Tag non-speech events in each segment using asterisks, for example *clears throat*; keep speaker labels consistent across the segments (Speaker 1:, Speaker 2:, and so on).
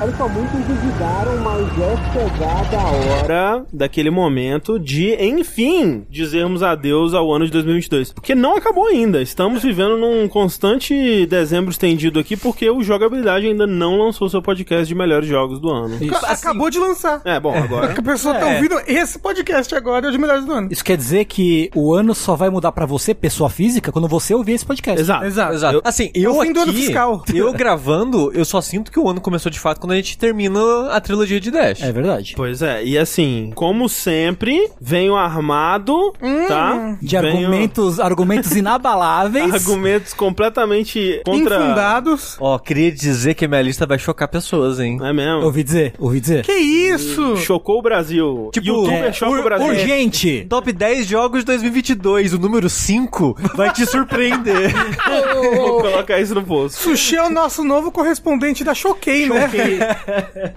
Speaker 1: Olha só, muitos duvidaram, mas é chegada a hora daquele momento de, enfim, dizermos adeus ao ano de 2022. Porque não acabou ainda. Estamos vivendo num constante dezembro estendido aqui, porque o Jogabilidade ainda não lançou seu podcast de melhores jogos do ano.
Speaker 2: Tipo
Speaker 3: Cara,
Speaker 2: assim,
Speaker 3: Acabou de lançar.
Speaker 1: É, bom, agora.
Speaker 3: Que Assim, a pessoa tá
Speaker 2: É.
Speaker 3: ouvindo esse podcast agora, é o de melhores do ano.
Speaker 2: Isso quer dizer que o ano só vai mudar pra você, pessoa física, quando você ouvir esse podcast.
Speaker 1: Exato.
Speaker 3: Exato.
Speaker 4: Exato. assim, eu
Speaker 3: É o fim do ano
Speaker 4: aqui,
Speaker 3: fiscal.
Speaker 4: *laughs* eu gravando, eu só sinto que o ano começou de fato quando a gente termina a trilogia de Dash.
Speaker 2: É verdade.
Speaker 1: Pois é, e assim, como sempre, venho armado, tá?
Speaker 2: De
Speaker 1: Venho-
Speaker 2: argumentos, argumentos inabaláveis.
Speaker 1: argumentos completamente contra.
Speaker 3: Infundados.
Speaker 4: Ó, queria dizer que a minha lista vai chocar pessoas, hein?
Speaker 1: É mesmo?
Speaker 2: Ouvi dizer, ouvi dizer.
Speaker 3: Que isso?
Speaker 1: Chocou o Brasil.
Speaker 4: Tipo,
Speaker 1: Youtuber
Speaker 4: é,
Speaker 1: choca
Speaker 4: ur-
Speaker 1: o Brasil. *laughs*
Speaker 2: Urgente!
Speaker 4: Top 10 jogos de 2022, o número 5 vai te surpreender.
Speaker 1: Vou colocar isso no bolso.
Speaker 3: Sushi é o nosso novo correspondente da Choquei, né?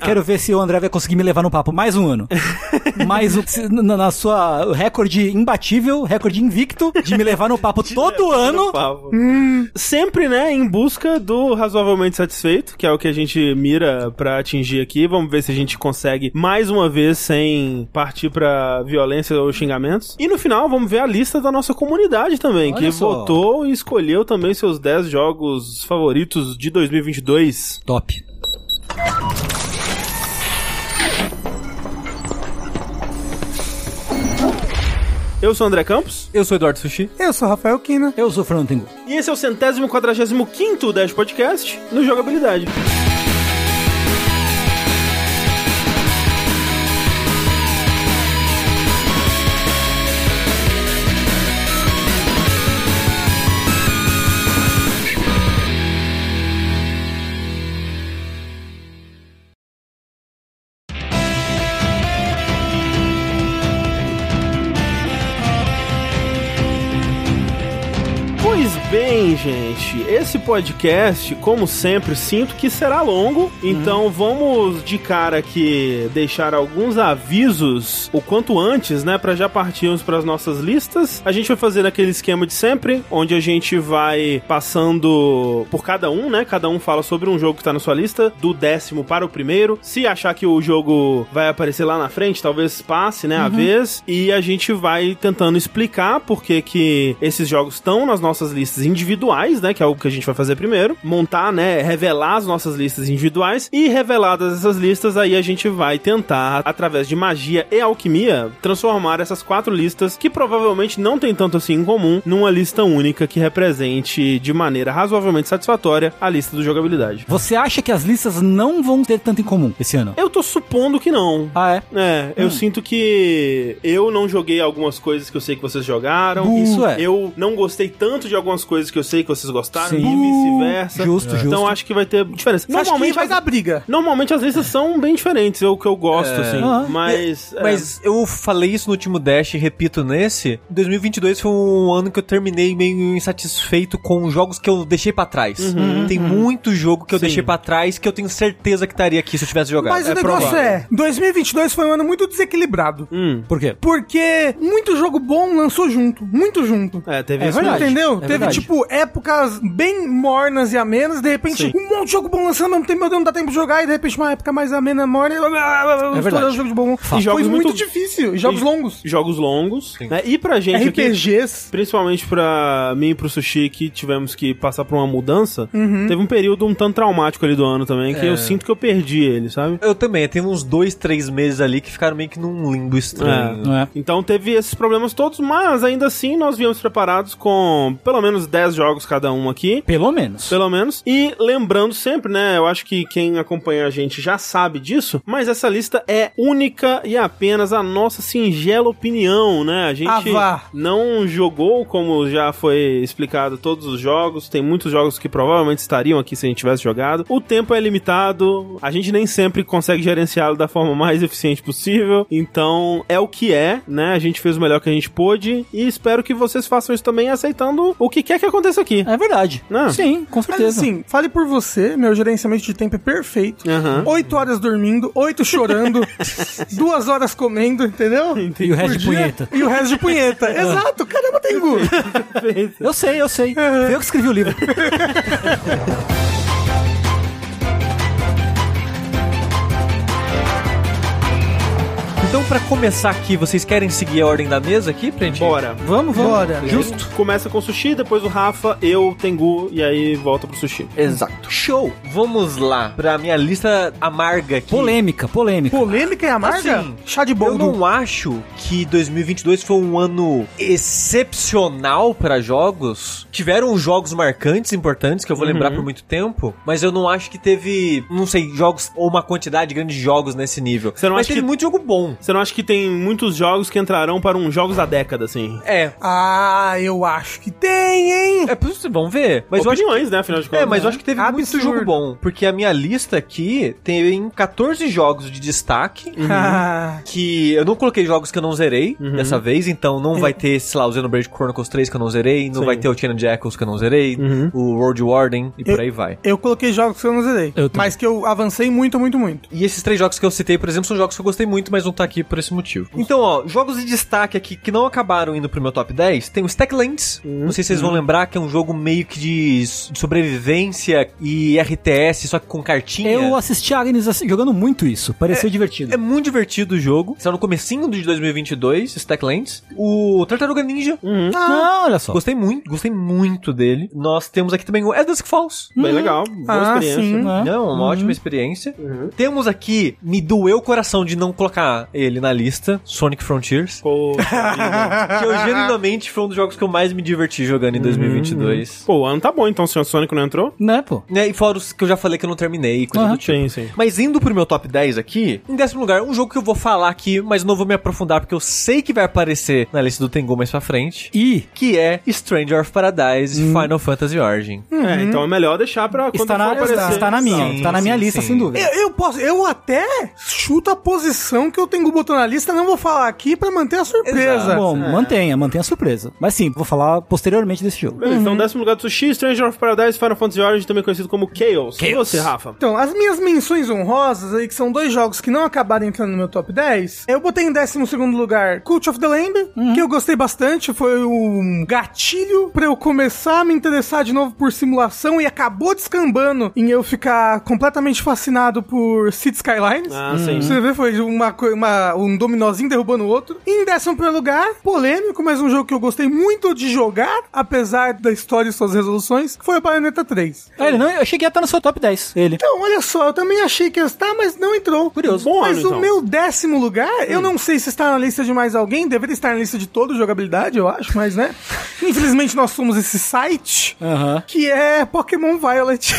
Speaker 2: Quero ver se o André vai conseguir me levar no papo mais um ano. mais um. se- Na, na sua recorde imbatível, recorde invicto, de me levar no papo todo ano.
Speaker 1: Pavo.
Speaker 2: Hum.
Speaker 1: Sempre, né, em busca do razoavelmente satisfeito, que é o que a gente mira pra atingir aqui. Vamos ver se a gente consegue mais uma vez sem partir pra violência ou xingamentos. E no final, vamos ver a lista da nossa comunidade também,
Speaker 2: Olha
Speaker 1: que
Speaker 2: só.
Speaker 1: votou e escolheu também seus 10 jogos favoritos de 2022.
Speaker 2: Top.
Speaker 1: Eu sou o André Campos.
Speaker 4: Eu sou Eduardo Sushi.
Speaker 3: Eu sou Rafael Kina.
Speaker 2: Eu sou o Fernando Tengu.
Speaker 1: E esse é o centésimo quadragésimo quinto 10 podcast no Jogabilidade. Pois bem, gente, esse podcast, como sempre, sinto que será longo, então vamos de cara aqui deixar alguns avisos o quanto antes, né, Pra já partirmos para as nossas listas. A gente vai fazer naquele esquema de sempre, onde a gente vai passando por cada um, né? Cada um fala sobre um jogo que tá na sua lista, do décimo para o primeiro. Se achar que o jogo vai aparecer lá na frente, talvez passe, né, a vez, e a gente vai tentando explicar por que que esses jogos estão nas nossas listas individuais, né, que é algo que a gente vai fazer primeiro, montar, né, revelar as nossas listas individuais e reveladas essas listas, aí a gente vai tentar através de magia e alquimia transformar essas quatro listas que provavelmente não tem tanto assim em comum numa lista única que represente de maneira razoavelmente satisfatória a lista do jogabilidade.
Speaker 2: Você acha que as listas não vão ter tanto em comum esse ano?
Speaker 1: Eu tô supondo que não,
Speaker 2: Ah, é?
Speaker 1: é, eu sinto que eu não joguei algumas coisas que eu sei que vocês jogaram.
Speaker 2: Bu. Isso é.
Speaker 1: Eu não gostei tanto de algumas coisas que eu sei que vocês gostaram
Speaker 2: Sim.
Speaker 1: e vice-versa.
Speaker 2: Justo,
Speaker 4: É.
Speaker 2: justo.
Speaker 1: Então acho que vai ter diferença.
Speaker 3: Normalmente
Speaker 1: Normalmente
Speaker 3: vai
Speaker 1: as,
Speaker 3: dar briga.
Speaker 1: normalmente as listas são bem diferentes, é o que eu gosto, assim.
Speaker 2: Ah,
Speaker 1: Mas. é.
Speaker 4: *laughs* Mas eu falei isso no último Dash e repito nesse. 2022 foi um ano que eu terminei meio insatisfeito com jogos que eu deixei pra trás. Tem muito jogo que eu
Speaker 1: Sim.
Speaker 4: deixei pra trás que eu tenho certeza que estaria aqui se eu tivesse jogado.
Speaker 3: Mas o negócio
Speaker 4: provável.
Speaker 3: é, 2022 foi um ano muito desequilibrado.
Speaker 1: Hum,
Speaker 2: Por quê?
Speaker 3: Porque muito jogo bom lançou junto, muito junto.
Speaker 1: é, teve
Speaker 2: É
Speaker 1: isso.
Speaker 2: verdade.
Speaker 1: mesmo.
Speaker 3: Entendeu?
Speaker 2: é
Speaker 3: Teve,
Speaker 2: verdade.
Speaker 3: tipo, épocas bem mornas e amenas, de repente,
Speaker 1: Sim.
Speaker 3: um monte de jogo bom lançando, ao mesmo tempo, meu Deus, não dá tempo de jogar, e de repente uma época mais amena, morna, e... É
Speaker 2: verdade.
Speaker 3: jogo de bom.
Speaker 2: Fato.
Speaker 3: E jogos Foi muito,
Speaker 1: muito-
Speaker 3: difícil, e jogos
Speaker 1: e-
Speaker 3: longos.
Speaker 1: Jogos longos. né? E pra gente aqui-
Speaker 3: RPGs.
Speaker 1: Principalmente pra mim e pro Sushi, que tivemos que passar por uma mudança. Teve um período um tanto traumático ali do ano também,
Speaker 2: É.
Speaker 1: que eu sinto que eu perdi ele, sabe?
Speaker 4: Eu também, tem uns dois, três meses ali que ficaram meio que num limbo estranho.
Speaker 2: Não é?
Speaker 1: Então teve esses problemas todos, mas ainda assim nós viemos preparados com pelo menos 10 jogos cada um aqui.
Speaker 2: Pelo menos.
Speaker 1: Pelo menos. E lembrando sempre, né? Eu acho que quem acompanha a gente já sabe disso, mas essa lista é única e apenas a nossa singela opinião, né? A gente
Speaker 3: Ah, vá.
Speaker 1: não jogou, como já foi explicado, todos os jogos. Tem muitos jogos que provavelmente estariam aqui se a gente tivesse jogado. O tempo é limitado, a gente nem sempre consegue gerenciá-lo da forma mais eficiente possível. Então é o que é, né? A gente fez o melhor que a gente pôde e espero que vocês façam isso também aceitando o que quer que aconteça aqui.
Speaker 2: *laughs* É verdade.
Speaker 1: Não.
Speaker 2: Sim, com
Speaker 3: Mas
Speaker 2: certeza.
Speaker 3: assim, fale por você, meu gerenciamento de tempo é perfeito.
Speaker 1: Aham.
Speaker 3: Oito horas dormindo, oito chorando, duas horas comendo, entendeu?
Speaker 2: E o resto de
Speaker 3: Por dia,
Speaker 2: punheta.
Speaker 3: E o resto de punheta. Exato, caramba, tem gosto.
Speaker 2: Eu sei, eu sei. Foi eu que escrevi o livro.
Speaker 4: Então, pra começar aqui, vocês querem seguir a ordem da mesa aqui pra gente?
Speaker 1: Bora.
Speaker 2: Vamos, vamos.
Speaker 3: Bora.
Speaker 1: Justo. Começa com o sushi, depois o Rafa, eu, Tengu, e aí volta pro sushi.
Speaker 4: Exato. Show. Vamos lá pra minha lista amarga aqui.
Speaker 2: Polêmica, polêmica.
Speaker 3: Polêmica e amarga?
Speaker 4: Assim,
Speaker 3: Chá de
Speaker 4: Eu
Speaker 3: boldo.
Speaker 4: não acho que 2022 foi um ano excepcional pra jogos. Tiveram jogos marcantes, importantes, que eu
Speaker 1: Uhum.
Speaker 4: vou lembrar por muito tempo, mas eu não acho que teve, não sei, jogos ou uma quantidade grande de jogos nesse nível.
Speaker 1: Você não
Speaker 4: mas
Speaker 1: acha
Speaker 4: teve
Speaker 1: que-
Speaker 4: muito jogo bom.
Speaker 1: Você não acha que tem muitos jogos que entrarão para um jogos da década, assim?
Speaker 4: É.
Speaker 3: Ah, eu acho que tem,
Speaker 1: Hum.
Speaker 3: hein?
Speaker 4: É possível, vamos ver. Mas eu acho
Speaker 1: Opiniões, né, afinal de contas.
Speaker 4: É, mas eu acho que teve muito
Speaker 3: Absurdo.
Speaker 4: jogo bom. Porque a minha lista aqui tem 14 jogos de destaque.
Speaker 2: Né?
Speaker 3: Ah,
Speaker 4: *laughs* Que eu não coloquei jogos que eu não zerei dessa vez, então não vai ter, sei lá, o Xenoblade Chronicles 3 que eu não zerei, não
Speaker 1: Sim.
Speaker 4: vai ter o Chain Jackals que eu não zerei, o World Warden e por aí vai.
Speaker 3: eu coloquei jogos que eu não zerei.
Speaker 2: Eu também.
Speaker 3: mas que eu avancei muito, muito, muito.
Speaker 4: E esses três jogos que eu citei, por exemplo, são jogos que eu gostei muito, mas não tá aqui por esse motivo. Então, ó, jogos de destaque aqui que não acabaram indo pro meu top 10, tem o Stacklands. Não sei se vocês vão lembrar que é um jogo meio que de s- de sobrevivência e RTS, só que com cartinha.
Speaker 2: Eu assisti a Agnes assim, jogando muito isso. Pareceu divertido.
Speaker 4: É muito divertido o jogo. Saiu no comecinho de 2022, Stacklands. O Tartaruga Ninja.
Speaker 2: Ah, olha só.
Speaker 4: Gostei muito, gostei muito dele. Nós temos aqui também o Elder Falls.
Speaker 1: Bem legal, boa
Speaker 3: Ah,
Speaker 1: experiência.
Speaker 3: sim.
Speaker 2: Né?
Speaker 4: Não, uma ótima experiência. Temos aqui, me doeu o coração de não colocar ele na lista, Sonic Frontiers.
Speaker 1: Poxa vida.
Speaker 4: Que eu, genuinamente foi um dos jogos que eu mais me diverti jogando em 2022.
Speaker 1: *laughs* Pô, o ano tá bom, então, se o Sonic não entrou?
Speaker 2: Né, pô?
Speaker 4: Né, e fora os que eu já falei que eu não terminei, e coisa
Speaker 2: Aham.
Speaker 4: do tipo.
Speaker 1: Sim, sim.
Speaker 4: Mas indo pro meu top 10 aqui, em décimo lugar, um jogo que eu vou falar aqui, mas não vou me aprofundar porque eu sei que vai aparecer na lista do Tengu mais pra frente,
Speaker 2: E
Speaker 4: que é Stranger of Paradise
Speaker 1: Hum.
Speaker 4: Final Fantasy Origin.
Speaker 1: É, então é melhor deixar pra quando
Speaker 2: está
Speaker 1: for
Speaker 2: na,
Speaker 1: aparecer.
Speaker 2: está na minha.
Speaker 4: Sim,
Speaker 2: está na minha
Speaker 4: sim,
Speaker 2: lista,
Speaker 4: sim.
Speaker 2: sem dúvida.
Speaker 3: Eu, eu posso, eu até chuto a posição que eu tenho botando na lista, não vou falar aqui pra manter a surpresa.
Speaker 4: Exato.
Speaker 2: Tá Bom, mantenha, mantenha a surpresa. Mas sim, vou falar posteriormente desse jogo.
Speaker 1: Beleza, então décimo lugar do Sushi, Stranger of Paradise, Final Fantasy Origin, também conhecido como Chaos. E você, Rafa?
Speaker 3: Então, as minhas menções honrosas aí, que são dois jogos que não acabaram entrando no meu top 10, eu botei em 12 lugar Cult of the Lamb, que eu gostei bastante, foi um gatilho pra eu começar a me interessar de novo por simulação e acabou descambando em eu ficar completamente fascinado por City Skylines.
Speaker 1: Ah, sim.
Speaker 3: Você vê, foi uma, coi- uma- um dominozinho derrubando o outro. Em décimo primeiro lugar, polêmico, mas um jogo que eu gostei muito de jogar, apesar da história e suas resoluções, foi o Bayonetta 3.
Speaker 2: Ah, ele não, eu cheguei a estar no seu top 10. Ele.
Speaker 3: Então, olha só, eu também achei que ia estar, mas não entrou.
Speaker 1: Curioso. Bom
Speaker 3: mas
Speaker 1: ano,
Speaker 3: o
Speaker 1: então.
Speaker 3: meu décimo lugar, eu não sei se está na lista de mais alguém, deveria estar na lista de todo jogabilidade, eu acho, mas né. Infelizmente nós somos esse site
Speaker 2: Aham.
Speaker 3: que é Pokémon Violet.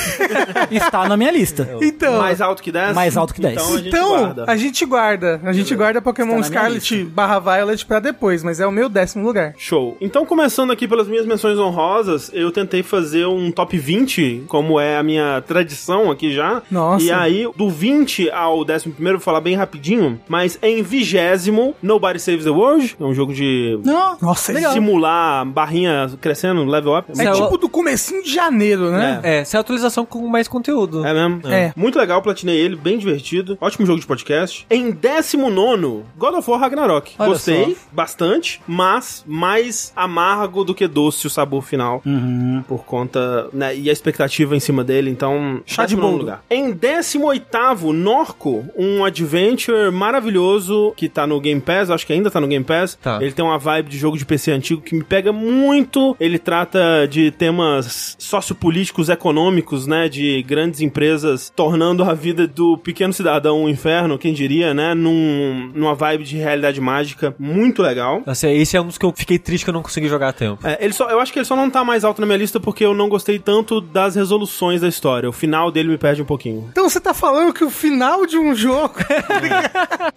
Speaker 2: Está na minha lista.
Speaker 3: então.
Speaker 1: Mais alto que 10?
Speaker 2: Mais alto que 10.
Speaker 1: Então a gente
Speaker 3: então,
Speaker 1: guarda.
Speaker 3: a gente guarda. A gente guarda Pokémon
Speaker 2: Está na minha
Speaker 3: Scarlet barra Violet pra depois, mas é o meu décimo lugar.
Speaker 1: Show. Então, começando aqui pelas minhas menções honrosas, eu tentei fazer um top 20, como é a minha tradição aqui já.
Speaker 3: Nossa.
Speaker 1: E aí, do 20 ao 11, vou falar bem rapidinho, mas em vigésimo, Nobody Saves the World, é um jogo de
Speaker 2: Não.
Speaker 3: Nossa,
Speaker 2: Legal.
Speaker 3: esse-
Speaker 1: simular barrinha crescendo, level up.
Speaker 3: é
Speaker 4: Saiu-
Speaker 3: tipo do comecinho de janeiro, né?
Speaker 4: É, essa é a atualização com mais conteúdo.
Speaker 1: É mesmo?
Speaker 3: É.
Speaker 1: Muito legal, platinei ele, bem divertido. Ótimo jogo de podcast. Em 19, God of War Ragnarok.
Speaker 2: Olha
Speaker 1: Gostei bastante, mas mais amargo do que doce o sabor final. Por conta, né, e a expectativa em cima dele, então...
Speaker 3: Chá de
Speaker 1: 19º
Speaker 3: boldo.
Speaker 1: lugar. Em 18º, Norco, um adventure maravilhoso que tá no Game Pass, acho que ainda tá no Game Pass.
Speaker 4: Tá.
Speaker 1: Ele tem uma vibe de jogo de PC antigo que me pega muito. Ele trata de temas sociopolíticos, econômicos, né, de grandes empresas tornando a vida do pequeno cidadão um inferno, quem diria, né, num, numa vibe de realidade mágica muito legal.
Speaker 4: Assim, esse é um dos que eu fiquei triste que eu não consegui jogar a tempo.
Speaker 1: É, ele só, eu acho que ele só não tá mais alto na minha lista porque eu não gostei tanto das resoluções da história. O final dele me perde um pouquinho.
Speaker 3: Então você tá falando que o final de um jogo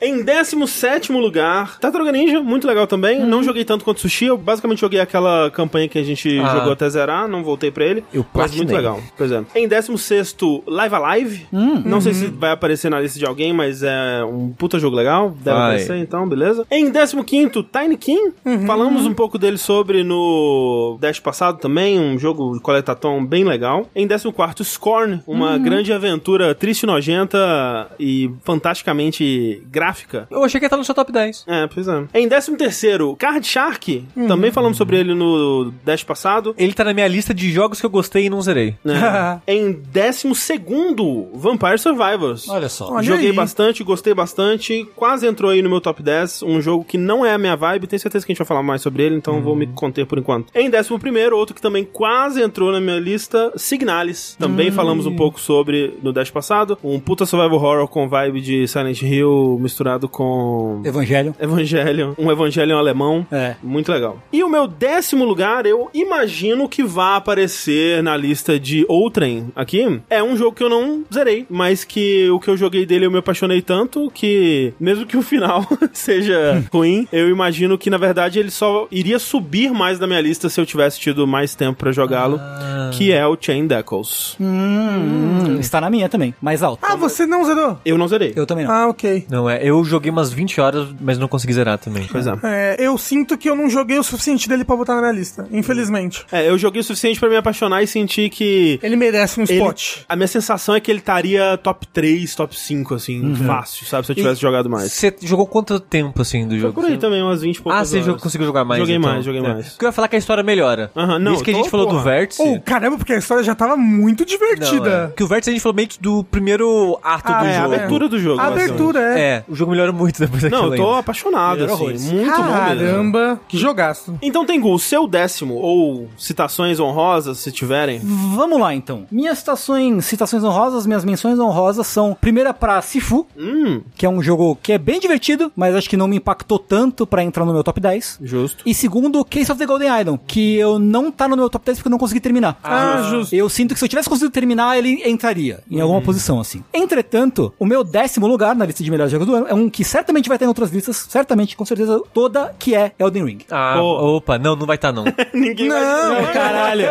Speaker 1: Em 17 lugar, Tartaruga Ninja, muito legal
Speaker 4: Uhum.
Speaker 1: também. Não joguei tanto quanto Sushi, eu basicamente joguei aquela campanha que a gente
Speaker 4: Ah.
Speaker 1: jogou até zerar, não voltei pra ele.
Speaker 4: Eu
Speaker 1: mas muito
Speaker 4: platinei.
Speaker 1: legal, pois é. Em 16, Live Alive.
Speaker 4: Hum.
Speaker 1: não sei
Speaker 4: Uhum.
Speaker 1: se vai aparecer na lista de alguém, mas é um puta jogo legal. Deve
Speaker 4: Vai.
Speaker 1: aparecer, então, beleza. Em 15, Tiny King. Falamos um pouco dele sobre no Dash passado também, um jogo de coletatom bem legal. Em 14, Scorn, uma grande aventura triste, nojenta e fantasticamente gráfica.
Speaker 4: Eu achei que ia estar no seu top 10.
Speaker 1: É, pois é. Em 13º, Card Shark. Também falamos sobre ele no Dash passado.
Speaker 4: Ele tá na minha lista de jogos que eu gostei e não zerei.
Speaker 1: né? em 12º, Vampire Survivors.
Speaker 2: Olha só.
Speaker 3: Olha
Speaker 1: Joguei
Speaker 3: aí.
Speaker 1: bastante, gostei bastante. Quase quase entrou aí no meu top 10, um jogo que não é a minha vibe, tenho certeza que a gente vai falar mais sobre ele, então vou me conter por enquanto. Em décimo primeiro, outro que também quase entrou na minha lista, Signalis. Também falamos um pouco sobre no Dash passado. Um puta survival horror com vibe de Silent Hill misturado com
Speaker 2: Evangelho.
Speaker 1: Evangelion. Um Evangelion alemão.
Speaker 2: É.
Speaker 1: Muito legal. E o meu décimo lugar, eu imagino que vá aparecer na lista de Outrem aqui. É um jogo que eu não zerei, mas que o que eu joguei dele eu me apaixonei tanto que, mesmo que o final *laughs* seja ruim, eu imagino que na verdade ele só iria subir mais na minha lista se eu tivesse tido mais tempo pra jogá-lo,
Speaker 2: Ah.
Speaker 1: que é o Chain Deckles.
Speaker 2: Hum, está na minha também, mais alto.
Speaker 3: Ah, você não zerou?
Speaker 1: Eu não zerei.
Speaker 2: Eu também não.
Speaker 3: Ah, ok.
Speaker 4: Não, é, eu joguei umas 20 horas, mas não consegui zerar também.
Speaker 1: Pois é.
Speaker 3: É, eu sinto que eu não joguei o suficiente dele pra botar na minha lista, infelizmente.
Speaker 1: É, eu joguei o suficiente pra me apaixonar e sentir que
Speaker 3: Ele merece um
Speaker 1: Ele-
Speaker 3: spot.
Speaker 1: A minha sensação é que ele estaria top 3, top 5, assim, fácil, sabe? Se eu tivesse jogado mais.
Speaker 4: Você jogou quanto tempo assim do jogo?
Speaker 1: Por aí
Speaker 4: Você-
Speaker 1: também, umas 20 e poucas
Speaker 4: Ah, você
Speaker 1: horas.
Speaker 4: jogou- conseguiu jogar mais?
Speaker 1: Joguei
Speaker 4: então.
Speaker 1: mais, joguei
Speaker 4: É.
Speaker 1: mais.
Speaker 4: Porque eu ia falar que a história melhora.
Speaker 1: Aham, não,
Speaker 4: Isso que a
Speaker 1: tô,
Speaker 4: gente falou do
Speaker 1: porra.
Speaker 4: vértice.
Speaker 3: Oh, caramba, porque a história já tava muito
Speaker 4: Não, é.
Speaker 3: divertida.
Speaker 4: Que o vértice a gente falou meio que do primeiro ato
Speaker 3: Ah,
Speaker 4: do
Speaker 1: É, a
Speaker 4: jogo.
Speaker 1: abertura do jogo.
Speaker 3: a
Speaker 1: basicamente.
Speaker 3: abertura, é.
Speaker 4: É, o jogo melhora muito depois daquilo.
Speaker 1: Não, eu tô
Speaker 4: ainda.
Speaker 1: apaixonado,
Speaker 4: Melhor
Speaker 1: assim.
Speaker 4: horrores.
Speaker 1: Muito bom mesmo.
Speaker 3: Caramba, que jogaço.
Speaker 1: Então, Tengu, o seu décimo, ou citações honrosas, se tiverem.
Speaker 2: Vamos lá então. Minhas citações, citações honrosas, minhas menções honrosas são primeira pra Sifu,
Speaker 1: Hum,
Speaker 2: que é um jogo que é bem divertido, mas acho que não me impactou tanto pra entrar no meu top 10.
Speaker 1: justo.
Speaker 2: E segundo, Case of the Golden Island, que eu não tá no meu top 10 porque eu não consegui terminar.
Speaker 3: Ah, justo. Hum.
Speaker 2: Eu sinto que se eu tivesse conseguido terminar, ele entraria em alguma posição, assim. Entretanto, o meu décimo lugar na lista de melhores jogos do ano é um que certamente vai estar em outras listas, certamente, com certeza, toda, que é Elden Ring.
Speaker 4: Ah,
Speaker 1: Pô.
Speaker 4: opa, não, não vai estar não.
Speaker 1: Ninguém vai... Não,
Speaker 2: caralho.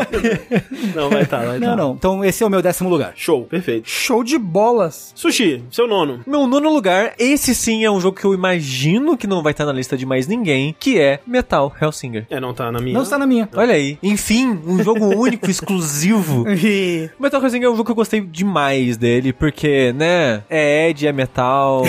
Speaker 1: Não, vai tá, vai
Speaker 2: Não,
Speaker 1: tá.
Speaker 2: não. Então, esse é o meu décimo lugar.
Speaker 1: Show, perfeito.
Speaker 3: Show de bolas.
Speaker 1: Sushi, seu nono.
Speaker 4: *laughs* Meu nono lugar, esse sim é um jogo que eu imagino que não vai estar na lista de mais ninguém, que é Metal Hellsinger.
Speaker 1: É, não tá na minha.
Speaker 2: Não está na minha.
Speaker 4: Olha aí. Enfim, um *laughs* jogo único, exclusivo.
Speaker 3: E-
Speaker 4: Metal Hellsinger é um jogo que eu gostei demais dele, porque, né, é Ed, é *laughs* metal.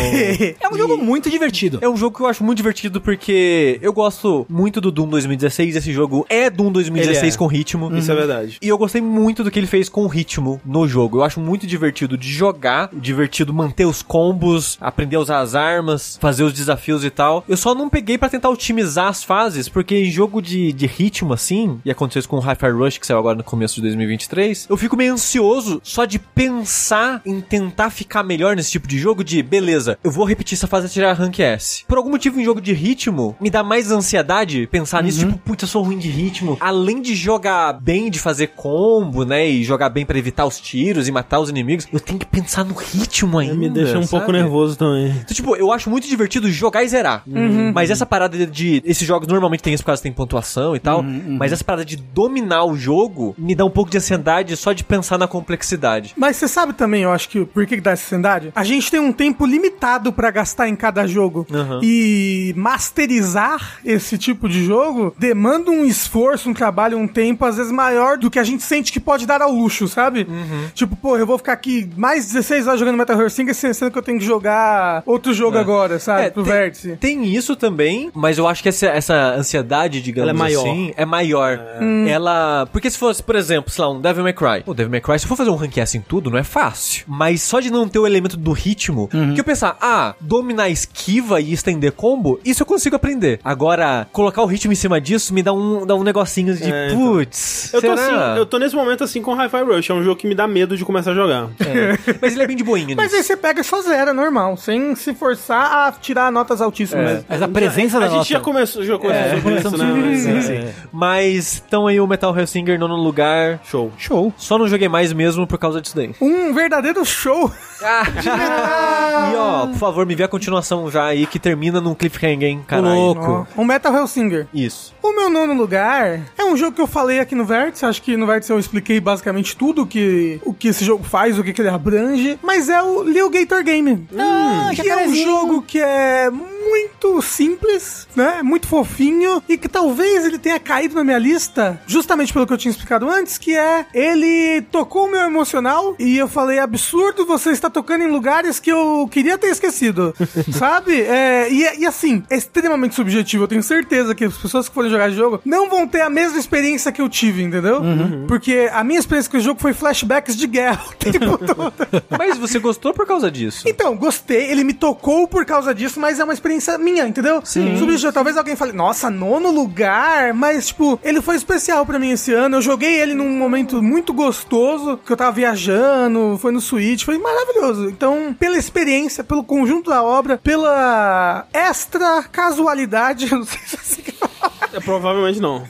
Speaker 2: É um jogo muito divertido.
Speaker 4: É um jogo que eu acho muito divertido porque eu gosto muito do Doom 2016. Esse jogo é Doom 2016
Speaker 1: Ele é.
Speaker 4: com ritmo. Uhum.
Speaker 1: Isso é verdade.
Speaker 4: E eu gostei muito do que ele fez com o ritmo no jogo. Eu acho muito divertido de jogar, divertido manter os combos, aprender a usar as armas, fazer os desafios e tal. Eu só não peguei pra tentar otimizar as fases, porque em jogo de, de ritmo assim, e aconteceu isso com o Hi-Fi Rush, que saiu agora no começo de 2023, eu fico meio ansioso só de pensar em tentar ficar melhor nesse tipo de jogo, de beleza, eu vou repetir essa fase e tirar rank S. Por algum motivo, em jogo de ritmo, me dá mais ansiedade pensar nisso,
Speaker 1: Uhum.
Speaker 4: tipo, puta, eu sou ruim de ritmo. Além de jogar bem, de fazer combo, né, e jogar bem pra evitar os tiros e matar os inimigos, eu tenho que pensar no ritmo ainda.
Speaker 1: Me deixa um pouco
Speaker 4: sabe?
Speaker 1: nervoso também.
Speaker 4: Então, tipo, eu acho muito divertido jogar e zerar.
Speaker 1: Uhum.
Speaker 4: Mas essa parada de- de. Esses jogos normalmente tem isso por causa que tem pontuação e
Speaker 1: Uhum,
Speaker 4: tal. Mas essa parada de dominar o jogo me dá um pouco de ansiedade só de pensar na complexidade.
Speaker 3: Mas você sabe também, eu acho que por que que dá essa ansiedade? A gente tem um tempo limitado pra gastar em cada jogo.
Speaker 4: Aham.
Speaker 3: E masterizar esse tipo de jogo demanda um esforço, um trabalho, um tempo, às vezes maior do que a gente sente que pode dar ao luxo, sabe? Tipo, pô, eu vou ficar aqui mais 16 horas jogando Metal Gear 5, sendo que eu tenho que jogar outro jogo agora, sabe? Pro
Speaker 4: É, tem,
Speaker 3: vértice.
Speaker 4: tem isso também, mas eu acho que essa, essa ansiedade, digamos
Speaker 1: Ela é maior.
Speaker 4: assim, é maior. Ela. Porque se fosse, por exemplo, sei lá, um Devil May Cry. O Devil May Cry, se eu for fazer um rank S em tudo, não é fácil. Mas só de não ter o elemento do ritmo, que eu pensar, ah, dominar esquiva e estender combo, isso eu consigo aprender. Agora, colocar o ritmo em cima disso me dá um, dá um negocinho de,
Speaker 1: É, então.
Speaker 4: putz,
Speaker 1: Eu tô,
Speaker 4: será?
Speaker 1: assim, eu tô nesse momento assim com Hi-Fi Rush, é um jogo que me dá medo de começar a jogar.
Speaker 4: É. Mas ele é bem
Speaker 1: *laughs*
Speaker 4: de boinha
Speaker 3: Mas aí
Speaker 4: nisso.
Speaker 3: você pega e só zero, é normal, sem se forçar a tirar notas altíssimas.
Speaker 2: Mas a presença
Speaker 1: a
Speaker 2: da
Speaker 1: gente
Speaker 2: nota-
Speaker 1: já começou, já começou com isso, né? Mas, é, é.
Speaker 4: Mas então aí o Metal Hellsinger nono lugar.
Speaker 1: Show.
Speaker 2: Show.
Speaker 4: Só não joguei mais mesmo por causa disso daí.
Speaker 3: Um verdadeiro show.
Speaker 4: E ó, por favor, me vê a continuação já aí que termina num cliffhanger, hein, caralho.
Speaker 2: Louco.
Speaker 3: Um Metal Hellsinger.
Speaker 4: Isso.
Speaker 3: O meu nono lugar é um jogo que eu falei aqui no Vértice. Acho que no Vértice eu expliquei basicamente tudo o que, o que esse jogo faz, o que, que ele abrange. Mas é o Leo Gator Game.
Speaker 2: Ah,
Speaker 3: que é um
Speaker 2: jacarezinho.
Speaker 3: jogo que é muito simples, né? Muito fofinho. E que talvez ele tenha caído na minha lista, justamente pelo que eu tinha explicado antes, que é ele tocou o meu emocional e eu falei, absurdo, você está tocando em lugares que eu queria ter esquecido. sabe? É, e, é- e assim, é extremamente subjetivo. Eu tenho certeza que as pessoas que forem jogar esse jogo não vão ter a mesma experiência que eu tive, entendeu? Porque a minha experiência com esse jogo foi flashbacks de guerra o tempo todo.
Speaker 4: Mas você gostou por causa disso?
Speaker 3: Então, gostei. Ele me tocou por causa disso, mas é uma experiência minha, entendeu? Sim. Subjetivo. Talvez alguém fale, nossa, nono lugar, mas, tipo, ele foi especial pra mim esse ano. Eu joguei ele num momento muito gostoso, que eu tava viajando, foi no Switch, foi maravilhoso. Então, pela experiência, pelo conjunto da obra, pela extra casualidade, *laughs* eu não sei se é assim que fala.
Speaker 1: É, provavelmente não.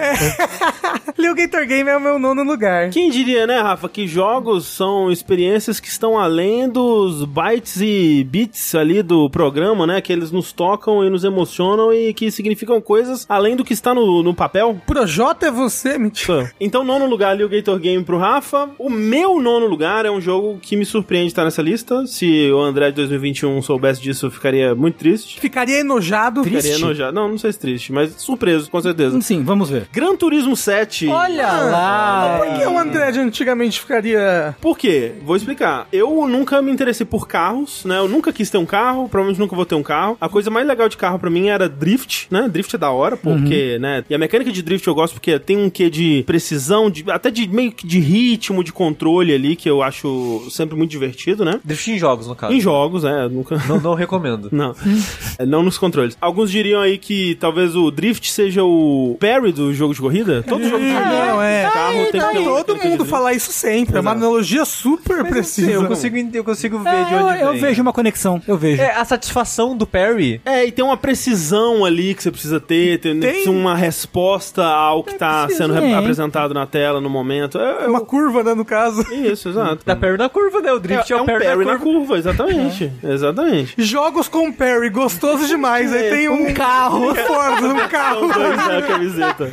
Speaker 3: Leo Gator Game é o meu nono lugar.
Speaker 1: Quem diria, né, Rafa, que jogos são experiências que estão além dos bytes e bits ali do programa, né? Que eles nos tocam e nos emocionam e que significam coisas além do que está no, no
Speaker 4: *laughs*
Speaker 1: papel.
Speaker 3: Projota é você, mentira.
Speaker 1: Tá. Então, nono lugar, Leo Gator Game pro Rafa. O meu nono lugar é um jogo que me surpreende estar nessa lista. Se o André de 2021 soubesse disso, eu ficaria muito triste.
Speaker 3: Ficaria enojado.
Speaker 1: Ficaria enojado. Não, não sei se triste, mas surpreso, com certeza.
Speaker 2: Sim, vamos ver.
Speaker 1: Gran Turismo 7.
Speaker 2: Olha lá!
Speaker 3: Por que o André de antigamente ficaria.
Speaker 1: Por quê? Vou explicar. Eu nunca me interessei por carros, né? Eu nunca quis ter um carro, provavelmente nunca vou ter um carro. A coisa mais legal de carro pra mim era drift, né? Drift é da hora, porque, né? E a mecânica de drift eu gosto porque tem um quê de precisão, de, até de meio que de ritmo, de controle ali, que eu acho sempre muito divertido, né?
Speaker 4: Drift em jogos, no caso.
Speaker 1: Em jogos, é, eu nunca. *laughs*
Speaker 4: Não, não recomendo.
Speaker 1: Não. É, não nos controles. Alguns diriam aí que talvez o drift seja o parry do jogo de corrida. Todo jogo de corrida.
Speaker 3: Não, é.
Speaker 1: Carro tem que ter um-
Speaker 3: Todo
Speaker 1: tem que ter
Speaker 3: mundo
Speaker 1: drift.
Speaker 3: fala isso sempre. É uma analogia super
Speaker 4: Mas eu sei,
Speaker 3: precisa.
Speaker 4: Eu consigo, ent- eu consigo ver de
Speaker 2: eu,
Speaker 4: onde
Speaker 2: eu
Speaker 4: vem.
Speaker 2: vejo uma conexão, eu vejo.
Speaker 4: É, a satisfação do Perry.
Speaker 1: É, e tem uma precisão ali que você precisa ter, tem,
Speaker 3: Tem.
Speaker 1: uma resposta ao que tá
Speaker 2: preciso,
Speaker 1: sendo re-
Speaker 2: é.
Speaker 1: apresentado na tela no momento. É,
Speaker 3: É uma curva, né, no caso.
Speaker 1: é isso, exato.
Speaker 4: Da Perry na curva, né? O drift é, o
Speaker 1: um
Speaker 4: Perry,
Speaker 1: parry
Speaker 4: na
Speaker 1: na
Speaker 4: curva.
Speaker 1: curva, É. exatamente. Exatamente.
Speaker 3: Jogos com Perry, gostoso demais. Aí
Speaker 1: É,
Speaker 3: tem um, carro, um Ford,
Speaker 1: *laughs*
Speaker 3: um
Speaker 1: São
Speaker 3: carro.
Speaker 1: *laughs* dois na camiseta.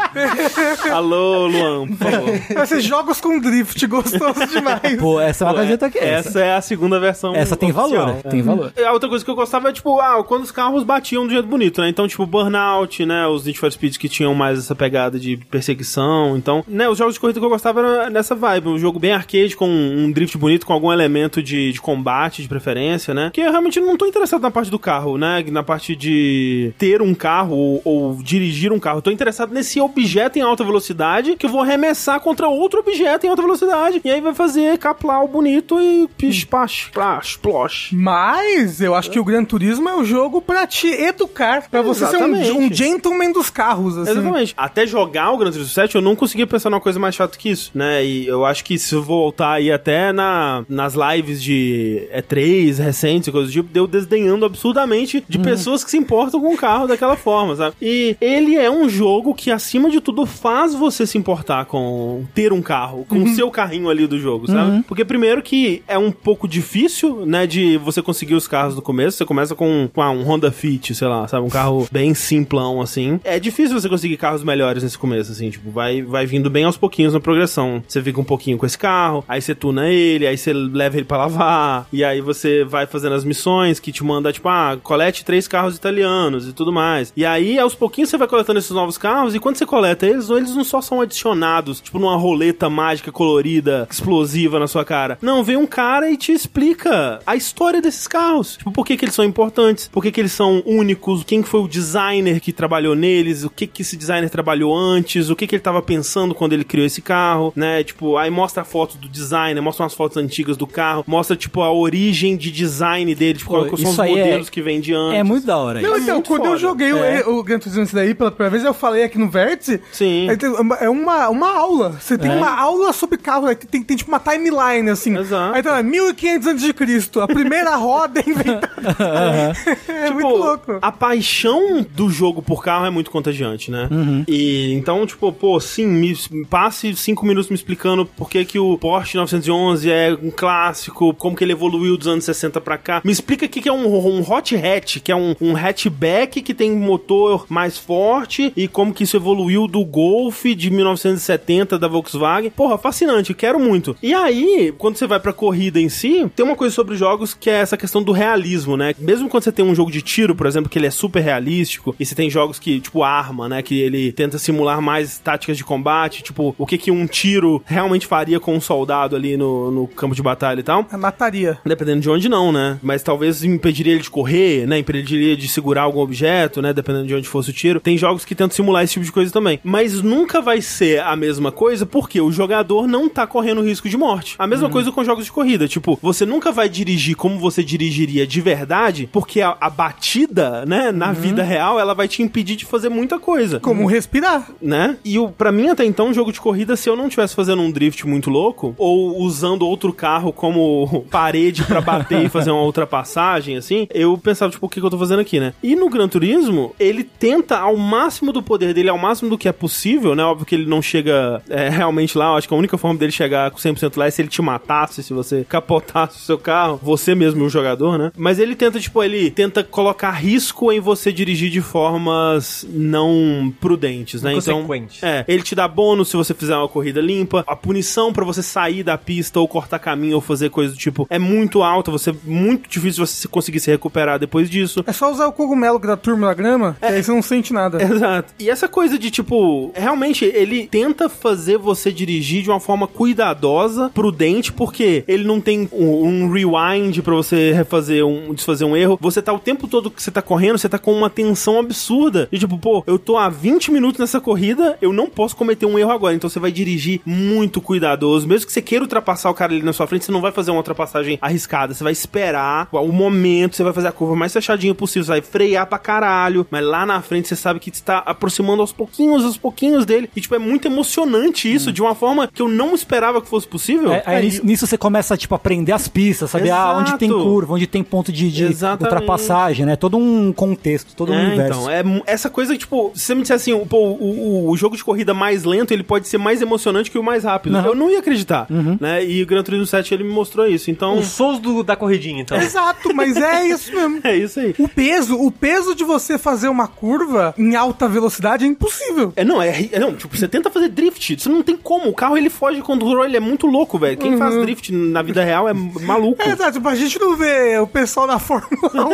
Speaker 1: Alô, Luan, por favor.
Speaker 3: Vai ser jogos com drift, gostoso demais.
Speaker 2: Pô, essa é uma camiseta aqui. Essa,
Speaker 1: Essa é a segunda versão.
Speaker 2: essa tem
Speaker 1: oficial.
Speaker 2: valor, né? tem valor.
Speaker 1: A outra coisa que eu gostava é, tipo, ah, quando os carros batiam de um jeito bonito, né? Então, tipo, Burnout, né? Os Need for Speeds que tinham mais essa pegada de perseguição. Então, né? Os jogos de corrida que eu gostava era nessa vibe. Um jogo bem arcade, com um drift bonito, com algum elemento de, de combate, de preferência, né? Que eu realmente não tô interessado na parte do carro, né? Na parte de ter um carro ou, ou dirigir um carro. Eu tô interessado nesse objeto em alta velocidade que eu vou arremessar contra outro objeto em alta velocidade. E aí vai fazer caplau bonito e pispash, plash, plosh.
Speaker 3: Mas eu acho que o Gran Turismo é o jogo pra te educar, pra você ser um,
Speaker 1: Exatamente.
Speaker 3: um gentleman dos carros, assim.
Speaker 1: Exatamente. Até jogar o Gran Turismo 7, eu não conseguia pensar numa coisa mais chata que isso, né? E eu acho que se eu voltar aí até na, nas lives de E3 recentes e coisas do tipo, deu desdenhando absurdamente de pessoas que se importam com o carro daquela forma, sabe? E ele é um jogo que, acima de tudo, faz você se importar com ter um carro, com o seu carrinho ali do jogo, sabe? Porque primeiro que é um pouco difícil, né, de você conseguir os carros do começo, você começa com, com ah, um Honda Fit, sei lá, sabe, um carro bem simplão, assim. É difícil você conseguir carros melhores nesse começo, assim, tipo, vai, vai vindo bem aos pouquinhos na progressão. Você fica um pouquinho com esse carro, aí você tuna ele, aí você leva ele pra lavar, e aí você vai fazendo as missões que te manda, tipo, ah, colete três carros italianos e tudo mais. E aí, aos pouquinhos, você vai coletando esses novos carros, e quando você coleta eles, Então, eles não só são adicionados, tipo, numa roleta mágica colorida, explosiva na sua cara. Não, vem um cara e te explica a história desses carros. Tipo, por que, que eles são importantes, por que, que eles são únicos, quem que foi o designer que trabalhou neles, o que que esse designer trabalhou antes, o que que ele tava pensando quando ele criou esse carro, né? Tipo, aí mostra a foto do designer, mostra umas fotos antigas do carro, mostra, tipo, a origem de design dele, tipo,
Speaker 2: Pô,
Speaker 1: quais são os
Speaker 2: isso aí é-
Speaker 1: modelos que vem de antes.
Speaker 2: É muito da hora.
Speaker 3: Não,
Speaker 2: isso.
Speaker 3: então,
Speaker 1: muito
Speaker 3: quando eu
Speaker 1: foda. É.
Speaker 3: joguei o- o, Gran Turismo esse daí pela primeira vez, eu falei aqui no Vértice.
Speaker 1: Sim.
Speaker 3: é, tem- É uma, uma aula. Você tem
Speaker 2: É.
Speaker 3: uma aula sobre carro, né? tem, tem, tem tipo uma timeline, assim.
Speaker 1: Exato.
Speaker 3: Aí tá, 1500 antes de Cristo,
Speaker 1: *laughs*
Speaker 3: a primeira roda é inventada. *laughs* é
Speaker 1: tipo,
Speaker 3: muito louco.
Speaker 1: A paixão do jogo por carro é muito contagiante, né? E então, tipo, pô, sim, me me passe cinco minutos me explicando por que, que o Porsche 911 é um clássico, como que ele evoluiu dos anos 60 pra cá. Me explica o que, que é um, um hot hatch, que é um, um hatchback que tem um motor mais forte e como que isso evoluiu do Golf de 1970 da Volkswagen. Porra, fascinante, quero muito. E aí, quando você vai pra corrida em si, tem uma coisa sobre jogos que é essa questão do realismo, né? Mesmo quando você tem um jogo de tiro, por exemplo, que ele é super realístico, e você tem jogos que, tipo, arma, né? Que ele tenta simular mais táticas de combate, tipo, o que, que um tiro realmente faria com um soldado ali no, no campo de batalha e tal.
Speaker 3: A mataria.
Speaker 1: Dependendo de onde não, né? Mas talvez impediria ele de correr, né? Impediria de segurar algum objeto, né? Dependendo de onde fosse o tiro. Tem jogos que tentam simular esse tipo de coisa também. Mas nunca vai ser a mesma coisa porque o jogador não tá correndo risco de morte. A mesma coisa com jogos de corrida. Tipo, você nunca vai dirigir como você dirigiria de verdade, porque a, a batida, né, na vida real, ela vai te impedir de fazer muita coisa.
Speaker 3: Como respirar.
Speaker 1: Né? E o, pra mim, até então, um jogo de corrida, se eu não estivesse fazendo um drift muito louco, ou usando outro carro como *laughs* parede pra bater e fazer uma ultrapassagem, assim, eu pensava, tipo, o que, que eu tô fazendo aqui, né? E no Gran Turismo, ele tenta ao máximo do poder dele, ao máximo do que é possível, né? Óbvio que ele não chega é, realmente lá, eu acho que a única forma dele chegar com 100% lá é se ele te matasse, se você *laughs* capotasse o seu carro, você mesmo e o jogador, né? Mas ele tenta, tipo, ele tenta colocar risco em você dirigir de formas não prudentes, né? Então,
Speaker 4: Inconsequentes.
Speaker 1: é, ele te dá bônus se você fizer uma corrida limpa. A punição pra você sair da pista ou cortar caminho ou fazer coisa do tipo é muito alta. Você muito difícil você conseguir se recuperar depois
Speaker 3: *laughs*
Speaker 1: disso.
Speaker 3: É só usar o cogumelo da turma da grama,
Speaker 1: É.
Speaker 3: que aí você não sente nada.
Speaker 1: Exato. E essa coisa de tipo, realmente ele tenta fazer você dirigir de uma forma cuidadosa, prudente, porque ele não tem um, um rewind pra você refazer um desfazer um erro. Você tá o tempo todo que você tá correndo, você tá com uma tensão absurda. E tipo, pô, eu tô há 20 minutos nessa corrida, eu não posso cometer um erro agora. Então você vai dirigir muito cuidadoso, mesmo que você queira ultrapassar o cara ali na sua frente, você não vai fazer uma ultrapassagem arriscada, você vai esperar o momento, você vai fazer a curva mais fechadinha possível, você vai frear pra caralho, mas lá na frente você sabe que você tá aproximando aos pouquinhos, aos pouquinhos dele. E, tipo, é muito emocionante isso, de uma forma que eu não esperava que fosse possível.
Speaker 2: É, aí nisso, nisso você começa, tipo, a aprender as pistas, saber ah,
Speaker 1: Exato.
Speaker 2: onde tem curva, onde tem ponto de, de
Speaker 1: Exatamente.
Speaker 2: ultrapassagem, né? Todo um contexto, todo um
Speaker 1: É,
Speaker 2: universo.
Speaker 1: então, é mu- essa coisa, tipo, se você me disser assim, o- pô, o, o- o jogo de corrida mais lento, ele pode ser mais emocionante que o mais rápido.
Speaker 2: Uhum.
Speaker 1: Eu não ia acreditar, né? E o Gran Turismo 7, ele me mostrou isso. Então,
Speaker 4: Os sons do- da corridinha, *laughs* então.
Speaker 3: Exato, mas é isso mesmo.
Speaker 1: *laughs* é isso aí.
Speaker 3: O peso, o peso de você fazer uma curva em alta velocidade é impossível.
Speaker 1: É, não, é, ri- é, não, tipo, você tenta fazer drift, você não tem como, o carro ele foge do controle, ele é muito louco, velho. Quem
Speaker 3: Uhum.
Speaker 1: faz drift na vida real é m-
Speaker 3: *laughs*
Speaker 1: maluco.
Speaker 3: É verdade, pra gente não ver o pessoal da Fórmula
Speaker 1: *laughs*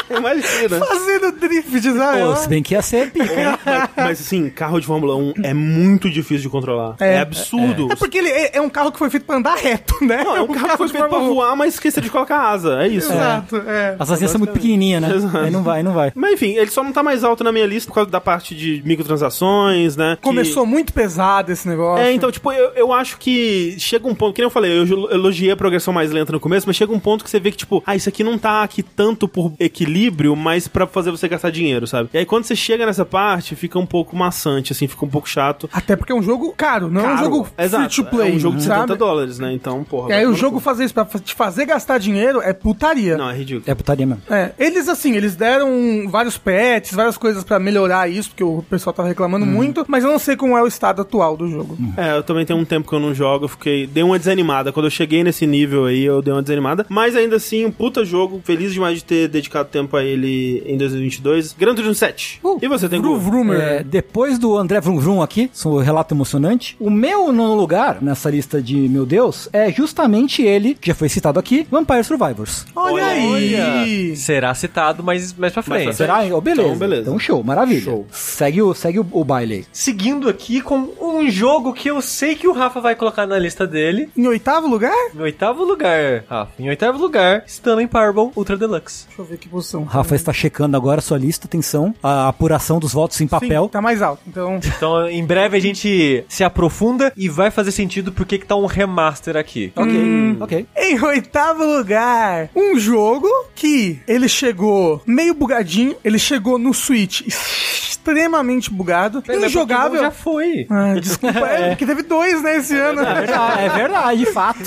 Speaker 3: 1
Speaker 1: Imagina.
Speaker 3: fazendo drift, né? sabe?
Speaker 2: Pô, se bem que ia ser pica. né? hein?
Speaker 1: É, mas, mas assim, carro de Fórmula 1 é muito difícil de controlar. É,
Speaker 3: É.
Speaker 1: absurdo.
Speaker 3: É porque ele é, é um carro que foi feito pra andar reto, né? *laughs*
Speaker 1: Não, é um carro que foi
Speaker 3: de
Speaker 1: feito pra
Speaker 3: Fórmula 1.
Speaker 1: voar, mas esqueceu de colocar asa. É isso.
Speaker 3: Exato, é.
Speaker 2: As asinhas são muito pequenininhas, né?
Speaker 1: Exato.
Speaker 2: Aí não vai, não vai.
Speaker 1: Mas enfim, ele só não tá mais alto na minha lista por causa da parte de microtransações, né? que-
Speaker 3: Começou muito pesado esse negócio.
Speaker 1: É, então, tipo, eu, eu acho que chega um ponto, que nem eu falei, eu jo- elogiei a progressão mais lenta no começo, mas chega um ponto que você vê que, tipo, ah, isso aqui não tá aqui tanto por equilíbrio, mas pra fazer você gastar dinheiro, sabe? E aí quando você chega nessa parte, fica um pouco maçante, assim, fica um pouco chato.
Speaker 3: Até porque é um jogo caro, não é um
Speaker 1: Caro.
Speaker 3: jogo
Speaker 1: Exato,
Speaker 3: free to play.
Speaker 1: É um jogo de
Speaker 3: sabe?
Speaker 1: 70 dólares, né? Então, porra.
Speaker 3: E aí
Speaker 1: vai
Speaker 3: o
Speaker 1: tomar
Speaker 3: jogo
Speaker 1: no cu.
Speaker 3: fazer isso pra fa- te fazer gastar dinheiro é putaria.
Speaker 1: Não, é ridículo.
Speaker 2: É putaria mesmo.
Speaker 3: É, eles assim, eles deram vários pets, várias coisas pra melhorar isso, porque o pessoal tava
Speaker 1: Uhum.
Speaker 3: reclamando muito, mas eu não sei como é o estado atual do jogo.
Speaker 1: É, eu também tenho um tempo que eu não jogo, eu fiquei. Dei uma desanimada. Quando eu cheguei nesse nível aí, eu dei uma desanimada. Mas ainda assim, um puta jogo. Feliz demais de ter dedicado tempo a ele em 2022. Gran Turismo 7.
Speaker 2: Uh,
Speaker 1: e você tem
Speaker 3: Vru,
Speaker 1: Groove?
Speaker 3: Vroomer.
Speaker 2: É, depois do André Vrum Vrum aqui, seu relato emocionante, o meu nono lugar nessa lista de meu Deus é justamente ele, que já foi citado aqui, Vampire Survivors.
Speaker 3: Olha, aí!
Speaker 4: Será citado mais, mais pra frente.
Speaker 1: pra
Speaker 2: Será? Oh, beleza.
Speaker 1: Então,
Speaker 2: Então,
Speaker 1: beleza.
Speaker 2: show, maravilha.
Speaker 1: Show.
Speaker 2: Segue o, segue o, o baile aí.
Speaker 4: Seguindo aqui com um jogo que eu sei que o Rafa vai colocar na lista dele.
Speaker 3: Em oitavo lugar?
Speaker 4: Em oitavo lugar, Rafa. Em oitavo lugar, Stanley Parable Ultra Deluxe.
Speaker 3: Deixa eu ver que posição.
Speaker 2: Rafa está checando agora a sua lista, atenção, a apuração dos votos em papel.
Speaker 3: Sim, tá mais alto, então... *laughs*
Speaker 4: Então, em breve a gente se aprofunda e vai fazer sentido porque que tá um remaster aqui.
Speaker 2: Ok,
Speaker 1: Hum.
Speaker 2: ok.
Speaker 3: Em oitavo lugar, um jogo que ele chegou meio bugadinho, ele chegou no Switch extremamente bugado, injogável.
Speaker 4: Já foi.
Speaker 3: Ah, desculpa,
Speaker 2: *laughs*
Speaker 3: é, porque teve dois, né, esse ano.
Speaker 2: É verdade, é
Speaker 1: *laughs*
Speaker 2: verdade, fato.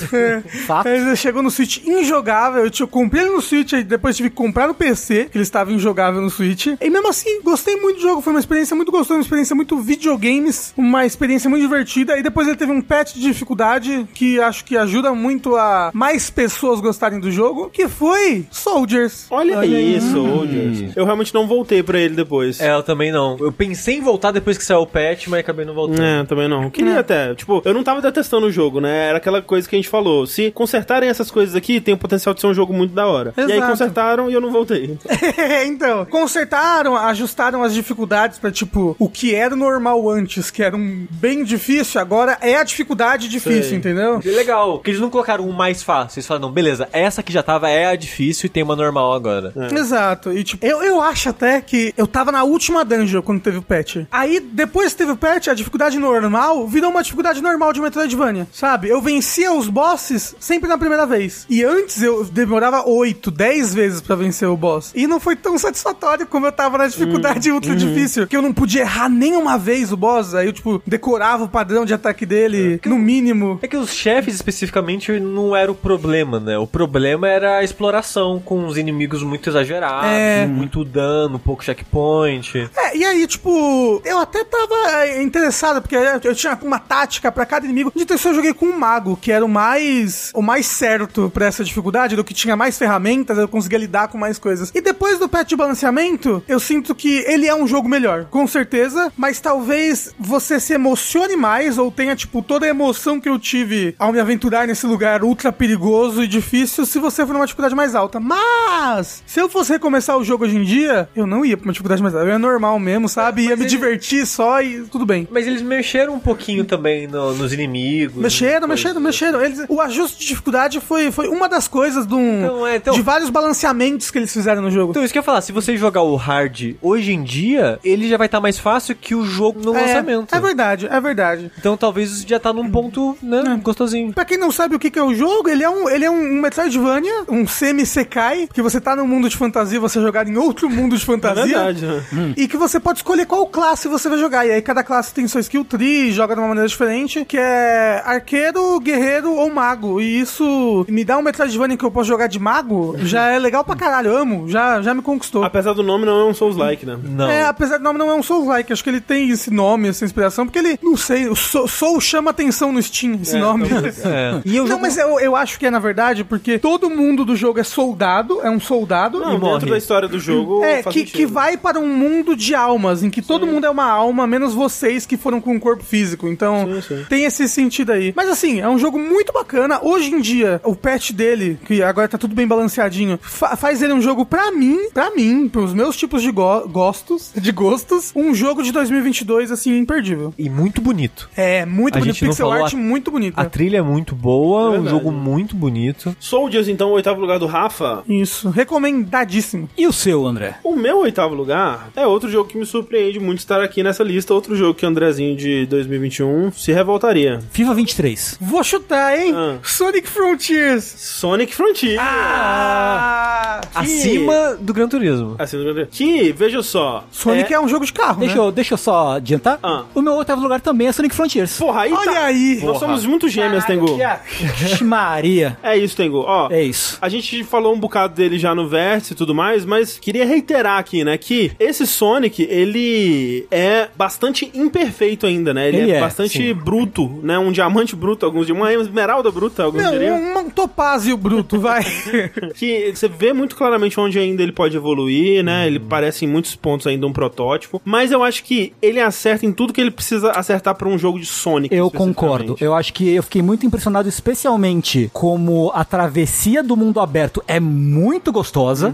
Speaker 2: Fato.
Speaker 3: Aí ele chegou no Switch injogável. Eu tinha- comprei ele no Switch, aí depois tive que comprar no PC, que ele estava injogável no Switch. E mesmo assim, gostei muito do jogo. Foi uma experiência muito gostosa, uma experiência muito videogames, uma experiência muito divertida. E depois ele teve um patch de dificuldade que acho que ajuda muito a mais pessoas gostarem do jogo, que foi Soldiers.
Speaker 1: Olha,
Speaker 3: *laughs*
Speaker 1: isso, Soldiers. Eu realmente não voltei pra ele depois.
Speaker 4: É, eu também não. Eu pensei em voltar depois que saiu o patch, mas acabei não voltando.
Speaker 1: É, também não. Queria até. Tipo, eu não tava detestando o jogo, né? Era aquela coisa que a gente falou. Se consertarem essas coisas aqui, tem o potencial de ser um jogo muito da hora. E aí
Speaker 3: Exato.
Speaker 1: consertaram e eu não voltei.
Speaker 3: então, consertaram, ajustaram as dificuldades pra tipo, o que era normal antes, que era um bem difícil, agora é a dificuldade difícil,
Speaker 1: Sei.
Speaker 3: entendeu?
Speaker 4: um É Legal, porque eles não colocaram o mais fácil. Eles falaram, não, beleza, essa que já tava é a difícil e tem uma normal agora.
Speaker 3: Exato. E tipo, eu, eu acho até que eu tava na última dungeon quando teve o patch. Aí, depois que teve o patch, a dificuldade normal virou uma dificuldade normal de Metroidvania, sabe? Eu vencia os bosses sempre na primeira vez. E antes eu demorava 8, 10 vezes pra vencer o boss. E não foi tão satisfatório como eu tava na dificuldade ultra difícil, que eu não podia errar nenhuma vez o boss. Aí eu, tipo, decorava o padrão de ataque dele, no mínimo.
Speaker 4: É que os chefes especificamente não era o problema, né? O problema era a exploração com os inimigos muito exagerados,
Speaker 3: É.
Speaker 4: muito dano, pouco checkpoint.
Speaker 3: É, e aí, tipo, eu até tava é, interessado, porque eu tinha uma tática pra cada inimigo. De terceiro, eu joguei com um mago, que era o mais o mais certo pra essa dificuldade, do que tinha mais ferramentas, eu conseguia lidar com mais coisas. E depois do patch de balanceamento, eu sinto que ele é um jogo melhor, com certeza, mas talvez você se emocione mais ou tenha, tipo, toda a emoção que eu tive ao me aventurar nesse lugar ultra perigoso e difícil se você for numa dificuldade mais alta. Mas, se eu fosse recomeçar o jogo hoje em dia, eu não ia pra uma dificuldade mais alta. Eu ia normal mesmo,
Speaker 4: É,
Speaker 3: sabe? Ia me divertir só e tudo bem.
Speaker 4: Mas eles mexeram um pouquinho também no- nos inimigos.
Speaker 3: Mexeram,
Speaker 4: nas
Speaker 3: mexeram,
Speaker 4: coisas.
Speaker 3: mexeram. Eles, o ajuste de dificuldade foi, foi uma das coisas de, um-
Speaker 4: Então, é, então-
Speaker 3: de vários balanceamentos que eles fizeram no jogo.
Speaker 4: Então, isso que eu ia falar, se você jogar o hard hoje em dia, ele já vai estar mais fácil que o jogo no um lançamento.
Speaker 3: é verdade, é verdade.
Speaker 4: Então talvez isso já tá num ponto, né,
Speaker 3: É.
Speaker 4: gostosinho.
Speaker 3: Pra quem não sabe o que, que é o jogo, ele é um, ele é um Metroidvania, um semi-sekai, que você tá num mundo de fantasia, você é jogado em outro mundo de fantasia.
Speaker 1: verdade, né?
Speaker 3: E que você pode escolher qual classe você vai jogar. E aí cada classe tem sua skill tree, joga de uma maneira diferente, que é arqueiro, guerreiro ou mago. E isso me dá um Metroidvania que eu posso jogar de mago, já é legal pra caralho, amo, já, já me conquistou.
Speaker 1: Apesar do nome, não é um Souls-like, né?
Speaker 4: Não.
Speaker 3: É, apesar do nome não é um Souls-like, acho que ele tem esse nome, essa inspiração, porque ele, não sei, o Soul, Soul chama atenção no Steam, esse nome.
Speaker 1: Então,
Speaker 3: *laughs*
Speaker 4: É.
Speaker 2: E eu
Speaker 3: Não,
Speaker 2: jogo...
Speaker 3: mas eu, eu acho que é, na verdade, porque todo mundo do jogo é soldado, é um soldado.
Speaker 1: Não,
Speaker 3: E-
Speaker 1: dentro
Speaker 4: morre.
Speaker 1: da história do jogo.
Speaker 3: é,
Speaker 1: faz
Speaker 3: que,
Speaker 1: sentido.
Speaker 3: que vai para um mundo de almas, em que todo mundo é uma alma, menos vocês que foram com um corpo físico. Então,
Speaker 1: Sim, sim.
Speaker 3: tem esse sentido aí. Mas assim, é um jogo muito bacana. Hoje em dia, o patch dele, que agora tá tudo bem balanceadinho, fa- faz ele um jogo pra mim, pra mim, pros meus tipos de go- gostos, de gostos, um jogo de 2022, assim, imperdível.
Speaker 4: E muito bonito.
Speaker 3: É, muito
Speaker 4: A
Speaker 3: bonito.
Speaker 4: gente não
Speaker 3: Pixel
Speaker 4: falou
Speaker 3: art
Speaker 4: a-
Speaker 3: muito bonita.
Speaker 4: A trilha é muito boa, um
Speaker 1: Verdade.
Speaker 4: jogo muito bonito.
Speaker 1: Soldiers, então, o oitavo lugar do Rafa.
Speaker 3: Isso, recomendadíssimo.
Speaker 2: E o seu, André?
Speaker 1: O meu oitavo lugar é outro jogo que me surpreende muito estar aqui nessa lista. Outro jogo que o Andrezinho de 2021 se revoltaria.
Speaker 2: FIFA 23.
Speaker 3: Vou chutar, hein?
Speaker 1: Ah.
Speaker 3: Sonic Frontiers.
Speaker 1: Sonic Frontier.
Speaker 3: Ah!
Speaker 4: Acima do Gran Turismo.
Speaker 1: Assim, que, veja só.
Speaker 3: Sonic é, um jogo de carro,
Speaker 2: Deixa,
Speaker 3: né?
Speaker 2: eu, deixa eu só adiantar.
Speaker 1: Ah.
Speaker 2: O meu oitavo lugar também é Sonic Frontiers.
Speaker 1: Porra, aí
Speaker 3: Olha
Speaker 1: tá.
Speaker 3: aí.
Speaker 1: Nós somos muito gêmeas, Tengu.
Speaker 3: É.
Speaker 2: Vixe Maria.
Speaker 1: É isso, Tengu. Ó,
Speaker 2: É isso.
Speaker 1: A gente falou um bocado dele já no vértice e tudo mais, mas queria reiterar aqui, né, que esse Sonic, ele é bastante imperfeito ainda, né? Ele,
Speaker 2: Ele
Speaker 1: é,
Speaker 2: é,
Speaker 1: bastante
Speaker 2: sim.
Speaker 1: bruto, né? Um diamante bruto, alguns diriam, uma esmeralda bruta, alguns
Speaker 3: Não, é.
Speaker 1: diriam.
Speaker 3: um, um topázio bruto, vai.
Speaker 1: Que você vê muito claramente onde ainda ele pode evoluir, né?
Speaker 2: Uhum.
Speaker 1: Ele parece em muitos pontos ainda um protótipo, mas eu acho que ele acerta em tudo que ele precisa acertar pra um jogo de Sonic.
Speaker 2: Eu concordo.
Speaker 1: especificamente.
Speaker 2: Eu acho que eu fiquei muito impressionado, especialmente como a travessia do mundo aberto é muito gostosa.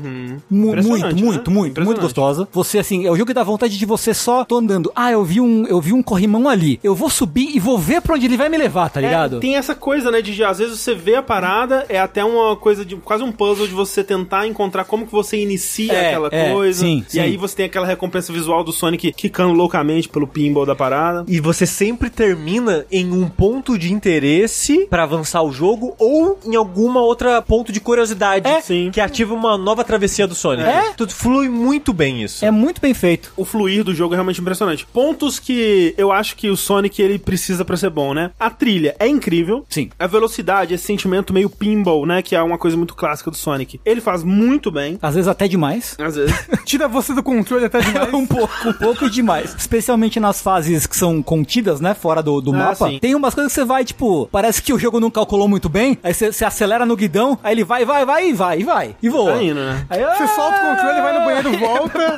Speaker 2: Mu-
Speaker 1: Impressionante,
Speaker 2: muito,
Speaker 1: né?
Speaker 2: muito, muito, muito
Speaker 1: Impressionante.
Speaker 2: gostosa. Você, assim, é o jogo que dá vontade de você só tô andando. Ah, eu vi um, eu vi um corrimão ali. Eu vou subir e vou ver pra onde ele vai me levar, tá
Speaker 1: É,
Speaker 2: ligado?
Speaker 1: tem essa coisa, né, de de, às vezes você vê a parada, é até uma coisa de quase um puzzle de você tentar encontrar como que você inicia
Speaker 2: É,
Speaker 1: aquela
Speaker 2: é,
Speaker 1: coisa.
Speaker 2: sim,
Speaker 1: e
Speaker 2: sim.
Speaker 1: aí você tem aquela recompensa visual do Sonic quicando loucamente pelo pinball da parada.
Speaker 4: E você sempre termina em um ponto de interesse pra avançar o jogo ou em alguma outra ponto de curiosidade
Speaker 1: É. Sim.
Speaker 4: que ativa uma nova travessia do Sonic.
Speaker 2: É.
Speaker 4: Tudo flui muito bem isso.
Speaker 2: É muito bem feito.
Speaker 1: O fluir do jogo é realmente impressionante. Pontos que eu acho que o Sonic ele precisa pra ser bom, né? A trilha é incrível.
Speaker 2: Sim.
Speaker 1: A velocidade, esse sentimento meio pinball, né, que é uma coisa muito clássica do Sonic. Ele faz muito bem.
Speaker 2: Às vezes até demais.
Speaker 1: Às vezes. *laughs*
Speaker 3: Tira você do controle até demais.
Speaker 2: Um pouco, um pouco demais. Especialmente nas fases que são contidas, né? Fora do, do
Speaker 1: Ah,
Speaker 2: mapa.
Speaker 1: sim.
Speaker 2: Tem umas coisas que você vai, tipo, parece que o jogo não calculou muito bem. Aí você você acelera no guidão, aí ele vai, vai, vai, e vai, e vai. E voa.
Speaker 1: Tá indo, né?
Speaker 2: Aí,
Speaker 3: Você
Speaker 2: ah!
Speaker 3: solta o controle, vai no banheiro, volta.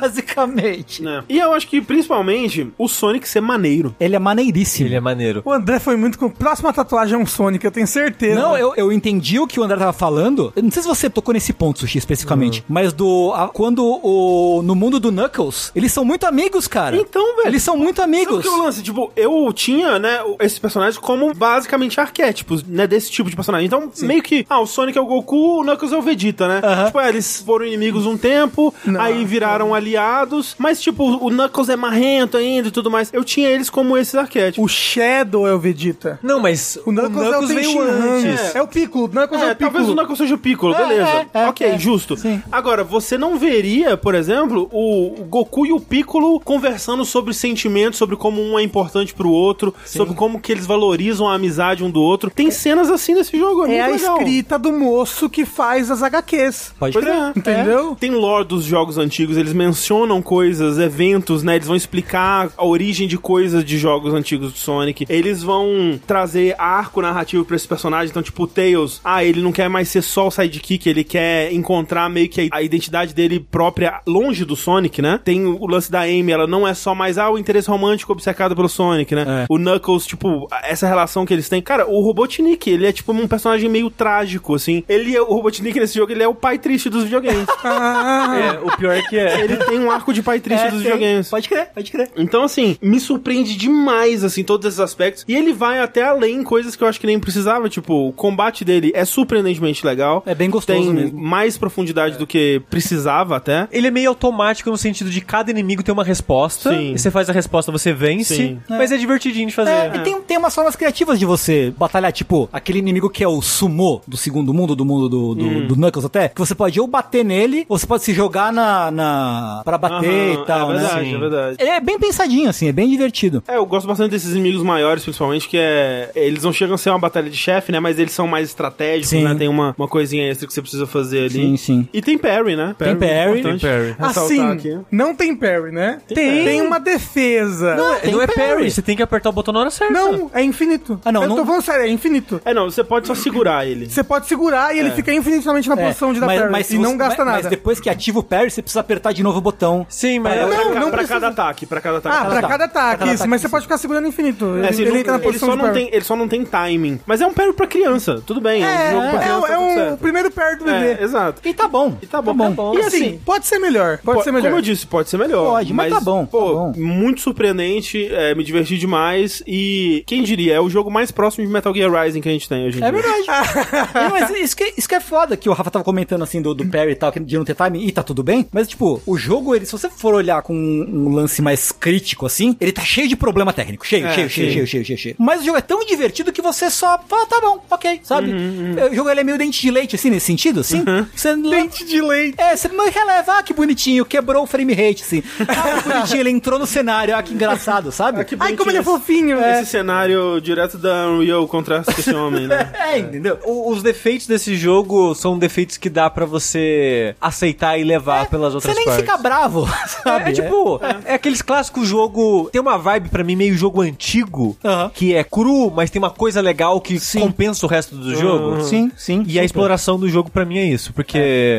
Speaker 2: *laughs* Basicamente.
Speaker 1: né? E eu acho que principalmente o Sonic ser maneiro.
Speaker 2: Ele é maneiríssimo.
Speaker 4: Ele é maneiro.
Speaker 3: O André foi muito com. Próxima tatuagem é um Sonic, eu tenho certeza.
Speaker 2: Não, eu, eu entendi o que o André tava falando. Eu não sei se você tocou nesse ponto, Sushi, especificamente. Mas do. a- quando o. No mundo do Knuckles, eles são muito amigos, cara.
Speaker 1: Então, velho.
Speaker 2: Eles são muito
Speaker 1: Sabe o
Speaker 2: amigos.
Speaker 1: que é o lance? Tipo, eu tinha, né, o- esses personagens como basicamente arquétipos, né, desse tipo de personagem. Então, meio que, ah, o Sonic é o Goku, o Knuckles é o Vegeta, volta, né?
Speaker 2: Aham.
Speaker 1: Tipo, é, eles foram inimigos um tempo,
Speaker 3: Não.
Speaker 1: aí viraram aliados, mas tipo, o Knuckles é marrento ainda e tudo mais. Eu tinha eles como esses arquétipos.
Speaker 3: O Shadow é o Vegeta.
Speaker 4: Não, mas
Speaker 3: O Knuckles, é o
Speaker 4: veio
Speaker 3: veio
Speaker 4: antes.
Speaker 3: É. é o Piccolo. O Knuckles é,
Speaker 1: É,
Speaker 3: o Piccolo.
Speaker 1: talvez o Knuckles seja o Piccolo, beleza.
Speaker 2: é, é,
Speaker 1: ok,
Speaker 2: é.
Speaker 1: justo.
Speaker 2: Sim.
Speaker 1: Agora, você não veria, por exemplo, o, o Goku e o Piccolo conversando sobre sentimentos, sobre como um é importante pro outro, sobre como que eles valorizam a amizade um do outro. Tem cenas assim nesse jogo, é,
Speaker 3: É a
Speaker 1: muito legal.
Speaker 3: escrita do moço que faz as HQs.
Speaker 4: Pode
Speaker 1: Pois
Speaker 4: crer.
Speaker 1: é,
Speaker 3: Entendeu?
Speaker 1: é. Tem lore dos jogos antigos, eles mencionam coisas, eventos, né? Eles vão explicar a origem de coisas de jogos antigos do Sonic. Eles vão trazer arco narrativo pra esse personagem. Então, tipo, o Tails, ah, ele não quer mais ser só o sidekick, ele quer encontrar meio que a a identidade dele própria longe do Sonic, né? Tem o o lance da Amy, ela não é só mais, ah, o interesse romântico obcecado pelo Sonic, né?
Speaker 2: É.
Speaker 1: O Knuckles, tipo, essa relação que eles têm. Cara, o Robotnik, ele é tipo um personagem meio trágico, assim. Ele é, o Robotnik nesse jogo, ele é o pai triste dos videogames.
Speaker 3: Ah,
Speaker 4: É, o pior é que *laughs* é.
Speaker 1: ele tem um arco de pai triste
Speaker 2: É,
Speaker 1: dos
Speaker 2: tem.
Speaker 1: videogames.
Speaker 2: Pode crer, pode crer.
Speaker 1: Então, assim, me surpreende demais, assim, todos esses aspectos. E ele vai até além coisas que eu acho que nem precisava. Tipo, o combate dele é surpreendentemente legal.
Speaker 2: É bem gostoso
Speaker 1: Tem
Speaker 2: mesmo.
Speaker 1: mais profundidade do que precisava até.
Speaker 4: Ele é meio automático no sentido de cada inimigo tem uma resposta.
Speaker 1: Sim.
Speaker 4: E você faz a resposta, você vence.
Speaker 1: Sim.
Speaker 4: Mas é divertidinho de fazer.
Speaker 2: É, e tem, tem umas formas criativas de você batalhar, tipo, aquele inimigo que é o sumo do segundo mundo, do mundo do, do, do Knuckles até, que você pode ou bater nele, ou você pode se jogar na. na pra bater
Speaker 1: Aham,
Speaker 2: e tal,
Speaker 1: é
Speaker 2: né?
Speaker 1: verdade,
Speaker 4: Sim.
Speaker 1: é verdade.
Speaker 2: É bem pensadinho, assim, é bem divertido.
Speaker 1: É, eu gosto bastante desses inimigos maiores, principalmente, que é. Eles não chegam a ser uma batalha de chefe, né? Mas eles são mais estratégicos,
Speaker 2: Sim.
Speaker 1: né? Tem uma, uma coisinha extra que você precisa fazer ali.
Speaker 2: Sim, sim.
Speaker 1: E tem parry, né?
Speaker 2: Tem
Speaker 1: é muito
Speaker 2: parry. Ah,
Speaker 1: importante
Speaker 4: Tem parry.
Speaker 1: ressaltar
Speaker 3: assim,
Speaker 1: aqui.
Speaker 3: não tem parry, né? Tem. Tem uma defesa.
Speaker 4: Não, é-
Speaker 2: tem
Speaker 4: não é
Speaker 2: parry.
Speaker 4: parry, você tem que apertar o botão na hora certa.
Speaker 3: Não, é infinito.
Speaker 2: Ah, não,
Speaker 3: Eu
Speaker 2: não-
Speaker 3: tô falando sério, é infinito.
Speaker 1: É, não, você pode só segurar ele.
Speaker 3: Você pode segurar e ele fica infinitamente na
Speaker 2: É,
Speaker 3: posição de dar parry.
Speaker 2: se
Speaker 3: e
Speaker 2: você-
Speaker 3: não gasta
Speaker 2: mas-
Speaker 3: nada.
Speaker 2: Mas depois que ativa o parry, você precisa apertar de novo o botão.
Speaker 4: Sim, mas.
Speaker 1: É, pra,
Speaker 3: É, não,
Speaker 1: pra-
Speaker 3: não
Speaker 1: pra
Speaker 3: precisa.
Speaker 1: cada ataque, pra cada ataque. Tá.
Speaker 3: Ah, pra
Speaker 2: ataque.
Speaker 3: cada ataque,
Speaker 2: Cada
Speaker 3: isso.
Speaker 2: ataque,
Speaker 3: mas você
Speaker 2: sim.
Speaker 3: pode ficar segurando infinito.
Speaker 1: É, assim,
Speaker 3: ele, ele
Speaker 1: não-
Speaker 3: entra na
Speaker 1: ele,
Speaker 3: posição
Speaker 1: só
Speaker 3: de
Speaker 1: não
Speaker 3: parry.
Speaker 1: tem, ele só não tem timing. Mas é um parry pra criança, tudo bem. É, um jogo pra
Speaker 3: É,
Speaker 1: criança,
Speaker 3: é, é
Speaker 1: tá tudo
Speaker 3: um, o
Speaker 1: certo.
Speaker 3: primeiro parry do bebê.
Speaker 1: É, exato.
Speaker 2: E tá bom.
Speaker 1: E tá bom. Tá bom.
Speaker 3: E
Speaker 1: E
Speaker 3: assim,
Speaker 1: assim,
Speaker 3: pode ser melhor. Pode
Speaker 1: Po-
Speaker 3: ser melhor.
Speaker 1: Como eu disse, pode ser melhor.
Speaker 2: Pode, mas tá bom, tá
Speaker 1: Pô,
Speaker 2: bom.
Speaker 1: muito surpreendente, é, me diverti demais e quem diria, é o jogo mais próximo de Metal Gear Rising que a gente tem hoje em
Speaker 2: É
Speaker 1: dia.
Speaker 2: verdade. Não, mas isso que, isso que é foda que o Rafa tava comentando assim do, do Perry e tal, que de não ter time, e tá tudo bem. Mas, tipo, o jogo, ele, se você for olhar com um, um lance mais crítico, assim, ele tá cheio de problema técnico. Cheio,
Speaker 1: É,
Speaker 2: cheio, cheio,
Speaker 1: sim.
Speaker 2: cheio, cheio, cheio, cheio. Mas o jogo é tão divertido que você só fala, tá bom, ok, sabe? O jogo ele é meio dente de leite, assim, nesse sentido, assim. Você não-
Speaker 3: de leite.
Speaker 2: é, você não releva, ah, que bonitinho, quebrou o frame rate, assim. Ah, que bonitinho, ele entrou no cenário, ah, que engraçado, sabe?
Speaker 3: Ai, como ele é fofinho.
Speaker 1: Esse cenário direto da Unreal contrasta com esse homem,
Speaker 3: *laughs*
Speaker 1: né?
Speaker 2: É, entendeu?
Speaker 4: O- Os defeitos desse jogo são defeitos que dá pra você aceitar e levar pelas
Speaker 2: É, Você
Speaker 4: outras
Speaker 2: nem
Speaker 4: partes.
Speaker 2: fica bravo, sabe? né?
Speaker 4: É, é tipo, é. aqueles clássicos jogo. Tem uma vibe pra mim meio jogo antigo,
Speaker 2: Aham.
Speaker 4: que é cru, mas tem uma coisa legal que compensa o resto do jogo.
Speaker 2: Sim, sim.
Speaker 4: E a
Speaker 2: super.
Speaker 4: exploração do jogo pra mim é isso, porque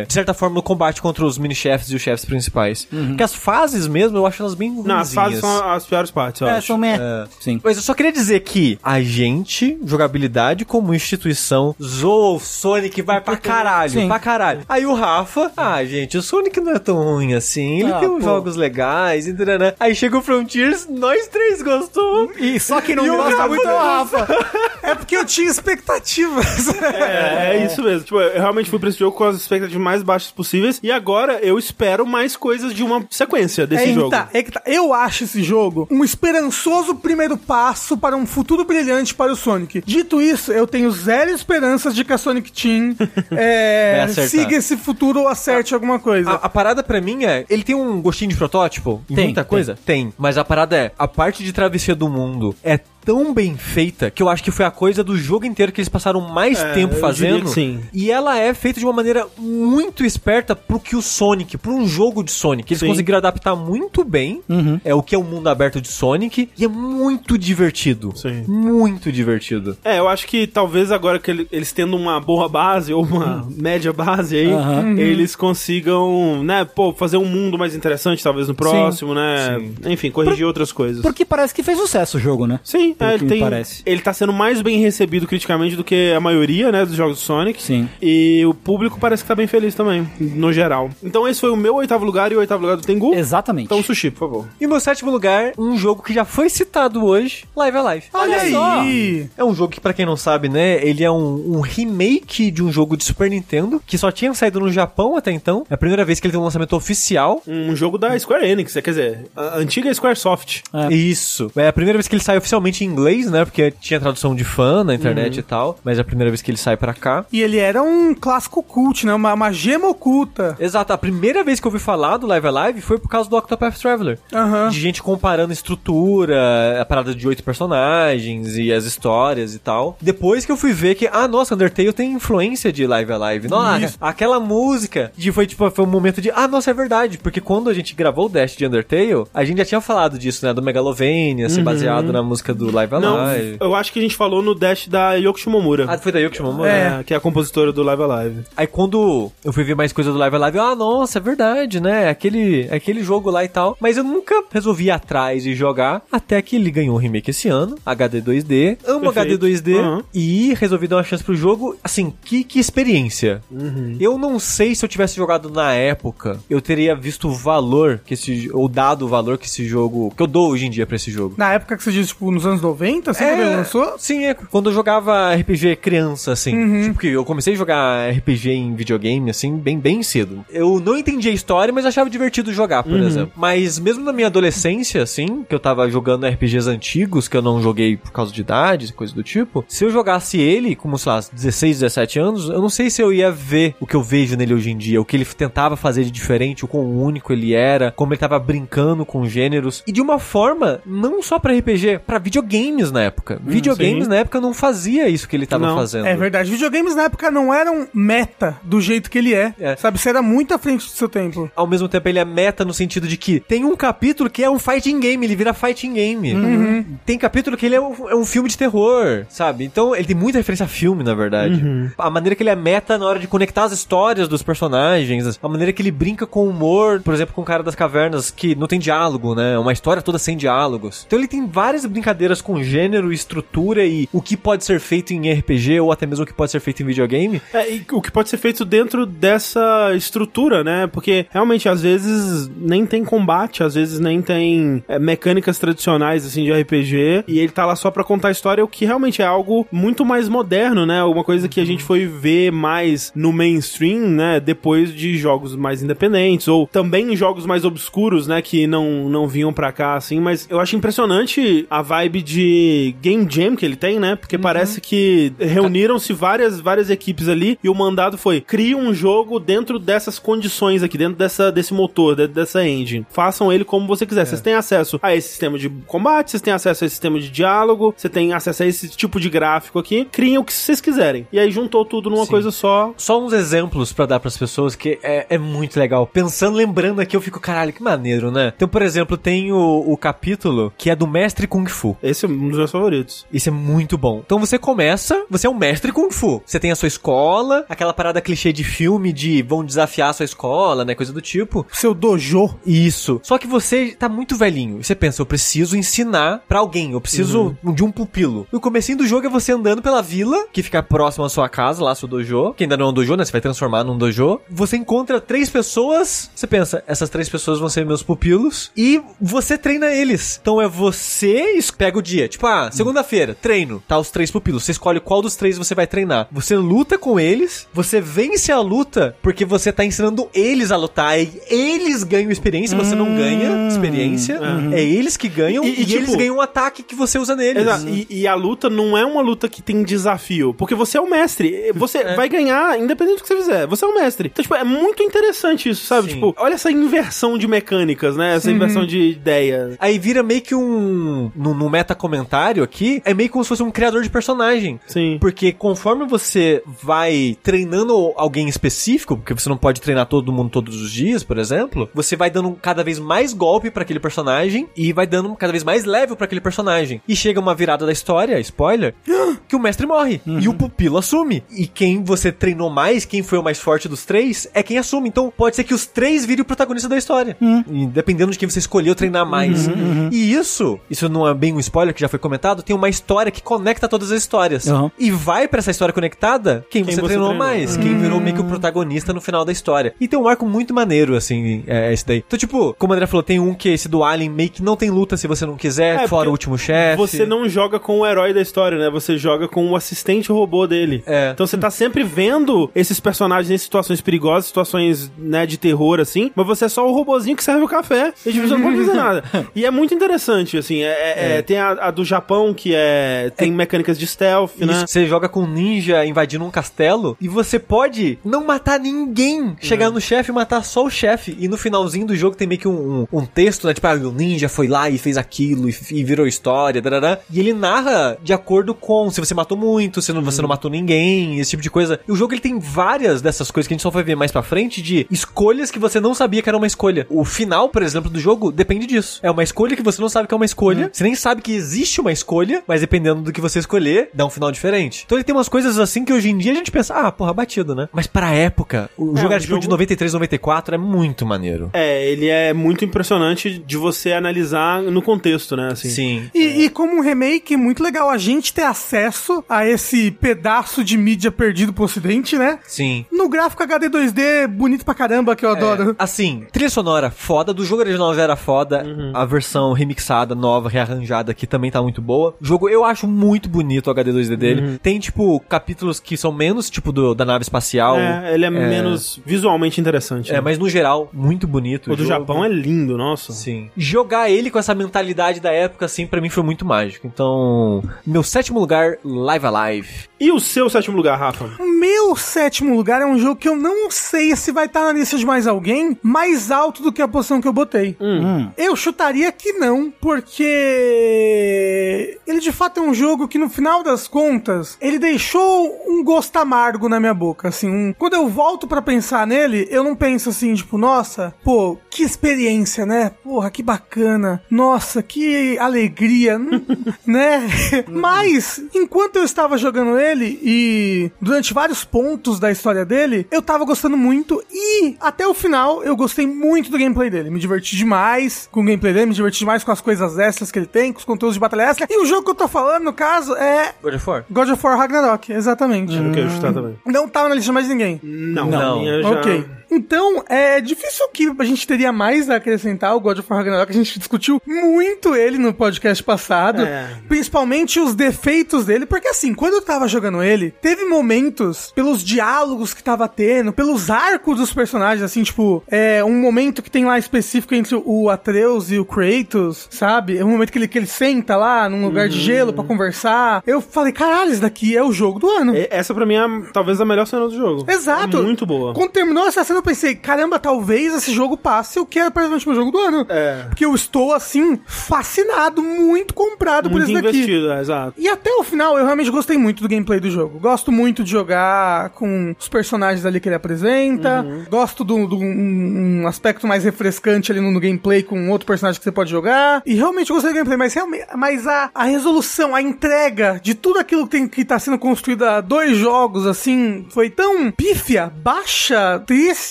Speaker 4: de certa forma o combate contra os mini chefes e os chefes principais. Porque as fases mesmo eu acho elas bem
Speaker 1: Uhum. Não, as fases
Speaker 4: ruinzinhas.
Speaker 1: são as piores partes, eu
Speaker 2: É,
Speaker 1: acho.
Speaker 2: são meh. Sim.
Speaker 4: Mas eu só queria dizer que a gente, jogabilidade como instituição, zoa o Sonic vai pra caralho,
Speaker 2: Sim.
Speaker 4: pra caralho. Aí o Rafa, ah, gente, o Sonic não é tão ruim assim, ele
Speaker 2: Ah,
Speaker 4: tem uns
Speaker 2: pô.
Speaker 4: jogos legais, e tarará. Aí chega o Frontiers, nós três gostamos.
Speaker 2: E só que não
Speaker 3: E o
Speaker 2: gosta
Speaker 3: Rafa
Speaker 2: muito do
Speaker 3: gosta.
Speaker 2: Rafa.
Speaker 3: É porque eu tinha expectativas.
Speaker 1: É, é isso mesmo. Tipo, eu realmente fui pra esse jogo com as expectativas mais baixas possíveis. E agora eu espero mais coisas de uma sequência
Speaker 3: É
Speaker 1: desse
Speaker 2: então.
Speaker 3: que
Speaker 1: jogo.
Speaker 3: tá, é que tá. Eu acho esse jogo um esperançoso primeiro passo para um futuro brilhante para o Sonic. Dito isso, eu tenho zero esperanças de que a Sonic Team *laughs* é,
Speaker 4: Vai acertar.
Speaker 3: siga esse futuro ou acerte alguma coisa.
Speaker 4: A, a parada pra mim é, ele tem um gostinho de protótipo? em
Speaker 2: Tem,
Speaker 4: muita
Speaker 2: tem.
Speaker 4: coisa? Tem. Mas a parada é, a parte de travessia do mundo é tão bem feita que eu acho que foi a coisa do jogo inteiro que eles passaram mais
Speaker 1: É,
Speaker 4: tempo
Speaker 1: eu diria
Speaker 4: fazendo.
Speaker 1: que sim.
Speaker 4: E ela é feita de uma maneira muito esperta pro que o Sonic, pro um jogo de Sonic. Eles
Speaker 1: Sim. Uhum.
Speaker 4: conseguiram adaptar muito bem é o que é o mundo aberto de Sonic e é muito divertido.
Speaker 1: Sim.
Speaker 4: Muito divertido.
Speaker 1: É, eu acho que talvez agora que ele- eles tendo uma boa base ou uma média base aí,
Speaker 2: Uhum. Aham.
Speaker 1: eles consigam, né, pô, fazer um mundo mais interessante talvez no próximo, né? Enfim, corrigir outras coisas.
Speaker 2: Porque parece que fez sucesso o jogo, né?
Speaker 1: Sim,
Speaker 2: pelo
Speaker 1: É,
Speaker 2: que
Speaker 1: ele,
Speaker 2: me
Speaker 1: tem,
Speaker 2: parece.
Speaker 1: ele tá sendo mais bem recebido criticamente do que a maioria, né, dos jogos do Sonic.
Speaker 2: Sim.
Speaker 1: E o público parece que tá bem feliz também, no geral. Então esse foi o meu oitavo lugar e o oitavo lugar do Tengu.
Speaker 2: Exatamente.
Speaker 1: Então, sushi, por favor.
Speaker 4: E meu sétimo lugar, um jogo que já foi citado hoje, Live Alive.
Speaker 3: Olha aí!
Speaker 4: É um jogo que, pra quem não sabe, né, ele é um, um remake de um jogo de Super Nintendo que só tinha saído no Japão até então. É a primeira vez que ele tem um lançamento oficial.
Speaker 1: Um jogo da Square Enix, é, quer dizer, a antiga Squaresoft.
Speaker 2: É.
Speaker 4: Isso. É a primeira vez que ele sai oficialmente em inglês, né? Porque tinha tradução de fã na internet
Speaker 3: Uhum.
Speaker 4: e tal. Mas é a primeira vez que ele sai pra cá.
Speaker 3: E ele era um clássico cult, né? Uma, uma gema oculta.
Speaker 4: Exato, a primeira vez que eu ouvi falar do Live Alive foi por causa do Octopath Traveler.
Speaker 3: Aham.
Speaker 4: De gente comparando estrutura, a parada de oito personagens e as histórias e tal. Depois que eu fui ver que, ah, nossa, Undertale tem influência de Live Alive. Nossa, aquela música. E foi tipo, foi um momento de, ah, nossa, é verdade. Porque quando a gente gravou o Dash de Undertale, a gente já tinha falado disso, né? Do Megalovania, ser baseado na música do Live
Speaker 1: Não,
Speaker 4: Alive.
Speaker 1: eu acho que a gente falou no Dash da Yoko Shimomura.
Speaker 4: Ah, foi daí que chamou, né?
Speaker 1: É, que é a compositora do Live Alive.
Speaker 4: Aí quando eu fui ver mais coisa do Live Alive, eu, ah, nossa, é verdade, né? Aquele, aquele jogo lá e tal. Mas eu nunca resolvi ir atrás e jogar, até que ele ganhou um remake esse ano, HD 2D. Amo
Speaker 1: Perfeito.
Speaker 4: HD 2D
Speaker 1: Uhum.
Speaker 4: e resolvi dar uma chance pro jogo. Assim, que, que experiência.
Speaker 3: Uhum.
Speaker 4: Eu não sei se eu tivesse jogado na época, eu teria visto o valor que esse, ou dado o valor que esse jogo, que eu dou hoje em dia pra esse jogo.
Speaker 3: Na época que você diz, tipo, nos anos 90, assim, quando ele lançou?
Speaker 4: Sim, é. Quando eu jogava RPG criança, assim. Tipo, porque eu comecei a jogar RPG em videogame, assim, bem, bem cedo. Eu não entendia a história, mas achava divertido jogar, por exemplo. Mas mesmo na minha adolescência, assim, que eu tava jogando RPGs antigos, que eu não joguei por causa de idade, coisa do tipo, se eu jogasse ele, como, sei lá, 16, 17 anos, eu não sei se eu ia ver o que eu vejo nele hoje em dia, o que ele tentava fazer de diferente, o quão único ele era, como ele tava brincando com gêneros. E de uma forma, não só pra RPG, pra videogames na época. videogames
Speaker 1: sim.
Speaker 4: na época não fazia isso que ele tava
Speaker 1: Não,
Speaker 4: fazendo.
Speaker 3: É verdade. Videogames na época não eram meta do jeito que ele é.
Speaker 4: É.
Speaker 3: Sabe, você era muito à frente do seu tempo.
Speaker 4: Ao mesmo tempo, ele é meta no sentido de que tem um capítulo que é um fighting game, ele vira fighting game.
Speaker 1: Uhum.
Speaker 4: Uhum. Tem capítulo que ele é um, é um filme de terror, sabe? Então, ele tem muita referência a filme, na verdade.
Speaker 1: Uhum.
Speaker 4: A maneira que ele é meta na hora de conectar as histórias dos personagens, a maneira que ele brinca com o humor, por exemplo, com o cara das cavernas, que não tem diálogo, né? É uma história toda sem diálogos. Então, ele tem várias brincadeiras com gênero, estrutura e o que pode ser feito em RPG ou até mesmo o que pode ser feito em videogame.
Speaker 1: É, e o que pode ser feito dentro dessa estrutura, né? Porque realmente às vezes nem tem combate, às vezes nem tem é, mecânicas tradicionais assim de RPG, e ele tá lá só pra contar a história, o que realmente é algo muito mais moderno, né? Uma coisa que a gente foi ver mais no mainstream, né, depois de jogos mais independentes ou também em jogos mais obscuros, né, que não não vinham pra cá assim, mas eu acho impressionante a vibe de game jam que ele tem, né? Porque parece que reuniram-se várias várias equipes ali e o mandado foi: crie um jogo dentro dessas condições aqui, dentro dessa, desse motor, dentro dessa engine. Façam ele como você quiser. Vocês têm acesso a esse sistema de combate, vocês têm acesso a esse sistema de diálogo, você tem acesso a esse tipo de gráfico aqui. Criem o que vocês quiserem. E aí juntou tudo numa coisa só.
Speaker 4: só uns exemplos pra dar pras pessoas que é, é muito legal. Pensando, lembrando aqui, eu fico, caralho, que maneiro, né? Então, por exemplo, tem o, o capítulo que é do mestre Kung Fu.
Speaker 1: Esse é um dos meus favoritos.
Speaker 4: Isso é muito bom. Então você começa, você é um mestre Kung Fu. Você tem a sua escola, aquela parada clichê de filme de vão desafiar a sua escola, né? Coisa do tipo.
Speaker 3: Seu dojo.
Speaker 4: Isso. Só que você tá muito velhinho. E Você pensa, eu preciso ensinar pra alguém, eu preciso
Speaker 3: Uhum.
Speaker 4: de um pupilo. E o comecinho do jogo é você andando pela vila, que fica próximo à sua casa, lá seu dojo, que ainda não é um dojo, né? Você vai transformar num dojo. Você encontra três pessoas, você pensa, essas três pessoas vão ser meus pupilos, e você treina eles. Então é você, es- pega o dia. Tipo, ah, segunda-feira, treino, tá? Os três pupilos. Você escolhe qual dos três você vai treinar. Você luta com eles, você vence a luta, porque você tá ensinando eles a lutar, e eles ganham experiência, você não ganha experiência, é eles que ganham, Hum. e,
Speaker 1: E- e, tipo,
Speaker 4: eles ganham um ataque que você usa neles.
Speaker 1: Exato. E, e a luta não é uma luta que tem desafio, porque você é o mestre. Você vai ganhar, independente do que você fizer. Você é o mestre. Então, tipo, é muito interessante isso, sabe?
Speaker 4: Sim.
Speaker 1: Tipo, olha essa inversão de mecânicas, né? Essa inversão de ideia.
Speaker 4: Aí vira meio que um. No, no meta comentário aqui, é meio como se fosse um criador de personagem.
Speaker 1: Sim.
Speaker 4: Porque conforme você vai treinando alguém específico, porque você não pode treinar todo mundo todos os dias, por exemplo, você vai dando cada vez mais golpe pra aquele personagem e vai dando cada vez mais level pra aquele personagem. E chega uma virada da história, spoiler, *gasps* que o mestre morre e o pupilo assume. E quem você treinou mais, quem foi o mais forte dos três, é quem assume. Então pode ser que os três virem o protagonista da história. E dependendo de quem você escolheu treinar mais. E isso, isso não é bem um spoiler, spoiler que já foi comentado, tem uma história que conecta todas as histórias.
Speaker 2: Aham.
Speaker 4: E vai pra essa história conectada quem, você, treinou, mais, quem virou meio que o protagonista no final da história. E tem um arco muito maneiro, assim, é esse daí. Então, tipo, como o André falou, tem um que é esse do Alien, meio que não tem luta se você não quiser,
Speaker 1: É,
Speaker 4: fora
Speaker 1: porque
Speaker 4: o último chefe.
Speaker 1: Você não joga com o herói da história, né? Você joga com o assistente robô dele.
Speaker 4: É.
Speaker 1: Então você tá sempre vendo esses personagens em situações perigosas, situações, né, de terror, assim, mas você é só o robozinho que serve o café. E tipo, você não pode fazer nada. E é muito interessante, assim. é- é- é, tem a, a do Japão, que é. Tem mecânicas de stealth, né?
Speaker 4: Isso, você joga com um ninja invadindo um castelo e você pode não matar ninguém, chegar no chefe e matar só o chefe. E no finalzinho do jogo tem meio que um, um, um texto, né? Tipo, ah, o ninja foi lá e fez aquilo e, e virou história, tarará. E ele narra de acordo com se você matou muito, se não, você não matou ninguém, esse tipo de coisa. E o jogo ele tem várias né? dessas coisas que a gente só vai ver mais pra frente de escolhas que você não sabia que era uma escolha. O final, por exemplo, do jogo depende disso. É uma escolha que você não sabe que é uma escolha.
Speaker 1: Uhum.
Speaker 4: Você nem sabe que existe uma escolha, mas dependendo do que você escolher, dá um final diferente. Então ele tem umas coisas assim que hoje em dia a gente pensa, ah, porra, batido, né? Mas pra época, o jogo
Speaker 1: É, o
Speaker 4: era tipo
Speaker 1: jogo-
Speaker 4: de 93, 94, é muito maneiro.
Speaker 1: É, ele é muito impressionante de você analisar no contexto, né? Assim.
Speaker 4: Sim.
Speaker 3: E, e como um remake, é muito legal a gente ter acesso a esse pedaço de mídia perdido pro ocidente, né?
Speaker 4: Sim.
Speaker 3: No gráfico HD 2D, bonito pra caramba, que eu adoro.
Speaker 4: Assim, trilha sonora foda, do jogo original já era foda,
Speaker 1: Uhum.
Speaker 4: a versão remixada, nova, rearranjada aqui também tá muito boa. O jogo eu acho muito bonito o HD 2D dele.
Speaker 1: Uhum.
Speaker 4: Tem, tipo, capítulos que são menos, tipo, do, da nave espacial.
Speaker 1: É, ele é, menos visualmente interessante.
Speaker 4: É,
Speaker 1: né?
Speaker 4: mas no geral, muito bonito.
Speaker 1: O do Japão é lindo, nossa.
Speaker 4: Sim. Jogar ele com essa mentalidade da época, assim, pra mim foi muito mágico. Então, meu sétimo lugar, Live Alive.
Speaker 1: E o seu sétimo lugar, Rafa?
Speaker 3: O meu sétimo lugar é um jogo que eu não sei se vai estar na lista de mais alguém, mais alto do que a posição que eu botei.
Speaker 2: Hum.
Speaker 3: Eu chutaria que não, porque ele de fato é um jogo que no final das contas, ele deixou um gosto amargo na minha boca, assim, um- quando eu volto pra pensar nele, eu não penso assim, tipo, nossa, pô, que experiência, né? Porra, que bacana. Nossa, que alegria, *laughs* hum, né? Mas enquanto eu estava jogando ele e durante vários pontos da história dele, eu tava gostando muito e até o final eu gostei muito do gameplay dele. Me diverti demais com o gameplay dele, me diverti demais com as coisas extras que ele tem, com os conteúdos de batalha extra. E o jogo que eu tô falando, no caso, é
Speaker 4: God of War?
Speaker 3: God of War Ragnarok, exatamente.
Speaker 1: Eu quero chutar tá também.
Speaker 3: Não tava na lista de mais ninguém.
Speaker 1: Não,
Speaker 4: Não.
Speaker 1: na minha já...
Speaker 3: Ok. Então, é difícil que a gente teria mais a acrescentar o God of War Ragnarok. A gente discutiu muito ele no podcast passado.
Speaker 1: É.
Speaker 3: Principalmente os defeitos dele. Porque, assim, quando eu tava jogando ele, teve momentos, pelos diálogos que tava tendo, pelos arcos dos personagens, assim, tipo, é um momento que tem lá específico entre o Atreus e o Kratos, sabe? É um momento que ele, que ele senta lá num lugar
Speaker 1: Uhum.
Speaker 3: de gelo pra conversar. Eu falei, caralho, isso daqui é o jogo do ano.
Speaker 1: E- Essa pra mim é a- talvez a melhor cena do jogo.
Speaker 3: Exato.
Speaker 1: É muito boa.
Speaker 3: Quando terminou essa cena, eu pensei, caramba, talvez esse jogo passe o que era praticamente o meu jogo do ano.
Speaker 1: É.
Speaker 3: Porque eu estou, assim, fascinado, muito comprado por
Speaker 1: Muito
Speaker 3: esse daqui.
Speaker 1: investido, é, exato.
Speaker 3: E até o final, eu realmente gostei muito do gameplay do jogo. Gosto muito de jogar com os personagens ali que ele apresenta. Gosto de um- de um, um aspecto mais refrescante ali no, no gameplay com um outro personagem que você pode jogar. E realmente gostei do gameplay, mas, realme- mas a, a resolução, a entrega de tudo aquilo que, tem, que tá sendo construído há dois jogos, assim, foi tão pífia, baixa, triste,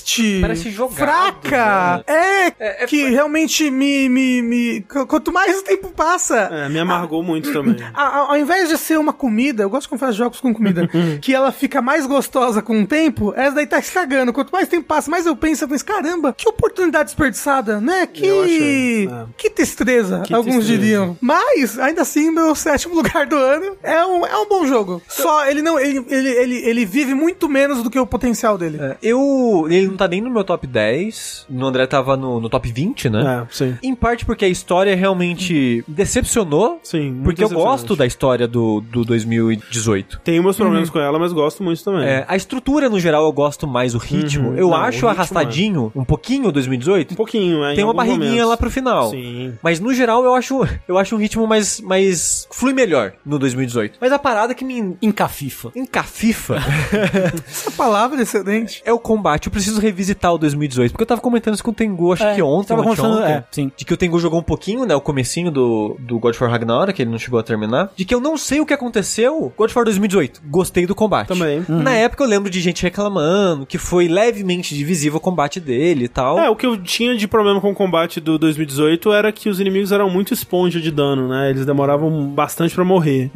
Speaker 4: Parece jogado,
Speaker 3: fraca.
Speaker 4: né?
Speaker 3: É, que realmente me, me, me- qu- Quanto mais o tempo passa,
Speaker 1: É, me amargou muito também.
Speaker 3: a- a- ao invés de ser uma comida, eu gosto de comprar jogos
Speaker 1: *laughs*
Speaker 3: com comida, que ela fica mais gostosa com o tempo, essa daí tá estragando. Quanto mais tempo passa, mais eu penso, eu penso, caramba, que oportunidade desperdiçada, né?
Speaker 1: Eu
Speaker 3: Que.
Speaker 1: achei, é.
Speaker 3: Que tristeza,
Speaker 1: Que
Speaker 3: alguns
Speaker 1: tristeza.
Speaker 3: diriam. Mas, ainda assim, meu sétimo *laughs* lugar do ano é um, é um bom jogo. Só ele não. Ele, ele, ele, ele vive muito menos do que o potencial dele.
Speaker 4: É, Eu. Ele não tá nem no meu top 10. No André tava no, no top 20, né?
Speaker 1: É, sim.
Speaker 4: Em parte porque a história realmente decepcionou.
Speaker 1: Sim, muito
Speaker 4: Porque eu
Speaker 1: decepcionante.
Speaker 4: gosto da história do, do 2018.
Speaker 1: Tenho meus problemas com ela, mas gosto muito também.
Speaker 4: É, a estrutura, no geral, eu gosto mais o ritmo.
Speaker 1: Uhum.
Speaker 4: Eu
Speaker 1: Não, o
Speaker 4: acho
Speaker 1: ritmo
Speaker 4: arrastadinho, um pouquinho,
Speaker 1: Um
Speaker 4: 2018.
Speaker 1: pouquinho, é. em
Speaker 4: Tem uma
Speaker 1: alguns
Speaker 4: barriguinha
Speaker 1: momentos.
Speaker 4: lá pro final.
Speaker 1: Sim.
Speaker 4: Mas no geral eu acho, eu acho um ritmo mais, mais. flui melhor no 2018. Mas a parada que me
Speaker 2: Incafifa.
Speaker 4: encafifa *laughs*
Speaker 3: Essa palavra é excelente.
Speaker 4: é o combate. Eu preciso preciso revisitar o 2018, porque eu tava comentando isso com o Tengu, acho
Speaker 2: É,
Speaker 4: que ontem,
Speaker 2: tava
Speaker 4: ou
Speaker 2: conversando-
Speaker 4: anteontem,
Speaker 2: é, sim.
Speaker 4: de que o Tengu jogou um pouquinho, né, o comecinho do, do God of War Ragnarok, que ele não chegou a terminar, de que eu não sei o que aconteceu, God of War 2018, gostei do combate.
Speaker 1: Também.
Speaker 2: Uhum.
Speaker 4: Na época eu lembro de gente reclamando que foi levemente divisível o combate dele e tal.
Speaker 1: É, o que eu tinha de problema com o combate do 2018 era que os inimigos eram muito esponja de dano, né? Eles demoravam bastante pra morrer.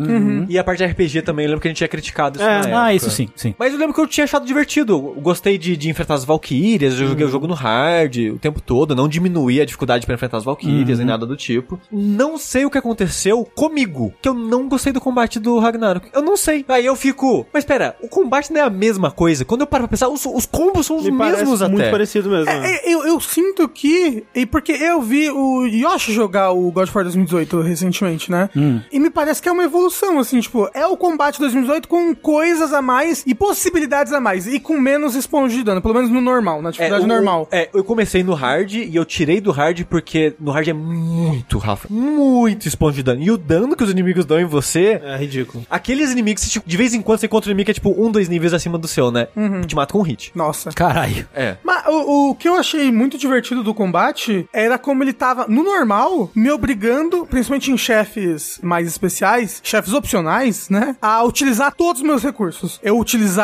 Speaker 4: E a parte de RPG também, eu lembro que a gente tinha criticado isso
Speaker 1: um- É.
Speaker 4: Uhum. na época.
Speaker 2: Ah, isso sim, sim.
Speaker 4: Mas eu lembro que eu tinha achado divertido. Eu gostei de, de enfrentar as Valkyrias, eu
Speaker 1: Uhum.
Speaker 4: joguei o jogo no hard o tempo todo, não diminuí a dificuldade pra enfrentar as Valkyrias
Speaker 1: Uhum.
Speaker 4: nem nada do tipo. Não sei o que aconteceu comigo, que eu não gostei do combate do Ragnarok. Eu não sei. Aí eu fico, mas pera, o combate não é a mesma coisa. Quando eu paro pra pensar, os, os combos são os
Speaker 1: Me parece
Speaker 4: mesmos
Speaker 1: muito
Speaker 4: até.
Speaker 1: parecido mesmo.
Speaker 4: Ah.
Speaker 1: né?
Speaker 3: É, eu, eu sinto que. E porque eu vi o Yoshi jogar o God of War 2018 recentemente, né?
Speaker 4: Hum.
Speaker 3: E me parece que é uma evolução, assim, tipo, é o combate 2018 com coisas a mais e possibilidades a mais. E com menos esponja de dano, pelo menos no normal, na dificuldade
Speaker 4: o-
Speaker 3: normal.
Speaker 4: É, eu comecei no hard e eu tirei do hard porque no hard é muito, Rafa, muito esponja de dano. E o dano que os inimigos dão em você
Speaker 1: É ridículo.
Speaker 4: Aqueles inimigos, que, tipo, de vez em quando você encontra um inimigo que é tipo um, dois níveis acima do seu, né?
Speaker 3: Uhum.
Speaker 4: Te mata com um hit.
Speaker 3: Nossa.
Speaker 2: Caralho.
Speaker 4: É.
Speaker 3: Mas o, o que eu achei muito divertido do combate era como ele tava, no normal, me obrigando, principalmente em chefes mais especiais, chefes opcionais, né? A utilizar todos os meus recursos. Eu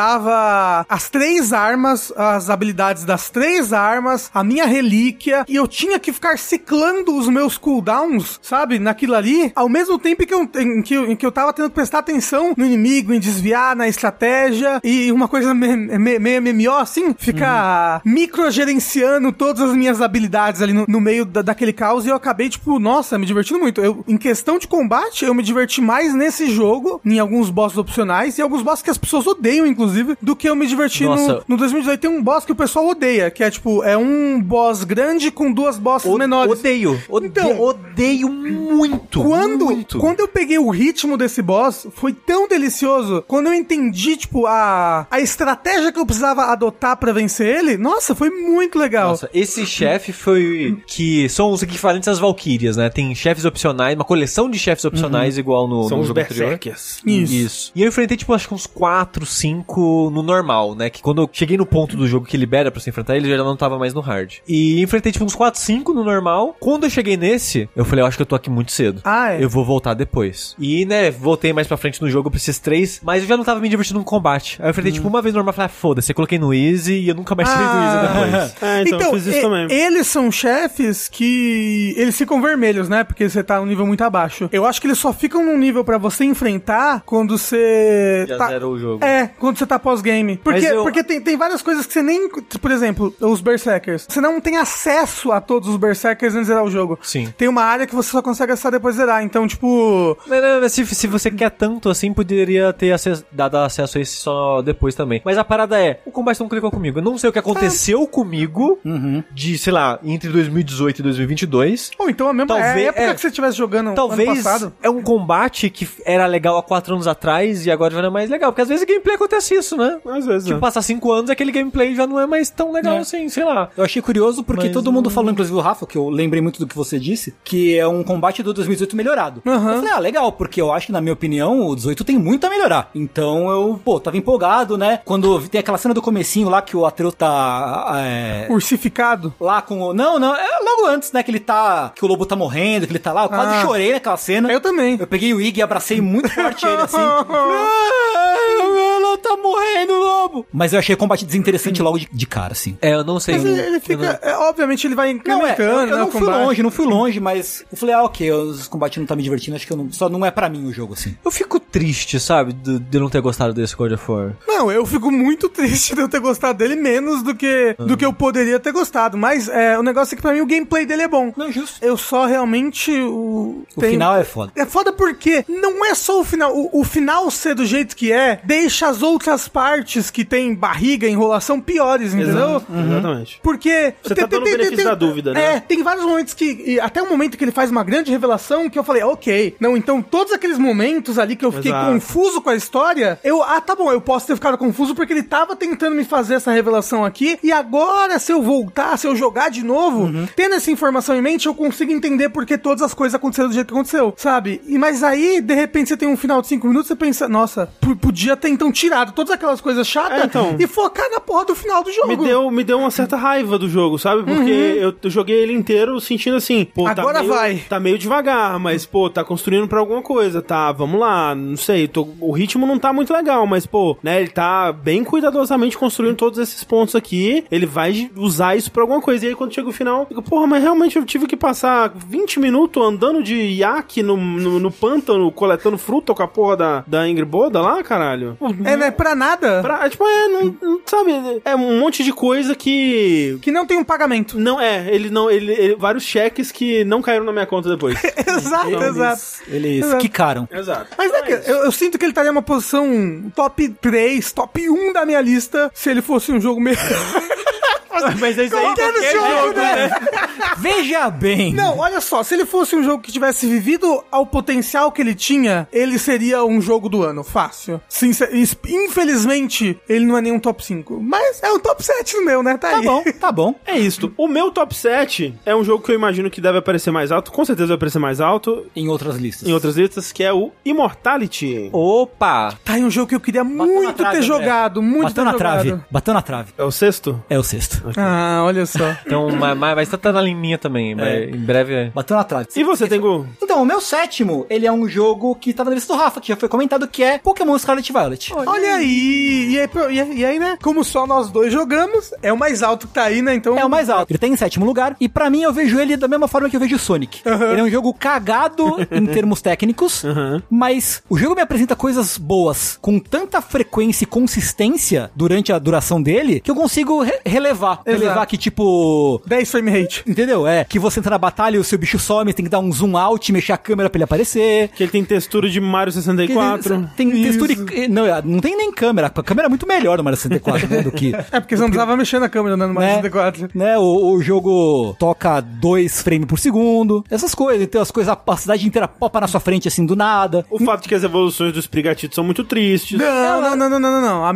Speaker 3: utilizava as três armas, as habilidades das três armas, a minha relíquia, e eu tinha que ficar ciclando os meus cooldowns, sabe? Naquilo ali, ao mesmo tempo que eu, em, que eu, em que eu tava tendo que prestar atenção no inimigo, em desviar, na estratégia, e uma coisa me- me- meio MMO, assim, ficar
Speaker 4: Uhum.
Speaker 3: microgerenciando todas as minhas habilidades ali no, no meio da- daquele caos, e eu acabei, tipo, nossa, me divertindo muito. Eu, em questão de combate, eu me diverti mais nesse jogo, em alguns bosses opcionais, e alguns bosses que as pessoas odeiam, inclusive, do que eu me diverti no-
Speaker 4: Nossa.
Speaker 3: no, 2018. Tem um boss que o pessoal odeia, que é, tipo, é um boss grande com duas bosses menores.
Speaker 4: Odeio. Odeio,
Speaker 3: Então-
Speaker 4: odeio muito.
Speaker 3: Quando,
Speaker 4: muito.
Speaker 3: quando eu peguei o ritmo desse boss, foi tão delicioso. Quando eu entendi, tipo, a, a estratégia que eu precisava adotar pra vencer ele, nossa, foi muito legal.
Speaker 4: Nossa, esse chefe foi. Que são os equivalentes às Valkyrias, né? Tem chefes opcionais, uma coleção de chefes opcionais
Speaker 3: Uhum.
Speaker 4: igual no,
Speaker 1: São
Speaker 4: no
Speaker 1: os
Speaker 4: jogo anterior.
Speaker 1: berserkers.
Speaker 3: Isso.
Speaker 4: E eu enfrentei, tipo, acho que uns 4, 5 no normal, né? Que quando eu cheguei no ponto do jogo que libera pra você enfrentar, ele já não tava mais no hard. E enfrentei, tipo, uns 4, 5 no normal. Quando eu cheguei nesse, eu falei, eu acho que eu tô aqui muito cedo.
Speaker 3: Ah, é.
Speaker 4: Eu vou voltar depois. E, né, voltei mais pra frente no jogo pra esses três, mas eu já não tava me divertindo no combate. Aí eu enfrentei, tipo, uma vez no normal, falei, ah, foda-se, eu coloquei no easy e eu nunca mais tirei do
Speaker 3: Ah. *laughs*
Speaker 4: easy depois.
Speaker 1: É, então, eu fiz isso
Speaker 3: e-
Speaker 1: também.
Speaker 3: eles são chefes que eles ficam vermelhos, né? Porque você tá num nível muito abaixo. Eu acho que eles só ficam num nível pra você enfrentar quando você
Speaker 4: Já
Speaker 3: tá
Speaker 4: zerou o jogo.
Speaker 3: É, quando você tá pós-game. Porque,
Speaker 4: Mas eu-
Speaker 3: porque tem, tem várias coisas que você nem. Por exemplo, os Berserkers. Você não tem acesso a todos os Berserkers antes de zerar o jogo.
Speaker 4: Sim.
Speaker 3: Tem uma área que você só consegue acessar depois de zerar. Então, tipo.
Speaker 4: Não, não, não, né, se, se você quer tanto assim, poderia ter acesso- dado acesso a esse só depois também. Mas a parada é, o combate não clicou comigo. Eu não sei o que aconteceu comigo de, sei lá, entre 2018 e 2022.
Speaker 3: Ou então a mesma
Speaker 4: Talvez-
Speaker 3: é a época
Speaker 4: é.
Speaker 3: que você estivesse jogando ano
Speaker 4: Talvez
Speaker 3: passado.
Speaker 4: é um combate que era legal há quatro anos atrás e agora já não é mais legal. Porque às vezes o gameplay acontece isso, né?
Speaker 1: Às vezes,
Speaker 4: Tipo,
Speaker 1: né?
Speaker 4: passar cinco anos, aquele gameplay já não é mais tão legal
Speaker 2: É.
Speaker 4: assim, sei lá.
Speaker 2: Eu achei curioso porque
Speaker 4: Mas
Speaker 2: todo mundo falou, inclusive o Rafa, que eu lembrei muito do que você disse, que é um combate do 2018 melhorado.
Speaker 3: Aham.
Speaker 2: Eu falei, ah, legal, porque eu acho que, na minha opinião, o 18 tem muito a melhorar. Então eu, pô, tava empolgado, né? Quando tem aquela cena do comecinho lá que o Atreus tá. é,
Speaker 3: Ursificado.
Speaker 2: Lá com o. Não, não, é logo antes, né? Que ele tá. Que o lobo tá morrendo, que ele tá lá. Eu quase
Speaker 3: Ah.
Speaker 2: chorei naquela cena.
Speaker 3: Eu também.
Speaker 2: Eu peguei o Ig e abracei muito forte ele assim. *laughs*
Speaker 3: *laughs*
Speaker 2: Ela tá morrendo, lobo! Mas eu achei o combate desinteressante logo de, de cara, assim.
Speaker 4: É, eu não sei.
Speaker 3: Mas
Speaker 4: eu
Speaker 3: ele,
Speaker 4: não-
Speaker 3: ele
Speaker 4: eu não-
Speaker 3: fica. é, obviamente ele
Speaker 2: Não, é,
Speaker 3: vai
Speaker 2: eu,
Speaker 3: incrementando,
Speaker 2: eu
Speaker 3: né?
Speaker 2: não
Speaker 3: o
Speaker 2: fui
Speaker 3: combate.
Speaker 2: longe, não fui longe, mas eu falei, ah, ok, os combates não tá me divertindo, acho que eu não, só não é pra mim o jogo, assim.
Speaker 4: Eu fico triste, sabe, do- de não ter gostado desse God of War.
Speaker 3: Não, eu fico muito *laughs* triste de eu ter gostado dele menos do que, do que eu poderia ter gostado. Mas é, o negócio é que pra mim o gameplay dele é bom.
Speaker 2: Não, justo.
Speaker 3: Eu só realmente o.
Speaker 2: O
Speaker 3: tenho-
Speaker 2: final é foda.
Speaker 3: É foda porque não é só o final. O, o final ser do jeito que é deixa as outras partes que tem barriga, enrolação piores, entendeu?
Speaker 1: Exato, é. Exatamente.
Speaker 3: Porque.
Speaker 1: Você tá dando o benefício da dúvida, né?
Speaker 3: É, tem vários momentos que. e Até o momento que ele faz uma grande revelação que eu falei, ok. Não, então todos aqueles momentos ali que eu fiquei
Speaker 1: Exato.
Speaker 3: confuso com a história, eu. Ah, tá bom, eu posso ter ficado confuso porque ele tava tentando me fazer essa revelação aqui. E agora, se eu voltar, se eu jogar de novo,
Speaker 1: Uhum.
Speaker 3: tendo essa informação em mente, eu consigo entender porque todas as coisas aconteceram do jeito que aconteceu, sabe? E, mas aí, de repente, você tem um final de cinco minutos, você pensa, nossa, p- podia ter então tirado lado todas aquelas coisas chatas
Speaker 1: É, então.
Speaker 3: e focar na porra do final do jogo. Uhum.
Speaker 1: Me deu, me deu uma certa raiva do jogo, sabe? Porque eu, eu joguei ele inteiro sentindo assim, pô,
Speaker 3: Agora
Speaker 1: tá meio,
Speaker 3: vai.
Speaker 1: tá meio devagar, mas pô, tá construindo pra alguma coisa, tá? Vamos lá, não sei, tô- o ritmo não tá muito legal, mas pô, né, ele tá bem cuidadosamente construindo todos esses pontos aqui, ele vai usar isso pra alguma coisa. E aí quando chega o final, eu digo, porra, mas realmente eu tive que passar 20 minutos andando de iaque no, no, no pântano, coletando fruta com a porra da, da Ingrid Boda lá, caralho.
Speaker 3: É, né? Pra nada.
Speaker 1: Pra- tipo, é, não, não- sabe, é um monte de coisa que
Speaker 3: Que não tem um pagamento.
Speaker 1: não, é, ele não. Ele, ele- vários cheques que não caíram na minha conta
Speaker 4: *laughs*
Speaker 1: depois.
Speaker 3: *laughs* exato, exato.
Speaker 2: Eles
Speaker 3: Exato.
Speaker 2: quicaram.
Speaker 1: Exato.
Speaker 3: Mas é que eu, eu sinto que ele estaria numa posição top 3, top 1 da minha lista se ele fosse um jogo meio.
Speaker 1: Mas é isso aí.
Speaker 3: Eu quero esse
Speaker 1: qualquer
Speaker 3: jogo, né?
Speaker 2: Veja bem.
Speaker 3: Não, olha só, se ele fosse um jogo que tivesse vivido ao potencial que ele tinha, ele seria um jogo do ano, fácil. Sincer- is- Infelizmente, ele não é nem um top 5, mas é um top 7 no meu, né? Tá,
Speaker 2: Tá
Speaker 3: aí.
Speaker 2: bom, tá bom.
Speaker 1: É isto. O meu top 7 é um jogo que eu imagino que deve aparecer mais alto. Com certeza vai aparecer mais alto
Speaker 2: Em outras listas.
Speaker 1: em outras listas, que é o Immortality.
Speaker 4: Opa!
Speaker 3: Tá aí um jogo que eu queria
Speaker 2: na
Speaker 3: muito
Speaker 2: trave,
Speaker 3: ter
Speaker 2: André.
Speaker 3: jogado, muito
Speaker 2: Bateu
Speaker 3: ter
Speaker 2: na
Speaker 3: jogado.
Speaker 2: trave. Bateu na trave.
Speaker 1: É o sexto?
Speaker 2: É o sexto.
Speaker 3: Ah, olha só.
Speaker 4: Então, mas, mas, mas tá, tá na linha também. mas Em breve é.
Speaker 2: Bateu na trave.
Speaker 1: E você, Tengu?
Speaker 2: Então, o meu sétimo, ele é um jogo que tava na lista do Rafa, que já foi comentado, que é Pokémon Scarlet Violet.
Speaker 3: Olha aí. E aí, pô, e aí- e aí, né? Como só nós dois jogamos, é o mais alto que tá aí, né? Então.
Speaker 2: É o mais alto. Ele tá em sétimo lugar. E pra mim, eu vejo ele da mesma forma que eu vejo o Sonic. Ele é um jogo cagado em termos técnicos, mas o jogo me apresenta coisas boas com tanta frequência e consistência durante a duração dele que eu consigo re- relevar. Relevar que, tipo,
Speaker 3: 10 frame rate.
Speaker 2: Entendeu? É que você entra na batalha e o seu bicho some, tem que dar um zoom out, mexer a câmera pra ele aparecer.
Speaker 1: Que ele tem textura de Mario
Speaker 4: é
Speaker 1: 64.
Speaker 2: Tem textura e... Não, é, não tem nem câmera. A câmera é muito melhor no Mario 64 né, do que...
Speaker 3: É, porque você não precisava mexer na câmera, né? No Mario
Speaker 2: Né?
Speaker 3: 64.
Speaker 2: Né, o, o jogo toca dois frames por segundo, essas coisas. Então as coisas, a cidade inteira popa na sua frente assim do nada.
Speaker 1: O fato de que as evoluções dos Prigatitos são muito tristes.
Speaker 3: Não, não, não, não, não, não, não. A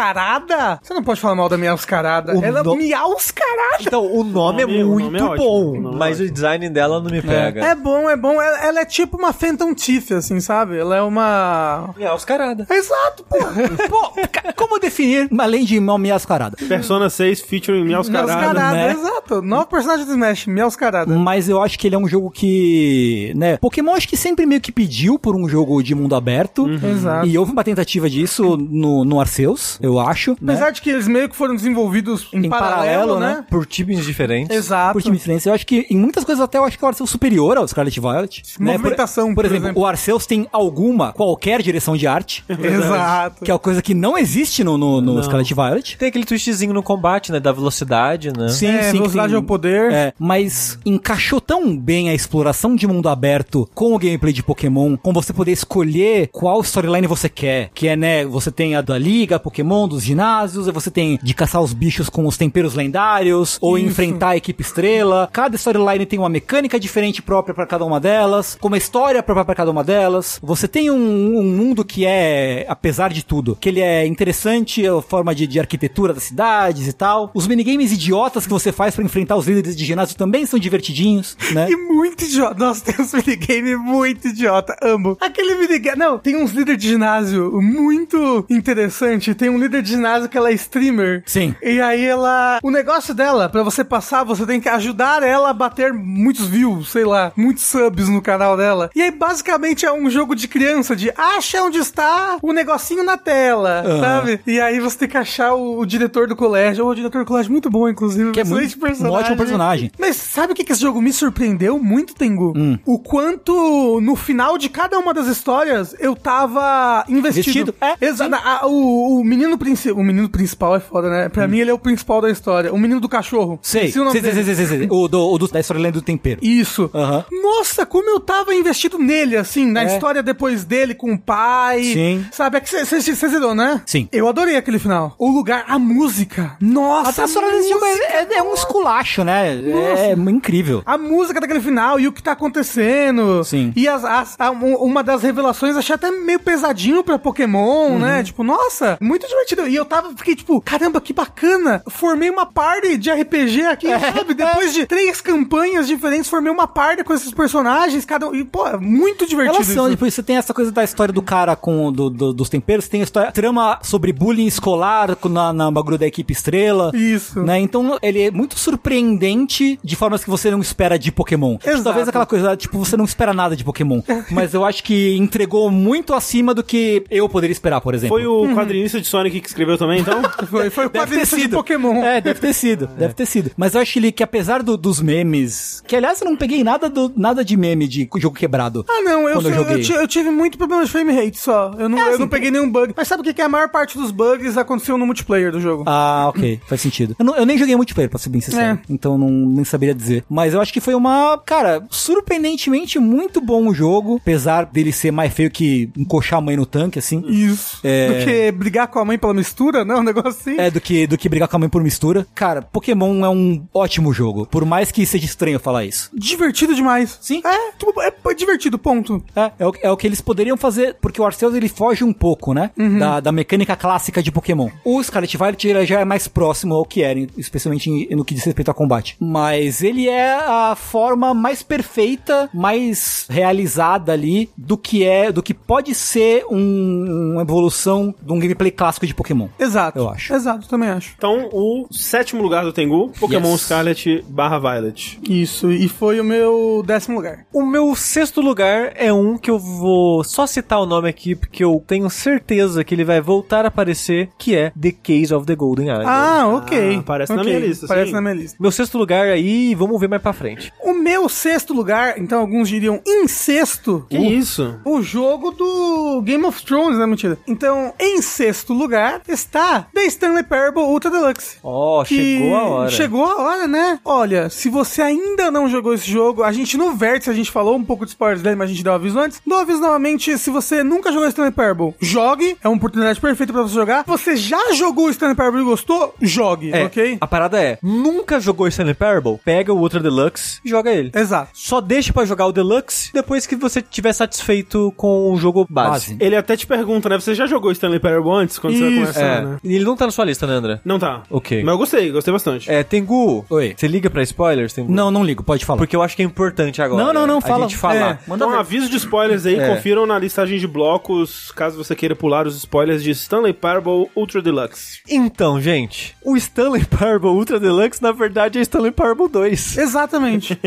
Speaker 3: miauscarada? Você não pode falar mal da miauscarada.
Speaker 2: O
Speaker 3: Ela é
Speaker 2: no-
Speaker 3: miauscarada.
Speaker 4: Então, o
Speaker 1: nome-
Speaker 4: nome, é
Speaker 1: *laughs* o
Speaker 4: muito
Speaker 1: nome é ótimo. O
Speaker 4: bom,
Speaker 1: nome é
Speaker 4: mas o design dela não me pega.
Speaker 3: É bom, é bom. Ela, ela é tipo uma Phantom Thief, assim, sabe? Ela é uma...
Speaker 4: É, os carada.
Speaker 3: Exato,
Speaker 2: *laughs*
Speaker 3: pô.
Speaker 1: é
Speaker 2: Pô, ca- como definir além de mal miascarada?
Speaker 1: Persona 6 featuring Miauscarada.
Speaker 3: miauscarada,
Speaker 2: né?
Speaker 3: é exato. Nova personagem do Smash, miauscarada.
Speaker 2: Mas eu acho que ele é um jogo que, né, Pokémon acho que sempre meio que pediu por um jogo de mundo aberto.
Speaker 1: Uhum.
Speaker 3: Exato.
Speaker 2: E houve uma tentativa disso no, no Arceus, eu acho, né?
Speaker 3: Apesar de que eles meio que foram desenvolvidos em,
Speaker 2: Em
Speaker 3: paralelo,
Speaker 2: paralelo,
Speaker 3: né?
Speaker 2: né?
Speaker 4: Por times diferentes.
Speaker 3: Exato.
Speaker 2: Por time diferente, eu acho que em muitas coisas até eu acho que o Arceus é superior ao Scarlet Violet. né?
Speaker 3: Movimentação,
Speaker 2: por,
Speaker 3: por
Speaker 2: por exemplo,
Speaker 3: exemplo.
Speaker 2: o Arceus tem alguma, qualquer direção de arte,
Speaker 3: Exato.
Speaker 2: que é uma coisa que não existe no, no, no Scarlet Violet.
Speaker 4: Tem aquele twistzinho no combate, né? Da velocidade, né?
Speaker 2: Sim,
Speaker 3: É, velocidade ao poder.
Speaker 2: É, mas encaixou tão bem a exploração de mundo aberto com o gameplay de Pokémon, com você poder escolher qual storyline você quer. Que é, né, você tem a da liga, Pokémon, dos ginásios, aí você tem de caçar os bichos com os temperos lendários, ou enfrentar a equipe estrela. Cada storyline tem uma mecânica diferente própria pra cada uma delas, com uma história própria pra cada uma delas. Você tem um, um mundo que é, apesar de tudo, que ele é interessante, a forma de, de arquitetura das cidades e tal. Os minigames idiotas que você faz pra enfrentar os líderes de ginásio também são divertidinhos, né?
Speaker 3: *laughs* E muito idiota. Nossa, tem uns minigame muito idiota. Amo. Aquele minigame. Não, tem uns líderes de ginásio muito interessante. Tem um líder de ginásio que ela é streamer.
Speaker 2: Sim.
Speaker 3: E aí ela. O negócio dela, pra você passar, você tem que ajudar ela a bater muitos views, sei lá, muitos subs no canal dela. E aí, basicamente, é um jogo de criança de acha onde está o negocinho na tela,
Speaker 2: Aham.
Speaker 3: sabe? E aí você tem que achar o, o diretor do colégio. Ô, O diretor do colégio é muito bom, inclusive.
Speaker 2: Que é
Speaker 3: excelente
Speaker 2: muito- um ótimo personagem.
Speaker 3: mas sabe o que, que esse jogo me surpreendeu muito, Tengu?
Speaker 2: Hum.
Speaker 3: O quanto no final de cada uma das histórias eu tava investido.
Speaker 2: Investido, é,
Speaker 3: Exato. O, o menino principal. O menino principal é foda, né? Pra mim ele é o principal da história. O menino do cachorro.
Speaker 2: Hum. Sei,
Speaker 3: Esqueci é o
Speaker 2: sei,
Speaker 3: nome
Speaker 2: sei,
Speaker 3: dele.
Speaker 2: sei, sei, sei, sei. O, do, o do, da storyline do tempero.
Speaker 3: Isso.
Speaker 2: Aham.
Speaker 3: Nossa, como eu tava investido nele, assim, na
Speaker 2: É.
Speaker 3: história depois dele com o pai.
Speaker 2: Sim.
Speaker 3: Sabe? É que você zerou, né?
Speaker 2: Sim.
Speaker 3: Eu adorei aquele final. O lugar, a música. Nossa,
Speaker 2: A trilha sonora desse jogo
Speaker 3: música,
Speaker 2: é, é- é um esculacho, né? É incrível.
Speaker 3: a música daquele final e o que tá acontecendo.
Speaker 2: Sim.
Speaker 3: E as, as- a- um- uma das revelações achei até meio pesadinho pra Pokémon,
Speaker 2: Uhum.
Speaker 3: né? Tipo, nossa, muito
Speaker 2: É.
Speaker 3: divertido. E eu tava, fiquei tipo, caramba, que bacana. Formei uma party de RPG aqui, sabe? Depois depois de três campanhas diferentes, formei uma parda com esses personagens, cada um. E, pô, é muito divertido.
Speaker 2: Elas são,
Speaker 3: isso.
Speaker 2: depois você tem essa coisa da história do cara com do, do- dos temperos, tem a história, trama sobre bullying escolar com- na, na bagulho da equipe estrela.
Speaker 3: Isso.
Speaker 2: Né? Então ele é muito surpreendente de formas que você não espera de Pokémon. Tipo,
Speaker 3: Exato.
Speaker 2: Talvez aquela coisa, tipo, você não espera nada de
Speaker 3: *laughs*
Speaker 2: Pokémon. mas eu acho que entregou muito acima do que eu poderia esperar, por exemplo.
Speaker 1: Foi o quadrinista de Sonic que escreveu também,
Speaker 4: *laughs*
Speaker 1: então?
Speaker 3: Foi, foi o
Speaker 2: Deve ter
Speaker 3: quadrinho de
Speaker 2: sido.
Speaker 3: Pokémon.
Speaker 2: É, deve ter
Speaker 3: *laughs*
Speaker 2: sido, deve ter sido. Mas eu acho ele que apesar do- dos memes, que aliás eu não peguei nada, do, nada de meme de jogo quebrado.
Speaker 3: Ah, não, eu,
Speaker 2: Quando eu
Speaker 3: sou- eu
Speaker 2: joguei.
Speaker 3: ti- eu tive muito problema de frame rate só. Eu não, eu
Speaker 2: assim,
Speaker 3: não peguei nenhum bug. Mas sabe o que, que é? a maior parte dos bugs aconteceu no multiplayer do jogo?
Speaker 2: Ah, ok. Faz sentido. Eu, não- eu nem joguei multiplayer, pra ser bem sincero.
Speaker 3: É.
Speaker 2: Então não, nem saberia dizer. Mas eu acho que foi uma, cara, surpreendentemente muito bom o jogo. Apesar dele ser mais feio que encoxar a mãe no tanque, assim.
Speaker 3: Isso.
Speaker 2: É.
Speaker 3: Do que brigar com a mãe pela mistura, né? Um negócio assim.
Speaker 2: É, do que, do que brigar com a mãe por mistura. Cara, Pokémon é um ótimo jogo. Por mais que seja estranho falar isso.
Speaker 3: Divertido demais.
Speaker 2: Sim.
Speaker 3: É, tipo, é é divertido, ponto.
Speaker 2: É, é o, é o que eles poderiam fazer, porque o Arceus ele foge um pouco, né?
Speaker 4: Uhum.
Speaker 2: Da, da mecânica clássica de Pokémon. O Scarlet Violet ele já é mais próximo ao que era, especialmente em- no que diz respeito ao combate. Mas ele é a forma mais perfeita, mais realizada ali do que é, do que pode ser um- uma evolução de um gameplay clássico de Pokémon.
Speaker 3: Exato.
Speaker 2: Eu acho.
Speaker 3: Exato, também acho.
Speaker 1: então, o sétimo lugar do Tengu, Pokémon
Speaker 2: Yes.
Speaker 1: Scarlet barra Violet.
Speaker 3: Isso, e foi o meu décimo lugar.
Speaker 4: O meu sexto lugar é um que eu vou só citar o nome aqui, porque eu tenho certeza que ele vai voltar a aparecer, que é The Case of the Golden Idol.
Speaker 3: Ah, ok.
Speaker 1: aparece na
Speaker 3: Ok,
Speaker 1: minha lista,
Speaker 3: Aparece
Speaker 1: sim.
Speaker 3: na minha lista.
Speaker 4: Meu sexto lugar aí, vamos ver mais pra frente.
Speaker 3: O meu sexto lugar, então alguns diriam em sexto.
Speaker 1: Que isso?
Speaker 3: O jogo do Game of Thrones, né? Mentira. Então, em sexto lugar está The Stanley Parable Ultra Deluxe.
Speaker 4: Ó,
Speaker 3: que
Speaker 4: Tá, chegou a hora.
Speaker 3: Chegou a hora, né? Olha, se você ainda não jogou esse jogo, a gente no Vértice, a gente falou um pouco de spoilers dele, mas a gente deu um aviso antes. Dou aviso novamente, se você nunca jogou Stanley Parable, jogue. É uma oportunidade perfeita pra você jogar. Você já jogou Stanley Parable e gostou? Jogue,
Speaker 4: É,
Speaker 3: ok?
Speaker 4: A parada é, nunca jogou Stanley Parable? Pega o Ultra Deluxe e joga ele.
Speaker 3: Exato.
Speaker 4: Só deixa pra jogar o Deluxe depois que você tiver satisfeito com o jogo base.
Speaker 2: Base.
Speaker 1: Ele até te pergunta, né? Você já jogou Stanley Parable antes, quando você vai
Speaker 3: Isso,
Speaker 1: conversar,
Speaker 4: É,
Speaker 1: né?
Speaker 4: e ele não tá na sua lista, né, André?
Speaker 1: Não tá.
Speaker 4: Ok.
Speaker 1: Mas eu gostei, gostei bastante.
Speaker 4: É, Tengu,
Speaker 2: Oi.
Speaker 4: você liga pra spoilers, Tengu?
Speaker 2: Não, não ligo, pode falar.
Speaker 4: Porque eu acho que é importante agora.
Speaker 2: não, não, não, fala.
Speaker 4: A gente falar.
Speaker 2: É, manda
Speaker 1: então,
Speaker 2: ver.
Speaker 1: aviso de spoilers aí,
Speaker 4: É.
Speaker 1: confiram na listagem de blocos, caso você queira pular os spoilers de Stanley Parable Ultra Deluxe.
Speaker 4: Então, gente, o Stanley *laughs* Parable Ultra Deluxe, na verdade, é Stanley Parable 2. *laughs*
Speaker 3: Exatamente.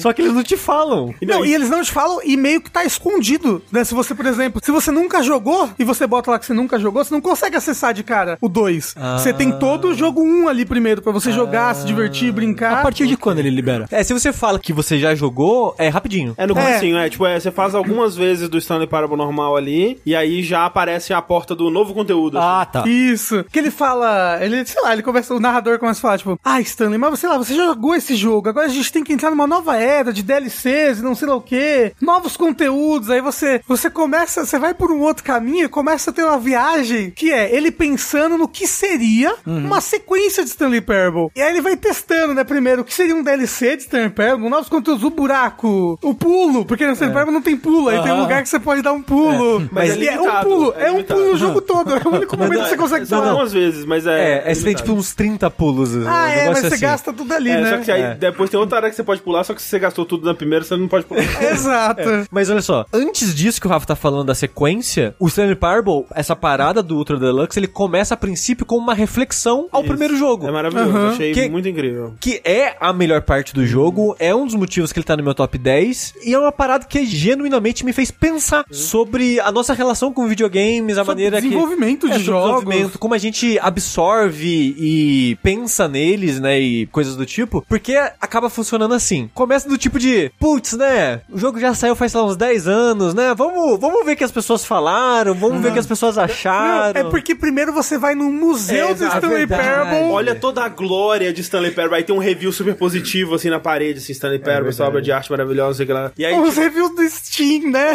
Speaker 4: Só que eles não te falam.
Speaker 3: Não, e eles não te falam e meio que tá escondido, né? Se você, por exemplo, se você nunca jogou e você bota lá que você nunca jogou, você não consegue acessar de cara o 2. Você
Speaker 4: Ah.
Speaker 3: tem todo o jogo 1 um ali primeiro pra você jogar, se divertir, brincar.
Speaker 2: A partir de quando ele libera?
Speaker 4: É, se você fala que você já jogou, é rapidinho.
Speaker 1: É no comecinho, é. Tipo, é, você faz algumas vezes do Stanley Parable normal ali, e aí já aparece a porta do novo conteúdo.
Speaker 2: Ah, tá.
Speaker 3: Isso. Que ele fala, ele, sei lá, ele começa, o narrador começa a falar, tipo, ah, Stanley, mas sei lá, você já jogou esse jogo, agora a gente tem que entrar numa nova era de DLCs e não sei lá o quê, novos conteúdos, aí você, você começa, você vai por um outro caminho e começa a ter uma viagem que é ele pensando no que seria
Speaker 1: Uhum.
Speaker 3: uma sequência de Stanley Parable. E aí ele vai testando, né, primeiro, o que seria um DLC de Stanley Parable, novos conteúdos, o buraco, o pulo, porque no Stanley Parable não tem pulo, aí tem um
Speaker 2: Aham.
Speaker 3: lugar que você pode dar um pulo.
Speaker 1: Mas
Speaker 3: Mas,
Speaker 1: é
Speaker 3: ele é, um
Speaker 1: limitado,
Speaker 3: pulo,
Speaker 1: é
Speaker 3: é, um
Speaker 1: limitado.
Speaker 3: pulo o jogo todo, é o único momento que você consegue
Speaker 1: São
Speaker 3: pular.
Speaker 1: algumas vezes, mas é.
Speaker 4: É, é, você tem tipo uns 30 pulos. um
Speaker 3: Ah, é, mas
Speaker 4: negócio
Speaker 3: você
Speaker 4: assim.
Speaker 3: gasta tudo ali,
Speaker 1: É,
Speaker 3: né?
Speaker 1: só que aí
Speaker 4: É.
Speaker 1: depois tem outra área que você pode pular, só que se você gastou tudo na primeira, você não pode pular.
Speaker 3: Exato.
Speaker 4: Mas olha só, antes disso que o Rafa tá falando da sequência, o Stanley Parable, essa parada do Ultra Deluxe, ele começa a princípio com uma reflexão ao *laughs* primeiro jogo.
Speaker 1: É maravilhoso,
Speaker 3: Aham.
Speaker 1: achei
Speaker 4: Que-
Speaker 1: muito incrível.
Speaker 4: que é a melhor parte do jogo, é um dos motivos que ele tá no meu top 10, e é uma parada que genuinamente me fez pensar sobre a nossa relação com videogames, a
Speaker 3: Sobre
Speaker 4: maneira que... é,
Speaker 3: desenvolvimento de
Speaker 4: sobre
Speaker 3: jogos.
Speaker 4: como a gente absorve e pensa neles, né, e coisas do tipo, porque acaba funcionando assim. Começa do tipo de, putz, né, o jogo já saiu faz, sei lá, uns 10 anos, né, vamos, vamos ver o que as pessoas falaram, vamos ver o que as pessoas acharam.
Speaker 3: Uhum. Não, é porque primeiro você vai no museu
Speaker 4: É,
Speaker 3: do
Speaker 4: exato,
Speaker 3: Stanley
Speaker 4: verdade.
Speaker 3: Parable.
Speaker 1: Olha toda a glória de Stanley Parable. Aí tem um review super positivo, assim, na parede, assim, Stanley Parable, essa obra de arte maravilhosa, não sei o que lá. E aí,
Speaker 3: Os reviews do Steam, né?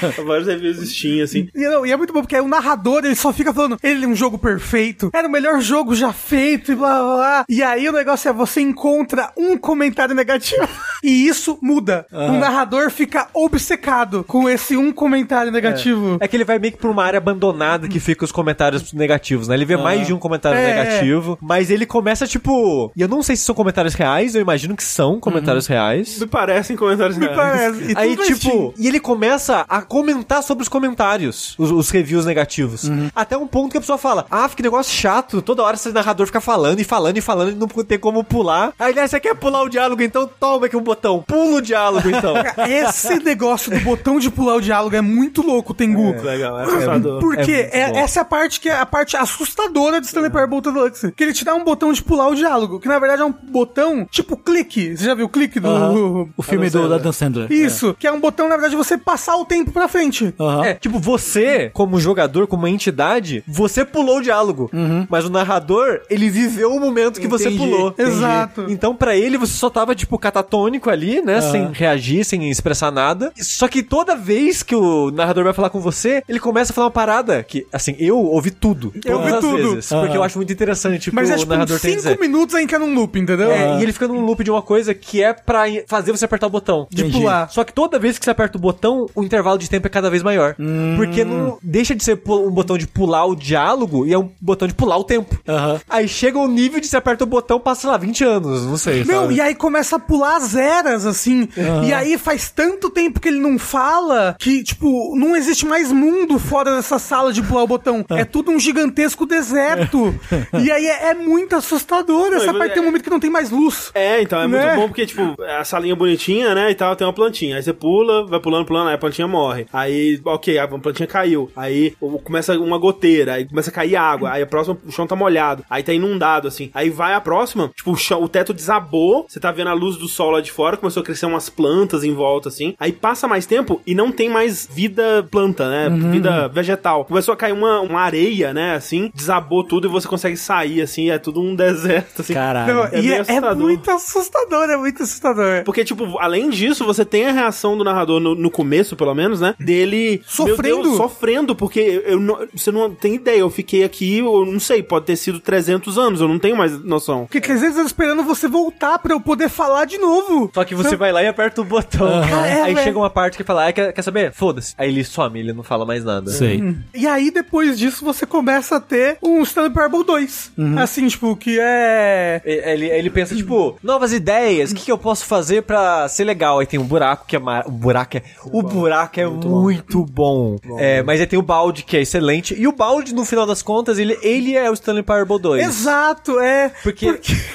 Speaker 1: tipo, *laughs* vários reviews Steam, assim.
Speaker 3: *laughs* e, não, e é muito bom, porque aí o narrador ele só fica falando, ele é um jogo perfeito, era o melhor jogo já feito, e blá blá blá. E aí o negócio é, você encontra um comentário negativo. *laughs* E isso muda. O narrador fica obcecado com esse um comentário negativo.
Speaker 4: É que ele vai meio que pra uma área abandonada que fica os comentários negativos, né? Ele vê mais de um comentário
Speaker 3: É.
Speaker 4: negativo, mas ele começa, tipo. E eu não sei se são comentários reais, eu imagino que são comentários reais.
Speaker 1: Me parecem comentários
Speaker 3: Me parece. E
Speaker 4: Aí,
Speaker 3: Uhum.
Speaker 1: é
Speaker 3: tudo na Steam.
Speaker 4: tipo, e ele começa a comentar sobre os comentários, os, os reviews negativos.
Speaker 3: Uhum.
Speaker 4: Até um ponto que a pessoa fala: Ah, que negócio chato, toda hora esse narrador fica falando e falando e falando e não tem como pular. Aí, aliás, você quer pular o diálogo, então toma aqui um botão, pula o diálogo,
Speaker 3: *laughs*
Speaker 4: então.
Speaker 3: Esse negócio do botão de pular o diálogo é muito louco, Tengu.
Speaker 1: Legal, é assustador.
Speaker 3: Porque
Speaker 4: É muito
Speaker 3: é-
Speaker 4: bom.
Speaker 3: essa é a parte que é a parte assustadora de Stanley Parable Ultra Deluxe. Que ele te dá um botão de pular o diálogo, que na verdade é um botão tipo clique. Você já viu o clique do.
Speaker 2: O filme do, da Dan Sandler.
Speaker 3: Isso, que é um botão, na verdade, você passar o tempo pra frente.
Speaker 2: Aham.
Speaker 4: É, tipo, você, como jogador, como entidade, você pulou o diálogo. Mas o narrador, ele viveu o momento que você
Speaker 2: Entendi,
Speaker 4: pulou.
Speaker 3: Uhum. entendi. Exato.
Speaker 4: Então, pra ele, você só tava, tipo, catatônico ali, né? Sem reagir, sem expressar nada. Só que toda vez que o narrador vai falar com você, ele começa a falar uma parada que, assim, eu ouvi tudo.
Speaker 3: Eu ouvi
Speaker 4: todas as
Speaker 3: tudo.
Speaker 4: vezes, Porque eu acho muito interessante
Speaker 3: Mas
Speaker 4: o
Speaker 3: é tipo
Speaker 4: narrador
Speaker 3: uns
Speaker 4: tem a
Speaker 3: 5
Speaker 4: dizer.
Speaker 3: minutos aí que é num loop, entendeu?
Speaker 4: É, E ele fica num loop de uma coisa que é pra fazer você apertar o botão. De
Speaker 2: Entendi.
Speaker 4: pular. Só que toda vez que você aperta o botão, o intervalo de tempo é cada vez maior. Porque não deixa de ser pu- um botão de pular o diálogo e é um botão de pular o tempo.
Speaker 2: Aham.
Speaker 4: Aí chega o nível de você aperta o botão, passa, sei lá, 20 anos, não sei.
Speaker 3: Não,
Speaker 4: sabe?
Speaker 3: e aí começa a pular as eras, assim. E aí faz tanto tempo que ele não fala que, tipo, não existe mais mundo fora dessa sala de pular o botão.
Speaker 4: Tá.
Speaker 3: É tudo um gigantesco
Speaker 4: *laughs*
Speaker 3: deserto. e aí é, é muito assustador essa
Speaker 1: Não, é-
Speaker 3: parte. Tem um momento que não tem mais luz.
Speaker 1: É, então, é
Speaker 3: Né?
Speaker 1: muito bom porque, tipo, a salinha bonitinha, né, e tal, tem uma plantinha. Aí você pula, vai pulando, pulando, aí a plantinha morre. Aí, ok, a plantinha caiu. Aí o- começa uma goteira, aí começa a cair água. Aí a próxima, o chão tá molhado. Aí tá inundado, assim. Aí vai a próxima, tipo, o, chão, o teto desabou, você tá vendo a luz do sol lá de fora, começou a crescer umas plantas em volta, assim. Aí passa mais tempo e não tem mais vida planta, né, vida vegetal. Começou a cair uma, uma areia, né, assim, desabou tudo e você consegue sair, assim, é tudo um *laughs* deserto, assim.
Speaker 2: Caralho.
Speaker 3: Não,
Speaker 1: é
Speaker 3: e
Speaker 1: meio
Speaker 3: é, é
Speaker 1: assustador.
Speaker 3: muito assustador, é muito assustador.
Speaker 1: Porque, tipo, além disso, você tem a reação do narrador, no, no começo, pelo menos, né? Dele.
Speaker 3: Sofrendo.
Speaker 1: meu Deus, sofrendo, porque eu, eu não- você não tem ideia. Eu fiquei aqui, eu não sei, pode ter sido 300 anos, eu não tenho mais noção.
Speaker 3: Porque 300 anos esperando você voltar pra eu poder falar de novo.
Speaker 4: Só que você vai lá e aperta o botão.
Speaker 3: É,
Speaker 4: Aí
Speaker 3: velho.
Speaker 4: chega uma parte que fala, ah, quer, quer saber? Foda-se. Aí ele some, ele não fala mais nada.
Speaker 2: Sei.
Speaker 3: E aí, depois disso, você começa a ter um Stanley Parable 2.
Speaker 4: Uhum.
Speaker 3: Assim, tipo, que é...
Speaker 4: Ele, ele pensa, tipo, novas ideias, o que, que eu posso fazer pra ser legal? Aí tem um buraco que é. Mar... O buraco é. o buraco é muito, bom. É, mas aí tem o balde, que é excelente. E o balde, no final das contas, ele, ele é o Stanley Parable 2.
Speaker 3: Exato, é.
Speaker 4: Porque,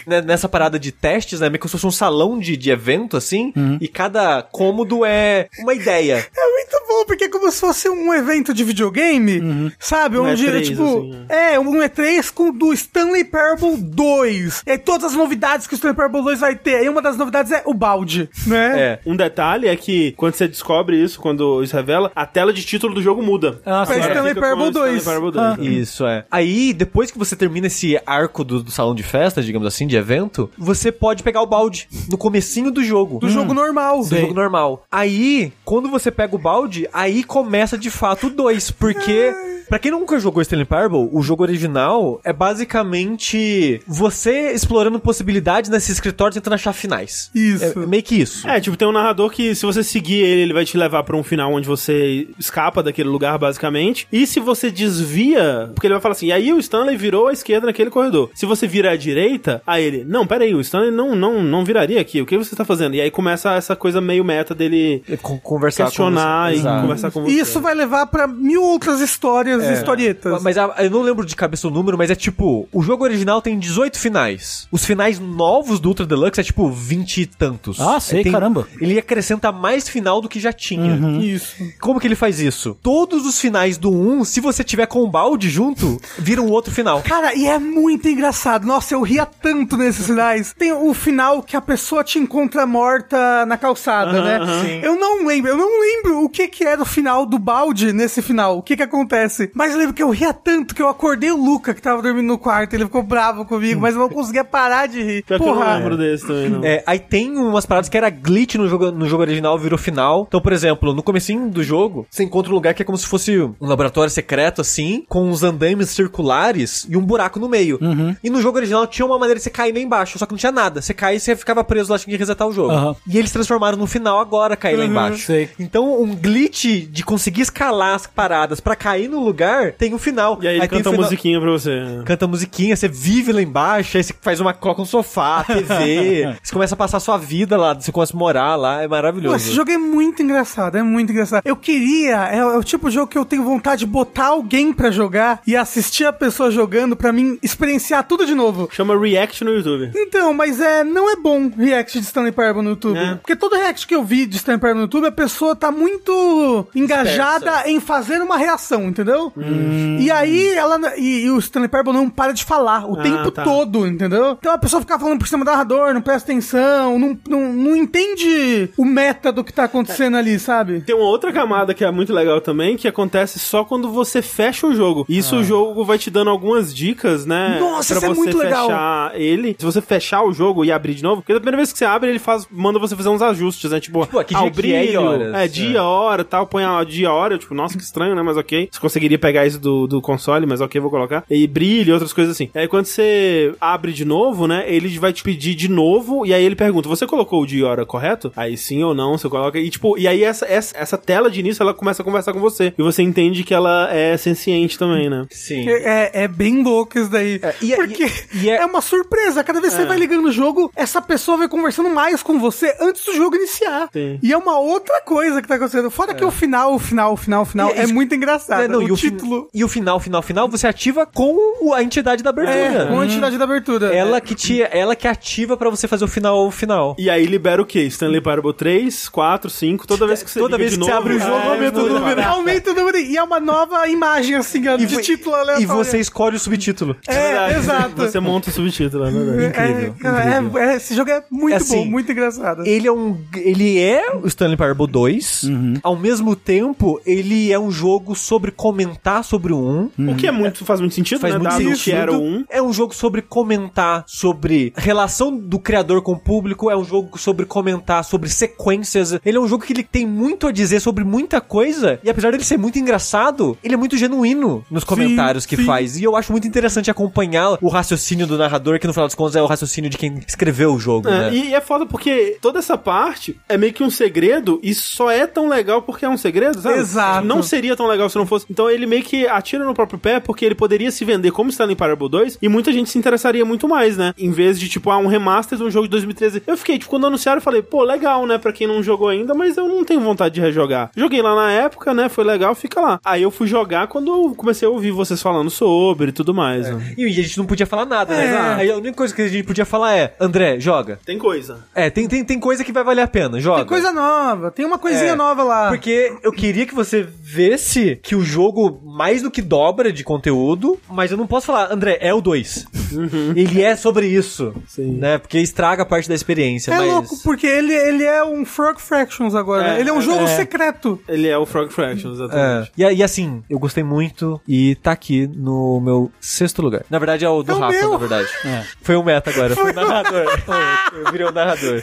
Speaker 4: né, nessa parada de testes, né? Meio como se fosse um salão de, de evento, assim, e cada cômodo é uma *laughs* ideia.
Speaker 3: É muito bom, porque é como se fosse um evento de videogame, sabe?
Speaker 1: Um
Speaker 3: Onde,
Speaker 1: E3,
Speaker 3: tipo,
Speaker 1: assim,
Speaker 3: é, um E3 com do Stanley Parable 2. E aí todas as novidades que o Stanley Parable 2 vai ter. E uma das novidades é o balde, né?
Speaker 4: É.
Speaker 1: Um detalhe é que, quando você descobre isso, quando isso revela, a tela de título do jogo muda.
Speaker 2: Ah,
Speaker 1: Agora
Speaker 2: sim.
Speaker 1: fica
Speaker 3: Stanley
Speaker 1: com
Speaker 3: Parable Ah. 2.
Speaker 1: Stanley Parable 2.
Speaker 3: Uhum.
Speaker 1: né?
Speaker 4: Isso, é. Aí, depois que você termina esse arco do, do salão de festa, digamos assim, de evento, você pode pegar o balde no comecinho do jogo.
Speaker 3: Do jogo normal.
Speaker 4: do jogo normal. Aí, quando você pega o balde, aí começa de fato o 2, porque pra quem nunca jogou Stanley Parable, o jogo original é basicamente você explorando possibilidades nesse escritório tentando achar finais.
Speaker 3: Isso.
Speaker 4: É, é meio que isso.
Speaker 1: É, tipo, tem um narrador que se você seguir ele, ele vai te levar pra um final onde você escapa daquele lugar, basicamente. E se você desvia, porque ele vai falar assim, e aí o Stanley virou à esquerda naquele corredor. Se você vira à direita, aí ele, não, peraí, o Stanley não, não, não viraria aqui, o que você tá fazendo? E aí começa essa coisa meio meta dele
Speaker 4: É con- Conversar com
Speaker 1: questionar
Speaker 4: você.
Speaker 1: e
Speaker 4: Exato.
Speaker 1: conversar com você.
Speaker 3: E isso vai levar pra mil outras histórias
Speaker 1: É.
Speaker 3: e historietas.
Speaker 4: É. Mas a- eu não lembro de cabeça o número, mas é tipo, o jogo original tem 18 finais. Os finais novos do Ultra Deluxe é tipo 20 e tantos.
Speaker 2: Ah, sei,
Speaker 4: É, tem-
Speaker 2: caramba. Uhum.
Speaker 4: Ele acrescenta mais final do que já tinha.
Speaker 3: Isso.
Speaker 4: Como que ele faz isso? Todos os finais do 1, se você tiver com o balde junto, vira um outro final.
Speaker 3: Cara, e é muito engraçado. Nossa, eu ria tanto nesses finais. Tem o final que a pessoa te encontra morta na calçada, né? Eu não lembro, eu não lembro o que que era o final do balde nesse final. O que que acontece? esse. Mas eu lembro que eu ria tanto que eu acordei o Luca, que tava dormindo no quarto. Ele ficou bravo comigo, mas eu não conseguia parar de rir.
Speaker 1: Pior que eu não
Speaker 3: Porra.
Speaker 1: lembro desse também,
Speaker 2: Uhum.
Speaker 1: não.
Speaker 4: É, aí tem umas paradas que era glitch no jogo, no jogo original, virou final. Então, por exemplo, no comecinho do jogo, você encontra um lugar que é como se fosse um laboratório secreto, assim, com uns andames circulares e um buraco no meio.
Speaker 2: Uhum.
Speaker 4: E no jogo original tinha uma maneira de você cair lá embaixo, só que não tinha nada. Você caía e você ficava preso lá, tinha que resetar o jogo.
Speaker 2: Aham. Uhum.
Speaker 4: E eles transformaram no final agora cair lá embaixo.
Speaker 2: sei.
Speaker 4: Então, um glitch de conseguir escalar as paradas pra cair no lugar tem um final.
Speaker 1: E aí,
Speaker 4: tem o
Speaker 1: canta a
Speaker 4: final-
Speaker 1: musiquinha pra você.
Speaker 4: canta musiquinha, você vive lá embaixo, aí você faz uma coca no sofá,
Speaker 3: *laughs*
Speaker 4: TV, você começa a passar a sua vida lá, você começa a morar lá, é
Speaker 3: Pô, esse
Speaker 4: maravilhoso.
Speaker 3: jogo é muito engraçado, é muito engraçado. Eu queria, é, o- é o tipo de jogo que eu tenho vontade de botar alguém pra jogar e assistir a pessoa jogando pra mim experienciar tudo de novo.
Speaker 1: Chama React no YouTube.
Speaker 3: Então, mas é, não é bom react de Stanley Parable no YouTube.
Speaker 1: É.
Speaker 3: Porque todo react que eu vi de Stanley Parable no YouTube, a pessoa tá muito engajada em fazer uma reação, entendeu?
Speaker 1: Hum.
Speaker 3: E aí, ela e, e o Stanley Parable não para de falar o
Speaker 1: Ah,
Speaker 3: tempo
Speaker 1: tá.
Speaker 3: todo, entendeu? Então a pessoa fica falando por cima do narrador, não presta atenção, não, não, não entende o meta do que tá acontecendo ali, sabe?
Speaker 1: Tem uma outra camada que é muito legal também, que acontece só quando você fecha o jogo. Isso o jogo vai te dando algumas dicas, né?
Speaker 3: Ah. Nossa, isso é
Speaker 1: você
Speaker 3: muito legal.
Speaker 1: fechar ele. Se você fechar o jogo e abrir de novo, porque da primeira vez que você abre, ele faz, manda você fazer uns ajustes, né? Tipo,
Speaker 4: Tipo, ah, que
Speaker 1: ah,
Speaker 4: dia
Speaker 1: o
Speaker 4: que é e
Speaker 1: brilho,
Speaker 4: horas.
Speaker 1: é, dia, hora, tal, põe a dia, hora, eu, tipo, nossa, que estranho, né? Mas ok. Você conseguiria pegar isso do, do console, mas ok, vou colocar. E brilho, e outras coisas assim. Aí quando você abre de novo, né? Ele vai te pedir de novo, e aí ele pergunta, você colocou o dia e hora correto? Aí sim ou não, você coloca. E tipo, e aí essa, essa, essa tela de início, ela começa a conversar com você. E você entende que ela é senciente também, né?
Speaker 4: Sim.
Speaker 3: É, é- é bem louco isso daí.
Speaker 4: e é-
Speaker 3: porque
Speaker 4: e- e é-
Speaker 3: é... uma surpresa. Cada vez que você vai ligando o jogo, essa pessoa vai conversando mais com você antes do jogo iniciar.
Speaker 1: Sim.
Speaker 3: E é uma outra coisa que tá acontecendo. Fora que o final, o final, o final, o final
Speaker 4: É. E é
Speaker 3: é,
Speaker 4: isso-
Speaker 3: muito engraçado.
Speaker 4: É, não,
Speaker 3: o,
Speaker 4: e, o fin-
Speaker 3: título
Speaker 4: e o final, final, final, você ativa com o- a entidade da
Speaker 3: é
Speaker 4: abertura.
Speaker 3: com a entidade da abertura.
Speaker 4: Ela que te, ela que ativa pra você fazer o final, o final.
Speaker 1: E aí libera o quê? Stanley Parable 3, 4, 5, toda vez que você
Speaker 4: Toda
Speaker 1: liga
Speaker 4: vez
Speaker 1: de
Speaker 4: que você
Speaker 1: novo,
Speaker 4: abre o jogo,
Speaker 1: é,
Speaker 4: aumenta o
Speaker 1: muda.
Speaker 4: número.
Speaker 3: aumenta o número e é uma nova imagem assim, ó, de
Speaker 4: vo-
Speaker 3: título aleatório.
Speaker 4: E você escolhe o subtítulo.
Speaker 3: É,
Speaker 1: Verdade.
Speaker 3: exato.
Speaker 1: Você monta o subtítulo, é verdade.
Speaker 3: É, cara, é- é, esse jogo é muito
Speaker 4: É assim,
Speaker 3: bom, muito engraçado.
Speaker 4: Ele é um. Ele é o Stanley Parable 2.
Speaker 3: Uhum.
Speaker 4: Ao mesmo tempo, ele é um jogo sobre comentar sobre um. o 1.
Speaker 1: O que é muito, faz muito sentido,
Speaker 4: faz
Speaker 1: né?
Speaker 4: muito
Speaker 1: dado
Speaker 4: sentido.
Speaker 1: que era o um.
Speaker 4: É um jogo sobre comentar sobre relação do criador com o público, é um jogo sobre comentar sobre sequências. Ele é um jogo que ele tem muito a dizer sobre muita coisa, e apesar dele ser muito engraçado, ele é muito genuíno nos comentários que faz. E eu acho muito interessante acompanhar o raciocínio do narrador, que no final das contas é o raciocínio de quem escreveu o jogo,
Speaker 1: É,
Speaker 4: né?
Speaker 1: e, e é foda porque toda essa parte é meio que um segredo e só é tão legal porque é um segredo, sabe?
Speaker 3: Exato.
Speaker 1: Não seria tão legal se não fosse. Então ele meio que atira no próprio pé porque ele poderia se vender como Stanley Parable 2 e muita gente se interessaria muito mais, né? Em vez de, tipo, ah, um remaster de um jogo de 2013. Eu fiquei, tipo, quando anunciaram, eu falei, pô, legal, né? Pra quem não jogou ainda, mas eu não tenho vontade de rejogar. Joguei lá na época, né? Foi legal, fica lá. Aí eu fui jogar quando eu comecei a ouvir vocês falando sobre e tudo mais, né?
Speaker 4: E a gente não podia falar nada, né?
Speaker 3: É.
Speaker 4: Aí a única coisa que a gente podia falar é: André, joga.
Speaker 1: Tem coisa.
Speaker 4: É, tem, tem, tem coisa que vai valer a pena, joga.
Speaker 3: Tem coisa nova, tem uma coisinha
Speaker 4: É,
Speaker 3: nova lá.
Speaker 4: Porque eu queria que você visse que o jogo mais do que dobra de conteúdo, mas eu não posso falar, André, é o 2. Ele é sobre isso, né? Porque estraga parte da experiência,
Speaker 3: É
Speaker 4: mas...
Speaker 3: louco, porque ele, ele é um Frog Fractions agora.
Speaker 1: É,
Speaker 3: né? ele é um jogo
Speaker 1: é.
Speaker 3: secreto.
Speaker 1: Ele é o Frog Fraction,
Speaker 4: É.
Speaker 1: exatamente.
Speaker 4: E, a- e assim, eu gostei muito e tá aqui no meu sexto lugar. Na verdade é o do
Speaker 3: É o
Speaker 4: Rafa,
Speaker 3: meu.
Speaker 4: na verdade. Foi o meta agora, foi o narrador. *laughs* eu virei o narrador.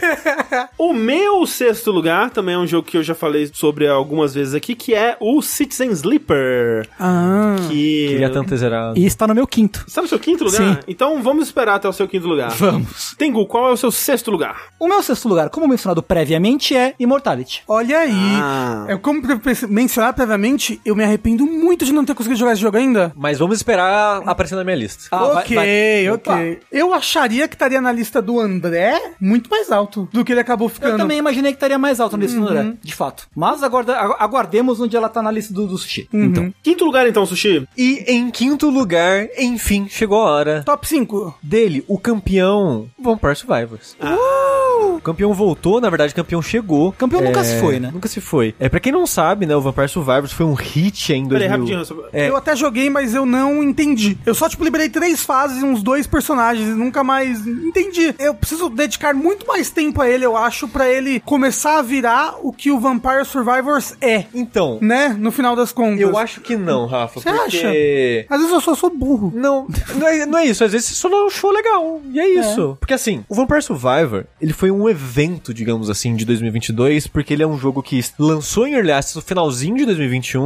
Speaker 1: O meu sexto lugar também é um jogo que eu já falei sobre algumas vezes aqui, que é o Citizen Sleeper.
Speaker 3: Ah.
Speaker 1: Que.
Speaker 4: Queria tanto ter zerado.
Speaker 2: E está no meu quinto.
Speaker 1: Está no seu quinto lugar? Então vamos esperar até o seu quinto lugar.
Speaker 2: Vamos.
Speaker 1: Tengu, qual é o seu sexto lugar?
Speaker 2: O meu sexto lugar, como mencionado previamente, é Immortality.
Speaker 3: Olha aí.
Speaker 1: Ah.
Speaker 3: É, como pre- pre- mencionado previamente, eu me arrependo muito de não ter conseguido jogar esse jogo ainda.
Speaker 4: Mas vamos esperar aparecer na minha lista.
Speaker 2: Ah, vai-
Speaker 3: ok,
Speaker 2: vai-
Speaker 3: ok. Eu acharia que estaria na lista do André muito mais alto do que ele acabou
Speaker 2: Eu
Speaker 3: ficando.
Speaker 2: também imaginei que estaria mais alto
Speaker 4: Uhum.
Speaker 2: nesse número, é, de fato. Mas aguarda- agu- aguardemos onde ela tá na lista do, do sushi.
Speaker 4: Uhum.
Speaker 2: Então,
Speaker 1: Quinto lugar, então, Sushi.
Speaker 4: E em quinto lugar, enfim, chegou a hora
Speaker 3: Top 5.
Speaker 1: Ah.
Speaker 4: dele, o campeão Vampire Survivors. O campeão voltou, na verdade, o campeão chegou.
Speaker 2: Campeão
Speaker 4: É,
Speaker 2: nunca se foi, né?
Speaker 4: Nunca se foi. É, pra quem não sabe, né, o Vampire Survivors foi um hit em 2000.
Speaker 1: Peraí, rapidinho. só-
Speaker 4: É.
Speaker 3: Eu até joguei, mas eu não entendi. Eu só, tipo, liberei três fases e uns dois personagens e nunca mais entendi. Eu preciso dedicar muito mais tempo a ele, eu acho, pra ele começar a virar o que o Vampire Survivors é,
Speaker 4: Então,
Speaker 1: Hum,
Speaker 3: né? No final das contas.
Speaker 4: eu acho que não, Rafa,
Speaker 3: Você
Speaker 4: porque...
Speaker 3: Às vezes eu só sou burro.
Speaker 4: Não, não é, não é isso. Às vezes você só não achou legal. E é isso. Porque assim, o Vampire Survivor, ele foi um evento, digamos assim, de 2022, porque ele é um jogo que lançou em Early Access no finalzinho de 2021,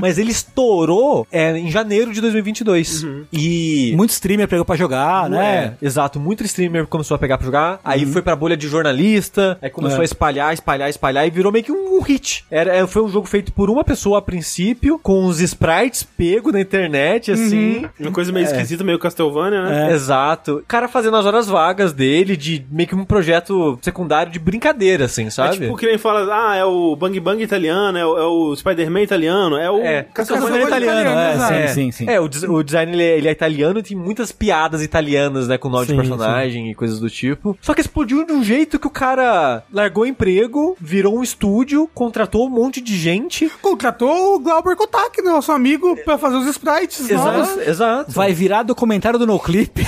Speaker 4: mas ele estourou é, em janeiro de 2022. E...
Speaker 2: Muito streamer pegou pra jogar, né?
Speaker 4: É, exato. Muito streamer começou a pegar pra jogar, aí foi pra bolha de jornalista, aí começou
Speaker 2: É.
Speaker 4: a espalhar, espalhar, espalhar e virou meio que um, um hit. Era, é, foi um jogo feito por uma pessoa a princípio, com os sprites pego na internet, assim.
Speaker 1: Uma coisa meio esquisita, meio Castlevania, né?
Speaker 2: É.
Speaker 4: É. Exato. O cara fazendo as horas vagas dele, de meio que um projeto secundário de brincadeira, assim,
Speaker 1: É
Speaker 4: sabe?
Speaker 1: tipo que nem fala, ah, é o Bang Bang italiano, é o, é o Spider-Man italiano, é o
Speaker 4: É.
Speaker 1: Castlevania
Speaker 3: Castlevania
Speaker 1: italiano.
Speaker 3: italiano,
Speaker 2: é,
Speaker 3: exato.
Speaker 2: sim, sim, sim.
Speaker 4: É, o, des- o design ele é, ele é italiano e tem muitas piadas italianas, né, com nome de
Speaker 1: Sim,
Speaker 4: personagem e coisas do tipo. Só que explodiu de um jeito que o cara largou o emprego, virou um estúdio, contratou um monte de gente.
Speaker 3: Contratou o Glauber Kotak, né, nosso amigo, pra fazer os sprites. novos.
Speaker 4: exato.
Speaker 2: Vai virar documentário do NoClip.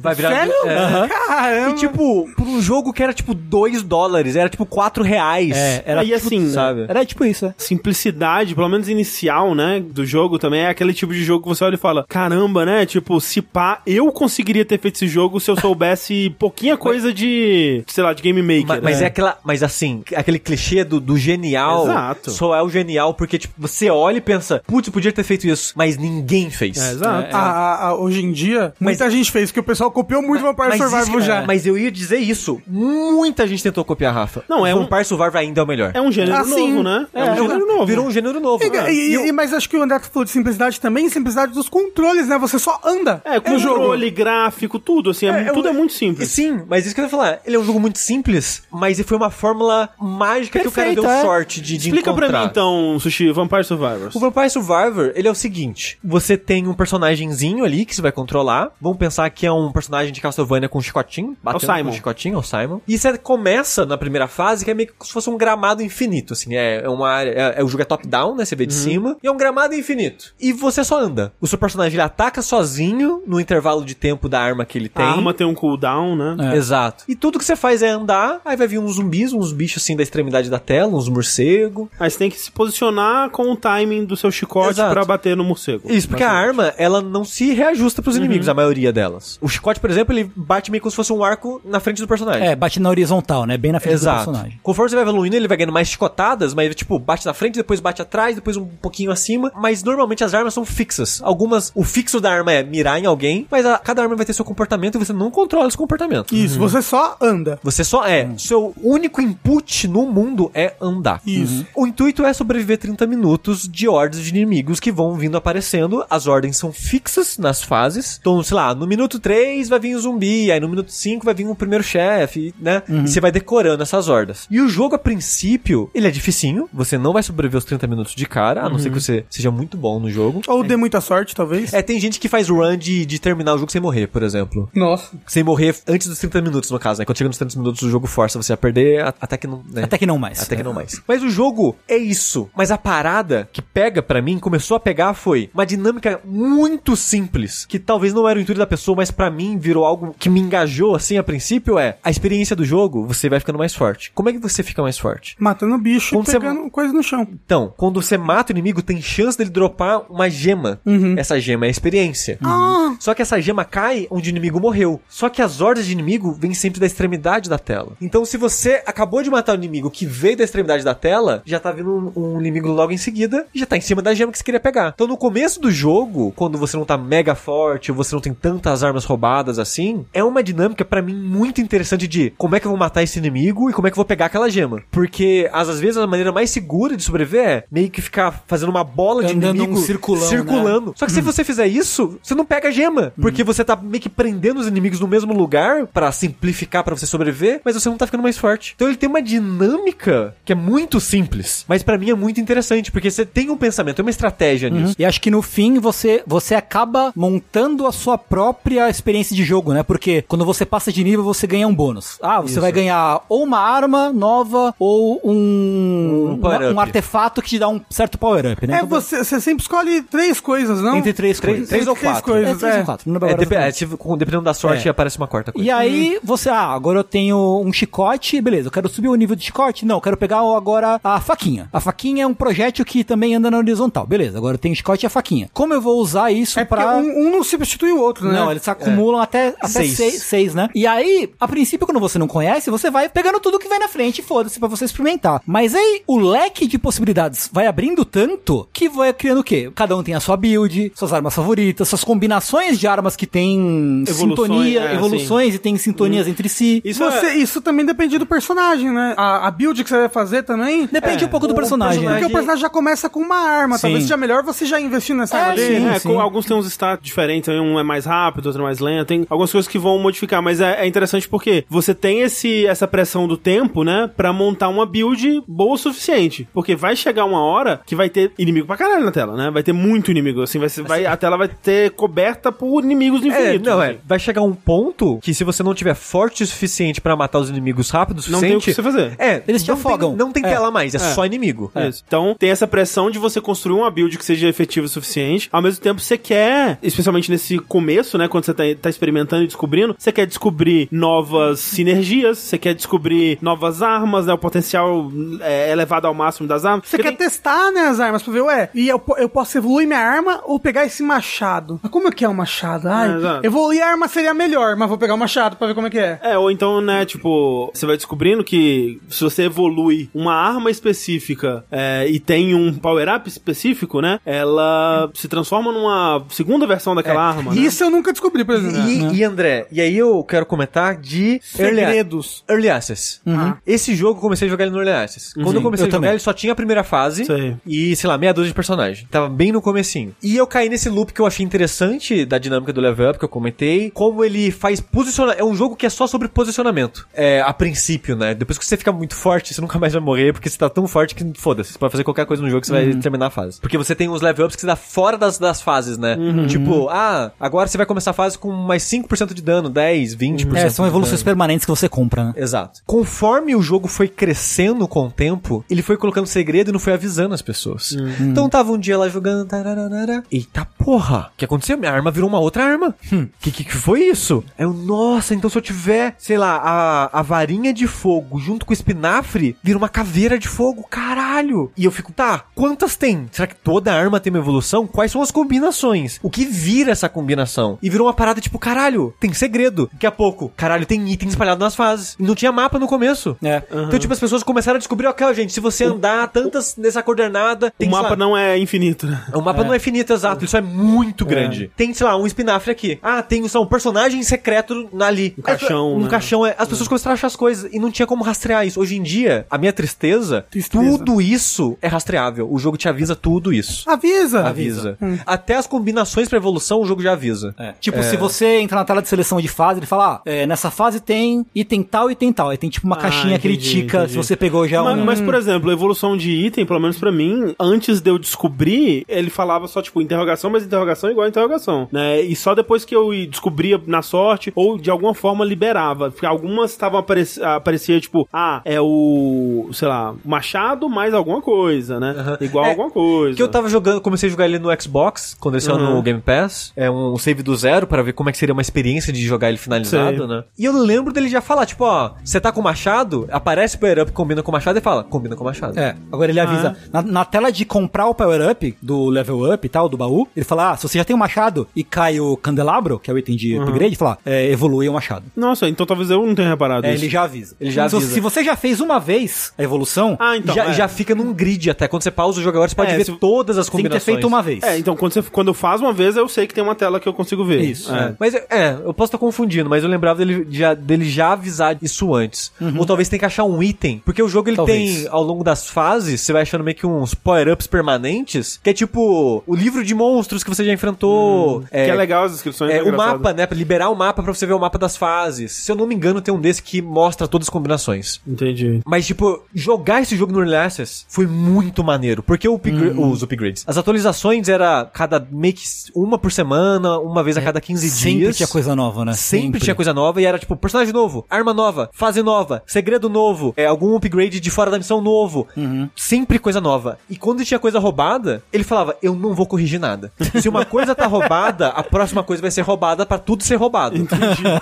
Speaker 4: vai virar.
Speaker 3: Sério?
Speaker 4: É.
Speaker 3: Caramba.
Speaker 4: E tipo, por um jogo que era tipo 2 dólares, era tipo 4 reais.
Speaker 2: É, era,
Speaker 1: Aí, assim,
Speaker 4: sabe?
Speaker 2: era tipo isso, é.
Speaker 1: simplicidade, pelo menos inicial, né, do jogo também, é aquele tipo de jogo que você olha e fala, caramba, né, tipo, se pá, eu conseguiria ter feito esse jogo se eu soubesse *laughs* pouquinha coisa de, sei lá, de game maker.
Speaker 4: Ma- Mas, é.
Speaker 1: né?
Speaker 4: aquela. Mas assim, aquele clichê do, do genial.
Speaker 1: Exato.
Speaker 4: Só é o genial porque, tipo, você olha e pensa, putz, podia ter feito isso, mas ninguém fez.
Speaker 1: É, exato.
Speaker 3: Ah, ah, ah, hoje em dia, muita gente fez, porque o pessoal copiou muito Vampire
Speaker 4: Mas, isso
Speaker 3: Survival
Speaker 4: que- é,
Speaker 3: já.
Speaker 4: mas eu ia dizer isso. Muita gente tentou copiar a Rafa.
Speaker 1: Não, é
Speaker 4: o
Speaker 1: um-
Speaker 4: Vampire Survivor ainda é o melhor.
Speaker 1: É um gênero
Speaker 3: Assim,
Speaker 1: novo, né?
Speaker 4: É um gênero novo. Virou um gênero novo.
Speaker 3: E-
Speaker 4: né?
Speaker 3: e- e- mas acho que o André falou de simplicidade também, simplicidade dos controles, né? Você só anda.
Speaker 1: É,
Speaker 3: no
Speaker 1: controle, gráfico, tudo, assim, é-
Speaker 4: um É,
Speaker 1: tudo
Speaker 4: um-
Speaker 1: é muito
Speaker 4: E
Speaker 1: simples.
Speaker 4: Sim, mas isso que eu ia falar. Ele é um jogo muito simples, mas foi uma fórmula mágica que o cara
Speaker 2: Perfeito,
Speaker 4: deu
Speaker 2: é.
Speaker 4: sorte de, de
Speaker 1: Explica pra mim,
Speaker 4: encontrar.
Speaker 1: então, Sushi, Vampire Survivors.
Speaker 4: O Vampire Survivor, ele é o seguinte: você tem um personagemzinho ali que você vai controlar. Vamos pensar que é um personagem de Castlevania com um chicotinho, batendo
Speaker 1: Simon.
Speaker 4: com um chicotinho, é o Simon. E você começa na primeira fase, que é meio que se fosse um gramado infinito, assim. É, é uma área. É, é- o jogo é top-down, né? Você
Speaker 1: Uhum.
Speaker 4: vê de cima. E é um gramado infinito. E você só anda. O seu personagem ele ataca sozinho no intervalo de tempo da arma que ele tem.
Speaker 1: A arma tem um cooldown, né?
Speaker 2: É.
Speaker 4: Exato. E tudo que você faz é andar, aí vai vir uns zumbis, uns bichos assim da extremidade da tela, uns morcegos.
Speaker 1: Aí você tem que se posicionar com o timing do seu chicote
Speaker 4: Exato.
Speaker 1: pra bater no morcego.
Speaker 4: Isso, porque a arma, ela não se reajusta pros
Speaker 2: Uhum.
Speaker 4: inimigos, a maioria delas. O chicote, por exemplo, ele bate meio como se fosse um arco na frente do personagem.
Speaker 2: É, bate na horizontal, né? Bem na frente do
Speaker 4: Exato.
Speaker 2: personagem.
Speaker 4: Conforme você vai evoluindo, ele vai ganhando mais chicotadas, mas tipo, bate na frente, depois bate atrás, depois um pouquinho acima. Mas normalmente as armas são fixas. Algumas, o fixo da arma é mirar em alguém, mas a- cada arma vai ter seu comportamento e você não controla esse comportamento.
Speaker 3: Isso, você só anda.
Speaker 4: Você só é. Seu único input no mundo é andar.
Speaker 3: Isso.
Speaker 4: O intuito é sobreviver 30 minutos de hordas de inimigos que vão vindo aparecendo. As ordens são fixas nas fases. Então, sei lá, no minuto 3 vai vir um zumbi, aí no minuto 5 vai vir um primeiro chefe, né? E você vai decorando essas hordas. E o jogo, a princípio, ele é dificinho. Você não vai sobreviver os 30 minutos de cara, a não ser que você seja muito bom no jogo.
Speaker 3: Ou dê muita sorte, talvez.
Speaker 4: É, tem gente que faz run de, de terminar o jogo sem morrer, por exemplo
Speaker 3: Nossa.
Speaker 4: sem morrer antes dos 30 minutos, no caso, né? Quando chega nos 30 minutos, o jogo força você a perder a- até que não. né?
Speaker 2: Até que não mais.
Speaker 4: Até que não mais. Mas o jogo é isso. Mas a parada que pega pra mim, começou a pegar, foi uma dinâmica muito simples. Que talvez não era o intuito da pessoa, mas pra mim virou algo que me engajou assim a princípio. É a experiência do jogo, você vai ficando mais forte. Como é que você fica mais forte?
Speaker 3: Matando bicho
Speaker 4: Quando
Speaker 3: e
Speaker 4: você-
Speaker 3: pegando coisa no chão.
Speaker 4: Então, quando você mata o inimigo, tem chance dele dropar uma gema. Essa gema é a experiência. Uhum. Só que essa gema cai onde o inimigo morreu. Só que as hordas de inimigo vêm sempre da extremidade da tela. Então, se você acabou de matar o inimigo que veio da extremidade da tela, já tá vindo um, um inimigo logo em seguida e já tá em cima da gema que você queria pegar. Então, no começo do jogo, quando você não tá mega forte, ou você não tem tantas armas roubadas assim, é uma dinâmica pra mim muito interessante de como é que eu vou matar esse inimigo e como é que eu vou pegar aquela gema. Porque às às vezes a maneira mais segura de sobreviver é meio que ficar fazendo uma bola de
Speaker 2: Andando
Speaker 4: inimigo
Speaker 2: um circulão,
Speaker 4: circulando. Só que se você fizer isso, você não pega a gema, porque você tá meio que prendendo os inimigos no mesmo lugar pra simplificar pra você sobreviver, mas você não tá ficando mais forte. Então ele tem uma dinâmica que é muito simples, mas pra mim é muito interessante, porque você tem um pensamento, tem uma estratégia nisso.
Speaker 2: E acho que no fim você, você acaba montando a sua própria experiência de jogo, né? Porque quando você passa de nível, você ganha um bônus. Ah, você
Speaker 4: Isso.
Speaker 2: vai ganhar ou uma arma nova ou um,
Speaker 4: Um power
Speaker 2: um-
Speaker 4: up.
Speaker 2: um artefato que te dá um certo power-up, né?
Speaker 3: É,
Speaker 2: Então,
Speaker 3: você, você sempre escolhe três coisas, não?
Speaker 2: Entre três, coisas.
Speaker 3: três ou quatro.
Speaker 2: É, três
Speaker 3: É. hum.
Speaker 2: ou quatro. Não lembro
Speaker 4: É,
Speaker 2: agora
Speaker 4: dep- é,
Speaker 2: exatamente.
Speaker 4: se- com- dependendo da sorte,
Speaker 2: É.
Speaker 4: aparece uma quarta coisa.
Speaker 2: E aí você, ah, agora eu tenho um chicote, beleza, eu quero subir o nível do chicote? Não, eu quero pegar o- agora a faquinha. A faquinha é um projétil que também anda na horizontal. Beleza, agora eu tenho o chicote e a faquinha. Como eu vou usar isso
Speaker 3: É porque
Speaker 2: pra...
Speaker 3: um, um não substitui o outro, né?
Speaker 2: Não,
Speaker 1: É.
Speaker 2: eles acumulam até, até
Speaker 4: Seis.
Speaker 2: seis. Seis, né? E aí, a princípio, quando você não conhece, você vai pegando tudo que vai na frente, foda-se, pra você experimentar. Mas aí, o leque de possibilidades vai abrindo tanto que vai criando o quê? Cada um tem a sua build, suas armas favoritas, suas combinações de armas que tem
Speaker 1: Evoluções,
Speaker 2: sintonia,
Speaker 1: é, Uhum.
Speaker 2: evoluções e tem sintonias entre si.
Speaker 1: Isso
Speaker 3: Você-
Speaker 1: é...
Speaker 3: isso também depende do personagem, né? A, a build que você vai fazer também.
Speaker 2: Depende um pouco do personagem.
Speaker 3: Porque o personagem já começa com uma arma.
Speaker 2: Sim.
Speaker 3: Talvez seja melhor você já investir nessa
Speaker 2: É,
Speaker 3: arma dele.
Speaker 2: sim,
Speaker 1: é,
Speaker 2: sim.
Speaker 1: com- alguns têm uns status diferentes, um é mais rápido, outro é mais lento, tem algumas coisas que vão modificar, mas é, é interessante porque você tem esse, essa pressão do tempo, né, pra montar uma build boa o suficiente, porque vai chegar uma hora que vai ter inimigo pra caralho na tela, né, vai ter muito inimigo, assim, vai, ser- vai, a tela vai ter coberta por inimigos do
Speaker 4: É,
Speaker 1: infinito.
Speaker 4: não, é.
Speaker 1: assim.
Speaker 4: Vai chegar um ponto que se você não tiver forte o suficiente pra matar os inimigos rápido o
Speaker 1: Não tem o que
Speaker 4: suficiente...
Speaker 1: você fazer.
Speaker 4: É,
Speaker 2: Eles te
Speaker 4: não tem-
Speaker 2: afogam.
Speaker 4: não tem
Speaker 2: É.
Speaker 4: tela mais, é, só inimigo.
Speaker 1: É. Isso. Então tem essa pressão de você construir uma build que seja efetiva o suficiente. Ao mesmo tempo, você quer, especialmente nesse começo, né? Quando você tá, tá experimentando e descobrindo, você quer descobrir novas sinergias, você quer descobrir novas armas, né? O potencial é, elevado ao máximo das armas.
Speaker 3: Você
Speaker 1: Porque
Speaker 3: quer
Speaker 1: tem-
Speaker 3: testar, né, as armas pra ver, ué, e eu, po- eu posso evoluir minha arma ou pegar esse machado? Mas como é que é o machado? Ai,
Speaker 1: É, exato.
Speaker 3: evoluir a arma seria melhor, mas vou pegar o machado pra ver como é que é.
Speaker 1: É, ou então, né, tipo, você vai descobrindo que se você evolui uma arma específica é, e tem um power-up específico, né, ela se transforma numa segunda versão daquela arma, né?
Speaker 3: É. Isso eu nunca descobri, por exemplo.
Speaker 4: E, e, André, e aí eu quero comentar de Early,
Speaker 3: Segredos.
Speaker 4: Early Access. Esse jogo eu comecei a jogar ele no Early Access. Quando eu comecei
Speaker 2: Uhum. Eu
Speaker 4: a jogar,
Speaker 2: também.
Speaker 4: ele só tinha a primeira fase
Speaker 1: Sei.
Speaker 4: e, sei lá, meia dúzia de personagem. Tava bem no comecinho. E eu caí nesse loop que eu achei interessante da dinâmica do level up que eu comentei. Como ele faz posicionamento. É um jogo que é só sobre posicionamento. É, a princípio, né? Depois que você fica muito forte, você nunca *laughs* mais vai morrer, porque você tá tão forte que foda-se. Você pode fazer qualquer coisa no jogo que você vai terminar a fase. Porque você tem uns level ups que você dá fora das, das fases, né? Tipo, ah, agora você vai começar a fase com mais 5% de dano, 10, 20%.
Speaker 2: É, são
Speaker 4: de
Speaker 2: evoluções
Speaker 4: dano.
Speaker 2: permanentes que você compra, né?
Speaker 4: Exato. Conforme o jogo foi crescendo com o tempo, ele foi colocando segredo e não foi avisando as pessoas. Então tava um dia lá jogando. tararara, Eita porra! O que aconteceu? Minha arma virou uma outra arma. Hum. Que, que que foi isso? Aí Eu, nossa, então se eu tiver, sei lá, a, a varinha de fogo junto com o espinafre, vira uma caveira de fogo. Caralho! E eu fico, tá, quantas tem? Será que toda arma tem uma evolução? Quais são as combinações? O que vira essa combinação? E virou uma parada tipo, caralho, tem segredo. Daqui a pouco, caralho, tem item espalhado nas fases. Não tinha mapa no começo.
Speaker 2: É.
Speaker 4: Então, tipo, as pessoas começaram a descobrir, ok, gente, se você andar tantas nessa coordenada, tem
Speaker 1: O
Speaker 4: sei
Speaker 1: mapa
Speaker 4: lá,
Speaker 1: não é infinito, né?
Speaker 4: o mapa não é finito, exato. Isso é muito grande. Tem, sei lá, um espinafre aqui. Ah, tem sei lá, um personagem secreto ali. Um
Speaker 1: caixão,
Speaker 4: Um
Speaker 1: né?
Speaker 4: caixão. é. As pessoas começaram a achar as coisas e não tinha como rastrear isso. Hoje em dia, a minha tristeza,
Speaker 3: Tristeza.
Speaker 4: tudo isso é rastreável. O jogo te avisa tudo isso.
Speaker 3: Avisa.
Speaker 4: Ah, Avisa. Hum. É. Até as combinações pra evolução, o jogo já avisa.
Speaker 1: É.
Speaker 2: Tipo, se você entra na tela de seleção de fase, ele fala, ah, é, nessa fase tem item tal, item tal. Aí tem tipo uma
Speaker 1: Ah,
Speaker 2: caixinha que ele
Speaker 1: entendi,
Speaker 2: tica,
Speaker 1: entendi.
Speaker 2: se você pegou já
Speaker 1: Mas,
Speaker 2: um...
Speaker 1: mas, por exemplo, a evolução de item, pelo menos pra mim, antes de eu descobrir, ele falava só, tipo, interrogação, mas interrogação igual a interrogação, né? E só depois que eu descobria na sorte, ou de alguma forma liberava. Porque algumas estavam aparec aparecia, tipo, ah, é o, sei lá, machado mais alguma coisa, né? Igual
Speaker 4: É,
Speaker 1: alguma coisa.
Speaker 4: Que eu tava jogando, comecei a jogar ele no Xbox, quando ele saiu
Speaker 1: Uhum.
Speaker 4: no Game Pass. É um save do zero pra ver como é que seria uma experiência de jogar ele finalizado,
Speaker 1: Sei.
Speaker 4: né? E eu lembro dele já falar, tipo, ó, você tá com o machado, aparece o power up, combina com o machado e fala, combina com o machado.
Speaker 2: É, agora ele avisa.
Speaker 4: Ah,
Speaker 2: Na, na tela de comprar o power up, do level up e tal, do baú, ele fala, ah, se você já tem o machado e cai o candelabro, que é o item de
Speaker 4: Uhum.
Speaker 2: upgrade, ele fala, é, evolui o machado.
Speaker 1: Nossa, então talvez eu não tenha reparado
Speaker 2: É,
Speaker 1: isso.
Speaker 2: ele já avisa.
Speaker 4: Ele já
Speaker 2: se,
Speaker 4: avisa.
Speaker 2: se você já fez uma vez a evolução,
Speaker 1: Ah, então.
Speaker 4: já,
Speaker 1: é.
Speaker 4: já fica num grid até. Quando você pausa o jogador, você pode
Speaker 1: É,
Speaker 4: ver
Speaker 1: se-
Speaker 4: todas as
Speaker 2: tem que ter
Speaker 4: combinações.
Speaker 2: feito uma vez.
Speaker 1: É, então quando, você, quando eu faço uma vez, eu sei que tem uma tela que eu consigo ver.
Speaker 2: Isso,
Speaker 1: É.
Speaker 4: É. Mas é, eu posso estar confundindo, mas eu lembrava dele já, dele já avisar isso antes. Ou talvez tenha que achar um item. Porque o jogo ele
Speaker 2: Talvez.
Speaker 4: tem, ao longo das fases, você vai achando meio que uns power-ups permanentes, que é tipo o livro de monstros que você já enfrentou.
Speaker 1: Que é legal as inscrições.
Speaker 4: É,
Speaker 1: né,
Speaker 4: o
Speaker 1: engraçado.
Speaker 4: mapa, né? Pra liberar o mapa pra você ver o mapa das fases. Se eu não me engano, tem um desse que mostra todas as combinações.
Speaker 1: Entendi.
Speaker 4: Mas, tipo, jogar esse jogo no Early Access 2 foi muito maneiro, porque o upgra- os upgrades, as atualizações era cada meio que uma por semana, uma vez a cada 15
Speaker 2: Sempre
Speaker 4: dias.
Speaker 2: tinha coisa nova, né?
Speaker 4: É, Sempre, tinha coisa nova e era tipo personagem novo, arma nova, fase nova, segredo novo, é, algum upgrade de fora da missão novo. Sempre coisa nova. E quando tinha coisa roubada, ele falava: Eu não vou corrigir nada. Se uma coisa tá roubada, a próxima coisa vai ser roubada pra tudo ser roubado.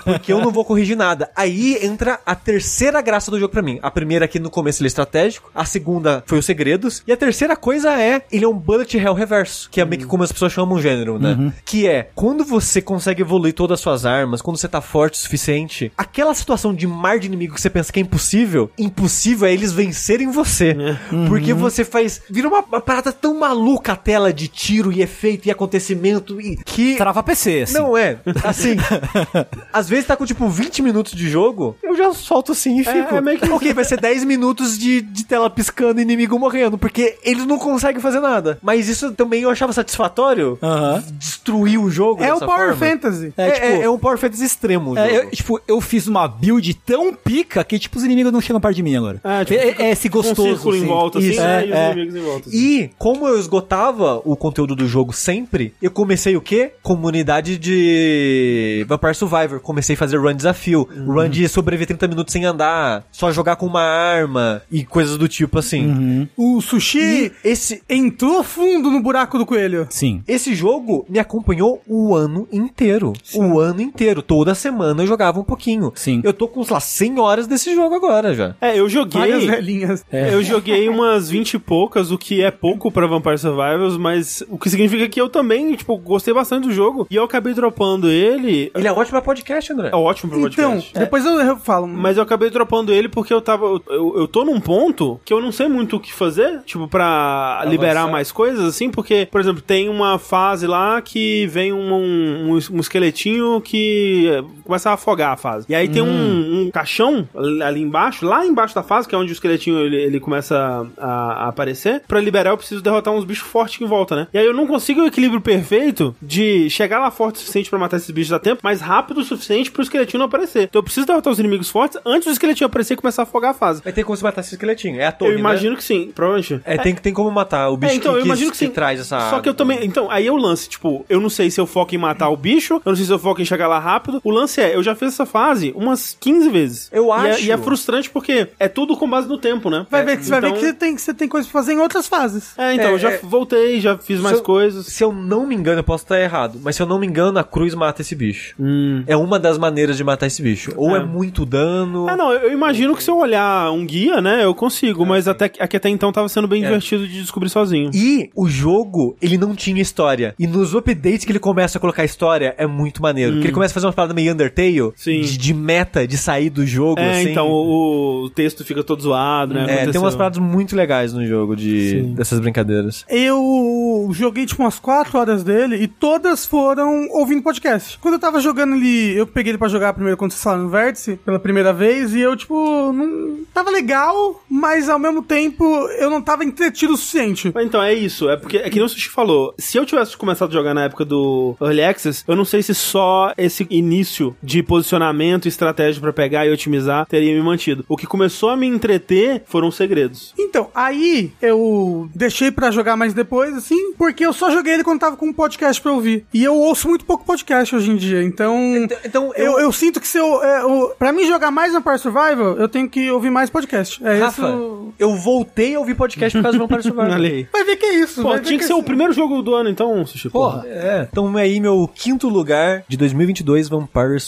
Speaker 4: Porque eu não vou corrigir nada. Aí entra a terceira graça do jogo pra mim. A primeira aqui no começo ele é estratégico, a segunda foi os segredos, e a terceira coisa é: ele é um bullet hell reverso, que é meio que como as pessoas chamam o gênero, né? Que é quando você consegue evoluir todas as suas armas, quando você tá forte o suficiente, aquela situação de mar de inimigo que você pensa que é impossível, impossível é eles vencerem você. Porque você faz. Vira uma, uma parada tão maluca a tela de tiro e efeito e acontecimento e que.
Speaker 2: Trava PC, assim.
Speaker 4: Não é, assim. às vezes tá com tipo 20 minutos de jogo, eu já solto assim e fico. Ok, vai ser 10 minutos de, de tela piscando e inimigo morrendo, porque eles não conseguem fazer nada. Mas isso também eu achava satisfatório.
Speaker 2: Aham.
Speaker 4: Destruir o jogo.
Speaker 3: É o
Speaker 4: dessa
Speaker 3: Power
Speaker 4: forma.
Speaker 3: Fantasy.
Speaker 4: É,
Speaker 2: É, tipo-
Speaker 4: é, é um Power Fantasy extremo. o
Speaker 2: É,
Speaker 4: jogo.
Speaker 2: eu, tipo, eu fiz uma build tão pica que, tipo, os inimigos não chegam perto de mim agora.
Speaker 1: É, tipo,
Speaker 2: é, é esse gostoso.
Speaker 1: um círculo em
Speaker 2: assim.
Speaker 1: volta,
Speaker 2: Isso,
Speaker 1: assim, né,
Speaker 2: é,
Speaker 1: e os
Speaker 2: é.
Speaker 1: inimigos em volta. assim.
Speaker 4: E como eu esgotava o conteúdo do jogo sempre, eu comecei o quê? Comunidade de Vampire Survivor. Comecei a fazer run desafio.
Speaker 1: Uhum.
Speaker 4: Run de sobreviver 30 minutos sem andar, só jogar com uma arma e coisas do tipo assim.
Speaker 1: Uhum.
Speaker 3: O sushi
Speaker 4: E esse
Speaker 3: entrou fundo no buraco do coelho.
Speaker 2: Sim.
Speaker 4: esse jogo me acompanhou o ano inteiro. O ano inteiro. Toda semana eu jogava um pouquinho.
Speaker 2: Sim.
Speaker 4: Eu tô com, sei lá, 100 horas desse jogo agora já.
Speaker 1: É, eu joguei.
Speaker 3: Várias velhinhas.
Speaker 1: *laughs* Eu joguei umas 20 e poucas, o que é pouco pra Vampire Survivors, mas o que significa que eu também, tipo, gostei bastante do jogo. E eu acabei dropando ele.
Speaker 4: Ele é ótimo pra podcast, André.
Speaker 1: É ótimo pro
Speaker 3: Então,
Speaker 1: podcast.
Speaker 3: depois eu eu falo.
Speaker 1: Mas eu acabei dropando ele porque eu tava. Eu, eu tô num ponto que eu não sei muito o que fazer, tipo, pra liberar mais coisas, assim, porque, por exemplo, tem uma fase lá que vem um, um, um esqueletinho que eh, começa a afogar a fase. E aí tem um, um caixão ali embaixo, lá embaixo da fase, que é onde o esqueletinho ele, ele começa a, a aparecer. Pra liberar, eu preciso derrotar uns bichos fortes que em volta, né? E aí eu não consigo o equilíbrio perfeito de chegar lá forte o suficiente pra matar esses bichos a tempo, mas rápido o suficiente pro esqueletinho não aparecer. Então eu preciso derrotar os inimigos fortes antes do esqueletinho aparecer e começar a afogar a fase.
Speaker 4: Vai ter como se matar esse esqueletinho. É a torre,
Speaker 1: Eu
Speaker 4: né?
Speaker 1: imagino que sim, provavelmente.
Speaker 4: É, tem, tem como matar o bicho
Speaker 1: É, então,
Speaker 4: que,
Speaker 1: eu imagino que sim.
Speaker 4: traz essa
Speaker 1: Só que eu também. Então, aí é o lance, tipo, eu não sei se eu foco em matar o bicho, eu não sei se eu foco em chegar lá rápido. O lance é, eu já fiz essa fase umas 15 vezes.
Speaker 4: Eu
Speaker 1: E
Speaker 4: acho.
Speaker 1: É, e é frustrante porque é tudo com base no tempo, né?
Speaker 3: Vai ver que você vai ver
Speaker 1: Então-
Speaker 3: que você tem, que você tem coisa pra fazer em outras fases.
Speaker 1: É, então,
Speaker 4: É,
Speaker 1: eu já
Speaker 4: é.
Speaker 1: voltei, já fiz mais
Speaker 4: Se eu-
Speaker 1: coisas.
Speaker 4: Se eu não me engano, eu posso estar errado, mas se eu não me engano, a cruz mata esse bicho.
Speaker 1: Hum.
Speaker 4: É uma das maneiras de matar esse bicho. Ou é, muito dano.
Speaker 1: Ah, não, eu imagino que se eu olhar um guia, né, eu consigo, mas até que até então tava sendo bem divertido de descobrir sozinho.
Speaker 4: É. E o jogo, ele não tinha história. E nos updates que ele começa a colocar história, é muito maneiro. Que ele começa a fazer uma parada meio Undertale,
Speaker 1: Hum. Sim.
Speaker 4: De, de meta, de sair do jogo,
Speaker 1: é,
Speaker 4: assim.
Speaker 1: então, o, o texto fica todo zoado, né?
Speaker 4: É, tem
Speaker 1: aconteceu.
Speaker 4: umas paradas muito legais no jogo de, dessas brincadeiras.
Speaker 3: Eu joguei tipo umas 4 horas dele e todas foram ouvindo podcast. Quando eu tava jogando ele, eu peguei ele pra jogar primeiro quando você no vértice, pela primeira vez, e eu, tipo, não. Tava legal, mas ao mesmo tempo eu não tava entretido o suficiente.
Speaker 1: Mas Então, é isso. É porque, é que nem o Sushi falou, se eu tivesse começado a jogar na época do Early Access, eu não sei se só esse início de posicionamento e estratégia pra pegar e otimizar teria me mantido. O que começou a me entreter foram os segredos.
Speaker 3: Então, aí eu deixei pra jogar mais depois, assim, porque eu só joguei ele quando tava com um podcast pra ouvir. E eu ouço muito pouco podcast hoje em dia, então.
Speaker 4: Então,
Speaker 3: Eu, eu sinto que se eu, é, eu. Pra mim jogar mais Vampire Survival, eu tenho que ouvir mais podcast. É
Speaker 4: Rafa,
Speaker 3: isso.
Speaker 4: eu voltei a ouvir podcast por causa do
Speaker 1: *laughs*
Speaker 4: Vampire Survivor.
Speaker 1: Olha aí.
Speaker 3: Vai ver que é isso.
Speaker 1: Pô,
Speaker 3: vai ver
Speaker 1: tinha que
Speaker 3: é
Speaker 1: ser o
Speaker 3: isso.
Speaker 1: primeiro jogo do ano, então, Sushi.
Speaker 4: Porra, é. Então aí meu quinto lugar de 2022, Vampire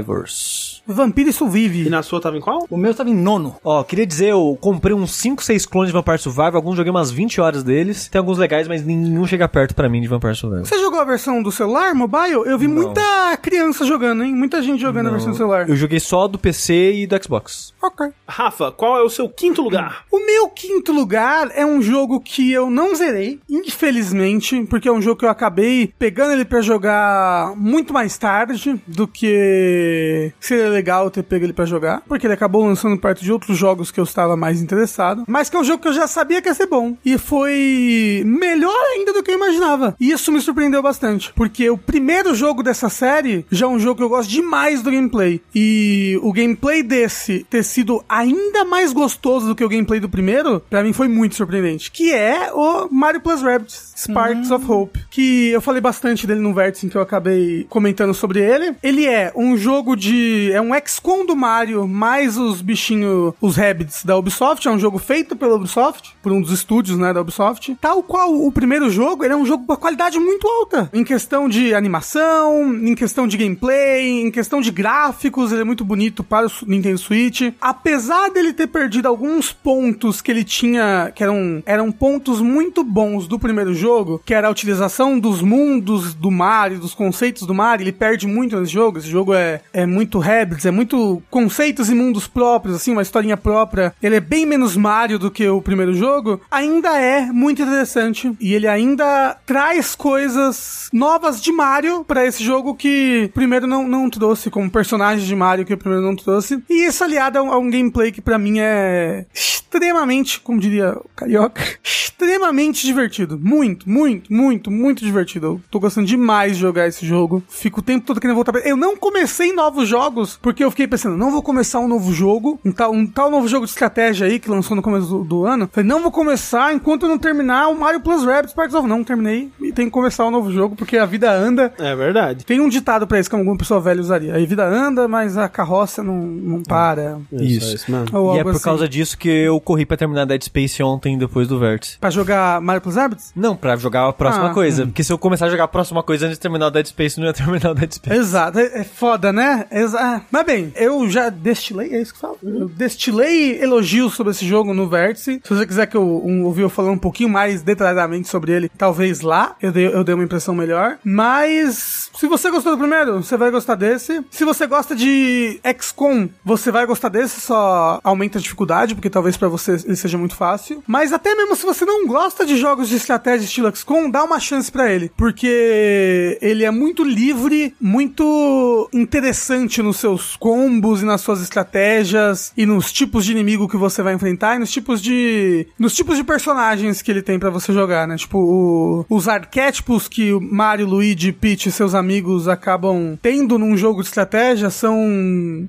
Speaker 4: Survivors.
Speaker 3: Vampiro isso
Speaker 1: E
Speaker 3: vive.
Speaker 1: na sua tava em qual?
Speaker 2: O meu tava em nono.
Speaker 4: Ó, queria dizer, eu comprei uns 5, 6 clones de Vampire Survivor, alguns joguei umas 20 horas deles. Tem alguns legais, mas nenhum chega perto pra mim de Vampire Survivor.
Speaker 3: Você jogou a versão do celular, mobile? Eu vi muita criança jogando, hein? Muita gente jogando a versão do um celular.
Speaker 4: Eu joguei só do PC e do Xbox.
Speaker 3: Ok.
Speaker 1: Rafa, qual é o seu quinto lugar?
Speaker 3: O meu quinto lugar é um jogo que eu não zerei, infelizmente, porque é um jogo que eu acabei pegando ele pra jogar muito mais tarde do que seria legal eu ter pego ele pra jogar, porque ele acabou lançando perto de outros jogos que eu estava mais interessado, mas que é um jogo que eu já sabia que ia ser bom e foi melhor ainda do que eu imaginava. E isso me surpreendeu bastante, porque o primeiro jogo dessa série já é um jogo que eu gosto demais do gameplay e o gameplay desse ter sido ainda mais gostoso do que o gameplay do primeiro primeiro, pra mim foi muito surpreendente, que é o Mario Plus Rabbids Sparks of Hope, que eu falei bastante dele no vértice em que eu acabei comentando sobre ele. Ele é um jogo de... é um ex-con do Mario, mais os bichinhos, os Rabbids da Ubisoft, é um jogo feito pela Ubisoft, por um dos estúdios, né, da Ubisoft. Tal qual o primeiro jogo, ele é um jogo com uma qualidade muito alta, em questão de animação, em questão de gameplay, em questão de gráficos, ele é muito bonito para o Su- Nintendo Switch. Apesar dele ter perdido alguns pontos que ele tinha, que eram, eram pontos muito bons do primeiro jogo, que era a utilização dos mundos do Mario, dos conceitos do Mario, ele perde muito nesse jogo. Esse jogo é, é muito Rabbids, é muito conceitos e mundos próprios, assim, uma historinha própria. Ele é bem menos Mario do que o primeiro jogo. Ainda é muito interessante e ele ainda traz coisas novas de Mario pra esse jogo que o primeiro não, não trouxe, como personagem de Mario que o primeiro não trouxe. E isso aliado a um, a um gameplay que pra mim é extremamente, como diria o Carioca, *laughs* extremamente divertido. Muito, muito, muito, muito divertido. Eu tô gostando demais de jogar esse jogo. Fico o tempo todo querendo voltar pra... Eu não comecei novos jogos porque eu fiquei pensando, não vou começar um novo jogo, um tal, um tal novo jogo de estratégia aí que lançou no começo do, do ano. Falei, não vou começar enquanto eu não terminar o Mario Plus Rabbids Parks of... Não, terminei e tem que começar um novo jogo porque a vida anda
Speaker 1: É verdade.
Speaker 3: tem um ditado pra isso que alguma pessoa velha usaria. A vida anda, mas a carroça não, não para.
Speaker 4: Isso.
Speaker 1: é isso mesmo.
Speaker 3: Ou
Speaker 4: Ah. E é
Speaker 3: algo
Speaker 4: por
Speaker 3: assim.
Speaker 4: causa disso que eu corri pra terminar Dead Space ontem, depois do Vértice.
Speaker 3: Pra jogar Mario Plus Rabbids?
Speaker 4: Não, pra jogar a próxima
Speaker 3: Ah.
Speaker 4: coisa. Porque se eu começar a jogar a próxima coisa antes de terminar o Dead Space, não ia terminar o Dead Space.
Speaker 3: Exato, é é foda, né? Exato. Mas bem, eu já destilei, é isso que fala? Eu destilei elogios sobre esse jogo no Vértice. Se você quiser que eu um, ouvi eu falar um pouquinho mais detalhadamente sobre ele, talvez lá eu dei, eu dei uma impressão melhor. Mas se você gostou do primeiro, você vai gostar desse. Se você gosta de XCOM, você vai gostar desse, só aumenta a dificuldade, porque talvez pra você ele seja muito fácil. Mas até mesmo se você não gosta de jogos de estratégia estilo XCOM, dá uma chance pra ele, porque ele é muito livre, muito interessante nos seus combos e nas suas estratégias e nos tipos de inimigo que você vai enfrentar e nos tipos de nos tipos de personagens que ele tem pra você jogar, né? Tipo, o- os arquétipos que o Mario, Luigi, Peach e seus amigos acabam tendo num jogo de estratégia são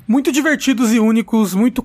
Speaker 3: muito divertidos e únicos, muito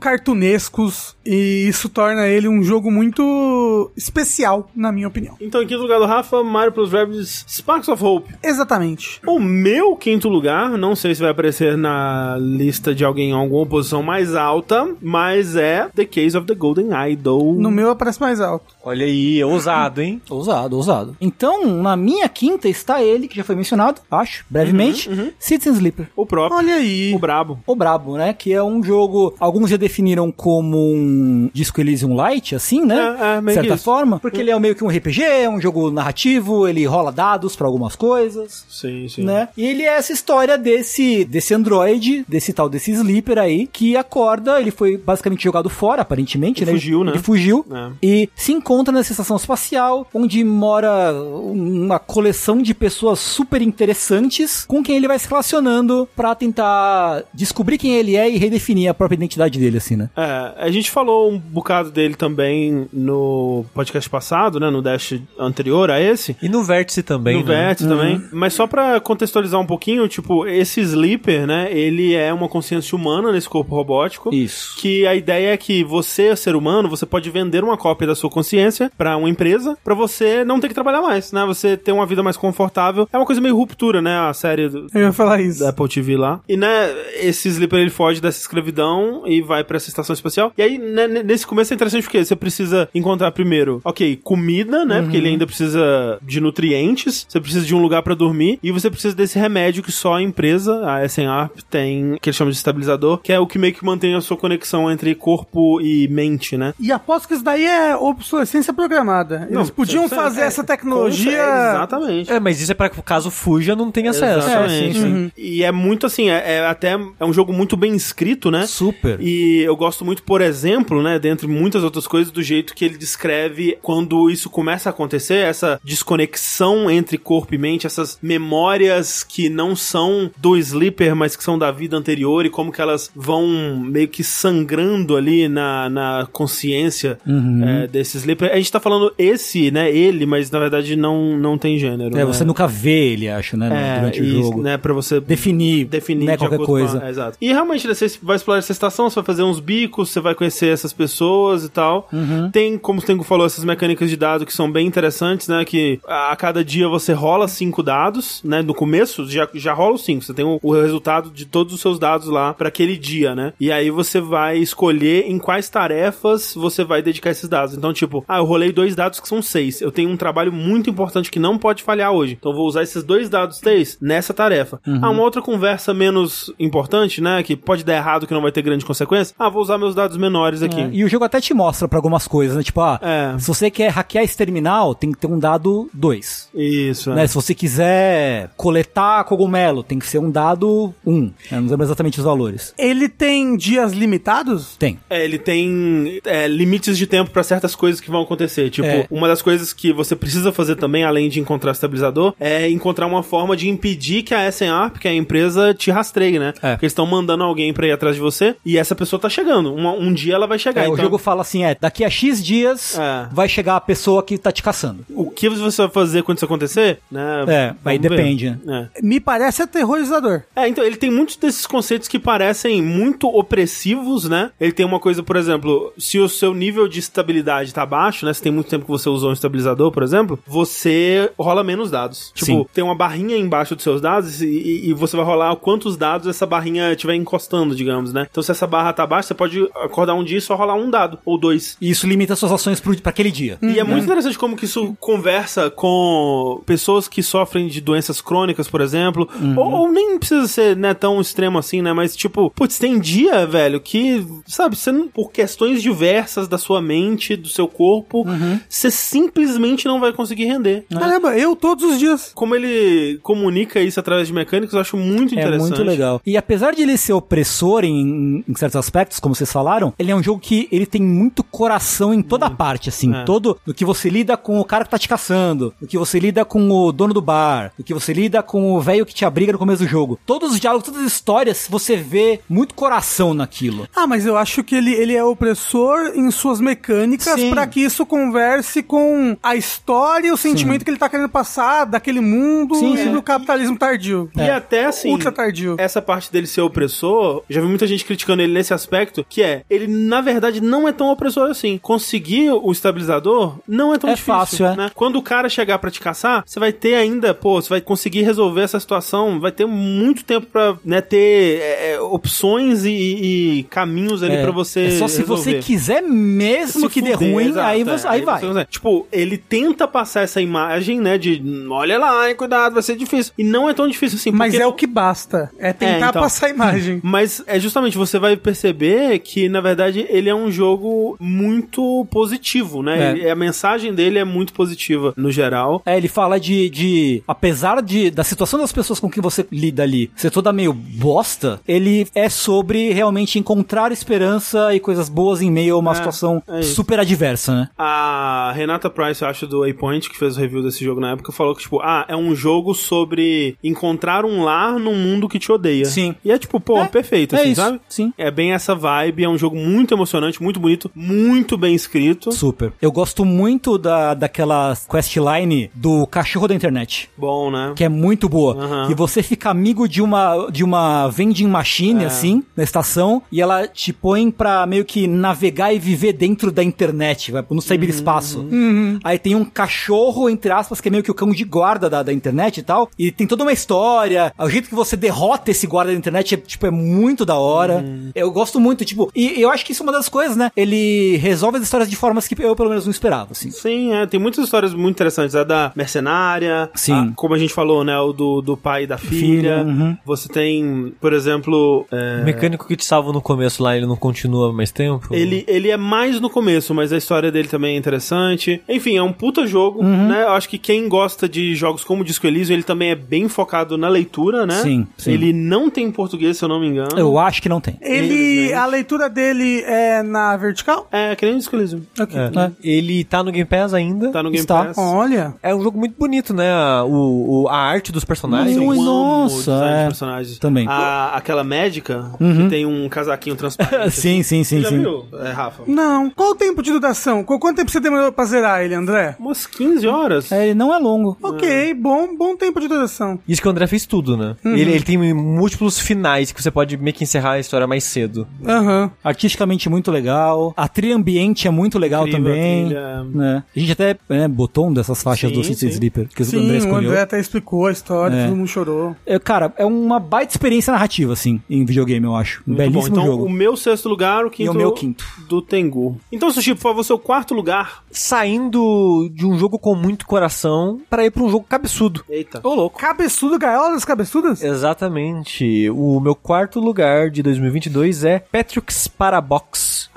Speaker 3: cartunescos e isso torna ele um jogo muito especial, na minha opinião.
Speaker 1: Então, em quinto lugar do Rafa, Mario Plus Rabbids Sparks of Hope.
Speaker 3: Exatamente.
Speaker 1: O meu quinto lugar, não sei se vai aparecer na lista de alguém em alguma posição mais alta, mas é The Case of the Golden Idol.
Speaker 3: No meu aparece mais alto.
Speaker 4: *laughs* Olha aí, é ousado, hein?
Speaker 2: Ousado, ousado. Então, na minha quinta está ele, que já foi mencionado, acho, brevemente,
Speaker 4: Uhum,
Speaker 2: Citizen Sleeper.
Speaker 1: O próprio,
Speaker 3: Olha aí.
Speaker 1: o brabo.
Speaker 2: O Brabo, né? Que é um jogo. Alguns já definiram como um Disco Elysium Light, assim, né?
Speaker 1: É, é, meio
Speaker 2: de certa
Speaker 1: que isso.
Speaker 2: forma. Porque ele é meio que um RPG, é um jogo narrativo, ele rola dados pra algumas coisas.
Speaker 1: Sim, sim.
Speaker 2: né? E ele é essa história desse desse android, desse tal desse sleeper aí que acorda, ele foi basicamente jogado fora aparentemente,
Speaker 1: Ele
Speaker 2: né?
Speaker 1: fugiu, né?
Speaker 2: Ele fugiu
Speaker 1: É.
Speaker 2: e se encontra nessa estação espacial onde mora uma coleção de pessoas super interessantes com quem ele vai se relacionando pra tentar descobrir quem ele é e redefinir a própria identidade dele assim, né?
Speaker 1: É, a gente falou um bocado dele também no podcast passado, né? No Dash anterior a esse.
Speaker 4: E no Vértice também,
Speaker 1: No
Speaker 4: né?
Speaker 1: Vértice
Speaker 3: Uhum.
Speaker 1: também. Mas só pra contextualizar um pouquinho, tipo, esse Sleeper, né? Ele é uma consciência humana nesse corpo robótico.
Speaker 2: Isso.
Speaker 1: Que a ideia é que você, ser humano, você pode vender uma cópia da sua consciência pra uma empresa, pra você não ter que trabalhar mais, né? Você ter uma vida mais confortável. É uma coisa meio ruptura, né? A série do-
Speaker 3: Eu ia falar isso.
Speaker 1: da Apple TV lá. E, né, esse Slipper ele foge dessa escravidão e vai pra essa estação espacial. E aí, né, n- nesse começo é interessante porque você precisa encontrar primeiro, ok, comida, né, porque
Speaker 2: Uhum.
Speaker 1: ele ainda precisa de nutrientes, você precisa de um lugar pra dormir e você precisa desse remédio que só a empresa, a SNARP, tem, que eles chamam de estabilizador, que é o que meio que mantém a sua conexão entre corpo e mente, né?
Speaker 3: E aposto que isso daí é obsolescência programada. Eles
Speaker 1: Não,
Speaker 3: podiam
Speaker 1: você-
Speaker 3: fazer
Speaker 1: é,
Speaker 3: essa tecnologia.
Speaker 1: É, exatamente.
Speaker 4: É, mas isso é pra que caso fuja, não tenha acesso.
Speaker 1: Exatamente.
Speaker 2: É, sim, sim.
Speaker 4: Uhum.
Speaker 1: E é muito assim, é, é até é um jogo muito bem escrito, né?
Speaker 4: Super.
Speaker 1: E eu gosto muito, por exemplo, né, dentre muitas outras coisas, do jeito que ele descreve quando isso começa a acontecer, essa desconexão entre corpo e mente, essas memórias que não são do Sleeper, mas que são da vida anterior e como que elas vão meio que sangrando ali na, na consciência
Speaker 2: Uhum.
Speaker 1: é, desse Sleeper. A gente tá falando esse, né, ele, mas na verdade não, não tem gênero.
Speaker 2: É,
Speaker 1: né?
Speaker 2: você nunca vê ele, acho, né,
Speaker 1: É, e,
Speaker 2: durante o jogo.
Speaker 1: Né, pra você
Speaker 2: Definir,
Speaker 1: definir
Speaker 2: né,
Speaker 1: de
Speaker 2: qualquer
Speaker 1: acordo com a-
Speaker 2: coisa.
Speaker 1: é, exato. E realmente, né, você vai explorar essa estação, você vai fazer uns bicos, você vai conhecer essas pessoas e tal. tal.
Speaker 2: Uhum.
Speaker 1: Tem, como o Tengu falou, essas mecânicas de dado que são bem interessantes, né? Que a a cada dia você rola cinco dados, né? No começo já, já rola os cinco. Você tem o, o resultado de todos os seus dados lá para aquele dia, né? E aí você vai escolher em quais tarefas você vai dedicar esses dados. Então, tipo, ah, eu rolei dois dados que são seis. Eu tenho um trabalho muito importante que não pode falhar hoje. Então, eu vou usar esses dois dados seis nessa tarefa. Ah, uma outra conversa menos importante, né? Que pode dar errado, que não vai ter grande consequência. Ah, vou usar meus dados menores aqui.
Speaker 2: E o jogo até te mostra pra algumas coisas, né? Tipo, ah,
Speaker 1: É.
Speaker 2: se você quer hackear esse terminal, tem que ter um dado 2.
Speaker 1: Isso, é.
Speaker 2: Né? Se você quiser coletar cogumelo, tem que ser um dado 1. Um, né? Não lembro exatamente os valores.
Speaker 3: Ele tem dias limitados?
Speaker 2: Tem.
Speaker 1: É, ele tem é, limites de tempo pra certas coisas que vão acontecer. Tipo,
Speaker 2: É.
Speaker 1: uma das coisas que você precisa fazer também, além de encontrar estabilizador, é encontrar uma forma de impedir que a SNARP, que é a empresa, te rastreie, né?
Speaker 2: É.
Speaker 1: Porque eles estão mandando alguém pra ir atrás de você e essa pessoa tá chegando. Uma- um dia ela vai chegar.
Speaker 2: É, O
Speaker 1: então,
Speaker 2: jogo fala assim: é, daqui a X dias
Speaker 1: É.
Speaker 2: vai chegar a pessoa que tá te caçando.
Speaker 1: o que você vai fazer quando isso acontecer, né?
Speaker 2: É, aí
Speaker 1: vamos ver.
Speaker 2: depende, né?
Speaker 1: É.
Speaker 3: Me parece aterrorizador.
Speaker 1: É, então ele tem muitos desses conceitos que parecem muito opressivos, né? Ele tem uma coisa, por exemplo, se o seu nível de estabilidade tá baixo, né? Se tem muito tempo que você usou um estabilizador, por exemplo, você rola menos dados. Tipo,
Speaker 2: Sim.
Speaker 1: tem uma barrinha embaixo dos seus dados e- e, e você vai rolar quantos dados essa barrinha estiver encostando, digamos, né? Então se essa barra tá baixa, você pode acordar um dia e só rolar um dado, ou dois.
Speaker 2: E isso limita suas ações pro- pra aquele dia.
Speaker 1: E é muito interessante como que isso conversa com pessoas que sofrem de doenças crônicas, por exemplo. Ou, ou nem precisa ser né, tão extremo assim, né? Mas, tipo, putz, tem dia, velho, que, sabe, você não- por questões diversas da sua mente, do seu corpo, você simplesmente não vai conseguir render.
Speaker 3: Caramba, eu todos os dias.
Speaker 1: Como ele comunica isso através de mecânicas, eu acho muito
Speaker 2: É
Speaker 1: interessante.
Speaker 2: muito legal. E apesar de ele ser opressor em, em certos aspectos, como vocês falaram, ele é um jogo que ele tem muito coração em toda parte, assim.
Speaker 1: É.
Speaker 2: Todo no que você lida com o cara que tá te caçando, no que você lida com o dono do bar, no que você lida com o velho que te abriga no começo do jogo. Todos os diálogos, todas as histórias, você vê muito coração naquilo.
Speaker 3: Ah, mas eu acho que ele, ele é opressor em suas mecânicas
Speaker 2: Sim.
Speaker 3: pra que isso converse com a história e o sentimento que ele tá querendo passar daquele mundo
Speaker 2: Sim,
Speaker 3: e
Speaker 2: sim.
Speaker 3: do capitalismo tardio.
Speaker 1: E até assim.
Speaker 3: Ultra tardio.
Speaker 1: Essa parte dele ser opressor, já vi muita gente criticando ele nesse aspecto, que é, ele na verdade não é tão opressor assim. Conseguir o estabilizador não é tão
Speaker 2: É
Speaker 1: difícil.
Speaker 2: fácil, é.
Speaker 1: né? Quando o cara chegar pra te caçar, você vai ter ainda, pô, você vai conseguir resolver essa situação, vai ter muito tempo pra, né, ter é, é, opções e, e caminhos ali
Speaker 2: É.
Speaker 1: pra você
Speaker 2: É só se você
Speaker 1: resolver.
Speaker 2: quiser mesmo
Speaker 1: Se
Speaker 2: que dê
Speaker 1: fuder,
Speaker 2: ruim,
Speaker 1: exato,
Speaker 2: aí,
Speaker 1: é.
Speaker 2: você, aí, vai.
Speaker 1: você consegue. Tipo, ele tenta passar essa imagem, né, de "Hum, olha lá, hein, cuidado, vai ser difícil. E não é tão difícil assim.
Speaker 3: Mas
Speaker 1: porque-
Speaker 3: é o que basta. É tentar
Speaker 1: É, então.
Speaker 3: passar a imagem.
Speaker 1: Mas é justamente, você vai perceber que, na verdade, ele é um jogo muito positivo, né?
Speaker 2: É.
Speaker 1: Ele- a mensagem dele é muito positiva, no geral.
Speaker 2: É, ele fala de, de apesar de da situação das pessoas com quem você lida ali ser toda meio bosta, ele é sobre realmente encontrar esperança e coisas boas em meio a uma
Speaker 1: É,
Speaker 2: situação
Speaker 1: é isso.
Speaker 2: super adversa, né?
Speaker 1: A Renata Price, eu acho, do Waypoint, que fez o review desse jogo na época, falou que, tipo, ah, é um jogo sobre encontrar um lar num mundo que te odeia.
Speaker 2: Sim.
Speaker 1: E é tipo, pô,
Speaker 2: É,
Speaker 1: perfeito,
Speaker 2: é
Speaker 1: assim,
Speaker 2: isso,
Speaker 1: sabe?
Speaker 2: sim.
Speaker 1: É bem essa vibe, é um jogo muito emocionante, muito bonito, muito bem escrito.
Speaker 2: Super. Eu gosto muito da, daquela questline do cachorro da internet.
Speaker 1: Bom, né?
Speaker 2: Que é muito boa.
Speaker 1: Aham.
Speaker 2: E você fica amigo de uma, de uma vending machine,
Speaker 1: É.
Speaker 2: assim, na estação, e ela te põe pra meio que navegar e viver dentro da internet, vai no cyberespaço.
Speaker 1: Uhum.
Speaker 2: Aí tem um cachorro, entre aspas, que é meio que o cão de guarda da, da internet e tal. E tem toda uma história. O jeito que você derrota esse guarda da internet é, tipo, é muito da hora.
Speaker 1: Uhum.
Speaker 2: Eu gosto muito, tipo, e eu acho que isso é uma das coisas, né? Ele resolve as histórias de formas que eu, pelo menos, não esperava, assim.
Speaker 1: Sim, é, tem muitas histórias muito interessantes. A da mercenária,
Speaker 2: Sim.
Speaker 1: a- como a gente falou, né? O do, do pai e da filha.
Speaker 2: Filha, uhum.
Speaker 1: Você tem, por exemplo. é,
Speaker 4: O mecânico que te salva no começo lá, ele não continua mais tempo?
Speaker 1: ele, ele é mais no começo, mas a história dele também é interessante. Enfim, é um puta jogo,
Speaker 2: Uhum.
Speaker 1: né? Eu acho que quem gosta de jogos como Disco Elysium, ele também é bem focado na leitura, né?
Speaker 2: Sim, sim.
Speaker 1: Ele não tem português, se eu não me engano.
Speaker 2: Eu acho que não tem.
Speaker 3: Ele. A leitura dele é na vertical?
Speaker 1: É, que nem Disco Elysium.
Speaker 4: É.
Speaker 2: né?
Speaker 4: Ele tá no Game Pass ainda.
Speaker 1: Tá no Game
Speaker 2: Está.
Speaker 1: Pass.
Speaker 3: Olha.
Speaker 4: É um jogo muito bonito, né? A- O, o- a arte dos personagens.
Speaker 1: Ah, Eu
Speaker 2: Ui,
Speaker 1: amo
Speaker 2: nossa,
Speaker 1: o design
Speaker 2: é.
Speaker 1: de personagens.
Speaker 2: Também. Uhum.
Speaker 1: A- aquela médica que tem um casaquinho transparente.
Speaker 2: Sim, sim, sim,
Speaker 1: Já
Speaker 2: sim.
Speaker 1: viu, é, Rafa?
Speaker 3: Não. Qual o tempo de duração? Qu- Quanto tempo você demorou pra zerar ele, André?
Speaker 1: Umas 15 horas?
Speaker 2: É, ele não é longo.
Speaker 3: Ok, bom, bom tempo de duração.
Speaker 4: Isso que o André fez tudo, né?
Speaker 1: Uhum.
Speaker 4: Ele, ele tem múltiplos finais que você pode meio que encerrar a história mais cedo.
Speaker 3: Aham.
Speaker 2: Artisticamente muito legal. A trilha ambiente é muito legal
Speaker 1: Incrível,
Speaker 2: também.
Speaker 1: trilha.
Speaker 2: né? A gente até né, botou um dessas faixas
Speaker 1: Sim,
Speaker 2: do City
Speaker 1: sim.
Speaker 2: Sleeper que o André
Speaker 3: Sim, o
Speaker 2: escolheu.
Speaker 3: André até explicou a história,
Speaker 2: É.
Speaker 3: todo mundo chorou.
Speaker 2: É, cara, é uma baita experiência narrativa, assim, em videogame, eu acho. Um
Speaker 1: Muito
Speaker 2: belíssimo
Speaker 1: bom. Então,
Speaker 2: jogo.
Speaker 1: o meu sexto lugar, o quinto,
Speaker 2: E o meu quinto.
Speaker 1: do Tengu. Então, Sushi, por favor, seu quarto lugar.
Speaker 4: Saindo de um jogo com muito coração pra ir pra um jogo cabeçudo.
Speaker 1: Eita.
Speaker 4: Ô, louco.
Speaker 3: Cabeçudo, gaiola das cabeçudas?
Speaker 4: É. Exatamente. O meu quarto lugar de 2022 é Patrick's Parabox.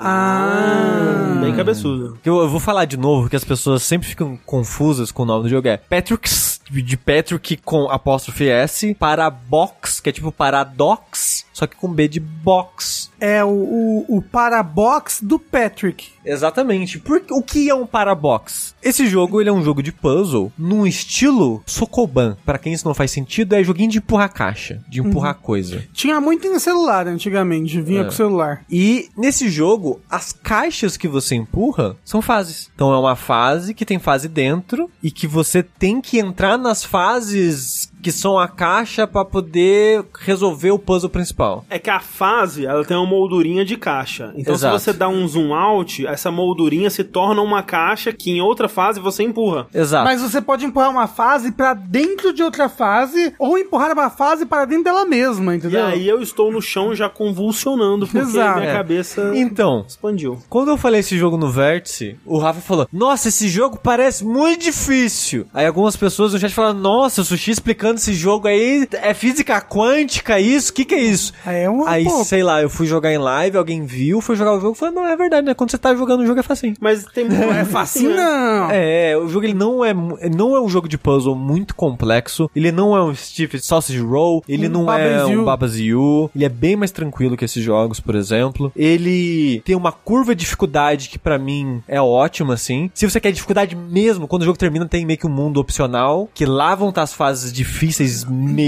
Speaker 3: Ah.
Speaker 1: Bem cabeçudo.
Speaker 4: Que Eu, eu vou falar de novo, que as pessoas sempre ficam confusas com o nome do jogo. É Patrick's, de Patrick com apóstrofe S, Parabox, que é tipo Paradox, só que com B de box.
Speaker 3: É o, o, o parabox do Patrick.
Speaker 4: Exatamente. Por, o que é um Parabox? Esse jogo, ele é um jogo de puzzle num estilo Sokoban. Pra quem isso não faz sentido, é joguinho de empurrar caixa, de empurrar
Speaker 3: Uhum.
Speaker 4: coisa.
Speaker 3: Tinha muito em celular antigamente, vinha
Speaker 4: É.
Speaker 3: com celular.
Speaker 4: E nesse jogo, as caixas que você empurra são fases. Então é uma fase que tem fase dentro e que você tem que entrar nas fases que são a caixa pra poder resolver o puzzle principal.
Speaker 1: É que a fase, ela tem uma moldurinha de caixa. Então,
Speaker 4: Exato.
Speaker 1: se você dá um zoom out, essa moldurinha se torna uma caixa que em outra fase você empurra.
Speaker 4: Exato.
Speaker 3: Mas você pode empurrar uma fase pra dentro de outra fase, ou empurrar uma fase para dentro dela mesma,
Speaker 1: E
Speaker 3: entendeu?
Speaker 1: aí eu estou no chão já convulsionando, porque
Speaker 3: Exato.
Speaker 1: minha
Speaker 4: É.
Speaker 1: cabeça
Speaker 4: Então,
Speaker 1: expandiu.
Speaker 4: quando eu falei esse jogo no Vértice, o Rafa falou: Nossa, esse jogo parece muito difícil. Aí algumas pessoas no chat falaram: Nossa, o Sushi explicando esse jogo aí é física quântica, isso? O que, que é isso?
Speaker 3: É um
Speaker 4: Aí,
Speaker 3: pouco.
Speaker 4: sei lá, eu fui jogar em live, alguém viu, foi jogar o jogo e falou, não, é verdade, né? Quando você tá jogando o jogo é facinho.
Speaker 1: Mas
Speaker 2: *laughs*
Speaker 1: tem muito. É
Speaker 3: Assim não.
Speaker 4: É, o jogo ele não é mu- não é um jogo de puzzle muito complexo, ele não é um Steve Sausage Roll, ele
Speaker 3: Um
Speaker 4: não é
Speaker 3: Babas You.
Speaker 4: um Babas You, ele é bem mais tranquilo que esses jogos, por exemplo. Ele tem uma curva de dificuldade que pra mim é ótima, assim. Se você quer dificuldade mesmo, quando o jogo termina tem meio que um mundo opcional, que lá vão estar as fases difíceis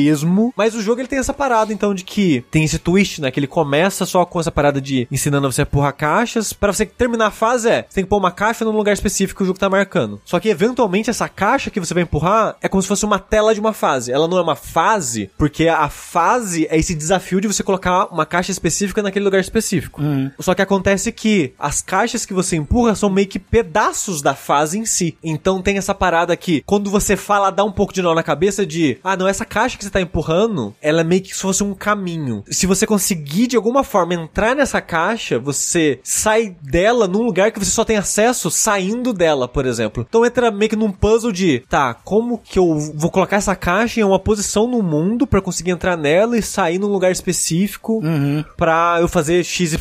Speaker 4: mesmo, mas o jogo ele tem essa parada então de que tem esse twist, né, que ele começa só com essa parada de ensinando você a empurrar caixas, pra você terminar a fase é, você tem que pôr uma caixa num lugar específico que o jogo tá marcando. Só que eventualmente essa caixa que você vai empurrar é como se fosse uma tela de uma fase. Ela não é uma fase, porque a fase é esse desafio de você colocar uma caixa específica naquele lugar específico. Só que acontece que as caixas que você empurra são meio que pedaços da fase em si. Então tem essa parada que quando você fala dá um pouco de nó na cabeça de, ah, não, essa caixa que você tá empurrando, ela é meio que se fosse um caminho. Se você conseguir de alguma forma entrar nessa caixa, você sai dela num lugar que você só tem acesso saindo dela, por exemplo. Então entra meio que num puzzle de, tá, como que eu vou colocar essa caixa em uma posição no mundo pra eu conseguir entrar nela e sair num lugar específico pra eu fazer XYZ.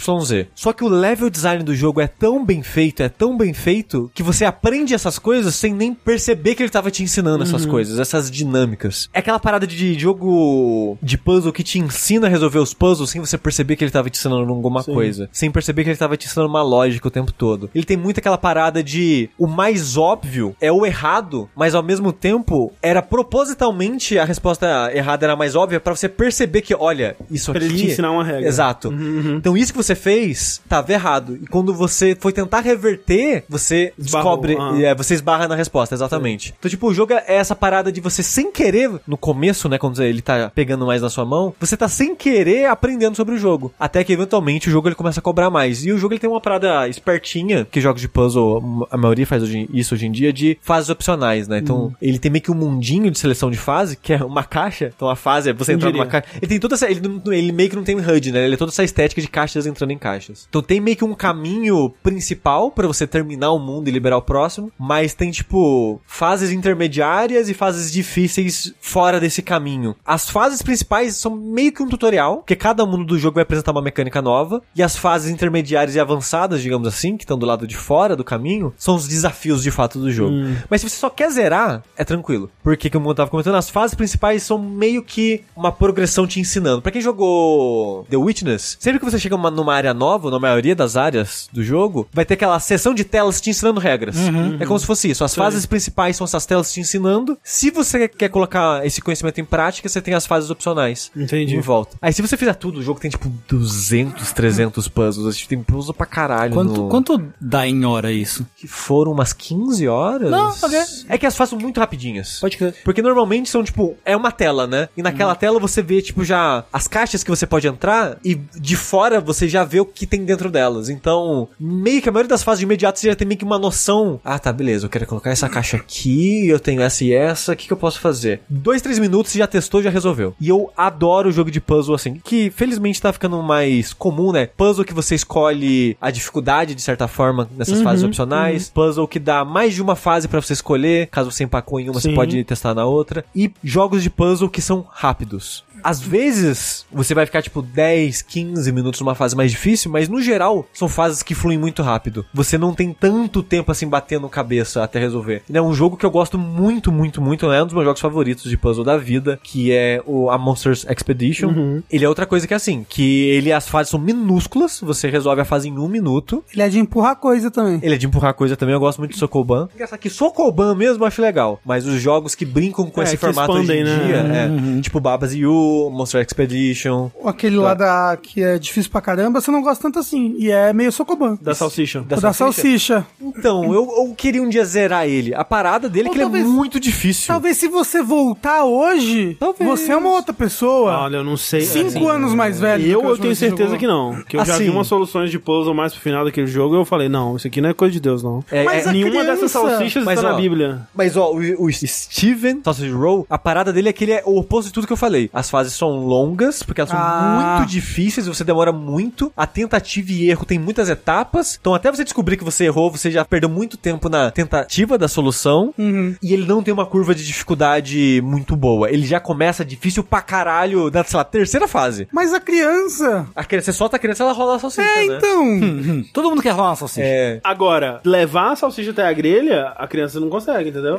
Speaker 4: Só que o level design do jogo é tão bem feito, é tão bem feito, que você aprende essas coisas sem nem perceber que ele tava te ensinando
Speaker 1: Uhum.
Speaker 4: essas coisas, essas dinâmicas. É aquela parada de jogo de puzzle que te ensina a resolver os puzzles sem você perceber que ele tava te ensinando alguma coisa. Sem perceber que ele tava te ensinando uma lógica o tempo todo. Ele tem muito aquela parada de o mais óbvio é o errado, mas ao mesmo tempo era propositalmente a resposta errada era a mais óbvia pra você perceber que, olha, isso
Speaker 1: Pra
Speaker 4: aqui.
Speaker 1: ele te ensinar uma regra.
Speaker 4: Exato. Então isso que você fez tava errado. E quando você foi tentar reverter, você
Speaker 1: Esbarrou,
Speaker 4: descobre.
Speaker 1: ah.
Speaker 4: e, é, você esbarra na resposta, exatamente. Então, tipo, o jogo é essa parada de você sem querer, no começo, né? Quando ele tá pegando mais na sua mão, você tá sem querer aprendendo sobre o jogo. Até que eventualmente o jogo ele começa a cobrar mais. E o jogo ele tem uma parada espertinha, que jogos de puzzle, a maioria faz hoje- isso hoje em dia, de fases opcionais, né? Então, ele tem meio que um mundinho de seleção de fase, que é uma caixa. Então a fase é você
Speaker 1: Não
Speaker 4: entrar numa
Speaker 1: diria.
Speaker 4: caixa. Ele tem toda essa. Ele, não- ele meio que não tem HUD, né? Ele é toda essa estética de caixas entrando em caixas. Então tem meio que um caminho principal pra você terminar o mundo e liberar o próximo. Mas tem, tipo, fases intermediárias e fases difíceis fora desse caminho. As fases principais são meio que um tutorial, porque cada mundo do jogo vai apresentar uma mecânica nova. E as fases intermediárias e avançadas, digamos assim, que estão do lado de fora do caminho, são os desafios de fato do jogo. Mas se você só quer zerar, é tranquilo. Porque, como eu tava comentando, as fases principais são meio que uma progressão te ensinando. Pra quem jogou The Witness, sempre que você chega numa- numa área nova, na maioria das áreas do jogo, vai ter aquela seção de telas te
Speaker 2: Uhum.
Speaker 4: ensinando regras. É como se fosse isso. As fases principais são essas telas te ensinando. Se você quer colocar colocar esse conhecimento em prática, você tem as fases opcionais.
Speaker 1: Entendi.
Speaker 4: Em volta. Aí se você fizer tudo, o jogo tem tipo 200, 300 puzzles. Assim, tem puzzle pra caralho.
Speaker 2: Quanto,
Speaker 4: no-
Speaker 2: quanto dá em hora isso?
Speaker 4: Que foram umas 15 horas?
Speaker 2: Não, ok.
Speaker 4: É que as fases são muito rapidinhas.
Speaker 2: Pode crer. Uhum.
Speaker 4: Porque normalmente são, tipo, é uma tela, né? E naquela tela você vê, tipo, já as caixas que você pode entrar e de fora você já vê o que tem dentro delas. Então, meio que a maioria das fases de imediato você já tem meio que uma noção. Ah, tá, beleza, eu quero colocar essa caixa aqui, eu tenho essa e essa, o que, que eu posso fazer? Dois, três minutos, você já testou, já resolveu. E eu adoro o jogo de puzzle, assim, que felizmente tá ficando mais comum, né? Puzzle que você escolhe a dificuldade, de certa forma, nessas fases opcionais. Puzzle que dá mais de uma fase pra você escolher, caso você empacou em uma, você
Speaker 1: Sim.
Speaker 4: pode e testar na outra. E jogos de puzzle que são rápidos. Às vezes, você vai ficar tipo 10, 15 minutos numa fase mais difícil, mas no geral, são fases que fluem muito rápido. Você não tem tanto tempo assim batendo cabeça até resolver. Ele É um jogo que eu gosto muito, muito, muito. né? É um dos meus jogos favoritos de puzzle da vida, que é o a Monsters Expedition. Ele é outra coisa que é assim, que ele as fases são minúsculas, você resolve a fase em um minuto.
Speaker 3: Ele é de empurrar coisa também.
Speaker 4: Ele é de empurrar coisa também, eu gosto muito de Sokoban. Engraçado que Sokoban mesmo eu acho legal, mas os jogos que brincam com
Speaker 1: É,
Speaker 4: esse
Speaker 1: que
Speaker 4: formato
Speaker 1: expandem,
Speaker 4: hoje em
Speaker 1: né?
Speaker 4: dia, é, tipo Babas You, Monster Expedition.
Speaker 3: Aquele lá da, que é difícil pra caramba, você não gosta tanto assim. E é meio socoban.
Speaker 1: Da salsicha.
Speaker 3: O da salsicha.
Speaker 4: Então, eu, eu queria um dia zerar ele. A parada dele é
Speaker 3: Ou
Speaker 4: que ele
Speaker 3: talvez-
Speaker 4: é muito difícil.
Speaker 3: Talvez se você voltar hoje,
Speaker 4: Talvez.
Speaker 3: você é uma outra pessoa.
Speaker 1: Olha, eu não sei.
Speaker 3: Cinco
Speaker 1: assim,
Speaker 3: anos mais velho.
Speaker 1: Ah, Eu, eu tenho certeza que não. Que eu já
Speaker 4: Assim.
Speaker 1: vi umas soluções de puzzle mais pro final daquele jogo e eu falei, não, isso aqui não é coisa de Deus, não.
Speaker 4: É,
Speaker 3: Mas
Speaker 4: é-
Speaker 3: a
Speaker 1: Nenhuma dessas
Speaker 3: criança-
Speaker 1: salsichas
Speaker 4: Mas,
Speaker 1: está
Speaker 4: ó,
Speaker 1: na Bíblia.
Speaker 4: Mas ó, o, o Steven Sausage Roll, a parada dele é que ele é o oposto de tudo que eu falei. As fases são longas, porque elas são
Speaker 3: Ah.
Speaker 4: muito difíceis, você demora muito. A tentativa e erro tem muitas etapas. Então até você descobrir que você errou, você já perdeu muito tempo na tentativa da solução. E ele não tem uma curva de dificuldade muito boa. Ele já começa difícil pra caralho na, sei lá, terceira fase.
Speaker 3: Mas a criança.
Speaker 4: A criança, você solta a criança, ela rola a salsicha,
Speaker 3: É,
Speaker 4: né?
Speaker 3: então.
Speaker 1: um-
Speaker 2: Todo mundo quer rolar uma salsicha.
Speaker 4: É.
Speaker 1: Agora, levar a salsicha até a grelha, a criança não consegue,
Speaker 3: *laughs*
Speaker 1: entendeu?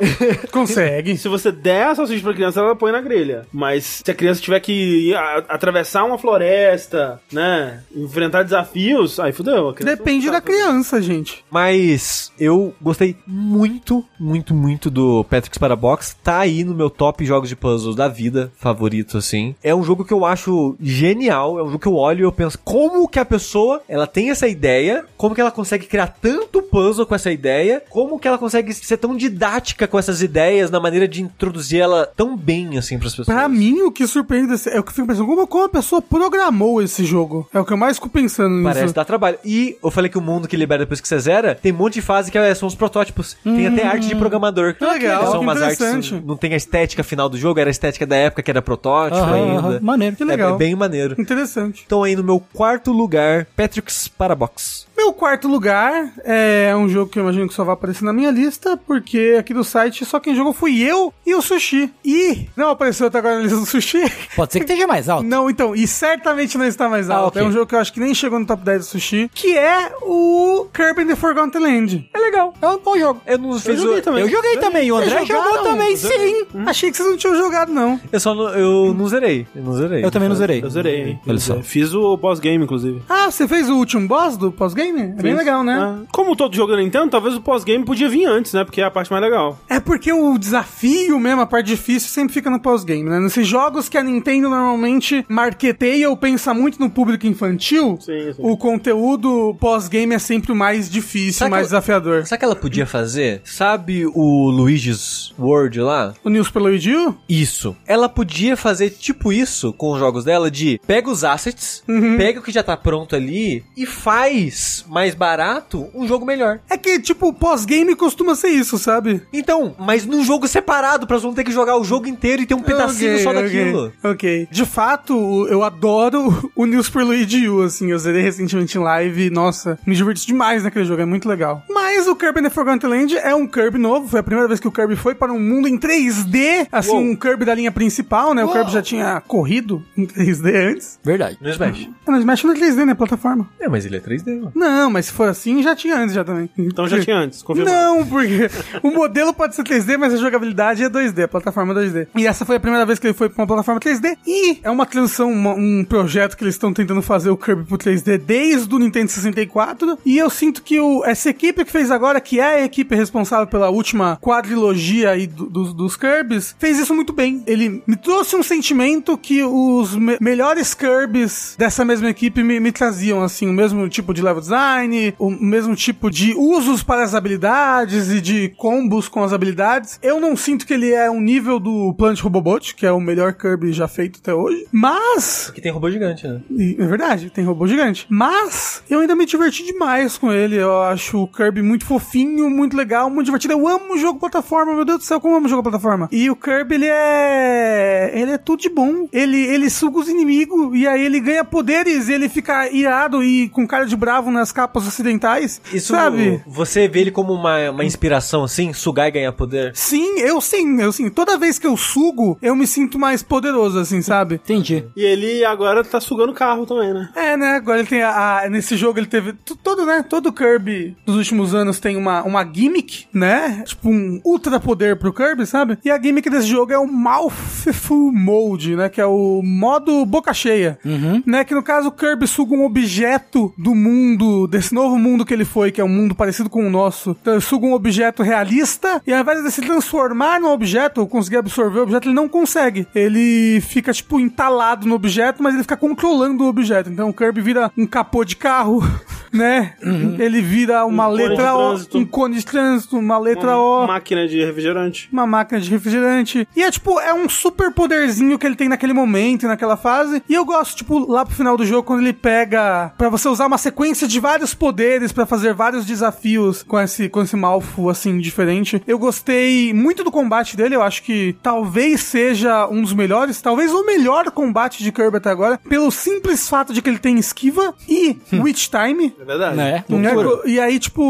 Speaker 3: Consegue.
Speaker 1: se você der a salsicha pra criança, ela põe na grelha. Mas se a criança tiver que ir a- atravessar uma floresta, né? Enfrentar desafios, aí fudeu. a criança
Speaker 3: Depende
Speaker 1: não
Speaker 3: da
Speaker 1: sabe.
Speaker 3: criança, gente.
Speaker 4: Mas eu gostei muito, muito, muito do Patrick's para Box. Tá aí no meu top jogos de puzzles da vida, favorito, assim. É um jogo que eu acho genial. É um jogo que eu olho e eu penso como que a pessoa, ela tem essa ideia, como que ela consegue criar tanto puzzle com essa ideia, como que ela consegue ser tão didática com essas ideias, na maneira de introduzir ela tão bem, assim, pras pessoas.
Speaker 3: Pra mim, o que surpreende é o que eu fico pensando, como, como a pessoa programou esse jogo? É o que eu mais fico pensando nisso.
Speaker 4: Parece dar trabalho. E eu falei que o mundo que libera depois que você zera, tem um monte de fase que é, são os protótipos. Tem até arte de programador.
Speaker 3: Que legal,
Speaker 4: são
Speaker 3: que
Speaker 4: umas artes.
Speaker 3: interessante.
Speaker 4: Não tem a estética final do jogo, era a estética da época que era protótipo
Speaker 2: Aham,
Speaker 4: tá ainda.
Speaker 2: aham. Maneiro.
Speaker 3: Que
Speaker 4: É-
Speaker 3: legal.
Speaker 4: É, bem maneiro.
Speaker 3: Interessante.
Speaker 4: Então aí no meu quarto lugar, Patrick's Parabox.
Speaker 3: Meu quarto lugar é um jogo que eu imagino que só vai aparecer na minha lista, porque aqui do site só quem jogou fui eu e o Sushi. E não apareceu até agora na lista do Sushi?
Speaker 2: Pode ser que esteja mais alto.
Speaker 3: Não, então, e certamente não está mais
Speaker 2: Ah,
Speaker 3: alto.
Speaker 2: ok.
Speaker 3: É um jogo que eu acho que nem chegou no top 10 do Sushi, que é o Kirby in the Forgotten Land.
Speaker 4: É legal.
Speaker 2: É um bom jogo.
Speaker 4: Eu não fiz
Speaker 1: joguei
Speaker 4: o-
Speaker 1: também.
Speaker 2: Eu joguei também, o André
Speaker 3: Vocês jogaram?
Speaker 2: jogou também, sim.
Speaker 3: Achei que vocês não tinham jogado, não.
Speaker 4: Eu só não, eu não zerei. Eu não zerei.
Speaker 2: Eu também não zerei.
Speaker 1: Eu zerei, hein?
Speaker 2: Olha só.
Speaker 1: Fiz o boss game, inclusive.
Speaker 3: Ah, você fez o último boss do pós-game? É bem
Speaker 1: Fiz.
Speaker 3: legal, né?
Speaker 1: Ah, Como todo jogo da Nintendo, talvez o pós-game podia vir antes, né? Porque é a parte mais legal.
Speaker 3: É porque o desafio mesmo, a parte difícil, sempre fica no pós-game, né? Nesses jogos que a Nintendo normalmente marqueteia ou pensa muito no público infantil,
Speaker 1: Sim, sim.
Speaker 3: o conteúdo pós-game é sempre o mais difícil,
Speaker 4: Sabe
Speaker 3: o mais
Speaker 4: que-
Speaker 3: desafiador.
Speaker 4: Sabe o que ela podia fazer? Sabe o Luigi's World lá?
Speaker 3: O News pelo Edil?
Speaker 4: Isso. Ela podia fazer tipo isso com os jogos dela de pega os assets, pega o que já tá pronto ali e faz mais barato um jogo melhor.
Speaker 3: É que, tipo, o pós-game costuma ser isso, sabe?
Speaker 4: Então, mas num jogo separado, pra você não ter que jogar o jogo inteiro e ter um pedacinho
Speaker 3: Ok,
Speaker 4: só
Speaker 3: ok,
Speaker 4: daquilo.
Speaker 3: Ok. De fato, o- eu adoro *laughs* o News for Luigi U, assim. Eu zerei recentemente em live e, nossa, me diverti demais naquele jogo, é muito legal. Mas o Kirby in the Forgotten Land é um Kirby novo, foi a primeira vez que o Kirby foi para um mundo em 3D, assim,
Speaker 1: Uou.
Speaker 3: um Kirby da linha principal, né? O Kirby já tinha corrido em 3D antes.
Speaker 2: Verdade.
Speaker 4: No Smash. Uhum.
Speaker 3: Ah, Não, Smash não é 3D, né? Plataforma.
Speaker 4: É, mas ele é 3D, mano.
Speaker 3: Não, Não, mas se for assim, já tinha antes já também.
Speaker 1: Então já tinha antes, confirmado.
Speaker 3: Hum. Não, porque o modelo pode ser 3D, mas a jogabilidade é 2D, a plataforma é 2D. E essa foi a primeira vez que ele foi pra uma plataforma 3D. E é uma transição, uma- um projeto que eles estão tentando fazer o Kirby pro 3D desde o Nintendo 64. E eu sinto que o- essa equipe que fez agora, que é a equipe responsável pela última quadrilogia aí do- dos- dos Kirby's, fez isso muito bem. Ele me trouxe um sentimento que os me- melhores Kirby's dessa mesma equipe me, me traziam, assim, o mesmo tipo de level design, o mesmo tipo de usos para as habilidades e de combos com as habilidades. Eu não sinto que ele é um nível do Planet Robobot, que é o melhor Kirby já feito até hoje, mas
Speaker 4: Que tem robô gigante, né?
Speaker 3: e, é verdade, tem robô gigante. Mas eu ainda me diverti demais com ele. Eu acho o Kirby muito fofinho, muito legal, muito divertido. Eu amo jogo plataforma, meu Deus do céu, como eu amo jogo plataforma. E o Kirby, ele é. Ele é tudo de bom. Ele, ele suga os inimigos e aí ele ganha poderes e ele fica irado e com cara de bravo nas capas ocidentais.
Speaker 4: Isso,
Speaker 3: sabe?
Speaker 4: você vê ele como uma, uma inspiração, assim, sugar e ganhar poder?
Speaker 3: Sim, eu sim, eu sim. Toda vez que eu sugo, eu me sinto mais poderoso, assim, sabe?
Speaker 2: Entendi.
Speaker 1: E ele agora tá sugando carro também, né?
Speaker 3: É, né? Agora ele tem a, a- Nesse jogo ele teve. t- Todo, né? Todo Kirby dos últimos anos tem uma, uma gimmick, né? Tipo um ultra poder pro Kirby, sabe? E a gimmick desse jogo é o Mouthful Mode, né? Que é o modo boca cheia. Né? Que no caso o Kirby suga um objeto do mundo, desse novo mundo que ele foi, que é um mundo parecido com o nosso. Então ele suga um objeto realista e ao invés de se transformar no objeto ou conseguir absorver o objeto, ele não consegue. Ele fica, tipo, entalado no objeto, mas ele fica controlando o objeto. Então o Kirby vira um capô de carro, *laughs* né? Ele vira uma
Speaker 1: Uhum. cone de
Speaker 3: letra O,
Speaker 1: trânsito.
Speaker 3: um cone de trânsito, uma letra
Speaker 1: Uma
Speaker 3: O
Speaker 1: máquina de refrigerante.
Speaker 3: uma máquina de refrigerante. E é tipo, é um super poderzinho que ele tem naquele momento, e naquela fase. E eu gosto, tipo, lá pro final do jogo, quando ele pega pra você usar uma sequência de vários poderes pra fazer vários desafios com esse, com esse Malfo, assim, diferente. Eu gostei muito do combate dele, eu acho que talvez seja um dos melhores, talvez o melhor combate de Kirby até agora, pelo simples fato de que ele tem esquiva e Witch Time.
Speaker 1: É verdade.
Speaker 2: Né?
Speaker 3: Né?
Speaker 2: Loucura.
Speaker 3: E aí, tipo,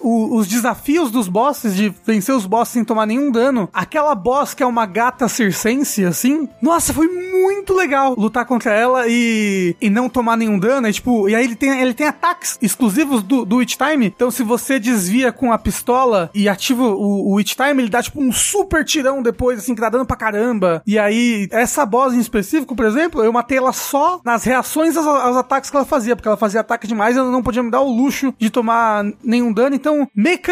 Speaker 3: o- os desafios dos bosses, de vencer os bosses sem tomar nenhum dano, aquela boss que é uma gata circense, assim, nossa, foi muito legal lutar contra ela e, e não tomar nenhum dano. E, tipo, e aí ele tem, ele tem ataques exclusivos do, do Witch Time. Então, se você desvia com a pistola e ativa o, o Witch Time, ele dá, tipo, um super tirão depois, assim, que dá dano pra caramba. E aí, essa boss em específico, por exemplo, eu matei ela só nas reações aos, aos ataques que ela fazia, porque ela fazia ataque demais e ela não podia me dar o luxo de tomar nenhum dano. Então,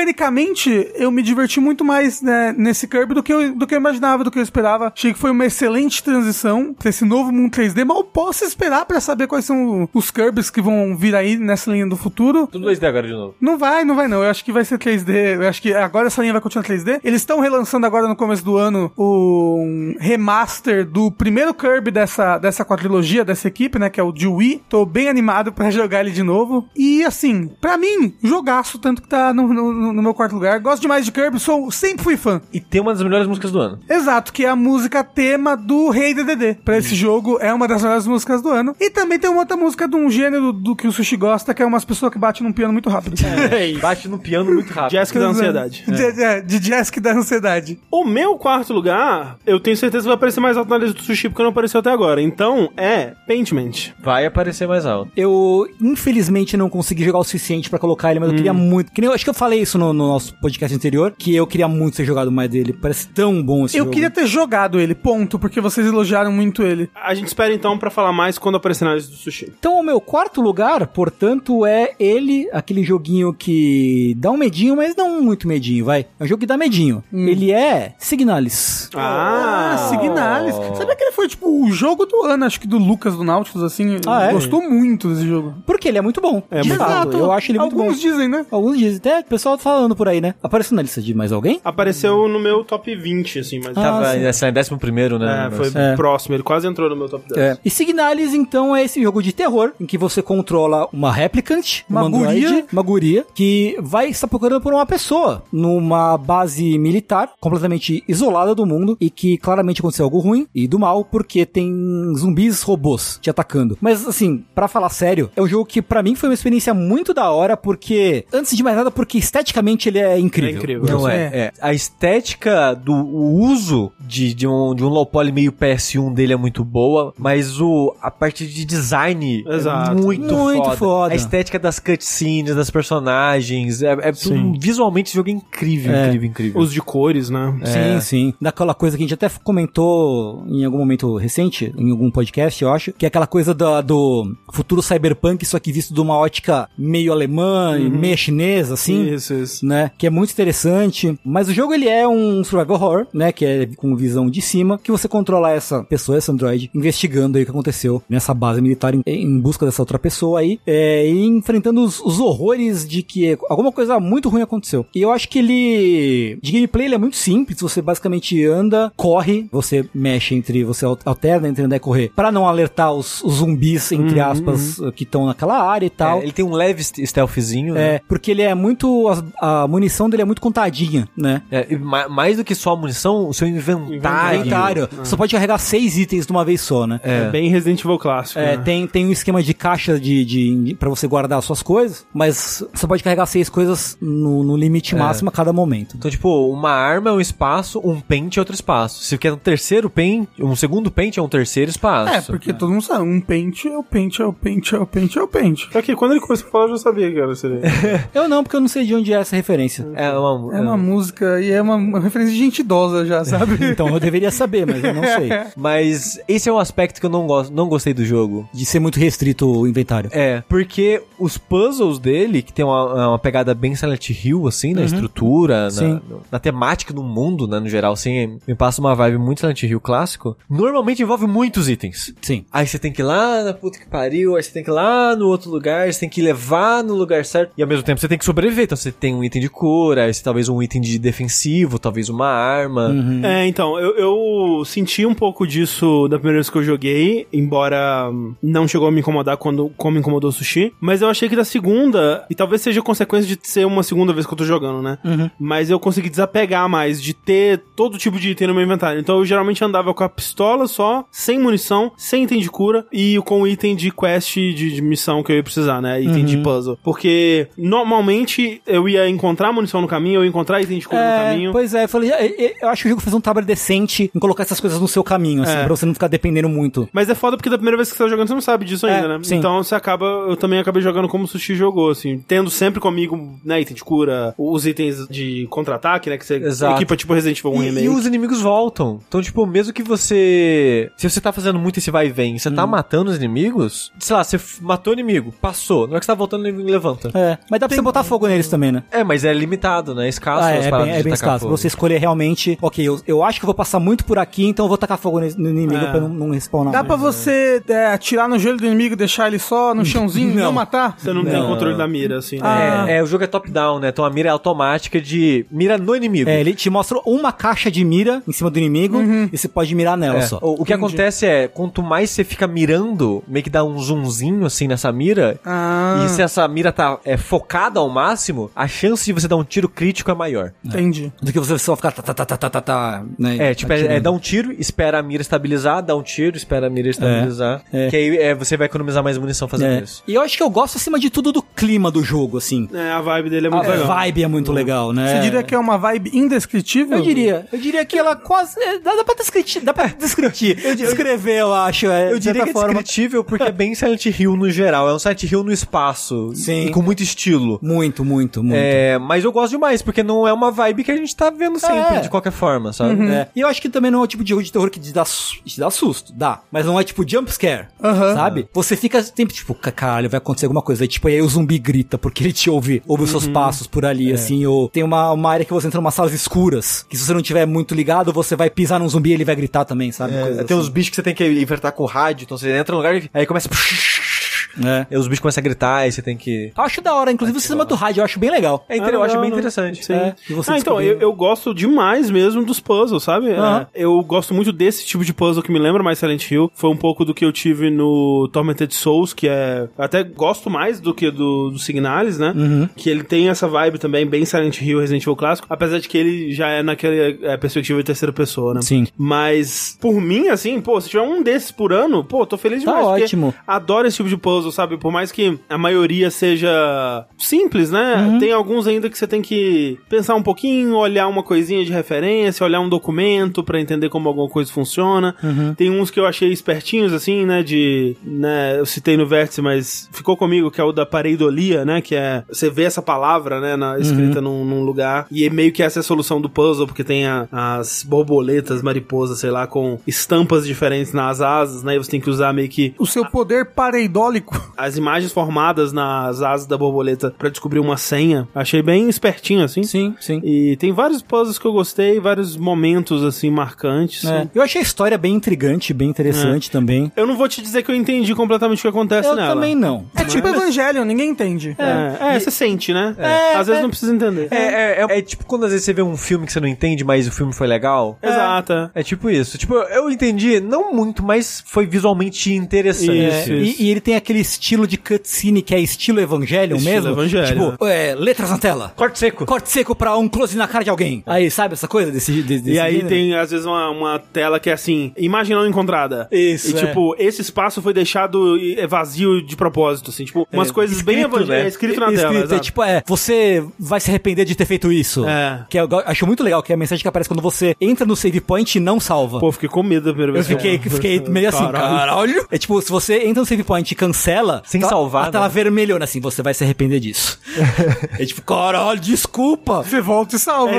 Speaker 3: mecanicamente, eu me diverti muito mais né, nesse Kirby do que, eu, do que eu imaginava, do que eu esperava. Achei que foi uma excelente transição pra esse novo mundo 3D. Mal posso esperar pra saber quais são os Kirby's que vão vir aí nessa linha do futuro.
Speaker 4: Tudo 2D agora de novo.
Speaker 3: Não vai, não vai não. Eu acho que vai ser 3D. Eu acho que agora essa linha vai continuar 3D. Eles estão relançando agora no começo do ano o um remaster do primeiro Kirby dessa, dessa quadrilogia, dessa equipe, né? Que é o de Wii. Tô bem animado pra jogar ele de novo. E assim, pra mim, jogaço, tanto que tá no, no- no meu quarto lugar. Gosto demais de Kirby, sou, sempre fui fã.
Speaker 4: E tem uma das melhores músicas do ano.
Speaker 3: Exato, que é a música tema do Rei DDD. Pra esse jogo, é uma das melhores músicas do ano. E também tem uma outra música de um gênero do que o Sushi gosta, que é umas pessoas que batem num piano muito rápido.
Speaker 4: Bate no piano muito rápido.
Speaker 1: Jéssica da ansiedade.
Speaker 3: De, é, de Jessica da ansiedade.
Speaker 1: O meu quarto lugar, eu tenho certeza que vai aparecer mais alto na lista do sushi, porque não apareceu até agora. Então, é Paintment.
Speaker 4: Vai aparecer mais alto.
Speaker 2: Eu, infelizmente, não consegui jogar o suficiente pra colocar ele, mas eu queria
Speaker 1: Hum.
Speaker 2: muito. Que nem, eu acho que eu falei isso no, no nosso podcast anterior, que eu queria muito ter jogado mais dele. Parece tão bom esse
Speaker 3: Eu
Speaker 2: jogo.
Speaker 3: queria ter jogado ele, ponto, porque vocês elogiaram muito ele.
Speaker 1: A gente espera então pra falar mais quando aparecer na lista do sushi.
Speaker 2: Então, o meu quarto lugar, portanto, é ele, aquele joguinho que dá um medinho, mas não muito medinho, vai. É um jogo que dá medinho. Ele é Signalis.
Speaker 1: Ah,
Speaker 3: Signalis.
Speaker 2: oh.
Speaker 3: Sabia que ele foi, tipo, o jogo do ano, acho que do Lucas do Nautilus, assim.
Speaker 2: Ah, é?
Speaker 3: Gostou muito desse jogo.
Speaker 2: Porque ele é muito bom.
Speaker 1: É
Speaker 2: de
Speaker 1: muito
Speaker 2: fato, eu acho ele muito
Speaker 3: Alguns
Speaker 2: bom.
Speaker 3: dizem, né?
Speaker 2: Alguns dizem, até o pessoal tá falando por aí, né? Apareceu na lista de mais alguém?
Speaker 1: Apareceu no meu top 20, assim, mas.
Speaker 2: Ah,
Speaker 4: Tava
Speaker 2: sim.
Speaker 4: assim, décimo primeiro, né?
Speaker 1: É, foi
Speaker 2: É.
Speaker 1: próximo, ele quase entrou no meu top 10.
Speaker 2: E Signalis, então, é esse jogo de terror em que você controla uma replicant,
Speaker 3: Uma
Speaker 2: uma, androide,
Speaker 3: guria.
Speaker 2: uma guria, que vai estar procurando por uma pessoa numa base militar completamente isolada do mundo e que claramente aconteceu algo ruim e do mal porque tem zumbis robôs te atacando. Mas, assim, pra falar sério, é um jogo que pra mim foi uma experiência muito da hora porque, antes de mais nada, porque esteticamente ele é incrível.
Speaker 1: É incrível.
Speaker 4: Não é. é. A estética do o uso de, de, um, de um low poly meio PS1 dele é muito boa, mas o, a parte de design é
Speaker 1: Exato.
Speaker 4: muito,
Speaker 2: Muito
Speaker 4: foda.
Speaker 2: foda.
Speaker 4: A estética das cutscenes, das personagens, é, é tudo-
Speaker 1: Sim.
Speaker 4: visualmente esse jogo é incrível,
Speaker 2: É.
Speaker 4: incrível, incrível.
Speaker 1: Os de cores, né?
Speaker 2: Sim, sim. É. Daquela coisa que a gente até comentou em algum momento recente, em algum podcast, eu acho, que é aquela coisa da- do futuro cyberpunk, só que visto de uma ótica meio alemã, e meio chinesa, assim.
Speaker 1: Isso, isso.
Speaker 2: né? Que é muito interessante. Mas o jogo ele é um survival horror, né? Que é com visão de cima, que você controla essa pessoa, esse android, investigando aí o que aconteceu nessa base militar em, em busca dessa outra pessoa aí, é, e enfrentando os, os horrores de que alguma coisa muito ruim aconteceu. E eu acho que ele de gameplay ele é muito simples. Você basicamente anda, corre, você mexe entre, você al- alterna entre andar e correr, para não alertar os, os zumbis entre aspas que estão naquela área e tal.
Speaker 4: É, ele tem um leve st- stealthzinho, né?
Speaker 2: É, porque ele é muito. A, a munição dele é muito contadinha, né?
Speaker 4: É, e ma- mais do que só a munição, o seu inventário.
Speaker 2: Inventário. Só pode carregar seis itens de uma vez só, né?
Speaker 1: Tá, Ah. É. bem Resident Evil clássico.
Speaker 2: É,
Speaker 1: né?
Speaker 2: tem, tem um esquema de caixa de, de, para você guardar as suas coisas, mas você pode carregar seis coisas no, no
Speaker 1: É.
Speaker 2: limite máximo a cada momento.
Speaker 4: Então, tipo, uma arma é um espaço, um pente é outro espaço. Se quer um terceiro pente, um segundo pente é um terceiro espaço.
Speaker 3: É, porque todo mundo sabe, um pente é o pente, é o pente, é o pente, é o pente.
Speaker 1: Só que quando ele começou a falar, eu já sabia que era seria.
Speaker 2: Eu não, porque eu não sei de onde é essa referência.
Speaker 1: *laughs*
Speaker 4: É uma,
Speaker 3: É uma música e é uma, uma referência de gente idosa já, sabe?
Speaker 2: *laughs* Então eu deveria saber, mas eu não sei.
Speaker 4: Mas esse é um aspecto que eu não gosto, não gostei do jogo.
Speaker 2: De ser muito restrito o inventário.
Speaker 4: É, porque os puzzles dele, que tem uma, uma pegada bem Silent Hill, assim, na estrutura, na,
Speaker 2: Uhum. Sim.
Speaker 4: na temática do mundo, né, no geral, assim, me passa uma vibe muito Silent Hill clássico, normalmente envolve muitos itens.
Speaker 2: Sim.
Speaker 4: Aí você tem que ir lá na puta que pariu, aí você tem que ir lá no outro lugar, você tem que levar no lugar certo. E ao mesmo tempo você tem que sobreviver. Então você tem um item de cura, aí você, talvez um item de defensivo, talvez uma arma.
Speaker 2: Uhum.
Speaker 1: É, então, eu, eu senti um pouco disso da primeira vez que eu joguei, embora hum, não chegou a me incomodar quando, como incomodou o sushi, mas eu achei que da segunda, e talvez seja consequência de ser uma segunda vez que eu tô jogando, né? Mas eu consegui desapegar mais, de ter todo tipo de item no meu inventário. Então eu geralmente andava com a pistola só, sem munição, sem item de cura e com o item de quest de, de missão que eu ia precisar, né? Item de puzzle. Porque normalmente eu ia encontrar munição no caminho, eu ia encontrar item de cura no
Speaker 2: É,
Speaker 1: caminho.
Speaker 2: pois é, eu falei, eu, eu acho que o jogo fez um trabalho decente em colocar essas coisas no seu caminho, assim,
Speaker 1: É.
Speaker 2: pra você não ficar dependendo muito.
Speaker 1: Mas é foda porque da primeira vez que você tá jogando, você não sabe disso
Speaker 2: É,
Speaker 1: ainda, né?
Speaker 2: sim.
Speaker 1: Então você acaba. Eu também acabei jogando como o Sushi jogou, assim, tendo sempre comigo, né, item de cura, os itens de contra-ataque, né? Que você
Speaker 4: Exato.
Speaker 1: equipa tipo Resident Evil 1
Speaker 4: E,
Speaker 1: remake.
Speaker 4: e os inimigos voltam. Então, tipo, mesmo que você. Se você tá fazendo muito esse vai e vem, você tá matando os inimigos, sei lá, você f- matou o inimigo, passou. Na hora que você tá voltando, o inimigo levanta.
Speaker 2: É, mas dá pra você botar fogo neles também, né?
Speaker 4: É, mas é limitado, né? É escasso
Speaker 2: Ah,
Speaker 4: as
Speaker 2: é, é
Speaker 4: paradas
Speaker 2: bem, é
Speaker 4: de
Speaker 2: bem
Speaker 4: tacar
Speaker 2: escasso.
Speaker 4: fogo.
Speaker 2: Você escolher realmente, ok, eu, eu acho que eu vou passar muito por aqui, então eu vou tacar fogo nesse- no inimigo
Speaker 1: É.
Speaker 2: pra não, não respawnar.
Speaker 3: Dá pra você é, atirar no joelho do inimigo, deixar ele só no chãozinho e
Speaker 2: *laughs*
Speaker 3: não
Speaker 2: Não.
Speaker 3: matar?
Speaker 1: Você não, tem
Speaker 4: Não.
Speaker 1: controle da mira, assim. né?
Speaker 3: Ah.
Speaker 4: É, é, o jogo é top-down, né? Então a mira é automática de mira no inimigo.
Speaker 2: É, ele te mostra uma caixa de mira em cima do inimigo
Speaker 3: Uhum.
Speaker 2: e você pode mirar nela
Speaker 4: É,
Speaker 2: só.
Speaker 4: O, o que acontece é, quanto mais você fica mirando, meio que dá um zoomzinho assim nessa mira.
Speaker 3: Ah.
Speaker 4: E se essa mira tá é, focada ao máximo, a chance de você dar um tiro crítico é maior.
Speaker 3: Entendi.
Speaker 2: Do que você só ficar tá, tá, tá, tá, tá, tá, tá, né?
Speaker 4: É, tipo, é, é
Speaker 2: atirando.
Speaker 4: dar um tiro, espera a mira estabilizar, dá um tiro, espera a mira estabilizar.
Speaker 2: é.
Speaker 4: Que aí é, você vai economizar mais munição fazendo
Speaker 2: É.
Speaker 4: isso.
Speaker 2: E eu acho que eu gosto acima de tudo do clima do jogo, assim.
Speaker 1: É, a vibe dele é
Speaker 2: A
Speaker 4: Ah,
Speaker 1: muito legal.
Speaker 2: vibe é
Speaker 4: Uhum.
Speaker 2: muito legal, né?
Speaker 3: Você diria que é uma vibe indescritível?
Speaker 2: Eu diria, eu diria que ela quase. é, Dá, dá pra descritir, dá
Speaker 4: *laughs*
Speaker 2: pra descritir. Descrever, eu acho. É,
Speaker 4: Eu
Speaker 2: de certa
Speaker 4: diria que é
Speaker 2: forma.
Speaker 4: descritível porque é bem Silent Hill no geral. É um Silent Hill no espaço.
Speaker 2: Sim.
Speaker 4: E com muito estilo.
Speaker 2: Muito, muito, muito.
Speaker 4: É, mas eu gosto demais, porque não é uma vibe que a gente tá vendo sempre,
Speaker 2: É.
Speaker 4: de qualquer forma, sabe?
Speaker 2: É. E eu acho que também não é o tipo de jogo de terror que te dá, su- te dá susto. Dá. Mas não é tipo jump scare.
Speaker 3: Aham.
Speaker 2: Sabe? Você fica sempre tipo, "Ca- caralho, vai acontecer alguma coisa. Aí, tipo, aí o zumbi grita porque ele te ouve, ouve os seus passos por ali, assim. Ou tem uma, uma área que você entra em umas salas escuras, que se você não tiver muito ligado, você vai pisar num zumbi e ele vai gritar também, sabe?
Speaker 4: É,
Speaker 2: Coisas
Speaker 4: tem uns
Speaker 2: assim.
Speaker 4: bichos que você tem que enfrentar com o rádio, então você entra no lugar e aí começa.
Speaker 2: É.
Speaker 4: Aí os bichos começam a gritar, aí você tem que.
Speaker 2: Eu acho da hora, inclusive o sistema do rádio, eu acho bem legal.
Speaker 4: É, inter- eu
Speaker 1: legal,
Speaker 4: acho bem
Speaker 1: né?
Speaker 4: interessante.
Speaker 1: Sim.
Speaker 2: É, e você
Speaker 1: ah, então,
Speaker 2: descobriu.
Speaker 1: eu, eu gosto demais mesmo dos puzzles, sabe? É,
Speaker 2: Aham.
Speaker 1: eu gosto muito desse tipo de puzzle que me lembra mais Silent Hill. Foi um pouco do que eu tive no Tormented Souls, que é. eu Até gosto mais do que do, do Signalis, né?
Speaker 2: Uhum.
Speaker 1: Que ele tem essa vibe também, bem Silent Hill, Resident Evil clássico. Apesar de que ele já é naquela é, perspectiva de terceira pessoa, né?
Speaker 2: Sim.
Speaker 1: Mas, por mim, assim, pô, se tiver um desses por ano, pô, tô feliz
Speaker 2: Tá
Speaker 1: demais. porque
Speaker 2: ótimo.
Speaker 1: Adoro esse tipo de puzzle, puzzle, sabe? Por mais que a maioria seja simples, né? Tem alguns ainda que você tem que pensar um pouquinho, olhar uma coisinha de referência, olhar um documento pra entender como alguma coisa funciona. Tem uns que eu achei espertinhos, assim, né? De. Né, eu citei no vértice, mas ficou comigo, que é o da pareidolia, né? Que é. Você vê essa palavra, né? na- escrita num, num lugar. E é meio que essa é a solução do puzzle, porque tem a- as borboletas, mariposas, sei lá, com estampas diferentes nas asas, né? E você tem que usar meio que
Speaker 3: O seu poder pareidólico.
Speaker 1: as imagens formadas nas asas da borboleta pra descobrir uma senha. Achei bem espertinho, assim.
Speaker 2: Sim, sim.
Speaker 1: E tem vários puzzles que eu gostei, vários momentos, assim, marcantes.
Speaker 2: É. Eu achei a história bem intrigante, bem interessante também.
Speaker 1: Eu não vou te dizer que eu entendi completamente o que acontece
Speaker 2: Eu
Speaker 1: nela.
Speaker 2: também não.
Speaker 3: É tipo Evangelion, ninguém entende.
Speaker 1: É, é, você sente, né? Às vezes não precisa entender.
Speaker 4: É, é, é- é tipo quando às vezes você vê um filme que você não entende, mas o filme foi legal.
Speaker 1: Exato. é.
Speaker 4: É tipo isso. Tipo, eu entendi, não muito, mas foi visualmente
Speaker 1: Isso,
Speaker 4: interessante.
Speaker 1: isso.
Speaker 2: É, E, e ele tem aquele estilo de cutscene que é estilo Evangelion
Speaker 1: Estilo
Speaker 2: mesmo.
Speaker 1: Evangelion.
Speaker 2: Tipo, é, letras na tela.
Speaker 4: Corte seco.
Speaker 2: Corte seco pra um close na cara de alguém. Aí, sabe essa coisa desse. de- desse
Speaker 1: E aí
Speaker 2: gênero?
Speaker 1: tem, às vezes, uma, uma tela que é assim, imagem não encontrada.
Speaker 2: Isso,
Speaker 1: E,
Speaker 2: é.
Speaker 1: tipo, esse espaço foi deixado e- é vazio de propósito, assim. Tipo, umas coisas bem
Speaker 4: escrito,
Speaker 1: evangélicas.
Speaker 4: né?
Speaker 1: É escrito na
Speaker 2: É, Escrito,
Speaker 1: tela,
Speaker 2: é
Speaker 1: exato.
Speaker 2: tipo, é, você vai se arrepender de ter feito isso.
Speaker 1: É.
Speaker 2: Que eu go- acho muito legal, que é a mensagem que aparece quando você entra no save point e não salva.
Speaker 1: Pô, é. fiquei com medo da primeira
Speaker 2: Eu
Speaker 1: vez. que
Speaker 2: fiquei, fiquei meio assim, caralho. É tipo, se você entra no save point e cancela,
Speaker 4: Sem
Speaker 2: tá-
Speaker 4: salvar,
Speaker 2: a tela
Speaker 4: né?
Speaker 2: vermelhona assim, você vai se arrepender
Speaker 1: *laughs*
Speaker 2: disso. é tipo, caralho, desculpa.
Speaker 3: Você volta e salva.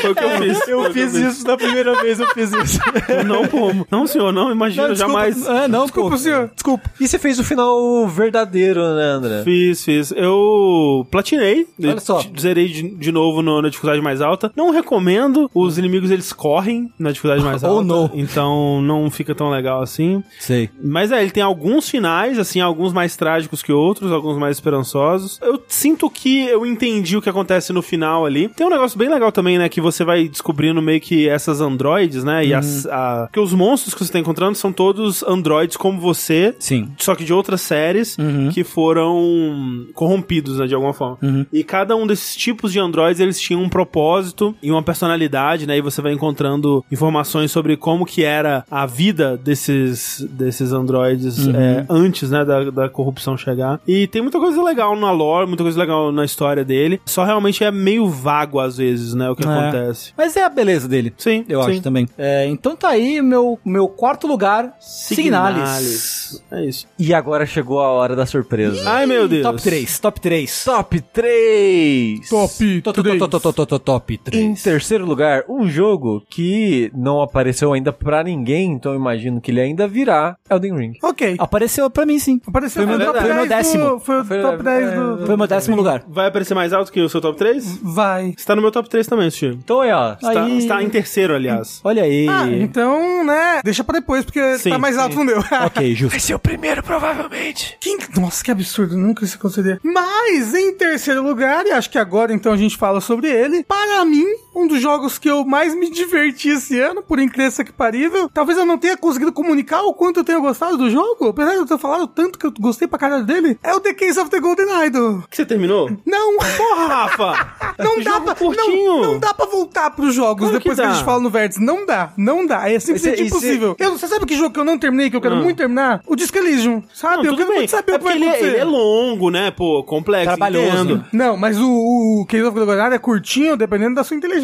Speaker 1: Foi é o que eu fiz. Foi o que
Speaker 4: isso da primeira vez, eu fiz *laughs* isso.
Speaker 1: Não, pô. Não, senhor, não. Imagina, jamais.
Speaker 2: É, não,
Speaker 3: Desculpa,
Speaker 2: pô.
Speaker 3: senhor. Desculpa.
Speaker 4: E você fez o final verdadeiro, né, André?
Speaker 1: Fiz, fiz. Eu platinei.
Speaker 2: É. Olha só.
Speaker 1: Zerei de, de novo no- na dificuldade mais alta. Não recomendo. Os inimigos, eles correm na dificuldade
Speaker 2: *laughs*
Speaker 1: mais alta.
Speaker 2: Oh, no.
Speaker 1: Então, não fica tão legal assim.
Speaker 2: Sei.
Speaker 1: Mas é, ele tem alguns finais, assim, alguns mais trágicos que outros, alguns mais esperançosos. Eu sinto que eu entendi o que acontece no final ali. Tem um negócio bem legal também, né, que você vai descobrindo meio que essas androides, né,
Speaker 2: Uhum.
Speaker 1: e as... A... Porque os monstros que você tá encontrando são todos androides como você,
Speaker 2: Sim.
Speaker 1: só que de outras séries
Speaker 2: Uhum.
Speaker 1: que foram corrompidos, né, de alguma forma. E cada um desses tipos de androides, eles tinham um propósito e uma personalidade, né? E você vai encontrando informações sobre como que era a vida desses, desses androides
Speaker 2: Uhum.
Speaker 1: é, antes, né, da, da corrupção chegar. E tem muita coisa legal na lore, muita coisa legal na história dele. Só realmente é meio vago, às vezes, né, o que
Speaker 2: É.
Speaker 1: acontece.
Speaker 2: Mas é a beleza dele.
Speaker 1: Sim,
Speaker 2: Eu
Speaker 1: sim.
Speaker 2: acho também. É, então tá aí meu, meu quarto lugar, Signalis.
Speaker 1: Signalis. É isso.
Speaker 4: E agora chegou a hora da surpresa.
Speaker 1: Ai, meu Deus.
Speaker 2: Top 3, top 3.
Speaker 4: Top 3!
Speaker 3: Top.
Speaker 2: Top, top, top, top, top, top
Speaker 4: Em
Speaker 2: 3.
Speaker 4: terceiro lugar, um jogo que não apareceu ainda pra ninguém, então eu imagino que ele ainda virá, Elden Ring.
Speaker 3: Ok.
Speaker 2: Apareceu pra mim, sim.
Speaker 3: Apareceu
Speaker 2: Foi
Speaker 3: no
Speaker 2: meu-
Speaker 3: top
Speaker 2: foi meu
Speaker 3: 10
Speaker 2: décimo.
Speaker 3: do... Foi o
Speaker 4: Foi-
Speaker 3: top 10 do...
Speaker 2: Foi o meu décimo lugar.
Speaker 1: Vai aparecer mais alto que o seu top 3?
Speaker 3: Vai.
Speaker 1: Está no meu top 3 também, Steve.
Speaker 4: Então aí, ó.
Speaker 1: Está,
Speaker 2: Aí.
Speaker 1: está em terceiro, aliás.
Speaker 2: Olha aí.
Speaker 3: Ah, então, né, deixa pra depois, porque
Speaker 1: Sim,
Speaker 3: tá mais alto
Speaker 1: sim.
Speaker 3: no meu.
Speaker 2: Ok, justo.
Speaker 4: *laughs* Vai ser o primeiro, provavelmente.
Speaker 3: Quem- Nossa, que absurdo, nunca isso aconteceria. Mas, em terceiro lugar, e acho que agora então a gente fala sobre ele, para mim, um dos jogos que eu mais me diverti esse ano, por incrível que parível. Talvez eu não tenha conseguido comunicar o quanto eu tenho gostado do jogo, apesar de eu ter falado tanto que eu gostei pra caralho dele, é o The Case of the Golden Idol.
Speaker 1: Que você terminou?
Speaker 3: Não, *laughs*
Speaker 1: Porra, Rafa!
Speaker 3: não
Speaker 1: Que
Speaker 3: dá
Speaker 1: Tá jogo
Speaker 3: pra,
Speaker 1: curtinho.
Speaker 3: não, não dá pra voltar pros jogos
Speaker 1: Claro que
Speaker 3: depois que, a
Speaker 1: dá.
Speaker 3: gente fala no Vértice. Não dá, não dá. É simplesmente
Speaker 4: Esse- esse-
Speaker 3: impossível. Eu, você sabe que jogo que eu não terminei, que eu quero
Speaker 1: Ah.
Speaker 3: muito terminar? O Disco Elysium, sabe?
Speaker 1: Não,
Speaker 3: eu
Speaker 1: tudo
Speaker 3: quero
Speaker 1: bem.
Speaker 3: muito saber
Speaker 1: é
Speaker 3: o que vai
Speaker 1: porque ele, é-
Speaker 3: acontecer.
Speaker 1: ele é longo, né? Pô, complexo.
Speaker 2: Trabalhoso.
Speaker 1: Entendo.
Speaker 3: Não, mas o, o Case of the Golden Idol é curtinho, dependendo da sua *laughs* inteligência.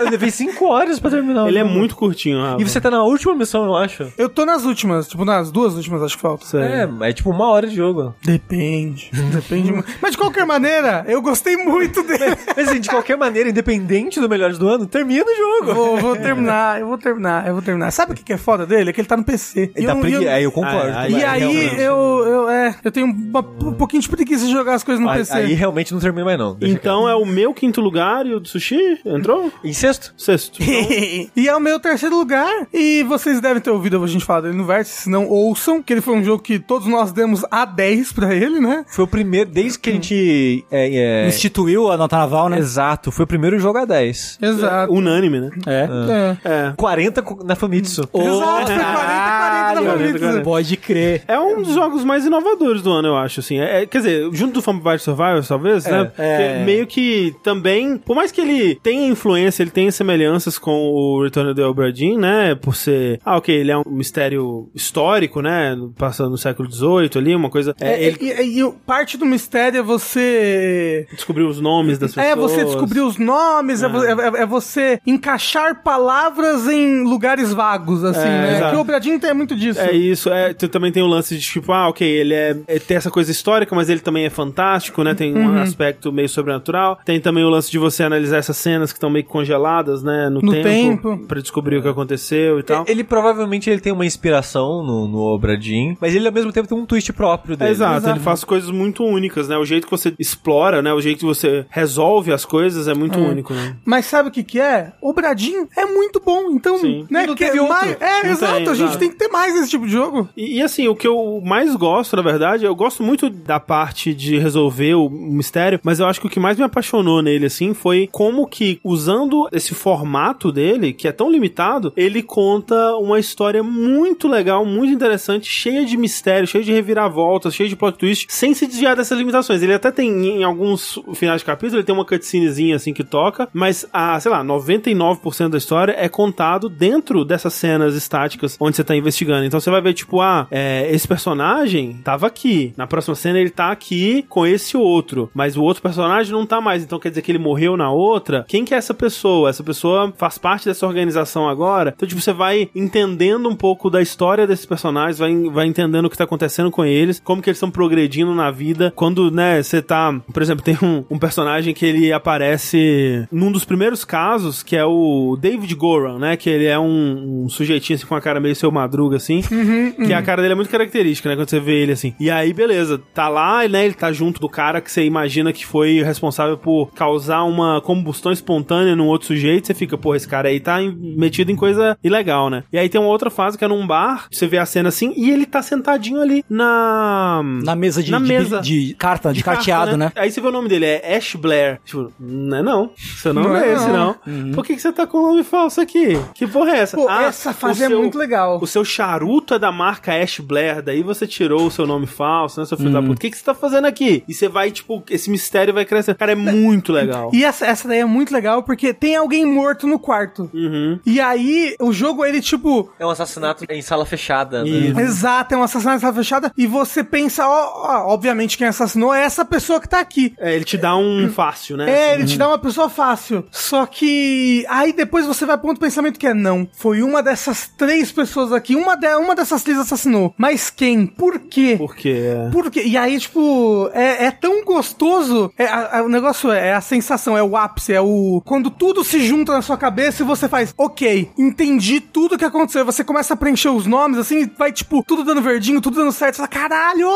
Speaker 4: Eu levei 5 horas pra terminar. o
Speaker 1: Ele é
Speaker 4: jogo.
Speaker 1: muito curtinho, Rafa.
Speaker 4: E você tá na última missão, eu acho.
Speaker 3: eu tô nas últimas, tipo, nas duas últimas, acho que falta.
Speaker 1: É.
Speaker 4: É, é tipo uma hora de jogo.
Speaker 3: Depende. Depende muito. Mas de qualquer maneira, eu gostei muito dele.
Speaker 4: Mas assim, de qualquer maneira, independente do Melhores do Ano, termina o
Speaker 3: *laughs*
Speaker 4: jogo.
Speaker 3: Vou, vou terminar, eu vou terminar, eu vou terminar. Sabe o que que é foda dele? É que ele tá no PC. E eu, não- e eu-
Speaker 4: eu
Speaker 1: concordo.
Speaker 4: Aí,
Speaker 3: E
Speaker 1: Vai,
Speaker 3: aí,
Speaker 1: realmente.
Speaker 3: eu, eu, é, eu tenho uma- um pouquinho de preguiça de jogar as coisas no PC.
Speaker 4: aí realmente não termina mais, não. Deixa
Speaker 1: Então é o meu quinto lugar e o do sushi? Entrou?
Speaker 4: quieto. Em sexto?
Speaker 3: *laughs*
Speaker 1: Sexto.
Speaker 3: *laughs*
Speaker 1: Então,
Speaker 3: e é o meu terceiro lugar. E vocês devem ter ouvido a gente falar dele no Vértice, se não ouçam, que ele foi um jogo que todos nós demos a 10 pra ele, né?
Speaker 4: Foi o primeiro, desde que a gente. É, é,
Speaker 2: Instituiu a nota naval, né?
Speaker 4: Exato, foi o primeiro jogo a 10.
Speaker 3: Exato.
Speaker 1: Unânime, né?
Speaker 2: É.
Speaker 3: É.
Speaker 1: É.
Speaker 4: 40 co- na Famitsu.
Speaker 3: Exato, foi 40, 40, da
Speaker 1: Caralho,
Speaker 3: Famitsu.
Speaker 2: Pode crer.
Speaker 1: É um dos jogos mais inovadores do ano, eu acho, assim. É, é, quer dizer, junto do Vampire Survivors, talvez, né?
Speaker 2: é.
Speaker 1: Que meio que também, por mais que ele tenha influência, ele tenha semelhanças com o Return of the Obra Dinn, né? Por ser, ah, ok, ele é um mistério histórico, né? Passando no século XVIII ali, uma coisa... É,
Speaker 3: É,
Speaker 1: ele
Speaker 3: e, e- e o- parte do mistério é você.
Speaker 1: descobriu os nomes das pessoas.
Speaker 3: É você descobrir os nomes, é, vo- é- é você encaixar palavras em lugares vagos, assim, né?
Speaker 1: É, exato.
Speaker 3: Que o Bradinho tem muito disso.
Speaker 1: É isso, é, tu também tem o lance de tipo, ah, ok, ele é, é- tem essa coisa histórica, mas ele também é fantástico, né? Tem um aspecto meio sobrenatural. Tem também o lance de você analisar essas cenas que estão meio que congeladas, né? No,
Speaker 3: No
Speaker 1: tempo,
Speaker 3: tempo.
Speaker 1: pra descobrir o que aconteceu e tal.
Speaker 4: Ele provavelmente ele tem uma inspiração no, no Obradin, mas ele ao mesmo tempo tem um twist próprio dele.
Speaker 1: Exato, ele faz coisas muito únicas, né? O jeito que você explora, né? O jeito que você resolve as coisas é muito único, né?
Speaker 3: Mas sabe o que que é? O Bradinho é muito bom, então,
Speaker 1: Sim.
Speaker 3: né?
Speaker 4: E não
Speaker 3: que
Speaker 4: teve outro.
Speaker 3: mais- É,
Speaker 1: Não
Speaker 3: exato,
Speaker 1: tem,
Speaker 3: a gente
Speaker 1: exato.
Speaker 3: tem que ter mais esse tipo de jogo.
Speaker 1: E, e, assim, o que eu mais gosto, na verdade, eu gosto muito da parte de resolver o mistério, mas eu acho que o que mais me apaixonou nele, assim, foi como que, usando esse formato dele, que é tão limitado, ele conta uma história muito legal, muito interessante, cheia de mistério, cheia de reviravoltas, cheia de plot twist, sem se desviar dessas limitações. Ele até tem, em alguns finais de capítulo, ele tem uma cutscenezinha, assim, que toca, mas, a, sei lá, 99% da história é contado dentro dessas cenas estáticas onde você tá investigando. Então você vai ver, tipo, ah, é, esse personagem tava aqui. Na próxima cena ele tá aqui com esse outro. Mas o outro personagem não tá mais. Então quer dizer que ele morreu na outra. Quem que é essa pessoa? Essa pessoa faz parte dessa organização agora. Então, tipo, você vai entendendo um pouco da história desses personagens, vai, vai entendendo o que tá acontecendo com eles, como que eles estão progredindo na vida. Quando, né, você tá. Por exemplo, tem um, um personagem que ele aparece num dos primeiros casos, que é o David Goran, né? Que ele é um, um sujeitinho assim com a cara meio seu madruga, assim. Que
Speaker 3: Hum.
Speaker 1: a cara dele é muito característica, né? Quando você vê ele assim. E aí, beleza, tá lá, né? Ele tá junto do cara que você imagina que foi responsável por causar uma combustão espontânea num outro sujeito. Você fica, porra, esse cara aí tá em- metido em coisa ilegal, né? E aí tem uma outra fase que é num bar, você vê a cena assim, e ele tá sentadinho ali na.
Speaker 2: Na mesa de,
Speaker 1: Na
Speaker 2: de-
Speaker 1: mesa.
Speaker 2: de, carta, de, carteado, né?
Speaker 1: Aí você vê o nome dele, é Ash Blair. Tipo, não é não. Seu nome
Speaker 3: Não
Speaker 1: não
Speaker 3: é
Speaker 1: é esse, não. Por que, que você tá com o nome falso aqui? Que porra é essa?
Speaker 3: Pô,
Speaker 1: Ah,
Speaker 3: essa fase
Speaker 1: o
Speaker 3: é
Speaker 1: seu-
Speaker 3: muito legal.
Speaker 1: o seu charuto é da marca Ash Blair, daí você tirou o seu nome falso, né, seu filho da
Speaker 3: Uhum.
Speaker 1: puta? O que, que você tá fazendo aqui? E você vai, tipo, esse mistério vai crescendo. Cara, é muito legal.
Speaker 3: E essa, essa daí é muito legal porque tem alguém morto no quarto.
Speaker 1: Uhum.
Speaker 3: E aí, o jogo, ele, tipo,
Speaker 4: É um assassinato em sala fechada, né?
Speaker 1: Isso.
Speaker 3: exato, é um assassinato em sala fechada. E você pensa, ó, ó, obviamente quem assassinou é essa pessoa que tá aqui.
Speaker 1: É, ele te dá um fácil, né?
Speaker 3: É, ele te dá uma pessoa fácil. Só que aí depois você vai pra outro pensamento que é não. Foi uma dessas três pessoas aqui, uma, de, uma dessas três assassinou. Mas quem? Por quê?
Speaker 1: Porque é.
Speaker 3: Por quê? E aí, tipo, é, é tão gostoso. É, a- a- o negócio é, é a sensação, é o ápice, é o. Quando tudo se junta na sua cabeça e você faz, ok, entendi tudo que aconteceu. Você começa a preencher os nomes, assim, e vai, tipo, tudo dando verdinho, tudo dando certo. Você fala, caralho!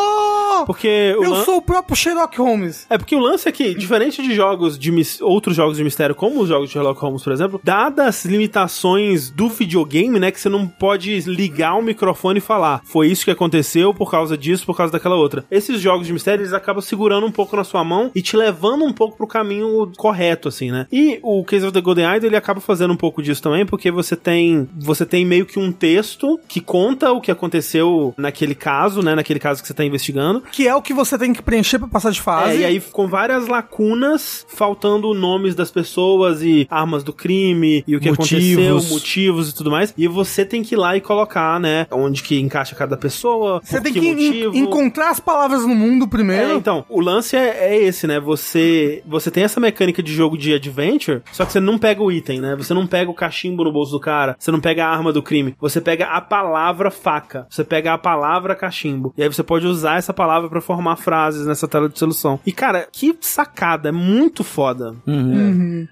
Speaker 1: Porque o
Speaker 3: Eu
Speaker 1: lan-
Speaker 3: sou o próprio Sherlock Holmes.
Speaker 1: É porque o lance é que, diferente de jogos de mis- outros jogos de mistério, como os jogos de Sherlock Holmes, por exemplo, dadas as limitações do videogame, né, que você não pode ligar o microfone e falar, foi isso que aconteceu por causa disso, por causa daquela outra. Esses jogos de mistério, eles acabam segurando um pouco na sua mão e te levando um pouco pro caminho correto, assim, né? E o Case of the Golden Idol, ele acaba fazendo um pouco disso também, porque você tem você tem meio que um texto que conta o que aconteceu naquele caso, né, naquele caso que você tá investigando,
Speaker 3: Que é o que você tem que preencher pra passar de fase.
Speaker 1: é, e aí com várias lacunas, faltando nomes das pessoas e armas do crime e o que
Speaker 2: Motivos.
Speaker 1: aconteceu, motivos e tudo mais. E você tem que ir lá e colocar, né, onde que encaixa cada pessoa,
Speaker 3: Você
Speaker 1: por
Speaker 3: tem
Speaker 1: que,
Speaker 3: que en-
Speaker 1: motivo.
Speaker 3: encontrar as palavras no mundo
Speaker 1: É,
Speaker 3: primeiro.
Speaker 1: então, o lance é, é esse, né? Você você tem essa mecânica de jogo de adventure, só que você não pega o item, né? Você não pega o cachimbo no bolso do cara, você não pega a arma do crime, você pega a palavra faca, você pega a palavra cachimbo. E aí você pode usar essa palavra pra formar frases nessa tela de solução. E cara, que sacada, é muito foda.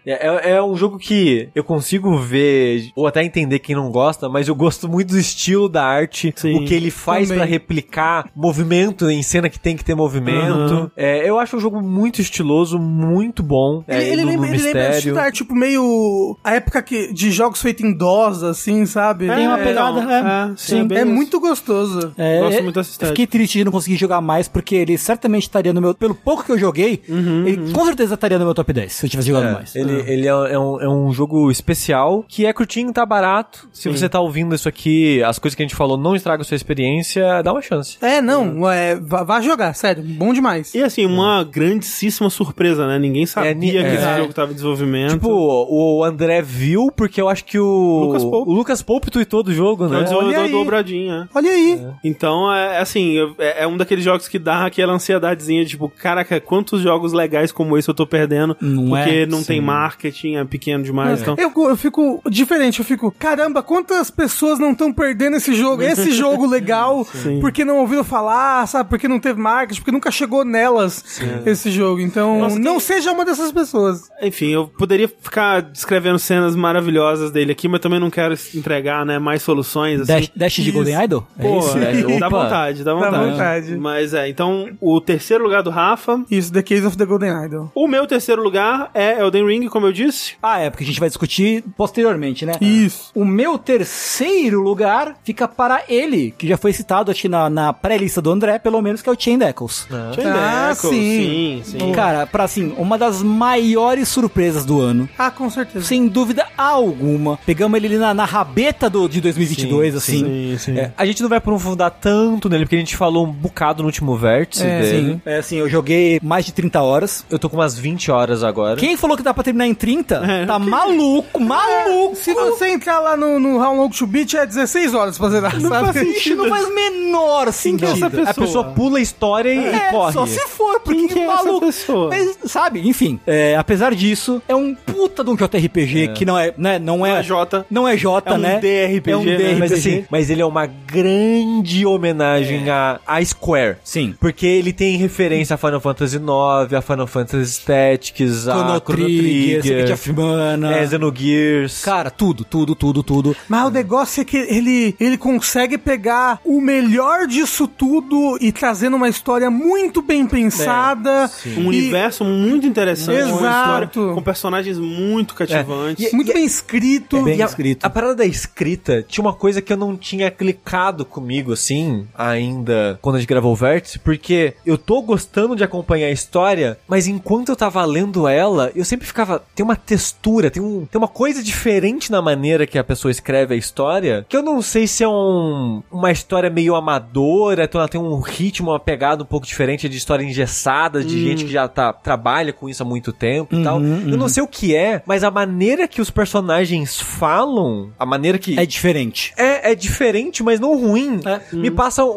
Speaker 4: É, é um jogo que eu consigo ver, ou até entender quem não gosta, mas eu gosto muito do estilo da arte,
Speaker 1: Sim.
Speaker 4: o que ele faz
Speaker 3: Também.
Speaker 4: pra replicar movimento em cena que tem que ter movimento.
Speaker 1: Uhum.
Speaker 4: É, eu acho um jogo muito estiloso, muito bom.
Speaker 3: Ele,
Speaker 4: é,
Speaker 3: ele
Speaker 4: do- do
Speaker 3: lembra, ele lembra
Speaker 4: mistério.
Speaker 3: de estar, tipo, meio. A época que, de jogos feitos em DOS, assim, sabe?
Speaker 2: Tem uma
Speaker 1: É,
Speaker 2: pegada,
Speaker 1: então,
Speaker 2: é.
Speaker 1: é, sim,
Speaker 2: Sim.
Speaker 1: bem
Speaker 3: É
Speaker 1: isso.
Speaker 3: muito gostoso.
Speaker 2: É,
Speaker 1: Gosto
Speaker 2: é,
Speaker 1: muito dessa estética.
Speaker 2: Fiquei triste de não conseguir jogar mais, porque ele certamente estaria no meu. Pelo pouco que eu joguei,
Speaker 1: Uhum,
Speaker 2: ele com certeza estaria no meu top 10 se eu tivesse jogado
Speaker 4: É,
Speaker 2: mais.
Speaker 3: Ah.
Speaker 4: Ele, ele é, é um, é um jogo especial que é curtinho, tá barato. Se você tá ouvindo isso aqui, as coisas que a gente falou não estragam sua experiência, dá uma chance.
Speaker 3: É, não, é, vá, vá jogar, sério, bom demais.
Speaker 1: E assim, uma grandíssima surpresa, né? Ninguém sabia
Speaker 4: É, ni-
Speaker 1: que
Speaker 4: é.
Speaker 1: esse jogo tava em desenvolvimento.
Speaker 4: Tipo, o André viu, porque eu acho que o
Speaker 1: Lucas Pope.
Speaker 4: o Lucas Pope tweetou do jogo,
Speaker 1: é o
Speaker 4: né?
Speaker 3: Olha
Speaker 1: desenvolvedor
Speaker 3: aí.
Speaker 1: do Obradinha. né?
Speaker 3: Olha aí.
Speaker 1: Então, é é assim, eu- é, é um daqueles jogos que dá aquela ansiedadezinha, tipo, caraca, quantos jogos legais como esse eu tô perdendo,
Speaker 2: Não
Speaker 1: porque
Speaker 2: é?
Speaker 1: não tem
Speaker 2: Sim.
Speaker 1: marketing, é pequeno demais, então...
Speaker 3: Eu, eu fico diferente, eu fico, caramba, quantas pessoas não estão perdendo esse jogo,
Speaker 1: *laughs*
Speaker 3: esse jogo legal, porque não ouviram falar, sabe? Porque não teve marketing, porque nunca chegou nelas esse jogo. Então,
Speaker 1: Nossa,
Speaker 3: não
Speaker 1: tem-
Speaker 3: seja uma dessas pessoas.
Speaker 1: Enfim, eu poderia ficar descrevendo cenas maravilhosas dele aqui, mas também não quero entregar, né, mais soluções, assim.
Speaker 2: Dash, Dash de
Speaker 3: isso.
Speaker 2: Golden Idol? É
Speaker 1: Pô,
Speaker 2: isso?
Speaker 1: é, dá
Speaker 4: Opa.
Speaker 1: vontade, dá vontade.
Speaker 3: vontade.
Speaker 1: Mas é, então, o terceiro lugar do Rafa...
Speaker 3: Isso, The Case of the Golden Idol.
Speaker 1: O meu terceiro lugar é Elden Ring, como eu disse.
Speaker 2: Ah, é, porque a gente vai discutir posteriormente, né?
Speaker 1: É.
Speaker 3: Isso.
Speaker 2: O meu terceiro lugar fica para ele, que já foi citado acho que na, na pré-lista do André, pelo menos, que é o Chain Echoes.
Speaker 1: Chain
Speaker 3: Ah,
Speaker 1: Echo,
Speaker 3: sim.
Speaker 1: Sim, sim.
Speaker 2: Cara, pra assim, uma das maiores surpresas do ano.
Speaker 3: Ah, com certeza.
Speaker 2: Sem dúvida alguma. Pegamos ele ali na, na rabeta do, de 2022, assim.
Speaker 1: Sim, sim.
Speaker 4: É, a gente não vai aprofundar tanto nele, porque a gente falou um bocado no último vértice
Speaker 3: É,
Speaker 4: dele.
Speaker 2: Sim. É assim, eu joguei mais de 30 horas.
Speaker 4: Eu tô com umas 20 horas agora.
Speaker 2: Quem falou que dá pra terminar em 30,
Speaker 1: É,
Speaker 2: tá maluco, maluco.
Speaker 3: Se você entrar lá no, no How Long to Beat, é 16 horas pra zerar, sabe?
Speaker 2: Isso não faz o menor sentido.
Speaker 1: é essa pessoa?
Speaker 4: A pessoa pula a história e, e
Speaker 2: É,
Speaker 4: corre. Né?
Speaker 2: só se for, porque
Speaker 1: Quem que é essa
Speaker 2: maluco.
Speaker 1: pessoa?
Speaker 2: Mas, sabe, enfim, é, apesar disso, é um puta de um JRPG que não é, né, não é,
Speaker 1: É Jota.
Speaker 2: não é J,
Speaker 1: É um
Speaker 2: né?
Speaker 1: DRPG,
Speaker 2: é um
Speaker 1: né?
Speaker 2: DRPG.
Speaker 4: Mas assim, mas ele é uma grande homenagem à à Square.
Speaker 2: Sim.
Speaker 4: Porque ele tem referência a Final Fantasy IX, a Final Fantasy Tactics, a
Speaker 2: Chrono
Speaker 4: Chrono
Speaker 2: Trigger, Secret
Speaker 4: Trigger,
Speaker 2: of Mana.
Speaker 4: é, Xenogears.
Speaker 2: Cara, tudo, tudo, tudo, tudo.
Speaker 3: Mas o negócio é que ele, ele consegue pegar o melhor disso tudo e trazendo uma história muito bem pensada.
Speaker 1: Um
Speaker 3: e-
Speaker 1: universo muito interessante. Uma
Speaker 3: Exato.
Speaker 1: história com personagens muito cativantes.
Speaker 3: muito bem escrito.
Speaker 2: bem
Speaker 4: E a-
Speaker 2: escrito.
Speaker 4: A, parada da escrita tinha uma coisa que eu não tinha clicado comigo, assim, ainda quando a gente gravou o Vértice, porque eu tô gostando de acompanhar a história, mas enquanto eu tava lendo ela, eu sempre ficava. Tem uma textura, tem, um, tem uma coisa diferente na maneira que a pessoa escreve a história, que eu não sei se é um, uma história meio amadora, então ela tem um ritmo, uma pegada um pouco diferente de história engessada, de gente que já tá, trabalha com isso há muito tempo e tal. Eu não sei o que é, mas a maneira que os personagens falam, a maneira que.
Speaker 2: É diferente.
Speaker 4: É, é diferente, mas não ruim. Me passa um,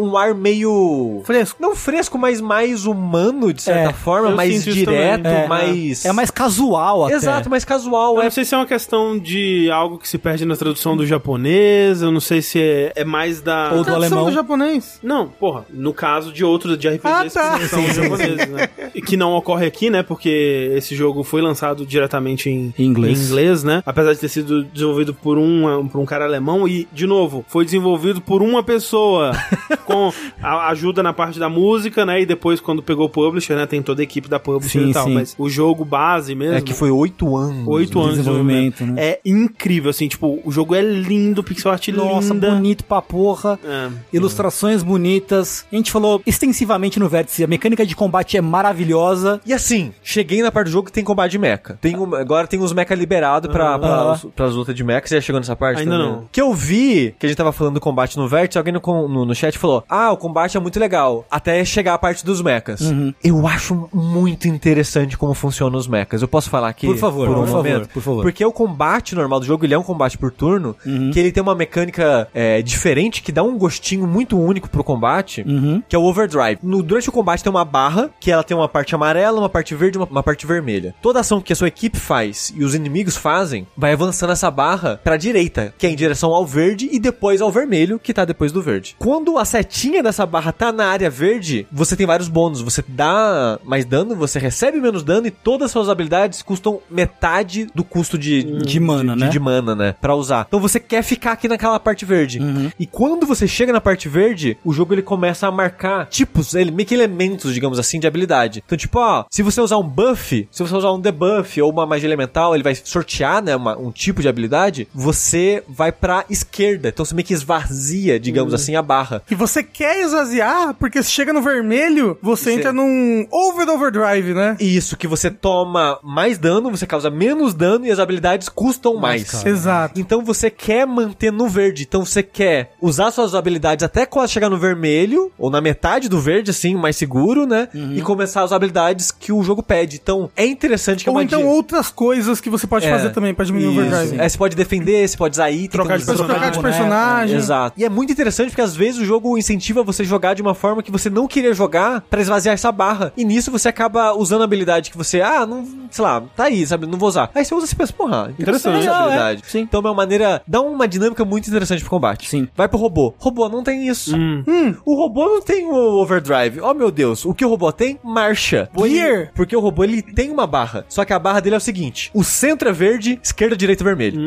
Speaker 4: um- um ar meio.
Speaker 3: Fresco.
Speaker 4: Não fresco, mas mais humano, de certa
Speaker 2: É,
Speaker 4: forma,
Speaker 1: eu
Speaker 4: mais
Speaker 1: sinto isso também.
Speaker 4: direto,
Speaker 1: É.
Speaker 4: mais.
Speaker 2: É mais casual até.
Speaker 4: Exato, mais casual.
Speaker 1: Eu
Speaker 4: É
Speaker 1: não sei se é uma questão de algo que se perde na tradução do japonês, eu não sei se é, é mais da...
Speaker 2: Ou do
Speaker 3: Tradução
Speaker 2: alemão.
Speaker 3: do japonês.
Speaker 1: Não, porra, no caso de outros de RPGs
Speaker 3: Ah, tá.
Speaker 1: que não são japoneses, né? E que não ocorre aqui, né? Porque esse jogo foi lançado diretamente em
Speaker 2: Em inglês.
Speaker 1: em inglês, né? Apesar de ter sido desenvolvido por um, por um cara alemão e, de novo, foi desenvolvido por uma
Speaker 2: *laughs*
Speaker 1: pessoa com a ajuda na parte da música, né? E depois, quando pegou o publisher, né? Tem toda a equipe da publisher
Speaker 2: Sim,
Speaker 1: e tal.
Speaker 2: sim.
Speaker 1: Mas o jogo base mesmo...
Speaker 4: É que foi oito anos.
Speaker 1: Oito
Speaker 2: de
Speaker 1: anos de
Speaker 2: desenvolvimento, né?
Speaker 1: desenvolvimento. É incrível, assim, tipo, o jogo é lindo, pixel art
Speaker 2: Nossa,
Speaker 1: linda.
Speaker 2: bonito pra porra.
Speaker 1: É.
Speaker 2: Ilustrações bonitas. A gente falou extensivamente no vértice. A mecânica de combate é maravilhosa.
Speaker 4: E assim, cheguei na parte do jogo que tem combate de mecha. Tem um- agora tem uns mecha liberados pra,
Speaker 2: Ah.
Speaker 4: pra,
Speaker 2: Aham.
Speaker 4: pras lutas de mecha. Você já chegou nessa parte?
Speaker 1: Ainda
Speaker 4: também?
Speaker 1: não.
Speaker 4: Que eu vi que a gente tava falando do combate no Vértice, alguém no, com- no, no chat falou: Ah, o combate é muito legal. Até chegar a parte dos mechas.
Speaker 2: Uhum.
Speaker 4: Eu acho muito interessante como funcionam os mechas. Eu posso falar aqui?
Speaker 2: Por favor,
Speaker 4: um
Speaker 2: por favor,
Speaker 4: momento?
Speaker 2: por favor. Uhum.
Speaker 4: Porque o combate normal do jogo, ele é um combate por turno, que ele tem uma mecânica é, diferente, que dá um gostinho muito único pro combate,
Speaker 2: Uhum.
Speaker 4: que é o overdrive. No, durante o combate tem uma barra, que ela tem uma parte amarela, uma parte verde e uma, uma parte vermelha. Toda ação que a sua equipe faz e os inimigos fazem, vai avançando essa barra pra direita, que é em direção ao verde e depois ao vermelho, que tá depois do verde. Quando a setinha dessa barra tá na área verde, você tem vários bônus. Você dá mais dano, você recebe menos dano e todas as suas habilidades custam metade do custo de,
Speaker 2: De mana,
Speaker 4: de,
Speaker 2: né?
Speaker 4: de mana, né? Pra usar. Então você quer ficar aqui naquela parte verde. E quando você chega na parte verde, o jogo ele começa a marcar tipos, ele meio que ele, talentos, digamos assim, de habilidade. Então, tipo, ó, se você usar um buff, se você usar um debuff ou uma magia elemental, ele vai sortear, né, uma- um tipo de habilidade, você vai pra esquerda. Então você meio que esvazia, digamos assim, a barra.
Speaker 3: E você quer esvaziar, porque se chega no vermelho, você
Speaker 4: Isso
Speaker 3: entra
Speaker 4: é.
Speaker 3: num over overdrive, né?
Speaker 4: Isso, que você toma mais dano, você causa menos dano e as habilidades custam mais.
Speaker 2: cara.
Speaker 3: Exato.
Speaker 4: Então você quer manter no verde, então você quer usar suas habilidades até quase chegar no vermelho, ou na metade do verde, assim, mais seguro, né? E começar as habilidades que o jogo pede. Então é interessante que a
Speaker 3: Ou
Speaker 4: magia-
Speaker 3: então outras coisas que você pode
Speaker 4: É.
Speaker 3: fazer também pra diminuir o overdrive.
Speaker 4: Isso. É, você pode defender, você pode usar item,
Speaker 1: Trocar
Speaker 4: tem
Speaker 1: de
Speaker 4: que usar-
Speaker 3: Pode trocar de
Speaker 2: boneco, né?
Speaker 3: personagem.
Speaker 4: Exato. E é muito interessante porque às vezes o jogo incentiva você a jogar de uma forma que você não queria jogar pra esvaziar essa barra. E nisso você acaba usando a habilidade que você, ah, não, sei lá, tá aí, sabe, não vou usar. Aí você usa e você pensa, porra, interessante essa
Speaker 2: Legal, é.
Speaker 4: habilidade.
Speaker 2: Sim.
Speaker 4: Então é uma maneira, dá uma dinâmica muito interessante pro combate.
Speaker 2: Sim.
Speaker 4: Vai pro robô. Robô não tem isso. Hum, o robô não tem o overdrive. Oh meu Deus, o que o robô tem? Marcha. Ele-
Speaker 3: Gear.
Speaker 4: porque o robô ele tem uma barra, só que a barra dele é o seguinte: o centro é verde, esquerda, direita, vermelho.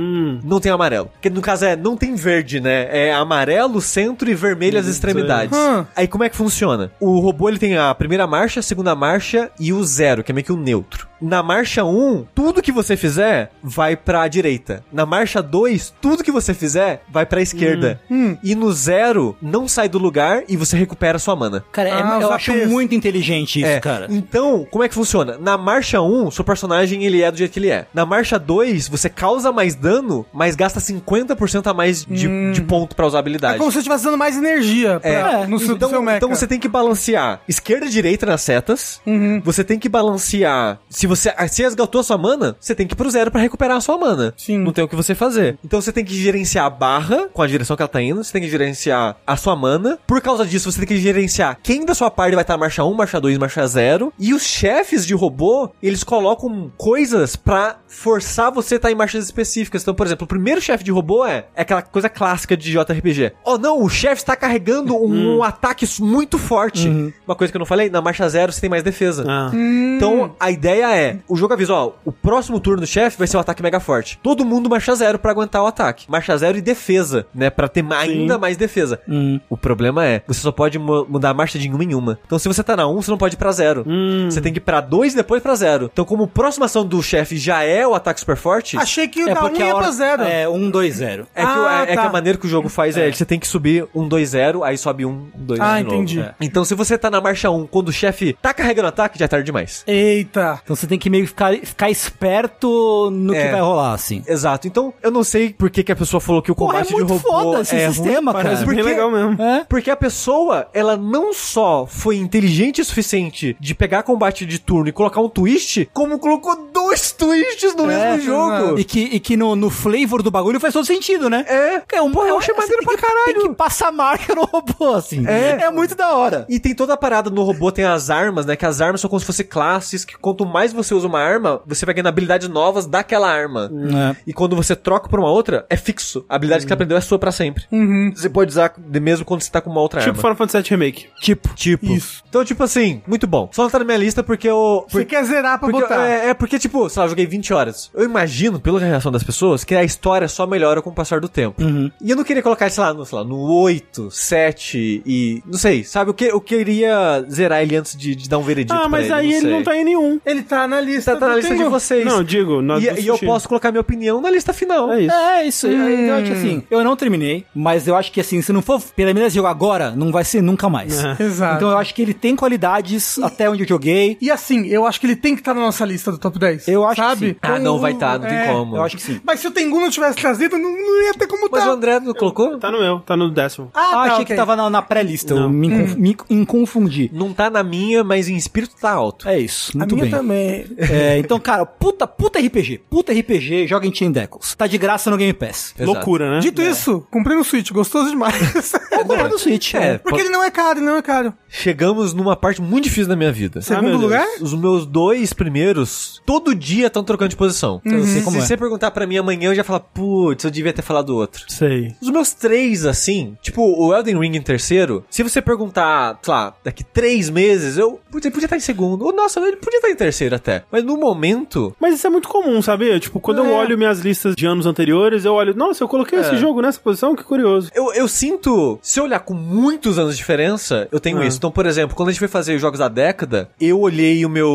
Speaker 4: Não tem amarelo. Que no caso é não tem verde, né? É amarelo, centro e vermelho as extremidades.
Speaker 3: Hum.
Speaker 4: Aí como é que funciona? O robô ele tem a primeira marcha, a segunda marcha e o zero, que é meio que o neutro. Na marcha 1, tudo que você fizer vai pra direita. Na marcha 2, tudo que você fizer vai pra esquerda.
Speaker 3: Hum,
Speaker 4: E no zero, não sai do lugar e você recupera sua mana.
Speaker 2: Cara, é-
Speaker 3: Ah, os
Speaker 2: eu Um acho
Speaker 3: APs.
Speaker 2: muito inteligente isso,
Speaker 4: É,
Speaker 2: cara.
Speaker 4: Então, como é que funciona? Na marcha 1, seu personagem ele é do jeito que ele é. Na marcha 2, você causa mais dano, mas gasta 50% a mais de, de ponto pra usar a
Speaker 3: É
Speaker 4: habilidade.
Speaker 3: como se você tivesse dando mais energia pra-
Speaker 4: É.
Speaker 3: no seu,
Speaker 4: então,
Speaker 3: seu mecha.
Speaker 4: então você tem que balancear esquerda e direita nas setas.
Speaker 3: Uhum.
Speaker 4: Você tem que balancear. Se você ah, se esgotou a sua mana, você tem que ir pro zero pra recuperar a sua mana.
Speaker 3: Sim.
Speaker 4: Não tem o que você fazer. Então você tem que gerenciar a barra com a direção que ela tá indo. Você tem que gerenciar a sua mana. Por causa disso, você tem que gerenciar quem da sua parte vai estar marcha 1, marcha 2, marcha 0. E os chefes de robô, eles colocam coisas pra forçar você a estar em marchas específicas. Então, por exemplo, o primeiro chefe de robô é, é aquela coisa clássica de JRPG. Oh, não, o chefe está carregando um, ataque muito forte. Uma coisa que eu não falei, na marcha 0 você tem mais defesa.
Speaker 1: Ah.
Speaker 3: Hum.
Speaker 4: Então a ideia é, o jogo avisa, ó, o próximo turno do chefe vai ser um ataque mega forte. Todo mundo marcha zero pra aguentar o ataque. Marcha zero e defesa, né, Pra ter ma- ainda mais defesa.
Speaker 3: Hum.
Speaker 4: O problema é, você só pode mu- mudar a marcha de uma em uma. Então se você tá na 1, um, você não pode ir pra zero.
Speaker 3: Hum.
Speaker 4: Você tem que ir pra 2 e depois pra zero. Então como a próxima ação do chefe já é o ataque super forte,
Speaker 3: Achei que
Speaker 2: É
Speaker 3: da 1
Speaker 2: porque
Speaker 3: ia
Speaker 2: a hora-
Speaker 3: pra 0.
Speaker 2: É, 1, 2, 0.
Speaker 4: é, que, o-
Speaker 3: Ah,
Speaker 4: é- é
Speaker 3: tá.
Speaker 4: que a maneira que o jogo faz é, você tem que subir 1, 2, 0, aí sobe 1, 2,
Speaker 3: Ah,
Speaker 4: de novo.
Speaker 3: entendi.
Speaker 4: É. Então se você tá na marcha 1, um, quando o chefe tá carregando ataque, já é tarde demais.
Speaker 3: Eita.
Speaker 2: Então você tem que meio que ficar, ficar esperto no que
Speaker 4: É.
Speaker 2: vai rolar, assim.
Speaker 4: Exato. Então, eu não sei por que, que a pessoa falou que o
Speaker 2: Porra, é
Speaker 4: combate
Speaker 2: muito
Speaker 4: de robô
Speaker 2: foda esse
Speaker 4: é ruim.
Speaker 2: sistema, cara.
Speaker 1: Parece
Speaker 4: Por
Speaker 1: bem
Speaker 4: quê?
Speaker 1: legal mesmo.
Speaker 2: É?
Speaker 4: Porque a pessoa, ela não só foi inteligente o suficiente de pegar combate de turno e colocar um twist, como colocou dois *laughs* twists no
Speaker 2: É,
Speaker 4: mesmo jogo.
Speaker 2: E que, e que no, no flavor do bagulho faz todo sentido, né?
Speaker 4: É.
Speaker 2: É um
Speaker 4: Porra, eu achei
Speaker 2: você tem
Speaker 4: maneiro pra
Speaker 2: que- Tem
Speaker 4: caralho.
Speaker 2: que passar marca no robô, assim.
Speaker 4: É.
Speaker 2: muito da hora.
Speaker 4: E tem toda a parada no robô, tem as armas, né? Que as armas são como se fossem classes, que quanto mais você usa uma arma, você vai ganhando habilidades novas daquela arma.
Speaker 2: É.
Speaker 4: E quando você troca pra uma outra, é fixo. A habilidade que
Speaker 2: Hum.
Speaker 4: você aprendeu é sua pra sempre.
Speaker 2: Uhum.
Speaker 4: Você pode usar de mesmo quando você tá com uma outra
Speaker 1: Tipo
Speaker 4: arma.
Speaker 1: Final Fantasy VII Remake.
Speaker 4: Tipo. Tipo.
Speaker 3: Isso.
Speaker 4: Então, tipo assim, muito bom. Só não tá na minha lista porque eu.
Speaker 3: Você
Speaker 4: Porque,
Speaker 3: quer zerar pra
Speaker 4: porque
Speaker 3: botar.
Speaker 4: é, é porque, tipo, sei lá, eu joguei 20 horas. Eu imagino, pela reação das pessoas, que a história só melhora com o passar do tempo. E eu não queria colocar, sei lá, no, sei lá, no 8, 7 e. Não sei, sabe? Eu, que, eu queria zerar ele antes de, de dar um veredito.
Speaker 1: Ah,
Speaker 4: pra
Speaker 1: mas aí ele
Speaker 4: sei.
Speaker 1: não tá em nenhum.
Speaker 3: Ele tá na lista.
Speaker 4: Tá, tá na
Speaker 3: do
Speaker 4: lista de
Speaker 3: Tengu.
Speaker 4: vocês.
Speaker 1: Não, digo, nós do
Speaker 4: e, e eu
Speaker 1: sushi.
Speaker 4: posso colocar minha opinião na lista final.
Speaker 1: É isso.
Speaker 2: É, isso. Eu acho que assim, eu não terminei, mas eu acho que assim, se não for pela primeira jogo agora, não vai ser nunca mais.
Speaker 1: É.
Speaker 3: Exato.
Speaker 2: Então eu acho que ele tem qualidades até onde eu joguei.
Speaker 3: E assim, eu acho que ele tem que estar na nossa lista do top 10.
Speaker 2: Eu acho que
Speaker 3: sabe?
Speaker 2: sim.
Speaker 4: Ah, não vai estar, tá, não
Speaker 3: É.
Speaker 4: tem como.
Speaker 2: Eu acho que sim.
Speaker 3: Mas se o Tengu não tivesse trazido, não, não ia ter como
Speaker 4: Mas
Speaker 3: tá.
Speaker 4: o André não colocou?
Speaker 1: Tá no meu, tá no décimo.
Speaker 2: Ah, achei
Speaker 3: ok. Hum.
Speaker 2: que tava na, na pré-lista. Eu
Speaker 1: Não.
Speaker 2: me, inconf- me in- confundi.
Speaker 4: Não tá na minha, mas em espírito tá alto.
Speaker 2: É isso.
Speaker 3: A
Speaker 2: Muito
Speaker 3: minha
Speaker 2: bem.
Speaker 3: também.
Speaker 2: *laughs* É, então, cara, puta, puta RPG. Puta RPG, joga em Chain Deckles. Tá de graça no Game Pass.
Speaker 4: Exato.
Speaker 1: Loucura, né?
Speaker 3: Dito isso, comprei no Switch, gostoso demais. *laughs*
Speaker 2: Ou compra no Switch.
Speaker 4: É,
Speaker 3: Porque ele não é caro, ele não é caro.
Speaker 4: Chegamos numa parte muito difícil da minha vida.
Speaker 1: Ah, meu
Speaker 3: Segundo
Speaker 1: Deus.
Speaker 3: lugar?
Speaker 4: Os meus dois primeiros, todo dia estão trocando de posição.
Speaker 2: Eu sei como
Speaker 4: Se
Speaker 2: é.
Speaker 4: você perguntar pra mim amanhã, eu já falo, putz, eu devia ter falado outro.
Speaker 1: Sei.
Speaker 4: Os meus três, assim, tipo, o Elden Ring em terceiro, se você perguntar, sei lá, daqui três meses, eu. Putz, ele podia estar em segundo. Ou, nossa, ele podia estar em terceiro até. Mas no momento.
Speaker 1: Mas isso é muito comum, sabia? Tipo, quando eu olho minhas listas de anos anteriores, eu olho, nossa, eu coloquei esse jogo nessa posição, que curioso.
Speaker 4: Eu, eu sinto, se eu olhar com muitos anos de diferença, eu tenho
Speaker 1: Ah.
Speaker 4: isso. Então, por exemplo, quando a gente foi fazer os jogos da década, eu olhei o meu.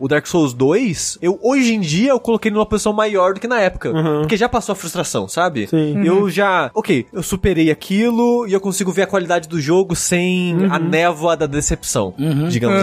Speaker 4: o Dark Souls 2, eu hoje em dia eu coloquei numa posição maior do que na época.
Speaker 1: Uhum.
Speaker 4: Porque já passou a frustração, sabe?
Speaker 1: Sim. Uhum.
Speaker 4: Eu já. Ok, eu superei aquilo e eu consigo ver a qualidade do jogo sem
Speaker 1: Uhum.
Speaker 4: a névoa da decepção, digamos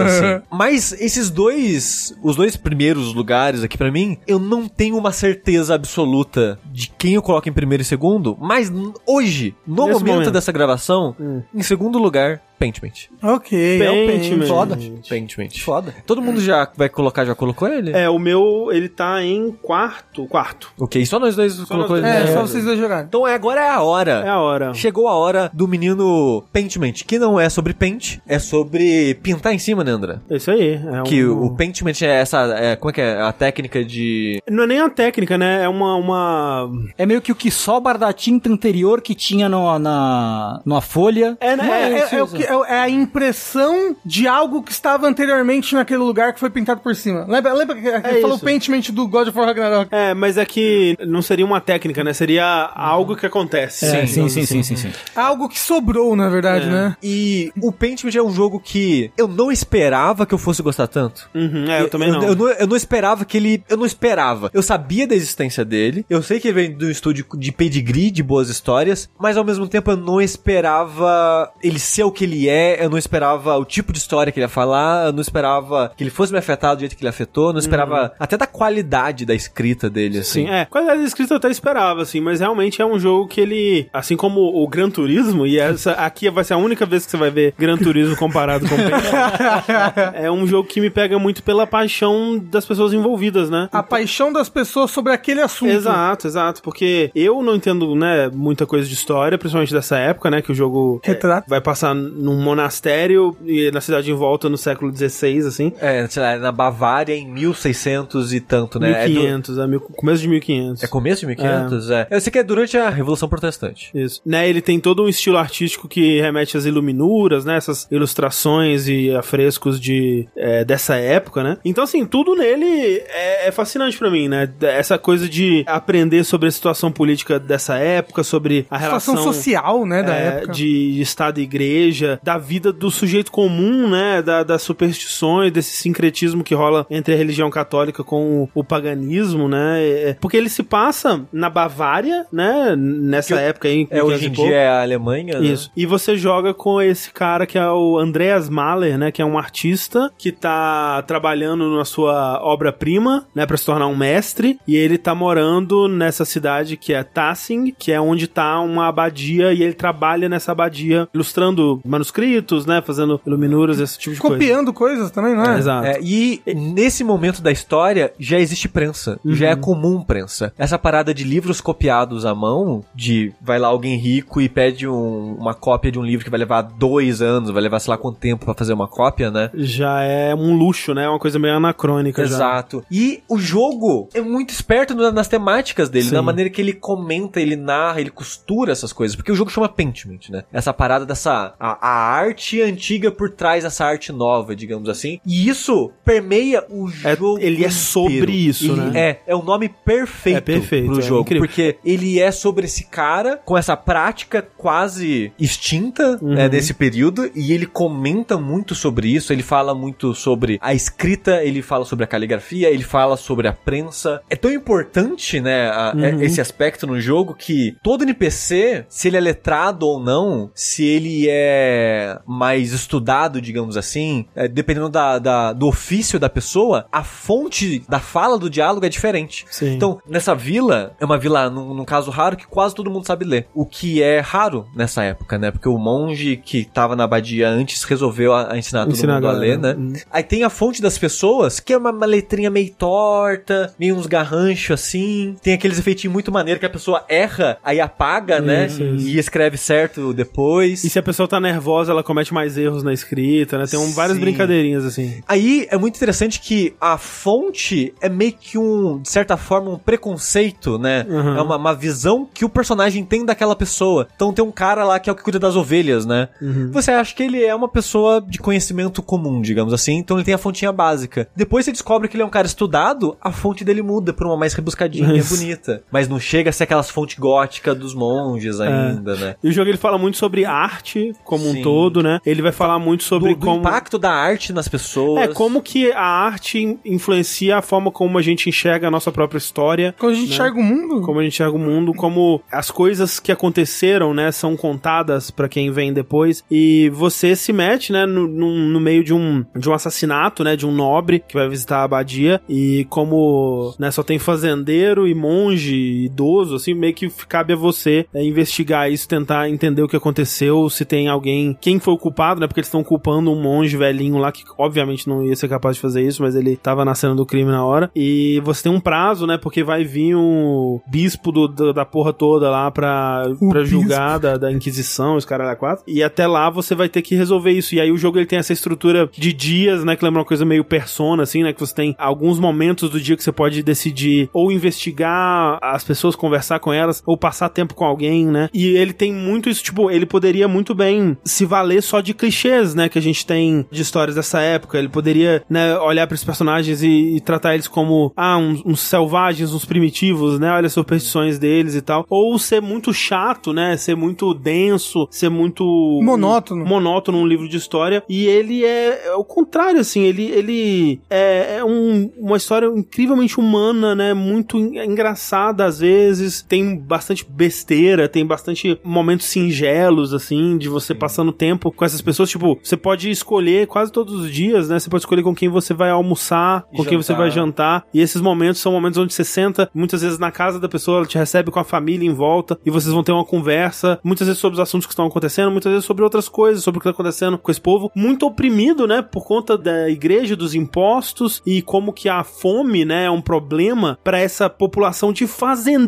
Speaker 1: *laughs*
Speaker 3: Uhum.
Speaker 4: assim. Mas esses dois. Os dois primeiros lugares aqui pra mim, eu não tenho uma certeza absoluta de quem eu coloco em primeiro e segundo, mas n- hoje, no
Speaker 1: Nesse
Speaker 4: momento, Hum.
Speaker 1: momento.
Speaker 4: dessa gravação, em segundo lugar, Paintment.
Speaker 3: Ok, é o
Speaker 1: Pentiment.
Speaker 3: Paint.
Speaker 2: foda.
Speaker 4: Paintment.
Speaker 2: Foda.
Speaker 4: Todo mundo já vai colocar, já colocou ele?
Speaker 1: É, o meu, ele tá em quarto. Quarto.
Speaker 4: Ok, só nós dois colocou
Speaker 1: nós
Speaker 4: ele.
Speaker 3: É,
Speaker 4: né?
Speaker 3: só vocês dois jogarem.
Speaker 4: Então é, agora é a hora.
Speaker 1: É a hora.
Speaker 4: Chegou a hora do menino Paintment, que não é sobre paint, é sobre pintar em cima, né, André?
Speaker 1: É Isso aí. É
Speaker 4: Que
Speaker 1: um-
Speaker 4: o paintment é essa. é, como é que é? A técnica de.
Speaker 1: Não é nem a técnica, né? É uma. uma...
Speaker 2: É meio que o que sobra da tinta anterior que tinha no, na, numa folha.
Speaker 1: É, né?
Speaker 3: É,
Speaker 1: É,
Speaker 3: é- é o que- é- é a impressão de algo que estava anteriormente naquele lugar que foi pintado por cima. Lembra, lembra que que
Speaker 1: É
Speaker 3: falou
Speaker 1: isso.
Speaker 3: Paintment do God of War Ragnarok?
Speaker 1: é, mas é que não seria uma técnica, né? Seria algo que acontece.
Speaker 2: É,
Speaker 1: digamos assim.
Speaker 2: sim,
Speaker 3: Algo que sobrou, na verdade,
Speaker 1: É.
Speaker 3: né?
Speaker 4: E o Paintment é um jogo que eu não esperava que eu fosse gostar tanto.
Speaker 1: Uhum, é, eu também não.
Speaker 4: Eu, não. eu não esperava que ele. Eu não esperava. Eu sabia da existência dele. Eu sei que ele vem de um estúdio de pedigree, de boas histórias. Mas ao mesmo tempo eu não esperava ele ser o que ele é. Eu não esperava o tipo de história que ele ia falar. Eu não esperava que ele fosse me afetar do jeito que ele afetou. Eu não esperava até da qualidade da escrita dele, assim.
Speaker 1: Uhum. Sim, é. Qualidade escrita eu até esperava, assim, mas realmente é um jogo que ele, assim como o Gran Turismo, e essa aqui vai ser a única vez que você vai ver Gran Turismo comparado com o Paintball, é um jogo que me pega muito pela paixão das pessoas envolvidas, né?
Speaker 3: A paixão das pessoas sobre aquele assunto.
Speaker 1: Exato, exato, porque eu não entendo, né, muita coisa de história, principalmente dessa época, né, que o jogo é,
Speaker 3: Retrato.
Speaker 1: vai passar num monastério e na cidade em volta no século XVI, assim.
Speaker 4: É, sei lá, na Bavária em 1600 e tanto, né? É, do-
Speaker 1: 1500, é mil- começo de 1500.
Speaker 4: é começo de 1500? É. Eu sei que é durante a Revolução Protestante.
Speaker 1: Isso. Né, ele tem todo um estilo artístico que remete às iluminuras, né? Essas ilustrações e afrescos de, é, dessa época, né? Então, assim, tudo nele é, é fascinante pra mim, né? D- Essa coisa de aprender sobre a situação política dessa época, sobre a relação...
Speaker 3: Situação social, né, da
Speaker 1: é,
Speaker 3: época.
Speaker 1: de Estado e igreja, da vida do sujeito comum, né? Da, das superstições, desse sincretismo que rola entre a religião católica com o, o paganismo, né? é, porque ele se passa na Bavária, né? Nessa época aí. em
Speaker 4: É, hoje em
Speaker 1: 1500 e pouco.
Speaker 4: dia é a Alemanha, né?
Speaker 1: Isso. E você joga com esse cara que é o Andreas Mahler, né? Que é um artista que tá trabalhando na sua obra-prima, né? Pra se tornar um mestre. E ele tá morando nessa cidade que é Tassing, que é onde tá uma abadia. E ele trabalha nessa abadia, ilustrando manuscritos, né? Fazendo iluminuras, esse tipo de coisa.
Speaker 3: Copiando coisas também, não é?
Speaker 1: Exato.
Speaker 4: É, e nesse momento da história já existe prensa, já é comum prensa. Essa parada de livros copiados à mão, de vai lá alguém rico e pede um- uma cópia de um livro que vai levar dois anos, vai levar sei lá quanto tempo pra fazer uma cópia, né?
Speaker 1: Já é um luxo, né? É uma coisa meio anacrônica já.
Speaker 4: Exato. E o jogo é muito esperto na- nas temáticas dele,
Speaker 1: Sim.
Speaker 4: na maneira que ele comenta, ele narra, ele costura essas coisas. Porque o jogo chama Paintment, né? Essa parada dessa. A, a arte antiga por trás dessa arte nova, digamos assim. E isso permeia o
Speaker 1: É,
Speaker 4: jogo.
Speaker 1: ele é sobre isso,
Speaker 4: Ele
Speaker 1: né?
Speaker 4: É, é o nome perfeito,
Speaker 1: É perfeito,
Speaker 4: pro
Speaker 1: é
Speaker 4: jogo.
Speaker 1: incrível.
Speaker 4: porque ele é sobre esse cara com essa prática quase extinta né, desse período. E ele comenta muito sobre isso. Ele fala muito sobre a escrita, ele fala sobre a caligrafia, ele fala sobre a prensa. É tão importante, né, a- é- esse aspecto no jogo que todo NPC, se ele é letrado ou não, se ele é mais estudado, digamos assim, é, dependendo da, da- do ofício da pessoa, a fonte da fala do diálogo é diferente.
Speaker 1: Sim.
Speaker 4: Então, nessa vila, é uma vila, num, num caso raro, que quase todo mundo sabe ler. O que é raro nessa época, né? Porque o monge que tava na abadia antes resolveu a, a ensinar todo
Speaker 1: Ensinar
Speaker 4: mundo a
Speaker 1: a
Speaker 4: ler, né?
Speaker 1: galera.
Speaker 4: Aí tem a fonte das pessoas, que é uma, uma letrinha meio torta, meio uns garranchos assim. Tem aqueles efeitinhos muito maneiro que a pessoa erra, aí apaga, né?
Speaker 1: Isso, isso.
Speaker 4: E escreve certo depois.
Speaker 1: E se a pessoa tá voz ela comete mais erros na escrita, né? Tem um, várias
Speaker 4: Sim.
Speaker 1: brincadeirinhas assim.
Speaker 4: Aí é muito interessante que a fonte é meio que um, de certa forma, um preconceito, né?
Speaker 1: Uhum.
Speaker 4: É uma, uma visão que o personagem tem daquela pessoa. Então tem um cara lá que é o que cuida das ovelhas, né?
Speaker 1: Uhum.
Speaker 4: Você acha que ele é uma pessoa de conhecimento comum, digamos assim, então ele tem a fontinha básica. Depois você descobre que ele é um cara estudado, a fonte dele muda pra uma mais rebuscadinha,
Speaker 1: Isso.
Speaker 4: bonita. Mas não chega a ser aquelas fontes góticas dos monges
Speaker 1: É.
Speaker 4: ainda, né?
Speaker 1: E o jogo ele fala muito sobre arte como
Speaker 4: Sim.
Speaker 1: um todo, né? Ele vai falar muito sobre
Speaker 4: Do, do
Speaker 1: como
Speaker 4: impacto da arte nas pessoas.
Speaker 1: É, como que a arte in- influencia a forma como a gente enxerga a nossa própria história.
Speaker 3: Quando a gente
Speaker 1: né?
Speaker 3: enxerga o mundo,
Speaker 1: Como a gente enxerga o mundo, como as coisas que aconteceram, né, são contadas pra quem vem depois. E você se mete, né, no, num- no meio de um, de um assassinato, né, de um nobre que vai visitar a abadia. E como, né, só tem fazendeiro e monge, e idoso, assim, meio que cabe a você né, investigar isso, tentar entender o que aconteceu, se tem alguém, quem foi o culpado, né, porque eles estão culpando um monge velhinho lá que obviamente não ia ser capaz de fazer isso, mas ele tava na cena do crime na hora. E você tem um prazo, né, porque vai vir um bispo do- do- da porra toda lá pra,
Speaker 3: O
Speaker 1: pra
Speaker 3: bispo.
Speaker 1: julgar da, da Inquisição, os caras da quatro. E até lá você vai ter que resolver isso. E aí o jogo ele tem essa estrutura de dias, né, que lembra uma coisa meio persona, assim, né, que você tem alguns momentos do dia que você pode decidir ou investigar as pessoas, conversar com elas, ou passar tempo com alguém, né. E ele tem muito isso, tipo, ele poderia muito bem se valer só de clichês, né, que a gente tem de histórias dessa época. Ele poderia, né, olhar para os personagens e, e tratar eles como, ah, uns, uns selvagens, uns primitivos, né, olha as superstições deles e tal. Ou ser muito chato, né, ser muito denso, ser muito...
Speaker 3: monótono.
Speaker 1: Monótono, um livro de história. E ele é, é o contrário, assim, ele, ele é, é um- uma história incrivelmente humana, né, muito en- engraçada às vezes, tem bastante besteira, tem bastante momentos singelos, assim, de você passando tempo com essas pessoas, tipo, você pode escolher quase todos os dias, né, você pode escolher com quem você vai almoçar, com quem você
Speaker 4: jantar.
Speaker 1: vai jantar jantar. E esses momentos são momentos onde você senta, muitas vezes na casa da pessoa, ela te recebe com a família em volta, e vocês vão ter uma conversa, muitas vezes sobre os assuntos que estão acontecendo, muitas vezes sobre outras coisas, sobre o que está acontecendo com esse povo, muito oprimido, né, por conta da igreja, dos impostos, e como que a fome, né, é um problema para essa população de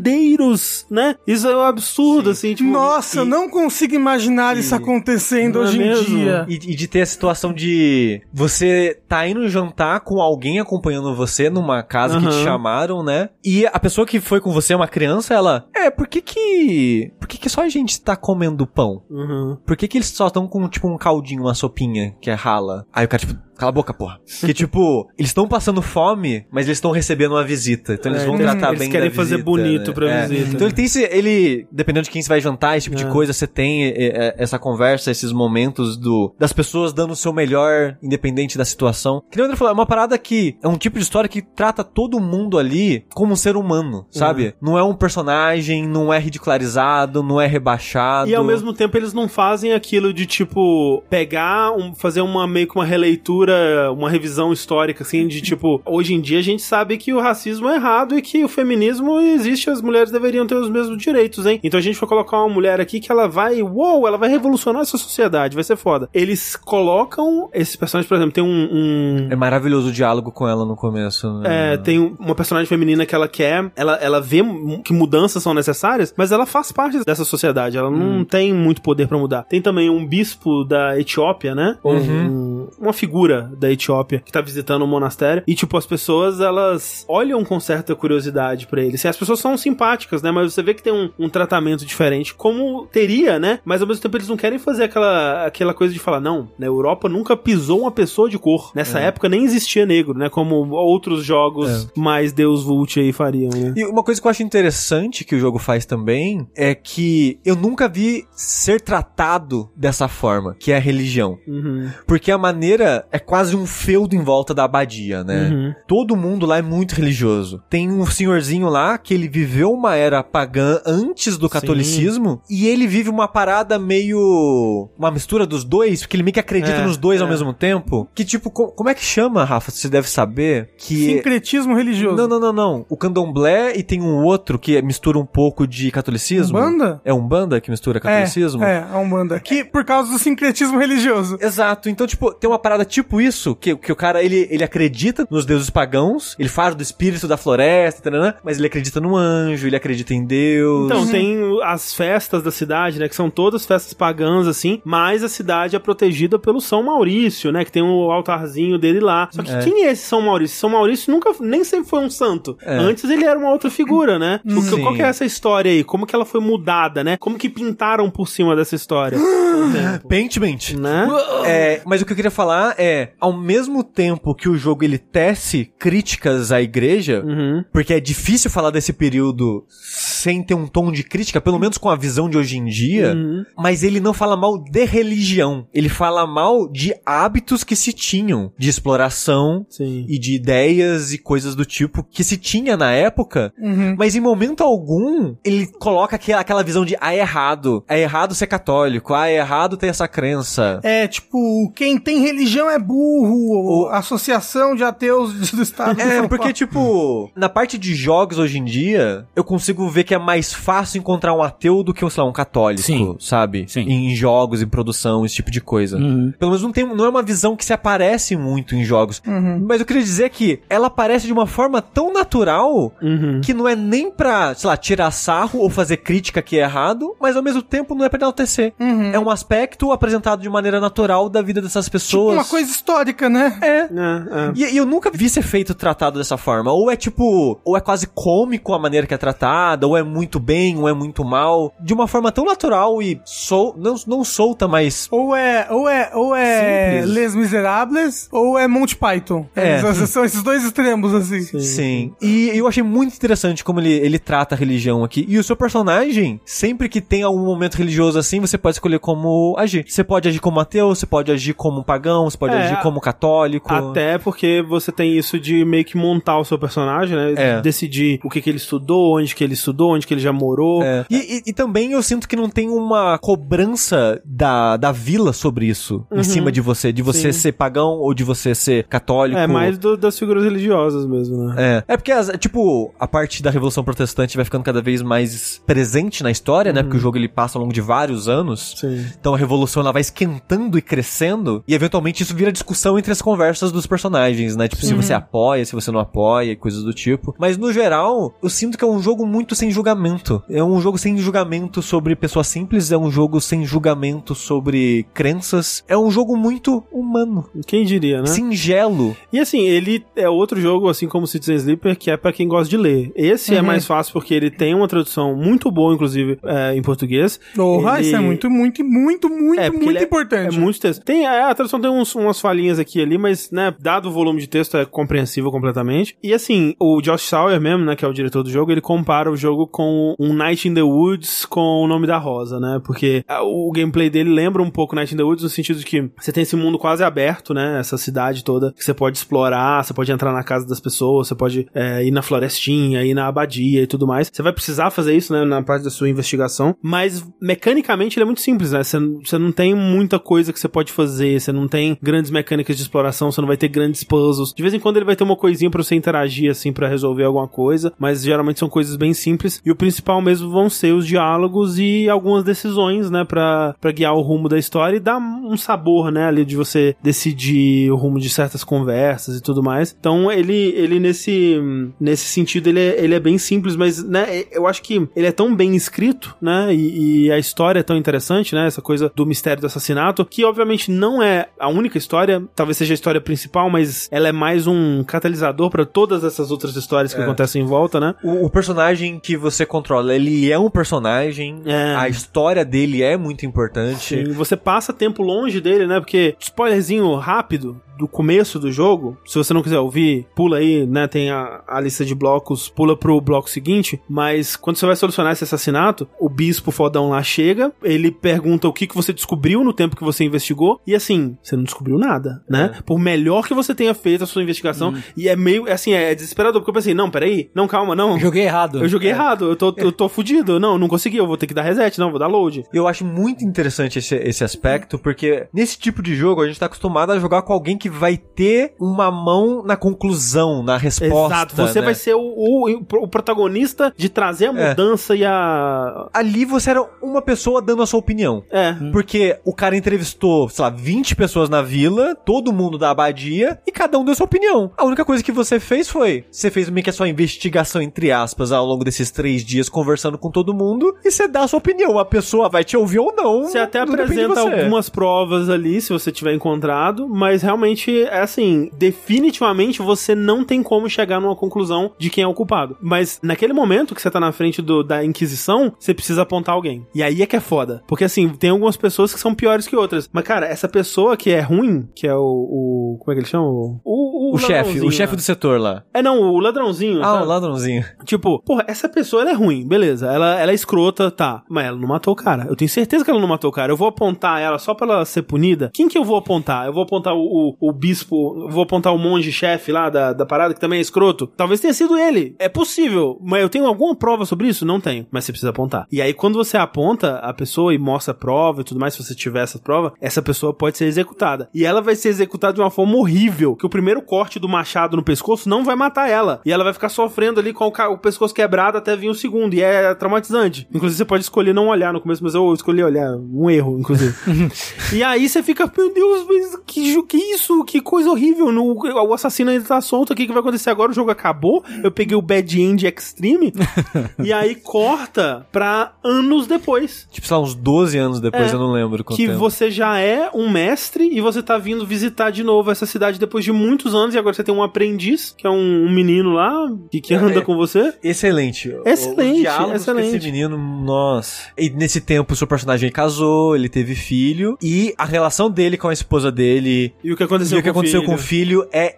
Speaker 1: fazendeiros, né? Isso é um absurdo, assim, tipo...
Speaker 3: Nossa, eu
Speaker 1: e-
Speaker 3: não consigo imaginar isso acontecendo
Speaker 1: Não é
Speaker 3: hoje em
Speaker 1: mesmo?
Speaker 3: dia.
Speaker 4: E, e de ter a situação de você tá indo jantar com alguém acompanhando você numa casa que te
Speaker 1: Aham.
Speaker 4: chamaram, né? E a pessoa que foi com você, uma criança, ela. É, por que que. Por que que só a gente tá comendo pão?
Speaker 1: Uhum.
Speaker 4: Por que que eles só estão com, tipo, um caldinho, uma sopinha que é rala? Aí o cara, tipo. Cala a boca, porra. Que, tipo, eles estão passando fome, mas eles estão recebendo uma visita. Então eles
Speaker 1: É,
Speaker 4: vão
Speaker 1: então
Speaker 4: tratar
Speaker 1: eles
Speaker 4: bem
Speaker 1: querem
Speaker 4: da
Speaker 1: fazer
Speaker 4: visita,
Speaker 1: bonito
Speaker 4: né?
Speaker 1: pra
Speaker 4: É.
Speaker 1: visita.
Speaker 4: Então ele tem esse. Ele, dependendo de quem você vai jantar, esse tipo de
Speaker 1: É.
Speaker 4: coisa, você tem é, é, essa conversa, esses momentos do das pessoas dando o seu melhor, independente da situação. Que nem o André falou, é uma parada que é um tipo de história que trata todo mundo ali como um ser humano, sabe?
Speaker 1: Uhum.
Speaker 4: Não é um personagem, não é ridicularizado, não é rebaixado.
Speaker 1: E ao mesmo tempo eles não fazem aquilo de tipo pegar, um, fazer uma meio que uma releitura, uma revisão histórica assim de tipo, hoje em dia a gente sabe que o racismo é errado e que o feminismo existe, as mulheres deveriam ter os mesmos direitos, hein? Então a gente vai colocar uma mulher aqui que ela vai, uou, ela vai revolucionar essa sociedade, vai ser foda. Eles colocam esses personagens, por exemplo, tem um- um
Speaker 4: É maravilhoso o diálogo com ela no começo. Né?
Speaker 1: é, tem um- uma personagem feminina que ela quer, ela, ela vê mu- que mudanças são necessárias, mas ela faz parte dessa sociedade, ela não tem muito poder pra mudar. Tem também um bispo da Etiópia, né? Ou um- uma figura da Etiópia que tá visitando um monastério e tipo as pessoas elas olham com certa curiosidade pra ele. Assim, as pessoas são simpáticas, né, mas você vê que tem um, um tratamento diferente como teria, né? Mas ao mesmo tempo eles não querem fazer aquela aquela coisa de falar não, na Europa nunca pisou uma pessoa de cor. Nessa época nem existia negro, né, como outros jogos mais Deus Vult aí fariam, né?
Speaker 4: E uma coisa que eu acho interessante que o jogo faz também é que eu nunca vi ser tratado dessa forma, que é a religião.
Speaker 1: Uhum.
Speaker 4: Porque a maneira é quase um feudo em volta da abadia, né?
Speaker 1: Uhum.
Speaker 4: Todo mundo lá é muito religioso. Tem um senhorzinho lá que ele viveu uma era pagã antes do catolicismo e ele vive uma parada meio. uma mistura dos dois, porque ele meio que acredita
Speaker 1: É,
Speaker 4: nos dois ao
Speaker 1: é.
Speaker 4: mesmo tempo. Que tipo, co- como é que chama, Rafa? Você deve saber
Speaker 1: é-
Speaker 4: que.
Speaker 3: Sincretismo religioso.
Speaker 4: Não, não, não, não. O candomblé e tem um outro que mistura um pouco de catolicismo.
Speaker 3: Umbanda?
Speaker 4: É Umbanda que mistura catolicismo?
Speaker 3: um É, é, a Umbanda. Que por causa do sincretismo religioso.
Speaker 4: Exato, então, tipo, tem uma parada tipo isso, que, que o cara, ele, ele acredita nos deuses pagãos, ele fala do espírito da floresta, tarana, mas ele acredita no anjo, ele acredita em Deus.
Speaker 1: Então, tem o- as festas da cidade, né? Que são todas festas pagãs, assim, mas a cidade é protegida pelo São Maurício, né? Que tem o altarzinho dele lá. Só que quem é esse São Maurício? São Maurício nunca, nem sempre foi um santo. Antes ele era uma outra figura, né? Tipo,
Speaker 4: Sim.
Speaker 1: qual que é essa história aí? Como que ela foi mudada, né? Como que pintaram por cima dessa história? Com o tempo,
Speaker 4: Paintment.
Speaker 1: né?
Speaker 4: É, mas o que eu queria falar é, ao mesmo tempo que o jogo ele tece críticas à igreja,
Speaker 1: Uhum.
Speaker 4: porque é difícil falar desse período sem ter um tom de crítica, pelo menos com a visão de hoje em
Speaker 1: Hum.
Speaker 4: dia,
Speaker 1: Uhum.
Speaker 4: mas ele não fala mal de religião, ele fala mal de hábitos que se tinham, de exploração
Speaker 1: Sim.
Speaker 4: e de ideias e coisas do tipo que se tinha na época,
Speaker 3: Uhum.
Speaker 4: mas em momento algum, ele coloca aquela- aquela visão de, ah, é errado. É errado ser católico. Ah, é errado ter essa crença.
Speaker 3: É, tipo, quem tem religião é burro, associação de ateus do Estado. de
Speaker 4: É,
Speaker 3: São
Speaker 4: porque, tipo, na parte de jogos hoje em dia, eu consigo ver que é mais fácil encontrar um ateu do que, sei lá, um católico,
Speaker 2: Sim.
Speaker 4: sabe?
Speaker 2: Sim.
Speaker 4: Em jogos, em produção, esse tipo de coisa.
Speaker 2: Uhum.
Speaker 4: Pelo menos não, tem, não é uma visão que se aparece muito em jogos.
Speaker 3: Paulo. Uhum.
Speaker 4: Mas eu queria dizer que ela aparece de uma forma tão natural
Speaker 1: Uhum.
Speaker 4: que não é nem pra, sei lá, tirar sarro ou fazer crítica que é errado, mas ao mesmo tempo não é pra enaltecer.
Speaker 3: Uhum. Tipo
Speaker 4: É um aspecto apresentado de maneira natural da vida dessas pessoas.
Speaker 3: Uma coisa histórica, né?
Speaker 4: É.
Speaker 1: É, é.
Speaker 4: E, e eu nunca vi ser feito tratado dessa forma. Ou é tipo, ou é quase cômico a maneira que é tratada, ou é muito bem, ou é muito mal. De uma forma tão natural e sol, não, não solta, mas.
Speaker 3: Ou é, ou é, ou é
Speaker 4: Simples.
Speaker 3: Les Miserables, ou é Monty Python.
Speaker 4: É.
Speaker 3: Esses- *laughs* São esses dois extremos, assim.
Speaker 4: Sim. E eu achei muito interessante como ele, ele trata a religião aqui. E o seu personagem, sempre que tem algum momento religioso assim, você pode escolher como agir. Você pode agir como ateu, você pode agir como um pagão, você pode
Speaker 1: É,
Speaker 4: agir
Speaker 1: a-
Speaker 4: como católico.
Speaker 1: Até porque você tem isso de meio que montar o seu personagem, né?
Speaker 4: É.
Speaker 1: Decidir o que, que ele estudou, onde que ele estudou, onde que ele já morou.
Speaker 4: É. E, e- e também eu sinto que não tem uma cobrança da, da vila sobre isso em cima de você, de você
Speaker 1: Uhum. Sim.
Speaker 4: ser pagão ou de você ser católico.
Speaker 1: É, mais do- das figuras religiosas mesmo, né?
Speaker 4: É, é porque, as- tipo, a parte da Revolução Protestante vai ficando cada vez mais presente na história,
Speaker 1: Uhum.
Speaker 4: né? Porque o jogo ele passa ao longo de vários anos.
Speaker 1: Sim.
Speaker 4: Então a revolução ela vai esquentando e crescendo, e eventualmente isso vira discussão entre as conversas dos personagens, né? Tipo, se você apoia, se você não apoia, e coisas do tipo. Mas no geral, eu sinto que é um jogo muito sem julgamento. É um jogo sem julgamento sobre pessoas simples, é um jogo sem julgamento sobre crenças. É um jogo muito humano,
Speaker 1: Quem diria, né?
Speaker 4: singelo.
Speaker 1: E assim, ele é outro jogo, assim como Citizen Sleeper, que é pra quem gosta de ler. Esse é
Speaker 3: Uhum.
Speaker 1: mais fácil porque ele tem uma tradução muito boa, inclusive, é, em português.
Speaker 3: Porra,
Speaker 1: Ele-
Speaker 3: isso é muito, muito, muito, muito,
Speaker 1: É, porque
Speaker 3: muito
Speaker 1: ele É
Speaker 3: importante.
Speaker 1: muito texto. Tem, é, a tradução tem uns- umas falhinhas aqui e ali, mas, né, dado o volume de texto, é compreensível completamente. E assim, o Josh Sauer mesmo, né, que é o diretor do jogo, ele compara o jogo com um Night in the Woods com o nome da rosa, né? Porque ah, o gameplay dele lembra um pouco Night in the Woods no sentido de que você tem esse mundo quase aberto, né? Essa cidade toda que você pode explorar, você pode entrar na casa das pessoas, você pode é, ir na florestinha, ir na abadia e tudo mais. Você vai precisar fazer isso, né, na parte da sua investigação, mas mecanicamente ele é muito simples, né? Você, você não tem muita coisa que você pode fazer, você não tem grandes mecânicas de exploração, você não vai ter grandes puzzles. De vez em quando ele vai ter uma coisinha pra você interagir, assim, pra resolver alguma coisa, mas geralmente são coisas bem simples. E o principal mesmo vão ser os diálogos e algumas decisões, né, pra, pra guiar o rumo da história e dar um sabor, né, ali de você decidir o rumo de certas conversas e tudo mais. Então ele, ele nesse, nesse sentido, ele é, ele é bem simples, mas, né, eu acho que ele é tão bem escrito, né, e, e a história é tão interessante, né, essa coisa do mistério do assassinato, que obviamente não é a única história, talvez seja a história principal, mas ela é mais um catalisador pra todas essas outras histórias que acontecem em volta, né.
Speaker 4: O, o personagem que você controla, ele é um personagem,
Speaker 1: É.
Speaker 4: a história dele é muito importante.
Speaker 1: Sim, você passa tempo longe dele, né? Porque spoilerzinho rápido do começo do jogo, se você não quiser ouvir, pula aí, né? Tem a, a lista de blocos, pula pro bloco seguinte. Mas quando você vai solucionar esse assassinato, o bispo fodão lá chega, ele pergunta o que, que você descobriu no tempo que você investigou, e assim, você não descobriu nada, né? Por melhor que você tenha feito a sua investigação, e é meio, é assim, é desesperador, porque eu pensei, não, peraí, não, calma, não. É.
Speaker 2: Joguei errado.
Speaker 1: Eu joguei errado, eu tô, eu tô fudido. Não, não consegui, eu vou ter que dar reset, não, vou dar load.
Speaker 4: Eu acho muito interessante esse, esse aspecto, porque nesse tipo de jogo a gente tá acostumado a jogar com alguém que que vai ter uma mão na conclusão, na resposta.
Speaker 1: Exato, você
Speaker 4: né?
Speaker 1: vai ser o, o- o protagonista de trazer a
Speaker 4: É.
Speaker 1: mudança e a.
Speaker 4: Ali você era uma pessoa dando a sua opinião.
Speaker 1: É.
Speaker 4: Porque o cara entrevistou, sei lá, 20 pessoas na vila, todo mundo da abadia, e cada um deu sua opinião. A única coisa que você fez foi, você fez meio que a sua investigação, entre aspas, ao longo desses três dias, conversando com todo mundo, e você dá a sua opinião. A pessoa vai te ouvir ou não.
Speaker 1: Você até
Speaker 4: não depende de
Speaker 1: apresenta
Speaker 4: você.
Speaker 1: algumas provas ali, se você tiver encontrado, mas realmente, é assim, definitivamente você não tem como chegar numa conclusão de quem é o culpado. Mas naquele momento que você tá na frente do- da Inquisição, você precisa apontar alguém. E aí é que é foda. Porque assim, tem algumas pessoas que são piores que outras. Mas cara, essa pessoa que é ruim, que é o. o- como é que ele chama? O,
Speaker 4: O chefe, o
Speaker 1: ladrãozinho
Speaker 4: chefe
Speaker 1: lá.
Speaker 4: do setor lá.
Speaker 1: É não, o ladrãozinho.
Speaker 4: Ah,
Speaker 1: sabe?
Speaker 4: o ladrãozinho.
Speaker 1: Tipo, porra, essa pessoa ela é ruim, beleza. Ela, ela é escrota, tá. Mas ela não matou o cara. Eu tenho certeza que ela não matou o cara. Eu vou apontar ela só pra ela ser punida. Quem que eu vou apontar? Eu vou apontar o, o, o bispo, eu vou apontar o monge-chefe lá da, da parada, que também é escroto. Talvez tenha sido ele. É possível. Mas eu tenho alguma prova sobre isso? Não tenho. Mas você precisa apontar. E aí, quando você aponta a pessoa e mostra a prova e tudo mais, se você tiver essa prova, essa pessoa pode ser executada. E ela vai ser executada de uma forma horrível. Que o primeiro corte do machado no pescoço não vai matar ela. E ela vai ficar sofrendo ali com o, ca- o pescoço quebrado até vir o segundo. E é traumatizante. Inclusive, você pode escolher não olhar no começo, mas eu escolhi olhar. Um erro, inclusive. e aí você fica, meu Deus, mas que, ju- que isso? Que coisa horrível. No- o assassino ainda tá solto aqui. O que vai acontecer agora? O jogo acabou. Eu peguei o Bad End Extreme. e aí corta pra anos depois
Speaker 4: Tipo, sei lá, uns 12 anos depois,
Speaker 1: É.
Speaker 4: eu não lembro quanto
Speaker 1: que
Speaker 4: tempo.
Speaker 1: você já é um mestre e você tá vindo visitar de novo essa cidade depois de muitos anos e agora você tem um aprendiz, que é um, um menino lá que, que anda
Speaker 4: é.
Speaker 1: com você.
Speaker 4: Excelente.
Speaker 1: Excelente,
Speaker 4: Os diálogos com
Speaker 1: excelente.
Speaker 4: Esse menino, nossa. E nesse tempo, o seu personagem casou, ele teve filho. E a relação dele com a esposa dele.
Speaker 1: E o que aconteceu,
Speaker 4: e o que
Speaker 1: com, o
Speaker 4: aconteceu
Speaker 1: filho.
Speaker 4: com o filho é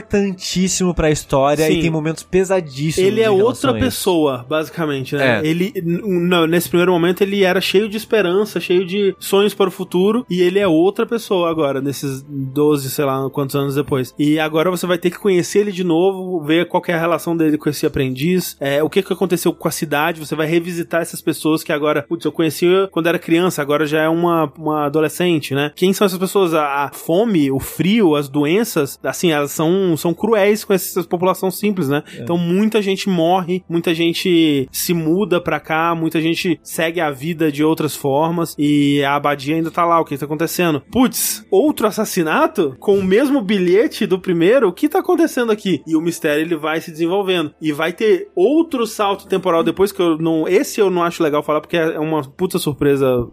Speaker 4: importantíssimo pra história
Speaker 1: Sim.
Speaker 4: e tem momentos pesadíssimos.
Speaker 1: Ele
Speaker 4: em
Speaker 1: é outra
Speaker 4: relações.
Speaker 1: pessoa, basicamente, né?
Speaker 4: É.
Speaker 1: Ele, n- n- nesse primeiro momento, ele era cheio de esperança, cheio de sonhos para o futuro, e ele é outra pessoa agora, nesses 12, sei lá, quantos anos depois. E agora você vai ter que conhecer ele de novo, ver qual que é a relação dele com esse aprendiz, é, o que, que aconteceu com a cidade, você vai revisitar essas pessoas que agora, putz, eu conheci quando era criança, agora já é uma, uma adolescente, né? Quem são essas pessoas? A, a fome, o frio, as doenças, assim, elas são, são cruéis com essa população simples, né?
Speaker 4: É.
Speaker 1: Então muita gente morre, muita gente se muda pra cá, muita gente segue a vida de outras formas e a abadia ainda tá lá, o que tá acontecendo? Putz, outro assassinato com o mesmo bilhete do primeiro, o que tá acontecendo aqui? E o mistério ele vai se desenvolvendo e vai ter outro salto temporal depois que eu não, esse eu não acho legal falar porque é uma puta surpresa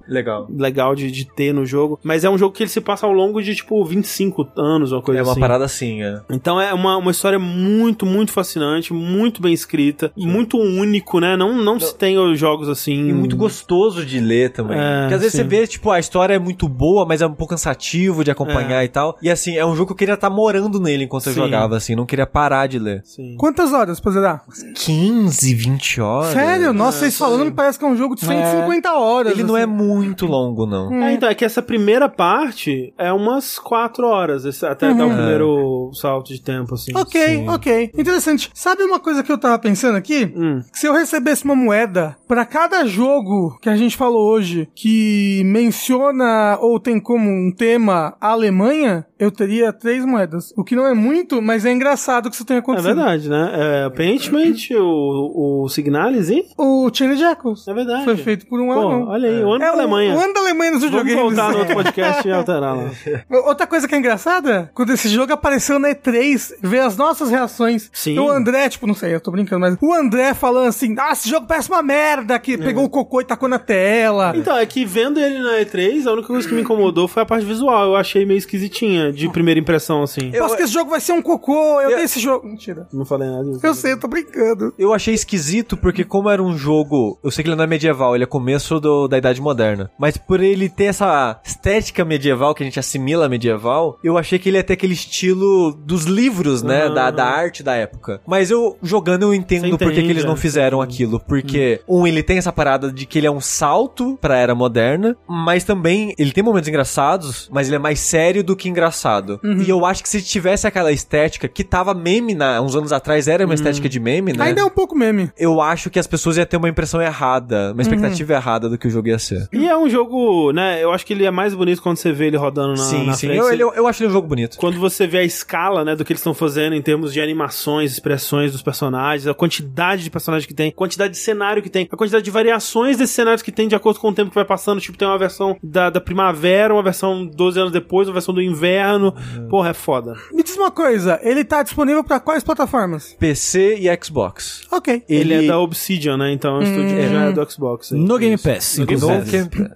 Speaker 4: Legal.
Speaker 1: legal de, de ter no jogo, mas é um jogo que ele se passa ao longo de tipo 25 anos, uma coisa
Speaker 4: É uma
Speaker 1: assim.
Speaker 4: parada assim, é.
Speaker 1: Então é uma, uma história muito, muito fascinante, muito bem escrita, muito único, né? Não, não se tem os jogos assim.
Speaker 4: E muito gostoso de ler também.
Speaker 1: É,
Speaker 4: Porque às vezes
Speaker 1: sim.
Speaker 4: você vê, tipo, a história é muito boa, mas é um pouco cansativo de acompanhar e tal. E assim, é um jogo que eu queria estar morando nele enquanto eu
Speaker 1: Sim.
Speaker 4: jogava, assim, não queria parar de ler.
Speaker 1: Sim.
Speaker 3: Quantas horas pra zerar?
Speaker 4: 15, 20 horas.
Speaker 3: Sério? Nossa, vocês falando me parece que é um jogo de 150 horas.
Speaker 4: Ele não é
Speaker 3: assim.
Speaker 4: muito longo, não.
Speaker 3: Hum.
Speaker 1: É, então, é que essa primeira parte é umas quatro horas, esse- até dar o primeiro salto de tempo, assim.
Speaker 3: Uhum. Ok,
Speaker 4: Sim.
Speaker 3: ok. Interessante. Sabe uma coisa que eu tava pensando aqui?
Speaker 1: Hum.
Speaker 3: Se eu recebesse uma moeda pra cada jogo que a gente falou hoje que menciona ou tem como um tema a Alemanha, eu teria três moedas. O que não é muito, mas é engraçado que isso tenha
Speaker 1: É
Speaker 3: acontecido.
Speaker 1: verdade, né? É, Paintment, o, o Signalis, hein?
Speaker 3: O Chain Jackals
Speaker 1: É verdade.
Speaker 3: foi feito por um
Speaker 1: Pô,
Speaker 3: alemão.
Speaker 1: olha aí, o ano
Speaker 3: É
Speaker 1: da Alemanha.
Speaker 3: O ano da Alemanha nos
Speaker 1: Vamos
Speaker 3: videogames.
Speaker 1: voltar no outro podcast e alterar
Speaker 3: *laughs*
Speaker 1: lá.
Speaker 3: Outra coisa que é engraçada, quando esse jogo apareceu na E3, ver as nossas reações.
Speaker 1: Sim.
Speaker 3: O André, tipo, não sei, eu tô brincando, mas o André falando assim: ah, esse jogo parece uma merda, que pegou o cocô e tacou na tela.
Speaker 1: Então, é que vendo ele na E3, a única coisa que me incomodou foi a parte visual. Eu achei meio esquisitinha, de primeira impressão, assim.
Speaker 3: Eu acho que esse jogo vai ser um cocô, eu,
Speaker 4: Eu-
Speaker 3: dei esse jogo. Mentira.
Speaker 1: Não falei nada disso.
Speaker 3: Eu sei, eu tô brincando.
Speaker 4: Eu achei esquisito porque como era um jogo, eu sei que ele não é medieval, ele é começo do- da idade moderna, mas por ele ter essa estética medieval que a gente assimila a medieval, eu achei que ele ia ter aquele estilo dos livros, né,
Speaker 1: Ah.
Speaker 4: da, da arte da época. Mas eu jogando eu
Speaker 1: Você
Speaker 4: entendo
Speaker 1: entende,
Speaker 4: por que que eles não
Speaker 1: é. Uhum.
Speaker 4: fizeram aquilo, porque um ele tem essa parada de que ele é um salto pra era moderna, mas também ele tem momentos engraçados, mas ele é mais sério do que engraçado.
Speaker 1: Uhum.
Speaker 4: E eu acho que se tivesse aquela estética que tava meme na, uns anos atrás era
Speaker 1: Uhum.
Speaker 4: uma estética de meme, né?
Speaker 3: Ainda é um pouco meme.
Speaker 4: eu acho que as pessoas iam ter uma impressão errada, uma expectativa errada do que o jogo ia ser.
Speaker 1: E é um jogo, né? Eu acho que ele é mais bonito quando você vê ele rodando na, na frente.
Speaker 4: Eu- ele, eu achei um jogo bonito.
Speaker 1: Quando você vê a escala, né, do que eles estão fazendo em termos de animações, expressões dos personagens, a quantidade de personagens que tem, a quantidade de cenário que tem, a quantidade de variações desses cenários que tem de acordo com o tempo que vai passando. Tipo, tem uma versão da, da primavera, uma versão 12 anos depois, uma versão do inverno. Porra, é foda.
Speaker 3: Me diz uma coisa, ele tá disponível pra quais plataformas?
Speaker 4: PC e Xbox.
Speaker 3: Ok.
Speaker 1: Ele,
Speaker 2: Ele-
Speaker 1: é da Obsidian, né? Então é um estúdio que já é do Xbox. aí.
Speaker 2: No Game
Speaker 1: Isso.
Speaker 2: Pass.
Speaker 1: No Game
Speaker 2: inclusive.
Speaker 1: Pass.
Speaker 4: Game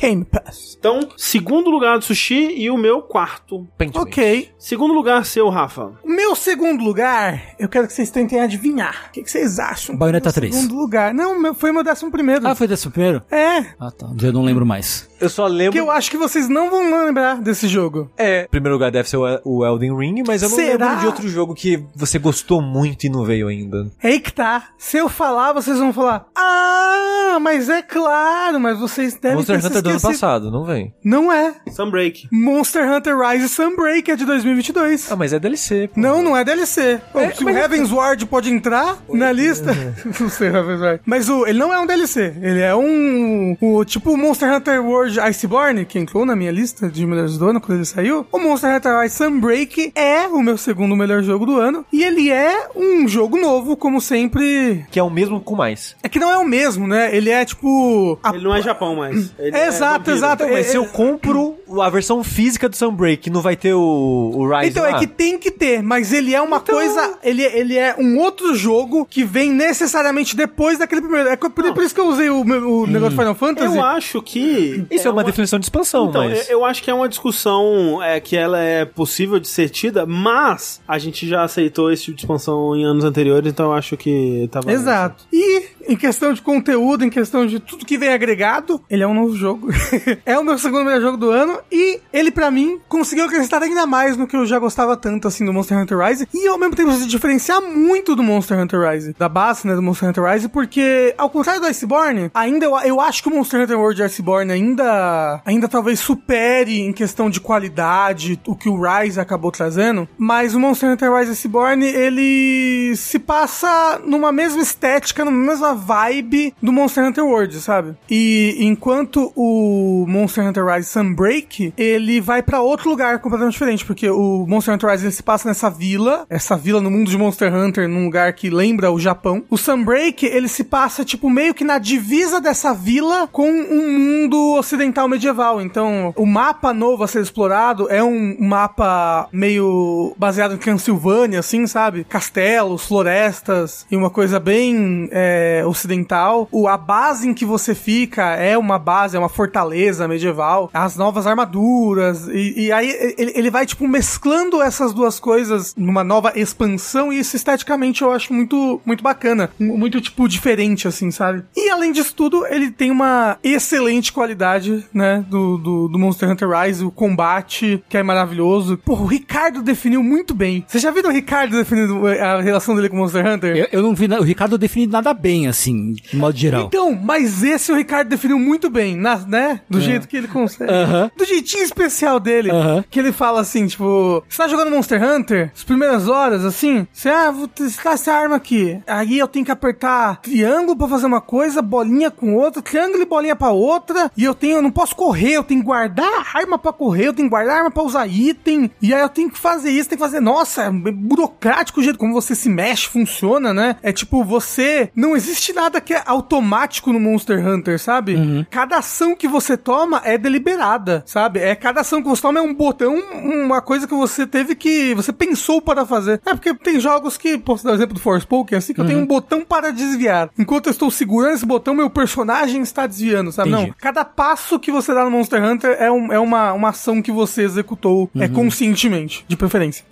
Speaker 3: Game Pass.
Speaker 1: Então, segundo lugar do sushi e o meu quarto.
Speaker 3: Ok.
Speaker 1: Segundo lugar seu, Rafa.
Speaker 3: O Meu segundo lugar, eu quero que vocês tentem adivinhar. O que, que vocês acham?
Speaker 2: Bayonetta
Speaker 3: Meu
Speaker 2: 3.
Speaker 3: Segundo lugar. Não, meu- foi meu décimo primeiro.
Speaker 2: Ah, foi desse primeiro?
Speaker 3: É,
Speaker 2: Ah, tá. Eu não lembro mais.
Speaker 4: Eu só
Speaker 3: que
Speaker 4: lembro.
Speaker 3: eu acho que vocês não vão lembrar desse jogo.
Speaker 4: É, em primeiro lugar deve ser o- o Elden Ring, mas eu não
Speaker 3: Será?
Speaker 4: lembro de outro jogo que você gostou muito e não veio ainda.
Speaker 3: É aí que tá. Se eu falar, vocês vão falar, ah, mas é claro, mas vocês devem
Speaker 4: Monster
Speaker 3: ter se
Speaker 4: Hunter do ano
Speaker 3: esquecido."
Speaker 4: passado, não vem.
Speaker 3: Não é.
Speaker 1: Sunbreak.
Speaker 3: Monster Hunter Rise Sunbreak é de 2022.
Speaker 4: Ah, mas é DLC. pô.
Speaker 3: Não, não é DLC. Pô, se o Heaven's Ward pode entrar na lista. *laughs* não sei, Heaven's Ward. Mas o, ele não é um DLC. Ele é um. O, tipo o Monster Hunter World Iceborne, que entrou na minha lista de melhores do ano quando ele saiu. O Monster Hunter Rise Sunbreak é o meu segundo melhor jogo do ano. E ele é um jogo novo, como sempre.
Speaker 4: Que é o mesmo com mais.
Speaker 3: É que não é o mesmo, né? Ele é tipo. a-
Speaker 1: Ele não é Japão mais.
Speaker 3: *clears throat*
Speaker 1: Ele é
Speaker 3: Exato,
Speaker 1: vampiro.
Speaker 3: exato.
Speaker 4: Então, mas
Speaker 3: É-
Speaker 4: se eu compro a versão física do Sunbreak, não vai ter o, o Rise
Speaker 3: Então,
Speaker 4: lá?
Speaker 3: é que tem que ter, mas ele é
Speaker 1: Então-
Speaker 3: uma coisa. Ele, ele é um outro jogo que vem necessariamente depois daquele primeiro. É co- por, por isso que eu usei o, meu- o negócio do Final Fantasy.
Speaker 1: Hum. Eu acho que.
Speaker 4: Isso é, uma, definição de expansão,
Speaker 1: Então,
Speaker 4: mas...
Speaker 1: eu eu acho que é uma discussão é, que ela é possível de ser tida, mas a gente já aceitou esse tipo de expansão em anos anteriores, então eu acho que tava.
Speaker 3: Exato. E em questão de conteúdo, em questão de tudo que vem agregado, ele é um novo jogo. *laughs* é o meu segundo melhor jogo do ano e ele pra mim conseguiu acrescentar ainda mais no que eu já gostava tanto assim do Monster Hunter Rise e ao mesmo tempo se diferenciar muito do Monster Hunter Rise, da base, né, do Monster Hunter Rise, porque ao contrário do Iceborne, ainda eu, eu acho que o Monster Hunter World Iceborne ainda ainda talvez supere em questão de qualidade o que o Rise acabou trazendo, mas o Monster Hunter Rise Iceborne, ele se passa numa mesma estética, numa mesma vibe do Monster Hunter World, sabe? E enquanto o Monster Hunter Rise Sunbreak, ele vai pra outro lugar completamente diferente, porque o Monster Hunter Rise ele se passa nessa vila, essa vila no mundo de Monster Hunter, num lugar que lembra o Japão. O Sunbreak, ele se passa tipo meio que na divisa dessa vila com um mundo ocidental medieval. Então, o mapa novo a ser explorado é um mapa meio baseado em Transilvânia, assim, sabe? Castelos, florestas e uma coisa bem é, ocidental. O, a base em que você fica é uma base, é uma fortaleza medieval. As novas armaduras. E, e aí ele, ele vai, tipo, mesclando essas duas coisas numa nova expansão. E isso esteticamente eu acho muito, muito bacana. mu- Muito, tipo, diferente, assim, sabe? E além disso tudo, ele tem uma excelente qualidade, né? Do, do, do Monster Hunter Rise, o combate, que é maravilhoso. Porra, o Ricardo definiu muito bem. Você já viu o Ricardo definindo eh, a relação dele com o Monster Hunter?
Speaker 2: Eu, eu não vi nada. O Ricardo define nada bem, assim, de modo geral.
Speaker 3: Então, mas esse o Ricardo definiu muito bem, na- né? Do jeito que ele consegue.
Speaker 2: É. Aham.
Speaker 3: Do jeitinho especial dele.
Speaker 2: Aham.
Speaker 3: Que ele fala assim, tipo... Você tá jogando Monster Hunter? As primeiras horas, assim... Você, ah, vou testar essa arma aqui. Aí eu tenho que apertar triângulo pra fazer uma coisa, bolinha com outra, triângulo e bolinha pra outra. E eu tenho... Eu não posso correr, eu tenho que guardar a arma pra correr, eu tenho que guardar a arma pra usar item. E aí eu tenho que fazer isso, tenho que fazer... Nossa, é burocrático o jeito como você se mexe, funciona, né? É tipo, você... Não existe nada que é automático no Monster Hunter, sabe? Cada ação que você toma é deliberada, sabe? É cada ação que você toma é um botão, uma coisa que você teve que. Você pensou para fazer. É porque tem jogos que, posso dar o exemplo do Forspoken, assim, que eu tenho um botão para desviar. Enquanto eu estou segurando esse botão, meu personagem está desviando, sabe?
Speaker 2: Entendi.
Speaker 3: Não. Cada passo que você dá no Monster Hunter é, um- é uma, uma ação que você executou é, conscientemente, de preferência.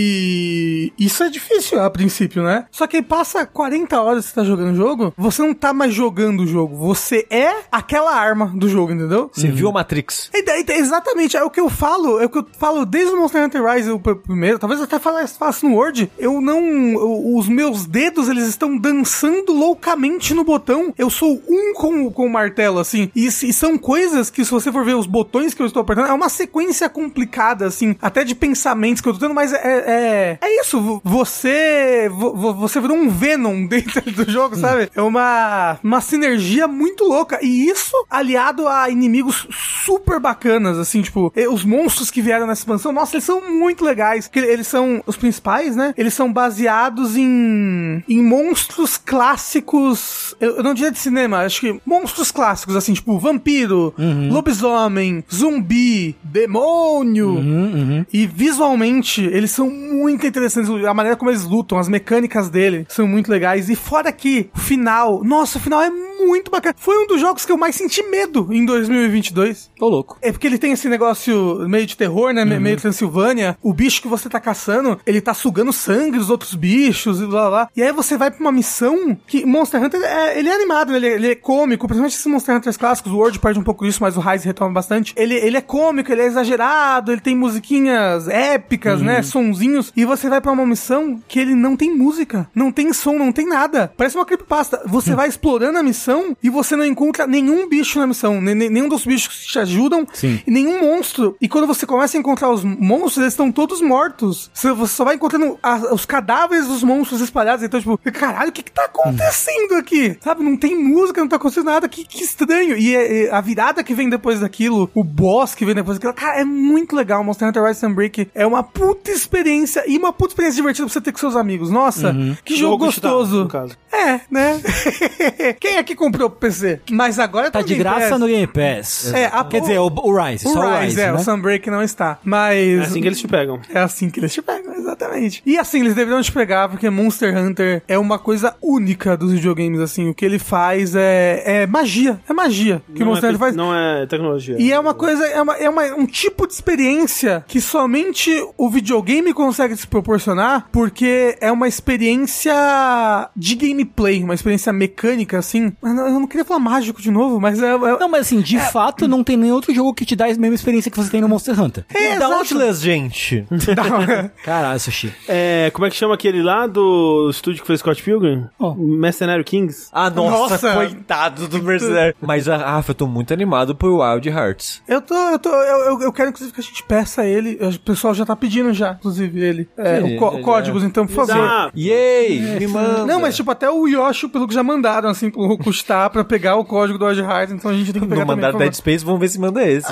Speaker 3: E isso é difícil a princípio, né? Só que aí passa 40 horas que você tá jogando o jogo, você não tá mais jogando o jogo, você é aquela arma do jogo, entendeu?
Speaker 4: Você viu a Matrix?
Speaker 3: E daí, exatamente, é o que eu falo, é o que eu falo desde o Monster Hunter Rise, o pr- primeiro, talvez eu até fale- faça no Word, eu não, eu- os meus dedos, eles estão dançando loucamente no botão, eu sou um com, o- com o martelo, assim, e, se- e são coisas que se você for ver os botões que eu estou apertando, é uma sequência complicada, assim, até de pensamentos que eu tô tendo, mas é, é, é isso, vo- você, vo- vo- você virou um Venom *laughs* dentro do jogo, sabe?
Speaker 2: foi.
Speaker 3: É uma, uma sinergia muito louca. E isso aliado a inimigos super bacanas, assim, tipo, eh, os monstros que vieram nessa expansão, nossa, eles são muito legais. Porque eles são os principais, né? Eles são baseados em, em monstros clássicos. Eu, eu não diria de cinema, acho que monstros clássicos, assim, tipo, vampiro, lobisomem, zumbi, demônio. E visualmente, eles são muito interessantes. A maneira como eles lutam, as mecânicas dele são muito legais. E fora que o final, nossa, o final é muito bacana. Foi um dos jogos que eu mais senti medo em 2022.
Speaker 2: Tô Então, louco.
Speaker 3: É porque ele tem esse negócio meio de terror, né? Me- Meio Transilvânia. O bicho que você tá caçando, ele tá sugando sangue dos outros bichos e blá blá, blá. E aí você vai pra uma missão que Monster Hunter, é, ele é animado, né? ele, ele é cômico, principalmente esses Monster Hunters clássicos. O World perde um pouco isso, mas o Rise retoma bastante. Ele, ele é cômico, ele é exagerado, ele tem musiquinhas épicas, né? Sonzinhos. E você vai pra uma missão que ele não tem música, não tem som, não tem nada. Parece uma creepypasta. Você vai explorando a missão e você não encontra nenhum bicho na missão, ne- ne- nenhum dos bichos que te ajudam
Speaker 2: Sim.
Speaker 3: e nenhum monstro. E quando você começa a encontrar os monstros, eles estão todos mortos. Você você só vai encontrando a- os cadáveres dos monstros espalhados. Então, tipo, caralho, o que que tá acontecendo aqui? Sabe, não tem música, não tá acontecendo nada. Que, que estranho. E é- é a virada que vem depois daquilo, o boss que vem depois daquilo, cara, é muito legal. Monster Hunter Rise Sunbreak é uma puta experiência e uma puta experiência divertida pra você ter com seus amigos. Nossa, que jogo,
Speaker 1: Jogo de dado,
Speaker 3: gostoso.
Speaker 1: no caso.
Speaker 3: É, né? *laughs* Quem aqui comprou pro PC? Mas agora
Speaker 2: Tá de
Speaker 3: Game
Speaker 2: graça
Speaker 3: Pass.
Speaker 2: no Game Pass.
Speaker 3: É, a-
Speaker 2: Quer dizer, o, o Rise,
Speaker 3: O
Speaker 2: só
Speaker 3: Rise, é, o
Speaker 2: né?
Speaker 3: Sunbreak não está. Mas.
Speaker 1: É assim que eles te pegam.
Speaker 3: É assim que eles te pegam, exatamente. E assim, eles deveriam te pegar, porque Monster Hunter é uma coisa única dos videogames, assim. O que ele faz é, é magia. É magia que o
Speaker 1: não,
Speaker 3: Monster
Speaker 1: é,
Speaker 3: Hunter faz.
Speaker 1: não é tecnologia.
Speaker 3: E é uma coisa, é, uma, é uma- um tipo de experiência que somente o videogame consegue te proporcionar, porque é uma experiência de gameplay, uma experiência mecânica, assim. Mas não- Eu não queria falar mágico de novo, mas é. é- *laughs*
Speaker 2: Não, mas assim, de fato, não tem nenhum outro jogo que te dá a mesma experiência que você tem no Monster Hunter.
Speaker 3: É,
Speaker 4: da
Speaker 3: exato.
Speaker 4: Outlast, gente.
Speaker 3: Não,
Speaker 2: Caralho, Sushi.
Speaker 1: É, como é que chama aquele lá do estúdio que fez Scott Pilgrim?
Speaker 2: Oh.
Speaker 1: Mercenário Kings.
Speaker 4: Ah, nossa,
Speaker 3: Nossa.
Speaker 4: coitado do mercenário.
Speaker 2: *laughs*
Speaker 4: Mas, ah, Rafa, eu tô muito animado por Wild Hearts.
Speaker 3: Eu tô, eu tô, eu, eu, eu quero inclusive que a gente peça ele. O pessoal já tá pedindo já, inclusive, ele. É,
Speaker 4: Sim,
Speaker 3: o co-
Speaker 4: já, já.
Speaker 3: códigos, então, por favor.
Speaker 1: Dá.
Speaker 4: Yay, me manda.
Speaker 3: Não, mas tipo, até o Yoshi, pelo que já mandaram, assim, pro Rokustar pra pegar o código do Odd Heart, então a gente tem que pegar
Speaker 4: Não
Speaker 3: também,
Speaker 4: mandaram
Speaker 3: por favor.
Speaker 4: Dead Space, vamos ver se manda
Speaker 3: *laughs*
Speaker 4: esse.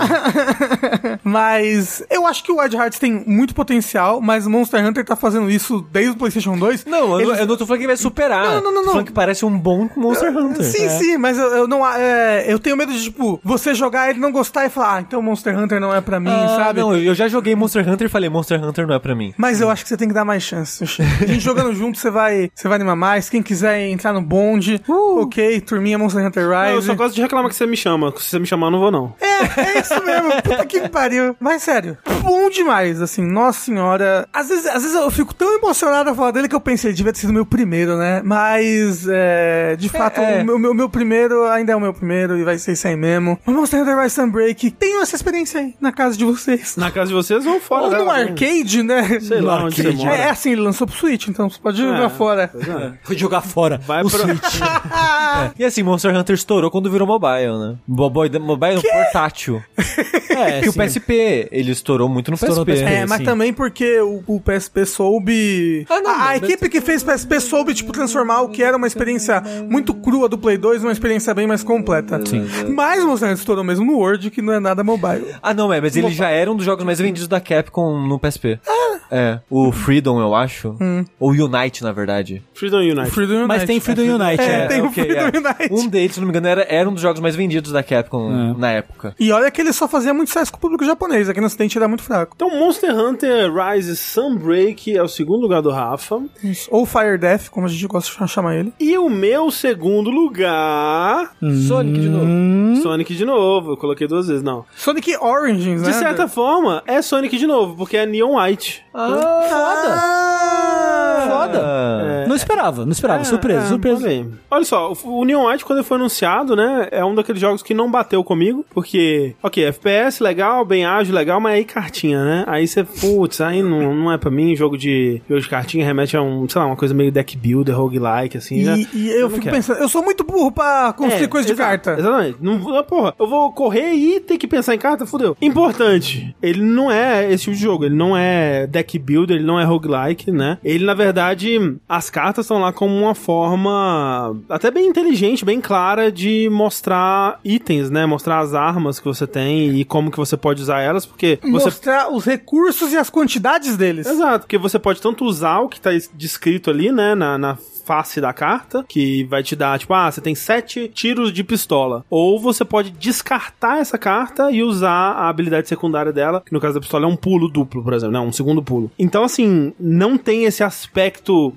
Speaker 3: Mas eu acho que o Wild Hearts tem muito potencial, mas o Monster Hunter tá fazendo isso desde o PlayStation 2.
Speaker 4: Não, é eu,
Speaker 3: Eles-
Speaker 4: não- eu não tô falando que vai superar.
Speaker 3: Não, não, não,
Speaker 4: Tô
Speaker 3: não.
Speaker 4: falando que parece um bom Monster Hunter. É.
Speaker 3: Sim, sim, mas eu, eu não. é, eu tenho medo de, tipo, você jogar ele não gostar e falar, ah, então Monster Hunter não é pra mim,
Speaker 4: Ah,
Speaker 3: sabe?
Speaker 4: Não, eu já joguei Monster Hunter e falei, Monster Hunter não é pra mim.
Speaker 3: Mas eu acho que você tem que dar mais chance.
Speaker 1: *laughs*
Speaker 3: Sushi. A gente jogando junto, você vai, você vai animar mais. Quem quiser entrar no bonde, ok, turminha Monster Hunter
Speaker 1: Ah, Uh! eu
Speaker 3: Rise.
Speaker 1: só gosto de reclamar que você me chama. Se você me chamar, eu não vou, não.
Speaker 3: É, é isso mesmo. *laughs* Puta que pariu. Mas sério, bom demais, assim. Nossa senhora. Às vezes, às vezes eu fico tão emocionado a falar dele que eu pensei, devia ter sido meu primeiro, né? Mas, é, de fato,
Speaker 4: é.
Speaker 3: o meu, meu, meu primeiro ainda é o meu primeiro e vai ser isso aí mesmo. Mas Monster Hunter Rise Sunbreak, tenham essa experiência aí na casa de vocês.
Speaker 1: Na casa de vocês ou fora
Speaker 3: Ou
Speaker 1: dela,
Speaker 3: no
Speaker 1: né?
Speaker 3: arcade, né?
Speaker 1: Sei lá onde você mora.
Speaker 3: É, é assim, ele lançou pro Switch, então você pode
Speaker 1: É,
Speaker 4: Ah.
Speaker 3: jogar fora.
Speaker 1: pois é.
Speaker 2: Vou jogar fora.
Speaker 1: Vai
Speaker 2: o
Speaker 1: pro-
Speaker 2: Switch.
Speaker 4: *laughs* E assim, Monster Hunter estourou quando virou mobile, né? Boboy, mobile não, portátil.
Speaker 2: É,
Speaker 4: Porque o
Speaker 2: sim.
Speaker 4: PSP, ele estourou muito no
Speaker 2: Estourou
Speaker 4: PSP.
Speaker 2: no PSP.
Speaker 3: É, mas
Speaker 2: sim.
Speaker 3: também porque o, o PSP soube.
Speaker 4: Ah, não,
Speaker 3: a, a
Speaker 4: mas-
Speaker 3: equipe que fez PSP soube, tipo, transformar o que era uma experiência muito crua do Play 2 numa experiência bem mais completa. Sim. Mas o Monster Hunter estourou mesmo no Word, que não é nada mobile.
Speaker 4: Ah, não, é, mas ele já era um dos jogos mais vendidos da Capcom no PSP.
Speaker 1: Ah.
Speaker 4: É, o Freedom, eu acho.
Speaker 1: Hum.
Speaker 4: Ou Unite, na verdade.
Speaker 1: Freedom Unite.
Speaker 3: Freedom
Speaker 2: Mas
Speaker 3: Unite.
Speaker 2: tem
Speaker 1: né?
Speaker 2: Freedom Unite,
Speaker 3: É,
Speaker 2: é.
Speaker 3: tem o
Speaker 4: ok,
Speaker 3: Freedom Unite.
Speaker 4: Um deles, se não me engano, era, era um dos jogos mais vendidos da Capcom
Speaker 1: É.
Speaker 4: na época.
Speaker 3: E olha que ele só fazia muito sucesso com o público japonês, aqui no Ocidente ele é muito fraco.
Speaker 1: Então, Monster Hunter Rise Sunbreak é o segundo lugar do Rafa.
Speaker 3: Ou Fire Death, como a gente gosta de chamar ele.
Speaker 1: E o meu segundo lugar.
Speaker 4: Sonic de novo.
Speaker 1: Sonic de novo. Eu coloquei duas vezes, não.
Speaker 3: Sonic Origins, né?
Speaker 1: De certa forma, é Sonic de novo, porque é Neon White.
Speaker 4: Ah, foda! Foda!
Speaker 2: Não esperava, não esperava. surpresa,
Speaker 1: É,
Speaker 2: surpresa.
Speaker 1: olha aí. Olha só, o- o Neon White, quando ele foi anunciado, né, é um daqueles jogos que não bateu comigo, porque, ok, FPS legal, bem ágil, legal, mas aí cartinha, né? Aí você, putz, aí não, não é pra mim, jogo de, jogo de cartinha remete a um, sei lá, uma coisa meio deck builder, roguelike, assim, já-
Speaker 3: E, e eu,
Speaker 1: não
Speaker 3: fico
Speaker 1: quero.
Speaker 3: pensando, eu sou muito burro pra construir
Speaker 1: É,
Speaker 3: coisa de
Speaker 1: exato,
Speaker 3: carta.
Speaker 1: Exatamente. Não, vou- porra, eu vou correr e ter que pensar em carta, fudeu. Importante, ele não é esse tipo de jogo, ele não é deck builder, ele não é roguelike, né? Ele, na verdade, as cartas estão lá como uma forma até bem inteligente, bem clara de mostrar itens, né? Mostrar as armas que você tem e como que você pode usar elas, porque você
Speaker 3: Mostrar os recursos e as quantidades deles.
Speaker 1: Exato, porque você pode tanto usar o que tá es- descrito ali, né, na, na face da carta, que vai te dar, tipo, ah, você tem sete tiros de pistola. Ou você pode descartar essa carta e usar a habilidade secundária dela, que no caso da pistola é um pulo duplo, por exemplo, né, um segundo pulo. Então, assim, não tem esse aspecto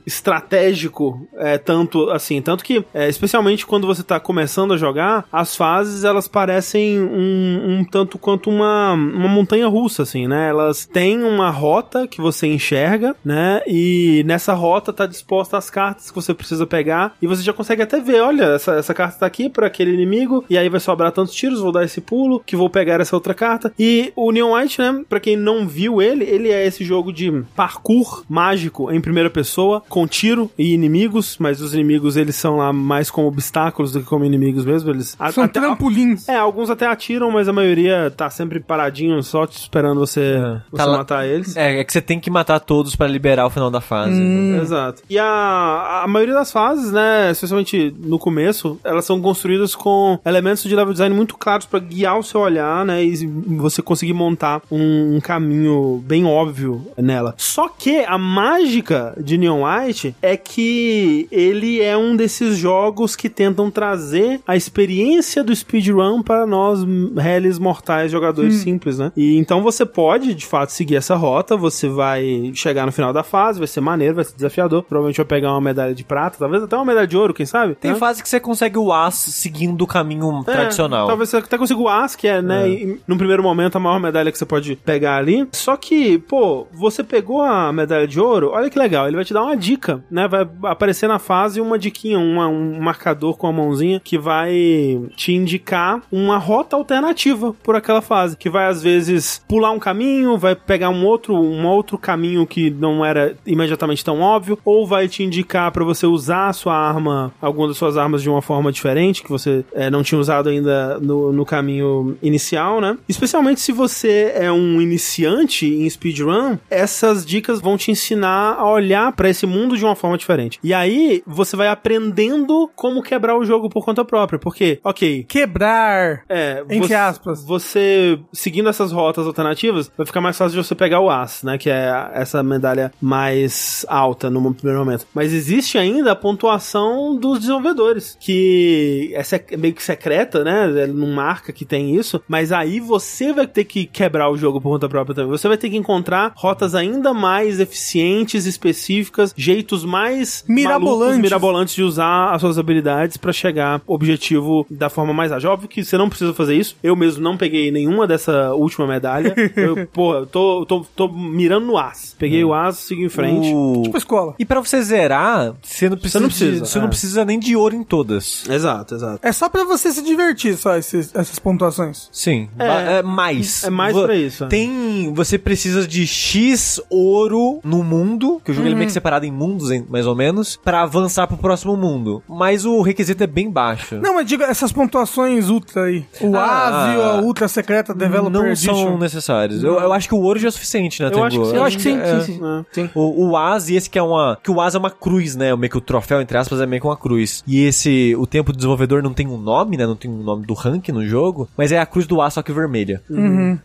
Speaker 1: estratégico é, tanto assim, tanto que, é, especialmente quando você tá começando a jogar, as fases, elas parecem um, um tanto quanto uma, uma montanha russa, assim, né, elas têm uma rota que você enxerga, né? E nessa rota tá disposta as cartas que você precisa pegar. E você já consegue até ver: olha, essa, essa carta tá aqui para aquele inimigo. E aí vai sobrar tantos tiros, vou dar esse pulo, que vou pegar essa outra carta. E o Neon White, né? Pra quem não viu ele, ele é esse jogo de parkour mágico em primeira pessoa, com tiro e inimigos. Mas os inimigos, eles são lá mais como obstáculos do que como inimigos mesmo. Eles a-
Speaker 3: São
Speaker 1: até-
Speaker 3: trampolins.
Speaker 1: é, alguns até atiram, mas a maioria tá sempre paradinho, só te esperando você, você
Speaker 4: Tá lá-
Speaker 1: matar eles.
Speaker 4: É, Hum. é que você tem que matar todos pra liberar o final da fase.
Speaker 1: Hum. Exato. E a, a maioria das fases, né, especialmente no começo, elas são construídas com elementos de level design muito claros pra guiar o seu olhar, né, e você conseguir montar um, um caminho bem óbvio nela. Só que a mágica de Neon White é que ele é um desses jogos que tentam trazer a experiência do speedrun para nós hum, réis mortais jogadores simples, né? E então você pode, de fato, seguir essa rota, você vai chegar no final da fase, vai ser maneiro, vai ser desafiador, provavelmente vai pegar uma medalha de prata, talvez até uma medalha de ouro, quem sabe?
Speaker 4: Tem
Speaker 1: né?
Speaker 4: fase que você consegue o as seguindo o caminho
Speaker 1: É,
Speaker 4: tradicional.
Speaker 1: Talvez você até consiga o As, que é, né, e, num primeiro momento, a maior medalha que você pode pegar ali. Só que, pô, você pegou a medalha de ouro, olha que legal, ele vai te dar uma dica, né? Vai aparecer na fase uma diquinha, uma- um marcador com a mãozinha que vai te indicar uma rota alternativa por aquela fase, que vai às vezes pular um caminho, vai pegar um outro, um outro caminho que não era imediatamente tão óbvio, ou vai te indicar pra você usar a sua arma, alguma das suas armas de uma forma diferente, que você eh, não tinha usado ainda no, no caminho inicial, né? Especialmente se você é um iniciante em speedrun, essas dicas vão te ensinar a olhar pra esse mundo de uma forma diferente. E aí você vai aprendendo como quebrar o jogo por conta própria, porque, ok,
Speaker 3: Quebrar.
Speaker 1: é,
Speaker 3: Entre
Speaker 1: você,
Speaker 3: aspas.
Speaker 1: Você, seguindo essas rotas alternativas, vai ficar mais fácil de você pegar o As, né? Que é essa medalha mais alta no primeiro momento. Mas existe ainda a pontuação dos desenvolvedores, que é sec- meio que secreta, né? Não marca que tem isso, mas aí você vai ter que quebrar o jogo por conta própria também. Você vai ter que encontrar rotas ainda mais eficientes, específicas, jeitos mais
Speaker 3: Mirabolantes.
Speaker 1: malucos, mira- mirabolantes de usar as suas habilidades pra chegar ao objetivo da forma mais ágil. Óbvio que você não precisa fazer isso. Eu mesmo não peguei nenhuma dessa última medalha. eu, porra, eu tô, tô, tô mirando no as. Peguei o as, sigo em frente. assim,
Speaker 4: O-
Speaker 3: Tipo escola.
Speaker 4: E pra você zerar, você não precisa,
Speaker 1: não
Speaker 4: de-
Speaker 1: precisa,
Speaker 4: você
Speaker 1: é.
Speaker 4: não precisa nem de ouro em todas.
Speaker 1: Exato, exato.
Speaker 3: É só pra você se divertir, só esses- essas pontuações.
Speaker 4: Sim, ba- é, mais.
Speaker 1: é mais
Speaker 4: Vo-
Speaker 1: pra isso, é.
Speaker 4: Tem, você precisa de X ouro no mundo, que o jogo ele é meio que separado em mundos, em- mais ou menos, pra avançar pro próximo mundo. Mas o requisito é bem baixo.
Speaker 3: Não, mas diga, essas pontuações ultra aí. O
Speaker 4: Ah.
Speaker 3: AS e a Ultra Secreta Developer
Speaker 4: não
Speaker 3: Edition.
Speaker 4: são né? necessários. Eu, eu acho que o ouro já é suficiente, né,
Speaker 1: Eu acho, que
Speaker 4: Tengu?
Speaker 1: sim,
Speaker 4: Eu acho que
Speaker 1: sim,
Speaker 4: é.
Speaker 1: sim, sim, sim.
Speaker 4: O, o As e esse que é uma. Que o As é uma cruz, né? Meio que o troféu, entre aspas, é meio que uma cruz. E esse. O tempo do desenvolvedor não tem um nome, né? Não tem um nome do rank no jogo. Mas é a cruz do As, só que vermelha.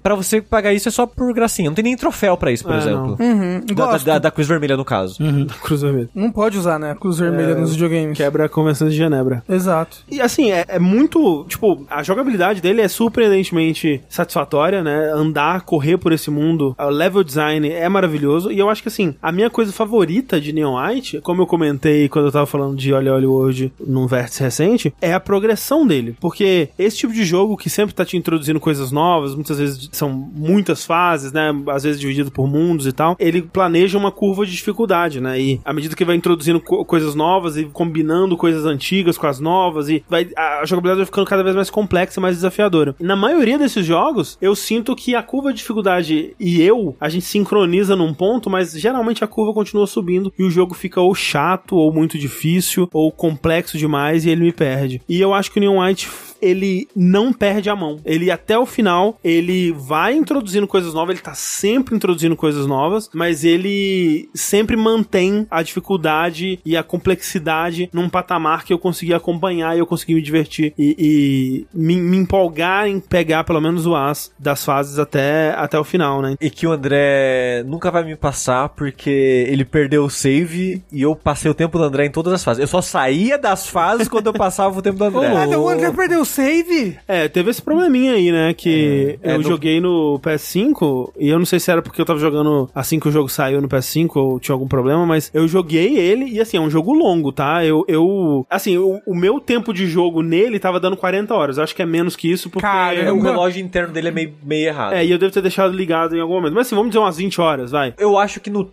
Speaker 4: Pra você pagar isso é só por gracinha. Não tem nem troféu pra isso, por
Speaker 1: É,
Speaker 4: exemplo.
Speaker 3: Uhum,
Speaker 4: Da, da-
Speaker 3: gosto.
Speaker 4: da- da cruz vermelha, no caso.
Speaker 1: Cruz vermelha.
Speaker 3: Não pode usar, né? a Cruz vermelha nos videogames.
Speaker 1: Uhum. Quebra a Convenção de Genebra.
Speaker 3: Exato.
Speaker 1: E assim, é, é muito. Tipo, a jogabilidade dele é surpreendentemente satisfatória, né? Andar, correr por esse mundo. O level design é maravilhoso. E eu acho que assim, a minha coisa favorita de Neon White, como eu comentei quando eu tava falando de Olha Olha hoje num vértice recente, é a progressão dele. Porque esse tipo de jogo que sempre tá te introduzindo coisas novas, muitas vezes são muitas fases, né? Às vezes dividido por mundos e tal, ele planeja uma curva de dificuldade, né? E à medida que vai introduzindo co- coisas novas e combinando coisas antigas com as novas, e vai, a a jogabilidade vai ficando cada vez mais complexa e mais desafiadora. Na maioria desses jogos, eu sinto que a curva de dificuldade e eu, a gente sincroniza num ponto, mas geralmente a curva continua subindo e o jogo fica ou chato chato, ou muito difícil, ou complexo demais, e ele me perde. E eu acho que o Neon White, ele não perde a mão. Ele, até o final, ele vai introduzindo coisas novas, ele tá sempre introduzindo coisas novas, mas ele sempre mantém a dificuldade e a complexidade num patamar que eu consegui acompanhar e eu consegui me divertir e, e me, me empolgar em pegar pelo menos o as das fases até, até o final, né?
Speaker 4: E que o André nunca vai me passar porque ele perdeu o save e eu passei o tempo do André em todas as fases. Eu só saía das fases quando eu passava o tempo do André.
Speaker 3: Nada, o André perdeu o save?
Speaker 1: É, teve esse probleminha aí, né? Que
Speaker 4: É,
Speaker 1: eu joguei no PS5 e eu não sei se era porque eu tava jogando assim que o jogo saiu no PS5 ou tinha algum problema, mas eu joguei ele e assim, é um jogo longo, tá? Eu, eu assim, o, o meu tempo de jogo nele tava dando 40 horas. Eu acho que é menos que isso porque
Speaker 3: Cara,
Speaker 4: É,
Speaker 1: eu-
Speaker 4: o relógio interno dele é meio, meio errado.
Speaker 1: É, e eu devo ter deixado ligado em algum momento. Mas assim, vamos dizer umas 20 horas, vai.
Speaker 4: Eu acho que no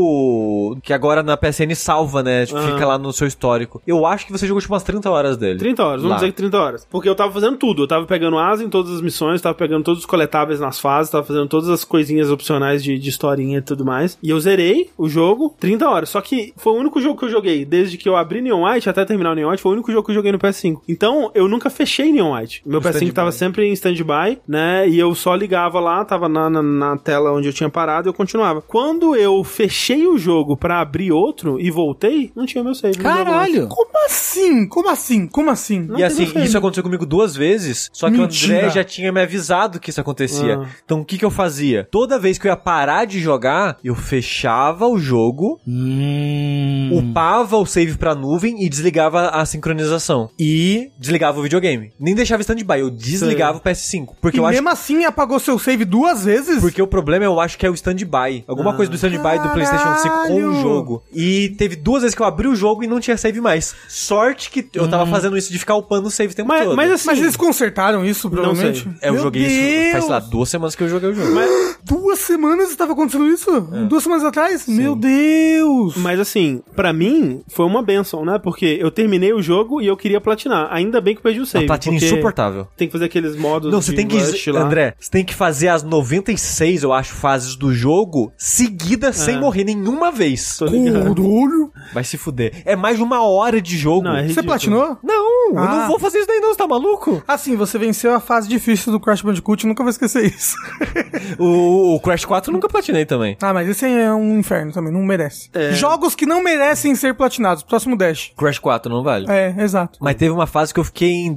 Speaker 4: tempo que agora na PSN salva, né? Tipo,
Speaker 1: Aham.
Speaker 4: fica lá no seu histórico. Eu acho que você jogou tipo umas 30 horas dele.
Speaker 1: 30 horas, vamos
Speaker 4: Lá.
Speaker 1: dizer que 30 horas. Porque eu tava fazendo tudo. Eu tava pegando asa em todas as missões, tava pegando todos os coletáveis nas fases, tava fazendo todas as coisinhas opcionais de, de historinha e tudo mais. E eu zerei o jogo 30 horas. Só que foi o único jogo que eu joguei desde que eu abri Neon White até terminar o Neon White, foi o único jogo que eu joguei no PS5. Então, eu nunca fechei Neon White. Meu PS5 tava sempre em stand-by, né? E eu só ligava lá, tava na, na, na tela onde eu tinha parado e eu continuava. Quando eu fechei o jogo pra abrir outro e voltei, não tinha meu save. no jogo mais.
Speaker 2: Caralho!
Speaker 3: Como assim? Como assim? Como assim?
Speaker 1: Não
Speaker 4: E
Speaker 1: teve
Speaker 4: assim,
Speaker 1: efeito.
Speaker 4: isso aconteceu comigo duas vezes, só que o
Speaker 3: Mentira.
Speaker 4: André já tinha me avisado que isso acontecia.
Speaker 1: Ah.
Speaker 4: Então o que que eu fazia? Toda vez que eu ia parar de jogar, eu fechava o jogo,
Speaker 2: Hum.
Speaker 4: upava o save pra nuvem e desligava a sincronização. E desligava o videogame. Nem deixava stand-by, eu desligava o PS5. Porque
Speaker 3: e
Speaker 4: eu acho
Speaker 3: mesmo assim apagou seu save duas vezes?
Speaker 4: Porque o problema eu acho que é o stand-by. Alguma coisa do stand-by do PlayStation 5 com
Speaker 3: Caralho!
Speaker 4: o jogo. E teve duas vezes que eu abri o jogo e não tinha save mais. Sorte que eu tava fazendo isso de ficar upando o save o tempo
Speaker 1: Mas,
Speaker 4: todo.
Speaker 1: mas assim,
Speaker 3: Mas eles consertaram isso, provavelmente.
Speaker 1: sei.
Speaker 4: É, eu
Speaker 3: Meu
Speaker 4: joguei isso faz, sei lá,
Speaker 3: Deus!
Speaker 4: duas semanas que eu joguei o jogo.
Speaker 3: Duas semanas estava acontecendo isso? Duas semanas atrás? Meu Deus!
Speaker 1: Mas assim, pra mim, foi uma benção, né? Porque eu terminei o jogo e eu queria platinar. Ainda bem que eu perdi o save.
Speaker 4: a platina é
Speaker 1: assim, porque
Speaker 4: insuportável.
Speaker 1: Tem que fazer aqueles modos
Speaker 4: Não, você
Speaker 1: de
Speaker 4: tem que.
Speaker 1: rush lá.
Speaker 4: André, você tem que fazer as 96, eu acho, fases do jogo seguidas sem morrer nenhuma vez.
Speaker 1: Tô ligado.
Speaker 3: Caralho!
Speaker 4: É. Vai se fuder. É mais de uma hora de jogo.
Speaker 1: Não, é
Speaker 3: Você
Speaker 1: ridículo.
Speaker 3: platinou?
Speaker 4: Não, eu
Speaker 3: Ah.
Speaker 4: não vou fazer isso daí, não, você tá maluco?
Speaker 3: Assim, você venceu a fase difícil do Crash Bandicoot, eu nunca vou esquecer isso.
Speaker 4: O, o Crash 4 eu nunca platinei também.
Speaker 3: ah, mas esse é um inferno também, não merece. Jogos que não merecem ser platinados. Próximo Dash.
Speaker 4: Crash 4 não vale.
Speaker 3: É, exato.
Speaker 4: Mas teve uma fase que eu fiquei em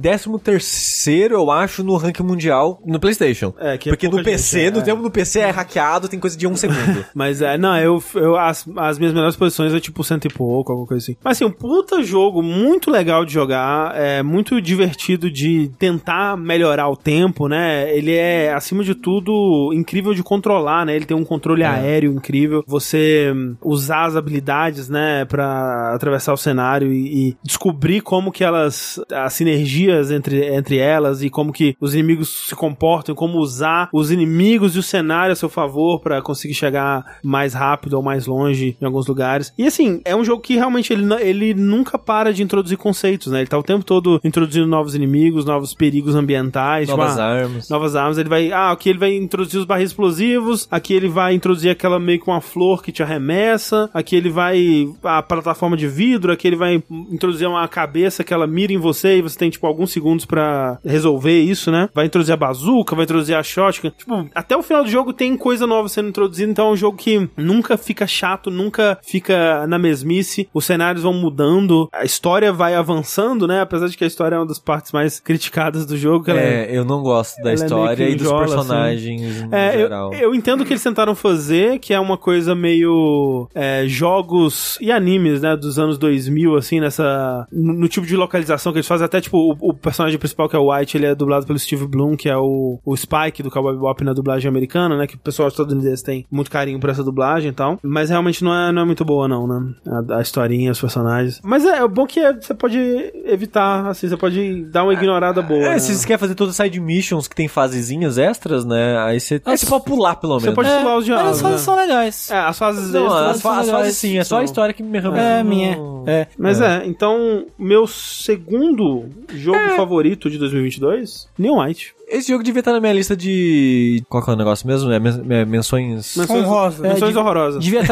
Speaker 4: 13º, eu acho, no ranking mundial no PlayStation.
Speaker 1: É, que é
Speaker 4: Porque no
Speaker 1: pouca
Speaker 4: PC,
Speaker 1: gente,
Speaker 4: no
Speaker 1: é.
Speaker 4: tempo do PC é hackeado, tem coisa de um segundo.
Speaker 1: Mas é, não, eu, eu as, as minhas melhores posições é tipo cento e pouco, alguma coisa assim. Mas assim, um puta jogo muito legal de jogar, é muito divertido de tentar melhorar o tempo, né? Ele é, acima de tudo, incrível de controlar, né? Ele tem um
Speaker 4: É.
Speaker 1: controle aéreo incrível. Você hum, usar as habilidades, né, pra atravessar o cenário e, e descobrir como que elas, as sinergias entre, entre elas e como que os inimigos se comportam, como usar os inimigos e o cenário a seu favor pra conseguir chegar mais rápido ou mais longe em alguns lugares. E assim, é um jogo que realmente ele, n- ele nunca para de introduzir conceitos, né? Ele tá o tempo todo introduzindo novos inimigos, novos perigos ambientais,
Speaker 4: Novas
Speaker 1: tipo, ah,
Speaker 4: armas.
Speaker 1: novas armas. Ele vai. Ah, aqui ele vai introduzir os barris explosivos. Aqui ele vai introduzir aquela meio que uma flor que te arremessa. Aqui ele vai. A plataforma de vidro. Aqui ele vai introduzir uma cabeça que ela mira em você e você tem, tipo, alguns segundos pra resolver isso, né? Vai introduzir a bazuca, vai introduzir a shotgun. Tipo, até o final do jogo tem coisa nova sendo introduzida. Então é um jogo que nunca fica chato, nunca fica na mesmice. Os cenários vão mudando. A história vai avançando, né? Apesar de que a história é uma das partes mais criticadas do jogo. Que ela é
Speaker 4: *laughs* É, eu não gosto
Speaker 1: Ela
Speaker 4: da
Speaker 1: é
Speaker 4: história
Speaker 1: meio
Speaker 4: e dos
Speaker 1: quinjola,
Speaker 4: personagens no
Speaker 1: é, eu,
Speaker 4: geral.
Speaker 1: eu entendo o que eles tentaram fazer, que é uma coisa meio é, jogos e animes, né, dos anos 2000, assim, nessa... No, no tipo de localização que eles fazem, até, tipo, o, o personagem principal, que é o White, ele é dublado pelo Steve Bloom, que é o, o Spike do Cowboy Bebop na dublagem americana, né, que o pessoal estadunidense tem muito carinho por essa dublagem e tal, mas realmente não é, não é muito boa, não, né, a, a historinha, os personagens. Mas é, o bom que é, você pode evitar, assim, você pode dar uma ignorada boa.
Speaker 4: É,
Speaker 1: né?
Speaker 4: se você quer fazer todas as side missions que tem fasezinhas extras, né? Aí você, aí você pode pular, pelo menos. É.
Speaker 1: Você pode pular os
Speaker 2: Mas
Speaker 1: diálogos,
Speaker 2: as fases
Speaker 1: né?
Speaker 2: são legais.
Speaker 1: É, as fases
Speaker 4: Não,
Speaker 1: extras
Speaker 4: as, fa- as
Speaker 2: são
Speaker 4: fases sim, é só a
Speaker 1: legais.
Speaker 4: história que me realmente
Speaker 2: É,
Speaker 4: não-
Speaker 2: minha. É.
Speaker 1: Mas é. então, meu segundo jogo favorito de 2022, Neon White.
Speaker 4: Esse jogo devia estar na minha lista de. Qual que é o negócio mesmo? É men- é menções.
Speaker 1: Menções,
Speaker 3: Honrosa.
Speaker 1: menções
Speaker 2: É, de-
Speaker 1: horrorosas.
Speaker 2: Devia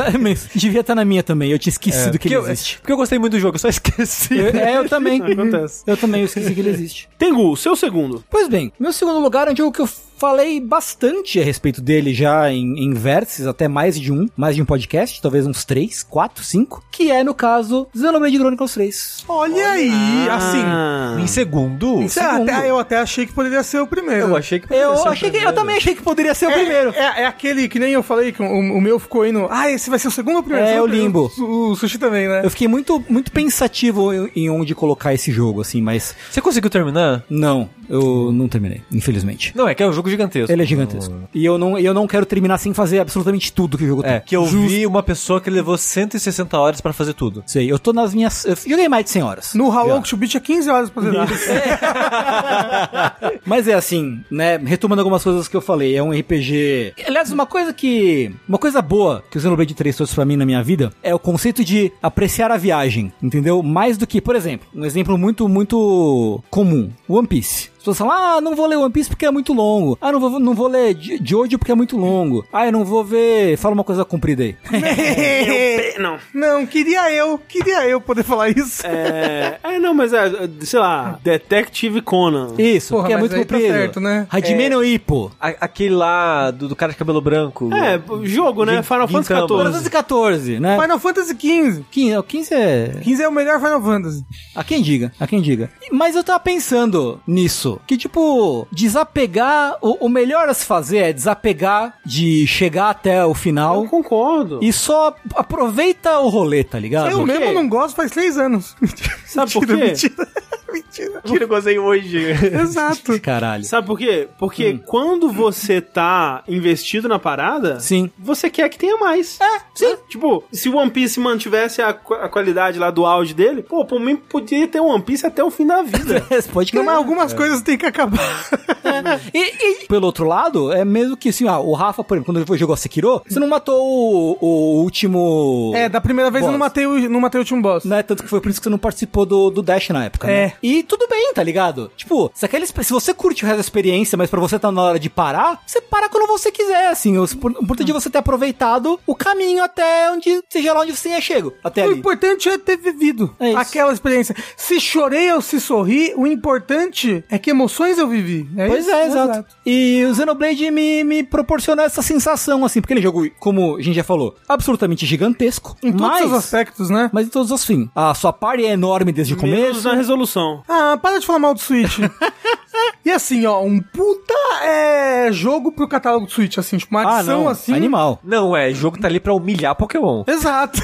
Speaker 2: estar *laughs* na minha também, eu tinha esquecido
Speaker 1: É.
Speaker 2: que
Speaker 4: É. porque,
Speaker 2: ele
Speaker 4: eu,
Speaker 2: existe.
Speaker 4: porque eu gostei muito do jogo, eu só *laughs* esqueci.
Speaker 2: Eu- é, eu
Speaker 1: *laughs*
Speaker 2: também.
Speaker 1: Acontece.
Speaker 2: Eu também, eu esqueci que ele existe.
Speaker 1: Tengu, seu segundo.
Speaker 2: Pois bem, meu segundo lugar é um jogo que eu falei bastante a respeito dele já em, em vértices, até mais de um, mais de um podcast, talvez uns três, quatro, cinco, que é, no caso, Xenoblade Chronicles 3.
Speaker 3: Olha, aí, assim.
Speaker 1: Ah.
Speaker 4: Em segundo?
Speaker 3: isso é até-
Speaker 2: segundo.
Speaker 3: eu até achei que poderia ser o primeiro.
Speaker 4: Eu achei que
Speaker 2: Eu,
Speaker 4: poderia ser o
Speaker 2: achei que, eu
Speaker 4: primeiro.
Speaker 2: também achei que poderia ser o
Speaker 4: *laughs*
Speaker 2: primeiro.
Speaker 3: É, é aquele que nem eu falei, que o, o meu ficou indo. Ah, esse vai ser o segundo ou o primeiro?
Speaker 2: É,
Speaker 3: Só
Speaker 2: o Limbo.
Speaker 3: O, o Sushi também, né?
Speaker 2: Eu fiquei muito, muito pensativo em- em onde colocar esse jogo, assim, mas
Speaker 4: Você conseguiu terminar?
Speaker 2: não, eu não terminei, infelizmente.
Speaker 4: Não, é que é um jogo gigantesco.
Speaker 2: Ele é gigantesco. E eu não, e eu não quero terminar sem fazer absolutamente tudo que o jogo
Speaker 4: É,
Speaker 2: tem.
Speaker 4: que eu vi uma pessoa que levou 160 horas pra fazer tudo.
Speaker 2: Sei, eu tô nas minhas. Eu joguei mais de 100 horas.
Speaker 3: No How Long to Beat é 15 horas pra zerar. *laughs*
Speaker 2: Mas é assim, né? Retomando algumas coisas que eu falei, é um RPG. Aliás, uma coisa que. Uma coisa boa que o Xenoblade 3 trouxe pra mim na minha vida é o conceito de apreciar a viagem, entendeu? Mais do que, por exemplo, um exemplo muito, muito comum: One Piece. As pessoas falam, ah, não vou ler One Piece porque é muito longo. Ah, não vou, não vou ler Jo- Jojo porque é muito longo. Ah, eu não vou ver. Fala uma coisa comprida
Speaker 3: *laughs*
Speaker 2: aí. É.
Speaker 1: Não.
Speaker 3: Não, queria eu, queria eu poder falar isso.
Speaker 1: É, é, não, mas é, sei lá, Detective Conan.
Speaker 2: Isso,
Speaker 3: Porra,
Speaker 2: porque é
Speaker 3: mas
Speaker 2: muito
Speaker 3: aí tá
Speaker 2: comprido.
Speaker 3: certo, né?
Speaker 2: Hajime no Ippo.
Speaker 4: A- aquele lá do, do cara de cabelo branco.
Speaker 1: É, jogo, né? Final Fantasy
Speaker 4: Gintama.
Speaker 1: XIV.
Speaker 2: 214, né?
Speaker 3: Final Fantasy
Speaker 2: 15,
Speaker 3: XV.
Speaker 2: 15 é.
Speaker 3: 15 é o melhor Final Fantasy.
Speaker 2: A quem diga, a quem diga. Mas eu tava pensando nisso, que tipo, desapegar, o, o melhor a se fazer é desapegar de chegar até o final
Speaker 1: Eu concordo.
Speaker 2: e só aproveita o É. rolê, tá ligado?
Speaker 3: eu mesmo não gosto faz
Speaker 2: *laughs*
Speaker 3: 3 anos.
Speaker 1: Sabe por quê?
Speaker 3: Mentira, mentira.
Speaker 1: Mentira, eu gozei hoje.
Speaker 3: Exato.
Speaker 2: *laughs* Caralho.
Speaker 1: Sabe por quê? Porque quando você tá investido na parada,
Speaker 2: Sim. *laughs*
Speaker 1: você quer que tenha mais. É, sim. Tipo, se o One Piece mantivesse a, qua- a qualidade lá do áudio dele, pô, por mim podia ter um One Piece até o fim da vida.
Speaker 2: *laughs* Você Pode
Speaker 3: Não, mas
Speaker 2: queimar.
Speaker 3: algumas coisas tem que acabar.
Speaker 2: E, e, pelo outro lado, é mesmo que assim, ah, o Rafa, por exemplo, quando ele jogou a Sekiro, você não matou o, o último.
Speaker 3: *laughs* É, da primeira vez eu não
Speaker 2: Boss.
Speaker 3: matei, o, não matei o último boss.
Speaker 2: Né? Tanto que foi por isso que você não participou do, do Dash na época.
Speaker 3: É.
Speaker 2: Né? E tudo bem, tá ligado? Tipo, se, aquela, exp- se você curte o resto da experiência, mas pra você tá na hora de parar, você para quando você quiser, assim. O impor- o importante é você ter aproveitado o caminho até onde, seja lá onde você tenha chego. Até
Speaker 3: O
Speaker 2: ali.
Speaker 3: importante é ter vivido
Speaker 2: É isso.
Speaker 3: aquela experiência. Se chorei ou se sorri, o importante é que emoções eu vivi.
Speaker 2: Pois
Speaker 3: isso?
Speaker 2: é, exato. E o Xenoblade me, me proporcionou essa sensação, assim, porque ele é um jogo, como a gente já falou, absolutamente gigantesco.
Speaker 3: Em todos
Speaker 2: mas,
Speaker 3: os aspectos, né?
Speaker 2: mas em todos os fins. A sua party é enorme desde o
Speaker 1: Menos
Speaker 2: começo.
Speaker 1: na resolução.
Speaker 3: Ah, para de falar mal
Speaker 2: *laughs*
Speaker 3: do Switch. e assim, ó, um puta é, jogo pro catálogo do Switch, assim, tipo, uma
Speaker 2: Ah,
Speaker 3: adição
Speaker 2: não.
Speaker 3: assim.
Speaker 2: Animal.
Speaker 4: Não, é, o jogo tá ali pra humilhar Pokémon.
Speaker 2: *laughs*
Speaker 3: Exato.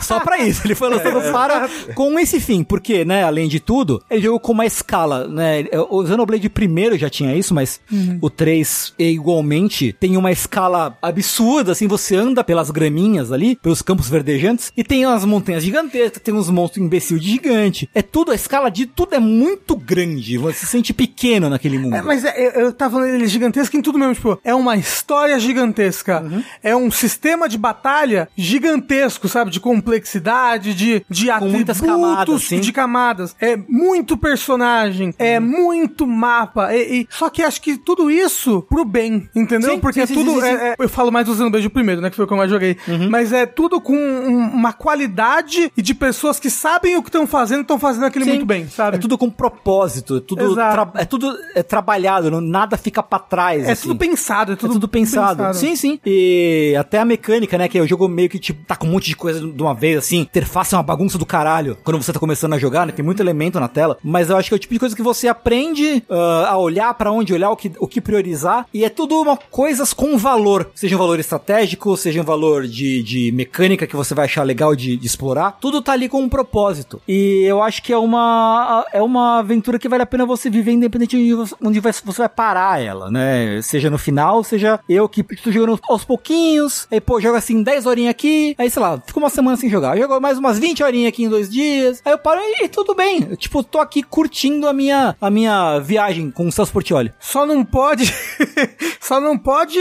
Speaker 2: Só
Speaker 3: *laughs*
Speaker 2: pra isso, ele foi
Speaker 3: É,
Speaker 2: lançado para com esse fim, porque, né, além de tudo, ele jogou com uma escala, né, o Xenoblade primeiro já tinha isso, mas
Speaker 3: Uhum.
Speaker 2: o 3 é igualmente tem uma escala absurda, assim, você anda pelas graminhas ali, pelos campos verdejantes, e tem umas montanhas gigantescas, tem uns monstros imbecil de gigante, é tudo, a escala de tudo é muito grande, você se sente pequeno naquele mundo.
Speaker 3: É, mas é, eu, eu tava falando ele é gigantesco em tudo mesmo, tipo, é uma história gigantesca.
Speaker 2: Uhum.
Speaker 3: É um sistema de batalha gigantesco, sabe? De complexidade, de, de
Speaker 2: Com muitas
Speaker 3: atributos,
Speaker 2: camadas, sim. Uhum.
Speaker 3: de camadas. É muito personagem, é muito mapa. E, e- só que acho que tudo isso pro bem, entendeu?
Speaker 2: Sim,
Speaker 3: Porque
Speaker 2: sim,
Speaker 3: é
Speaker 2: sim,
Speaker 3: tudo.
Speaker 2: sim, Uhum. sim.
Speaker 3: é- é- eu falo mais usando beijo primeiro, né? Que foi o que eu mais joguei. Mas é tudo com um- uma qualidade e de pessoas que sabem o que estão fazendo, estão fazendo aquilo
Speaker 2: Sim.
Speaker 3: muito bem, sabe?
Speaker 2: É tudo com propósito, é tudo,
Speaker 3: Exato.
Speaker 2: tra- é tudo é, trabalhado, não, nada fica pra trás.
Speaker 3: É
Speaker 2: assim.
Speaker 3: tudo pensado, é
Speaker 2: É
Speaker 3: tudo,
Speaker 2: tudo, pensado. Sim, sim. E até a mecânica, né? Que o jogo meio que tipo, tá com um monte de coisa de uma vez, assim. Interface é uma bagunça do caralho quando você tá começando a jogar, né? Tem muito elemento na tela. Mas eu acho que é o tipo de coisa que você aprende ah, a olhar pra onde olhar, o que, o que priorizar. E é tudo uma coisas com valor. Seja um valor estratégico, seja um valor de, de mecânica que você vai achar legal de, de explorar. Tudo tá ali com um propósito. E eu acho que é uma, é uma aventura que vale a pena você viver, independente de onde você- onde vai- você vai parar ela, né? Seja no final, seja eu que estou jogando aos pouquinhos, aí, pô, jogo assim 10 horinhas aqui, aí sei lá, fico uma semana sem jogar. Eu jogo mais umas 20 horinhas aqui em dois dias, aí eu paro e, e tudo bem. Eu, tipo, tô aqui curtindo a minha, a minha viagem com o Celso Portioli.
Speaker 3: Só não pode. *laughs* só não pode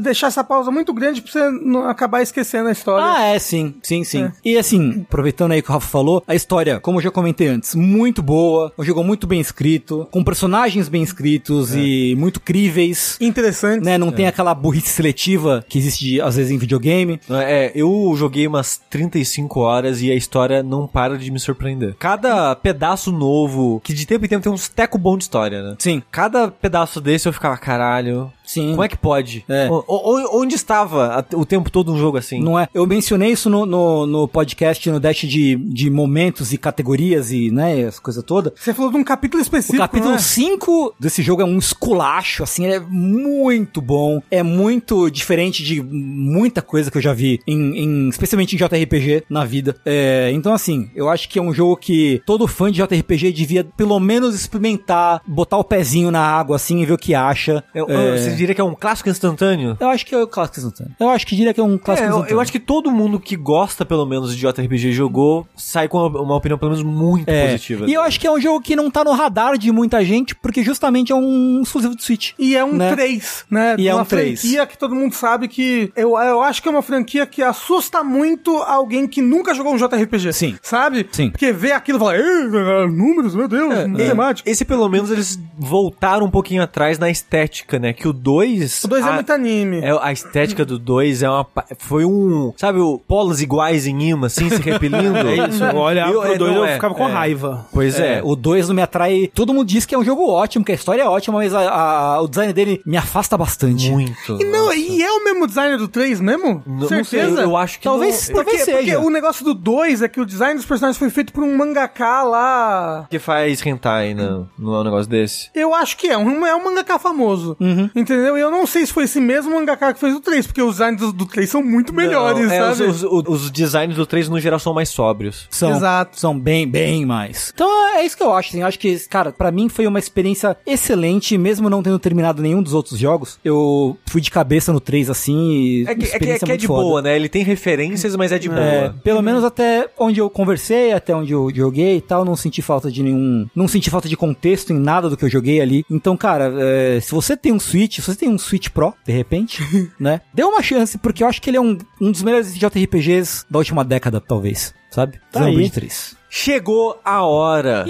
Speaker 3: deixar essa pausa muito grande pra você não acabar esquecendo a história.
Speaker 2: Ah, é, sim, sim, sim. E assim, aproveitando aí que o Rafa falou, a história, como eu já comentei antes, muito boa, um jogo muito bem escrito, com personagens personagens bem escritos e muito críveis.
Speaker 3: Interessante.
Speaker 2: Né, não tem aquela burrice seletiva que existe às vezes em videogame.
Speaker 4: É, eu joguei umas 35 horas e a história não para de me surpreender. Cada pedaço novo, que de tempo em tempo tem uns teco bom de história, né?
Speaker 2: Sim,
Speaker 4: Cada pedaço desse eu ficava, caralho,
Speaker 2: sim.
Speaker 4: como é que pode?
Speaker 2: É.
Speaker 4: O- o- onde estava a- o tempo todo um jogo assim?
Speaker 2: Não é? Eu mencionei isso no, no, no podcast, no dash de, de momentos e categorias e, né, essa coisa toda.
Speaker 3: Você falou de um capítulo
Speaker 2: O
Speaker 3: específico.
Speaker 2: capítulo
Speaker 3: né?
Speaker 2: 5 desse jogo é um esculacho, assim, ele é muito bom, é muito diferente de muita coisa que eu já vi, em, em- especialmente em JRPG na vida. É, então, assim, eu acho que é um jogo que todo fã de JRPG devia pelo menos experimentar, botar o pezinho na água, assim, e ver o que acha.
Speaker 4: Eu-
Speaker 2: É,
Speaker 4: eu- Você diria que é um clássico instantâneo?
Speaker 2: eu acho que é o clássico instantâneo. Eu acho que diria que é um clássico
Speaker 4: É, eu,
Speaker 2: instantâneo.
Speaker 4: eu acho que todo mundo que gosta, pelo menos, de JRPG jogou, sai com uma, uma opinião, pelo menos, muito
Speaker 2: É.
Speaker 4: positiva.
Speaker 2: E eu acho que é um jogo que não tá no radar de muita gente, porque justamente é um exclusivo do Switch.
Speaker 3: E é um
Speaker 2: Né?
Speaker 3: 3, né?
Speaker 2: E é
Speaker 3: uma
Speaker 2: um três.
Speaker 3: franquia que todo mundo sabe que. Eu, eu acho que é uma franquia que assusta muito alguém que nunca jogou um JRPG.
Speaker 2: Sim.
Speaker 3: Sabe?
Speaker 2: Sim. É, né?
Speaker 3: Porque vê aquilo e fala, "Ei, números, meu Deus, é matemática.
Speaker 4: Esse, pelo menos, eles voltaram um pouquinho atrás na estética, né? Que o 2...
Speaker 3: O 2 é
Speaker 4: a-
Speaker 3: muito anime.
Speaker 4: é, a estética do 2 é uma. pa- Foi um. Sabe, o polos iguais em imã, assim, se repelindo?
Speaker 1: *laughs* É isso, eu olhava
Speaker 4: Eu-
Speaker 1: pro
Speaker 4: é,
Speaker 1: dois
Speaker 4: não
Speaker 1: eu
Speaker 4: é,
Speaker 1: ficava com
Speaker 4: é.
Speaker 1: raiva.
Speaker 4: Pois é.
Speaker 2: o 2 não me atrai. Todo mundo diz que é um jogo ótimo, que a história é ótima, mas a- a- o design dele me afasta bastante.
Speaker 4: Muito.
Speaker 3: E não, e é o mesmo design do 3 mesmo?
Speaker 4: Não- não
Speaker 3: Certeza?
Speaker 4: sei, eu acho que
Speaker 2: Talvez-
Speaker 4: não-
Speaker 3: Por quê?
Speaker 2: talvez
Speaker 3: Porque
Speaker 2: seja.
Speaker 3: o negócio do 2 é que o design dos personagens foi feito por um mangaka lá.
Speaker 4: que faz hentai, não, não é um negócio desse.
Speaker 3: Eu acho que é, um, é um mangaka famoso.
Speaker 4: Uhum.
Speaker 3: Entendeu? E eu não sei se foi esse mesmo mangaka que fez o 3, porque os designs do, do 3 são muito melhores,
Speaker 4: Não, é,
Speaker 3: sabe?
Speaker 4: Os, os- os designs do 3 no geral são mais sóbrios.
Speaker 2: São,
Speaker 3: Exato.
Speaker 2: são bem, bem mais. Então é isso que eu acho, assim. Eu acho que, cara, pra mim foi uma experiência excelente, mesmo não tendo terminado nenhum dos outros jogos. Eu fui de cabeça no 3, assim, e
Speaker 4: É que é, que- é
Speaker 2: experiência
Speaker 4: que é
Speaker 2: muito
Speaker 4: de
Speaker 2: foda.
Speaker 4: boa, né? Ele tem referências, mas é de
Speaker 2: É,
Speaker 4: boa.
Speaker 1: Uhum.
Speaker 2: pelo menos até onde eu conversei, até onde eu joguei e tal, não senti falta de nenhum. Não senti falta de contexto em nada do que eu joguei ali. Então, cara, é, se você tem um Switch, se você tem um Switch Pro,
Speaker 1: *laughs*
Speaker 2: de repente, né? Dê uma chance, porque eu acho que ele é um, um dos melhores JRPGs da última década, talvez. Sabe?
Speaker 1: Tá aí.
Speaker 2: Xenoblade 3.
Speaker 4: Chegou a hora.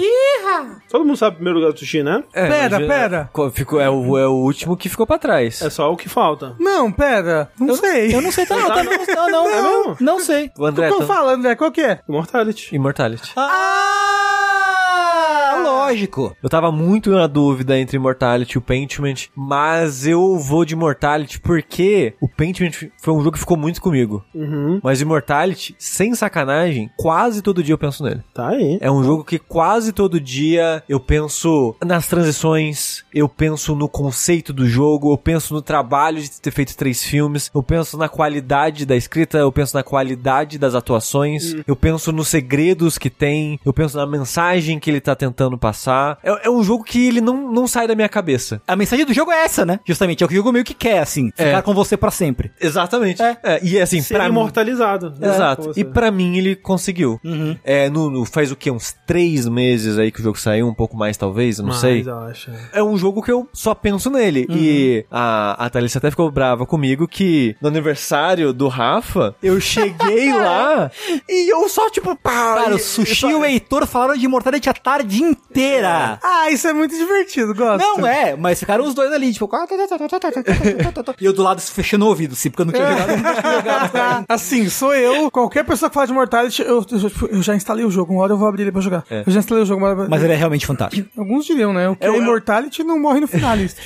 Speaker 1: Todo mundo sabe o primeiro lugar do sushi, né?
Speaker 4: É,
Speaker 3: Pera,
Speaker 4: já-
Speaker 3: pera.
Speaker 4: co- Ficou, é, o, é o último que ficou pra trás.
Speaker 1: É só o que falta.
Speaker 3: Não, pera. Não sei. *laughs*
Speaker 2: Eu não sei, tá, não, tá, não, não, não,
Speaker 1: *laughs* É
Speaker 2: não,
Speaker 1: mesmo?
Speaker 2: sei.
Speaker 4: O André.
Speaker 3: Então
Speaker 4: então-
Speaker 3: fala, André, qual que é?
Speaker 1: Immortality.
Speaker 4: Immortality.
Speaker 2: Ah, lógico.
Speaker 4: Eu tava muito na dúvida entre Immortality e o Pentiment, mas eu vou de Immortality porque o Pentiment foi um jogo que ficou muito comigo.
Speaker 1: Uhum.
Speaker 4: Mas Immortality, sem sacanagem, quase todo dia eu penso nele.
Speaker 1: Tá aí.
Speaker 4: É um jogo que quase todo dia eu penso nas transições, eu penso no conceito do jogo, eu penso no trabalho de ter feito três filmes, eu penso na qualidade da escrita, eu penso na qualidade das atuações,
Speaker 1: Hum.
Speaker 4: eu penso nos segredos que tem, eu penso na mensagem que ele tá tentando passar. É, é um jogo que ele não, não sai da minha cabeça.
Speaker 2: A mensagem do jogo é essa, né? Justamente, é o que o jogo meio que quer, assim,
Speaker 1: É.
Speaker 2: ficar com você pra sempre.
Speaker 4: Exatamente. É, e é assim,
Speaker 1: Ser
Speaker 4: pra mim.
Speaker 1: imortalizado. né?
Speaker 4: Exato.
Speaker 1: Como
Speaker 4: E
Speaker 1: você- Uhum.
Speaker 4: pra mim ele conseguiu. É, no, no- faz o quê? Uns três meses aí que o jogo saiu, um pouco mais talvez, eu não
Speaker 1: Mas,
Speaker 4: sei.
Speaker 1: eu acho.
Speaker 4: é um jogo que eu só penso nele.
Speaker 3: Uhum.
Speaker 4: E a, a Thalissa até ficou brava comigo que no aniversário do Rafa, eu
Speaker 3: *laughs*
Speaker 4: cheguei lá *laughs* e eu só, tipo, pá.
Speaker 2: Cara,
Speaker 4: e-
Speaker 2: o Sushi
Speaker 4: eu
Speaker 2: e
Speaker 4: só-
Speaker 2: o Heitor falaram de Mortality a tarde inteira.
Speaker 3: Ah, isso é muito divertido, gosto.
Speaker 2: Não é, mas ficaram os dois ali, tipo... *laughs* "Ah, tá, tá, tá, tá, tá, tá, tá, tá, tá", E eu do lado fechando o ouvido, assim, porque eu não
Speaker 4: É.
Speaker 2: tinha jogado.
Speaker 3: *laughs* Assim, sou eu. Qualquer pessoa que fala de Mortality, eu, eu- eu já instalei o jogo. Uma hora eu vou abrir ele pra jogar. Eu já instalei o jogo. Uma hora...
Speaker 2: Mas ele é realmente fantástico.
Speaker 3: Alguns diriam, né? O que é,
Speaker 4: Eu- eu-
Speaker 3: Immortality não morre no *laughs* finalista.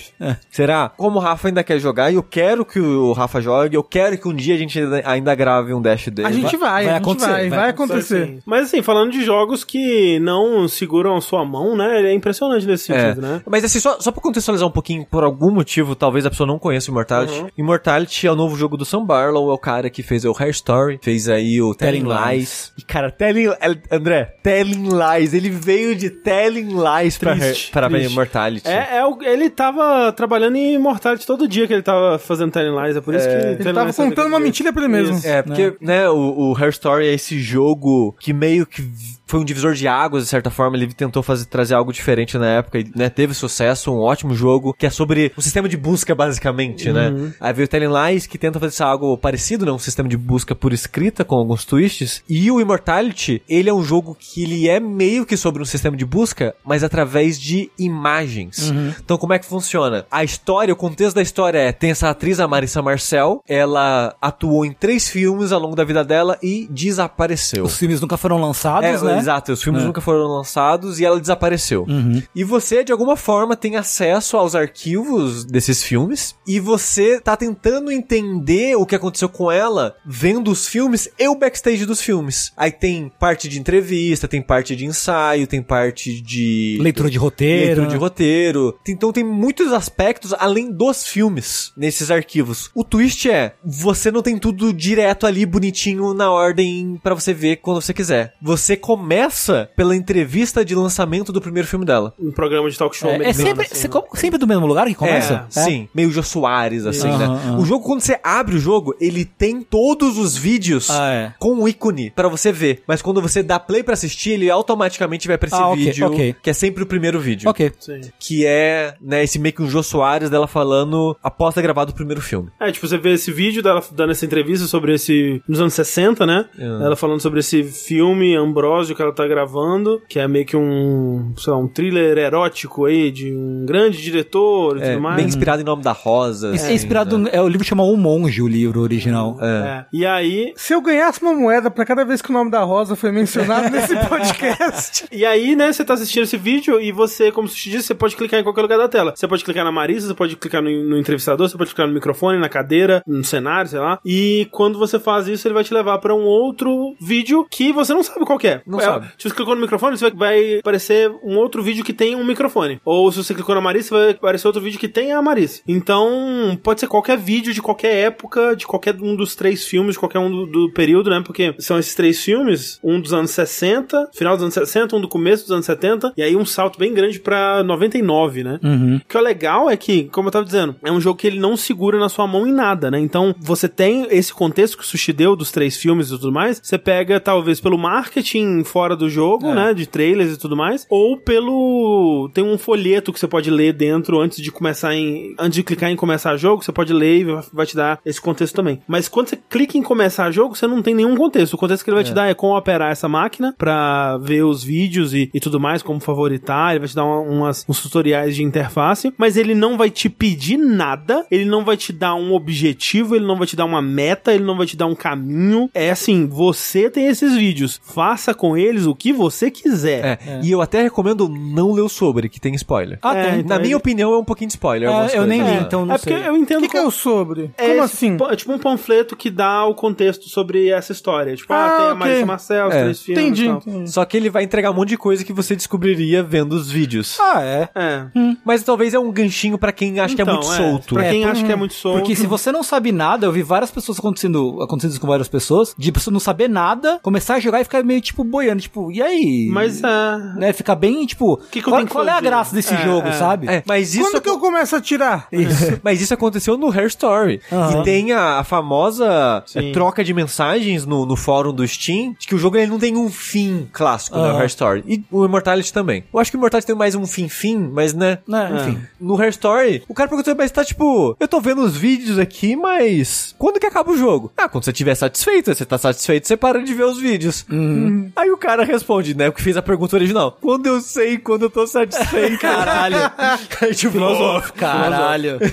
Speaker 4: Será? Como o Rafa ainda quer jogar, e eu quero que o Rafa jogue, eu quero que um dia a gente ainda- ainda grave um dash dele.
Speaker 3: A gente É, vai,
Speaker 2: vai
Speaker 3: a gente
Speaker 2: acontecer,
Speaker 3: vai,
Speaker 2: vai
Speaker 3: vai acontecer.
Speaker 1: Assim. Mas assim, falando de jogos que não seguram a sua mão, né? Ele é impressionante nesse
Speaker 4: É.
Speaker 1: sentido, né?
Speaker 4: Mas assim, só, só pra contextualizar um pouquinho, por algum motivo, talvez a pessoa não conheça o Immortality. Immortality é o novo jogo do Sam Barlow, é o cara que fez o Hair Story, fez aí o Telling,
Speaker 2: Telling
Speaker 4: Lies.
Speaker 2: Lies.
Speaker 4: E cara, Telling... eh, André, Telling Lies, ele veio de Telling Lies pra,
Speaker 1: Triste,
Speaker 4: pra, pra
Speaker 1: triste.
Speaker 4: Immortality.
Speaker 1: É, é o- ele tava trabalhando em Immortality todo dia que ele tava fazendo Telling Lies, é por isso que...
Speaker 3: Ele tava né?
Speaker 4: né,
Speaker 3: contando uma mentira pra ele mesmo.
Speaker 4: É, porque, né, o, o Hair Story é esse jogo que meio que foi um divisor de águas, de certa forma. Ele tentou fazer, trazer algo diferente na época e né, teve sucesso, um ótimo jogo, que é sobre um sistema de busca, basicamente, né? Aí veio o Telling Lies, que tenta fazer algo parecido, né? Um sistema de busca por escrita, com alguns twists. E o Immortality, ele é um jogo que ele é meio que sobre um sistema de busca, mas através de imagens. Então, como é que funciona? A história, o contexto da história é: tem essa atriz, a Marissa Marcel, ela atuou em três filmes ao longo da vida dela e desapareceu.
Speaker 2: Os filmes nunca foram lançados,
Speaker 4: É,
Speaker 2: né?
Speaker 4: Exato, os filmes nunca foram lançados e ela desapareceu.
Speaker 2: Uhum.
Speaker 4: E você, de alguma forma, tem acesso aos arquivos desses filmes e você tá tentando entender o que aconteceu com ela vendo os filmes e o backstage dos filmes. Aí tem parte de entrevista, tem parte de ensaio, tem parte de.
Speaker 2: Leitura de roteiro. né?
Speaker 4: Leitura de roteiro. Então tem muitos aspectos além dos filmes nesses arquivos. O twist é, você não tem tudo direto ali bonitinho na ordem pra você ver quando você quiser. Você começa pela entrevista de lançamento do primeiro filme dela.
Speaker 1: Um programa de talk show
Speaker 2: É, é
Speaker 1: americano,
Speaker 2: sempre,
Speaker 1: assim,
Speaker 2: se-
Speaker 1: né?
Speaker 2: como- sempre do mesmo lugar que começa?
Speaker 4: É, Sim, meio Jô Soares, assim, né?
Speaker 2: Aham, aham.
Speaker 4: O jogo, quando você abre o jogo, ele tem todos os vídeos
Speaker 2: Ah, é.
Speaker 4: com o ícone pra você ver. Mas quando você dá play pra assistir, ele automaticamente vai pra esse
Speaker 2: Ah, ok,
Speaker 4: vídeo,
Speaker 2: ok.
Speaker 4: que é sempre o primeiro vídeo.
Speaker 2: Ok.
Speaker 1: Sim.
Speaker 4: que é, né, esse meio que um Jô Soares dela falando após ter gravado o primeiro filme.
Speaker 1: É, tipo, você vê esse vídeo dela dando essa entrevista sobre esse. nos anos 60, né? Ela falando sobre esse filme Ambrósio que ela tá gravando, que é meio que um. sei lá, um thriller erótico aí de um grande diretor e
Speaker 4: É,
Speaker 1: tudo mais.
Speaker 4: bem inspirado em Nome da Rosa.
Speaker 2: Isso é
Speaker 4: assim,
Speaker 2: inspirado.
Speaker 4: né?
Speaker 2: É, o livro chama O Monge, o livro original.
Speaker 1: É. E aí.
Speaker 3: Se eu ganhasse uma moeda pra cada vez que o nome da Rosa foi *laughs* mencionado nesse podcast,
Speaker 1: E aí, né, você tá assistindo esse vídeo e você, como se te disse, você pode clicar em qualquer lugar da tela. Você pode clicar na Marisa, você pode clicar no, no entrevistador, você pode clicar no microfone, na cadeira, no cenário, sei lá. E quando você faz isso, ele vai te levar pra um outro vídeo que você não sabe qual que é.
Speaker 4: Não
Speaker 1: É,
Speaker 4: sabe.
Speaker 1: Se você clicou no microfone, você vai- vai aparecer um outro vídeo que tem um microfone. Ou se você clicou na Marisa, vai aparecer outro vídeo que tem a Marisa. Então, pode ser qualquer vídeo de qualquer época, de qualquer um dos três filmes, de qualquer um do, do período, né? Porque são esses três filmes, um dos anos 60, final dos anos 60, um do começo dos anos 70, e aí um salto bem grande pra 99, né?
Speaker 2: Uhum.
Speaker 1: O que é legal é que, como eu tava dizendo, é um jogo que ele não segura na sua mão em nada, né? Então, você tem esse contexto que o Sushi deu dos três filmes e tudo mais, você pega, talvez, pelo marketing fora do jogo, né? De trailers e tudo mais, ou pelo... tem um folheto que você pode ler dentro antes de começar em... antes de clicar em começar jogo, você pode ler e vai- vai te dar esse contexto também. Mas quando você clica em começar jogo, você não tem nenhum contexto. O contexto que ele vai te dar é como operar essa máquina pra ver os vídeos e, e tudo mais, como favoritar, ele vai te dar uma- umas, uns tutoriais de interface, mas ele não vai te pedir nada, ele não vai te dar um objetivo, ele não vai te dar uma meta, ele não vai te dar um caminho. É assim, você tem esses vídeos, faça com eles o que você quiser.
Speaker 4: É. E eu até recomendo não ler o sobre, que tem spoiler.
Speaker 2: Ah,
Speaker 1: É,
Speaker 2: tem.
Speaker 1: então
Speaker 4: Na minha
Speaker 1: ele-
Speaker 4: opinião, é um pouquinho de spoiler.
Speaker 2: Ah,
Speaker 4: algumas
Speaker 2: eu nem
Speaker 4: coisas,
Speaker 2: li,
Speaker 4: né?
Speaker 2: então não
Speaker 1: É porque
Speaker 2: sei.
Speaker 1: eu entendo
Speaker 3: o que, que é o sobre?
Speaker 1: É
Speaker 3: Como
Speaker 1: esse
Speaker 3: assim?
Speaker 1: pa- É tipo um panfleto que dá o contexto sobre essa história. Tipo, ah,
Speaker 3: Ah,
Speaker 1: tem a
Speaker 3: ok.
Speaker 1: Marisa Marcel, os
Speaker 4: É.
Speaker 1: três filmes
Speaker 3: Entendi.
Speaker 1: e tal.
Speaker 2: então, hum.
Speaker 3: entendi.
Speaker 4: Só que ele vai entregar um monte de coisa que você descobriria vendo os vídeos.
Speaker 2: Ah, é.
Speaker 1: É.
Speaker 4: Mas talvez é um ganchinho pra quem acha que é
Speaker 1: Então,
Speaker 4: muito solto.
Speaker 1: Pra
Speaker 2: É,
Speaker 1: quem
Speaker 2: por-
Speaker 1: acha que é muito solto.
Speaker 2: Porque se você não sabe nada, eu vi várias pessoas acontecendo, acontecendo isso com várias pessoas, de pessoa não saber nada, começar a jogar e ficar meio tipo boiando, tipo, e aí?
Speaker 1: Mas é.
Speaker 2: né, ficar bem, tipo,
Speaker 1: que eu
Speaker 2: qual,
Speaker 1: tenho que
Speaker 2: qual é a
Speaker 1: fazer?
Speaker 2: graça desse
Speaker 1: É,
Speaker 2: jogo,
Speaker 1: é.
Speaker 2: sabe?
Speaker 4: É, mas isso
Speaker 3: Quando que eu começo a tirar?
Speaker 4: *laughs* Mas isso aconteceu no Hair Story.
Speaker 2: Aham.
Speaker 4: E tem a, a famosa
Speaker 1: Sim.
Speaker 4: eh, troca de mensagens no, no fórum do Steam, de que o jogo ele não tem um fim clássico, né? O
Speaker 2: Aham.
Speaker 4: Hair Story. E o Immortality também. Eu acho que o Immortality tem mais um fim-fim, mas né...
Speaker 2: Né, enfim.
Speaker 4: No Hair Story, o cara perguntou, mas tá tipo, eu tô vendo os vídeos aqui, mas quando que acaba o jogo? Ah, quando você tiver satisfeito, você tá satisfeito, você para de ver os vídeos.
Speaker 2: Uhum.
Speaker 4: Uhum. Aí o cara responde, né, o que fez a pergunta original. Quando eu sei quando eu tô satisfeito.
Speaker 2: Caralho.
Speaker 4: *laughs* Aí tipo,
Speaker 2: Filosófico. Caralho.
Speaker 1: *laughs*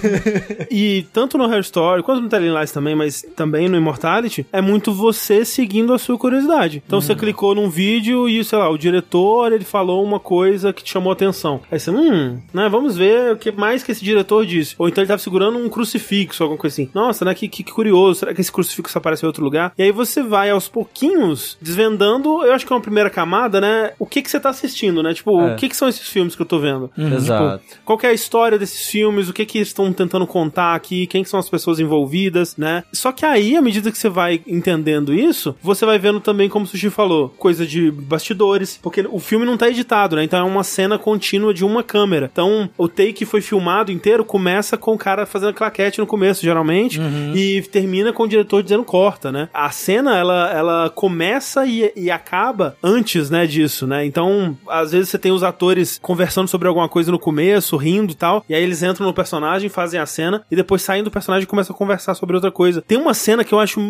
Speaker 1: E tanto no Hair Story, quanto no Telling Lies também, mas também no Immortality, é muito você seguindo a sua curiosidade. Então
Speaker 4: Uhum.
Speaker 1: você clicou num vídeo e, sei lá, o diretor, ele falou uma coisa que te chamou a atenção. Aí você, hum, né, vamos ver o que mais que esse diretor disse. Ou então ele tava segurando um crucifixo, alguma coisa assim. Nossa, né, que, que curioso, será que esse crucifixo aparece em outro lugar? E aí você vai aos pouquinhos desvendando, eu acho que é uma primeira camada, né, o que que você tá assistindo, né? Tipo,
Speaker 4: É. Uhum.
Speaker 1: o que que são esses filmes que eu tô vendo? Tipo,
Speaker 4: Exato.
Speaker 1: Qual que é a história desses filmes? O que que eles estão tentando contar aqui? Quem que são as pessoas envolvidas, né? Só que aí, à medida que você vai entendendo isso, você vai vendo também, como o Sushi falou, coisa de bastidores, porque o filme não tá editado, né? Então é uma cena contínua de uma câmera. Então, o take que foi filmado inteiro começa com o cara fazendo claquete no começo, geralmente, e termina com o diretor dizendo corta, né? A cena, ela, ela começa e, e acaba acaba antes, né, disso, né? Então, às vezes você tem os atores conversando sobre alguma coisa no começo, rindo e tal, e aí eles entram no personagem, fazem a cena, e depois saem do personagem e começam a conversar sobre outra coisa. Tem uma cena que eu acho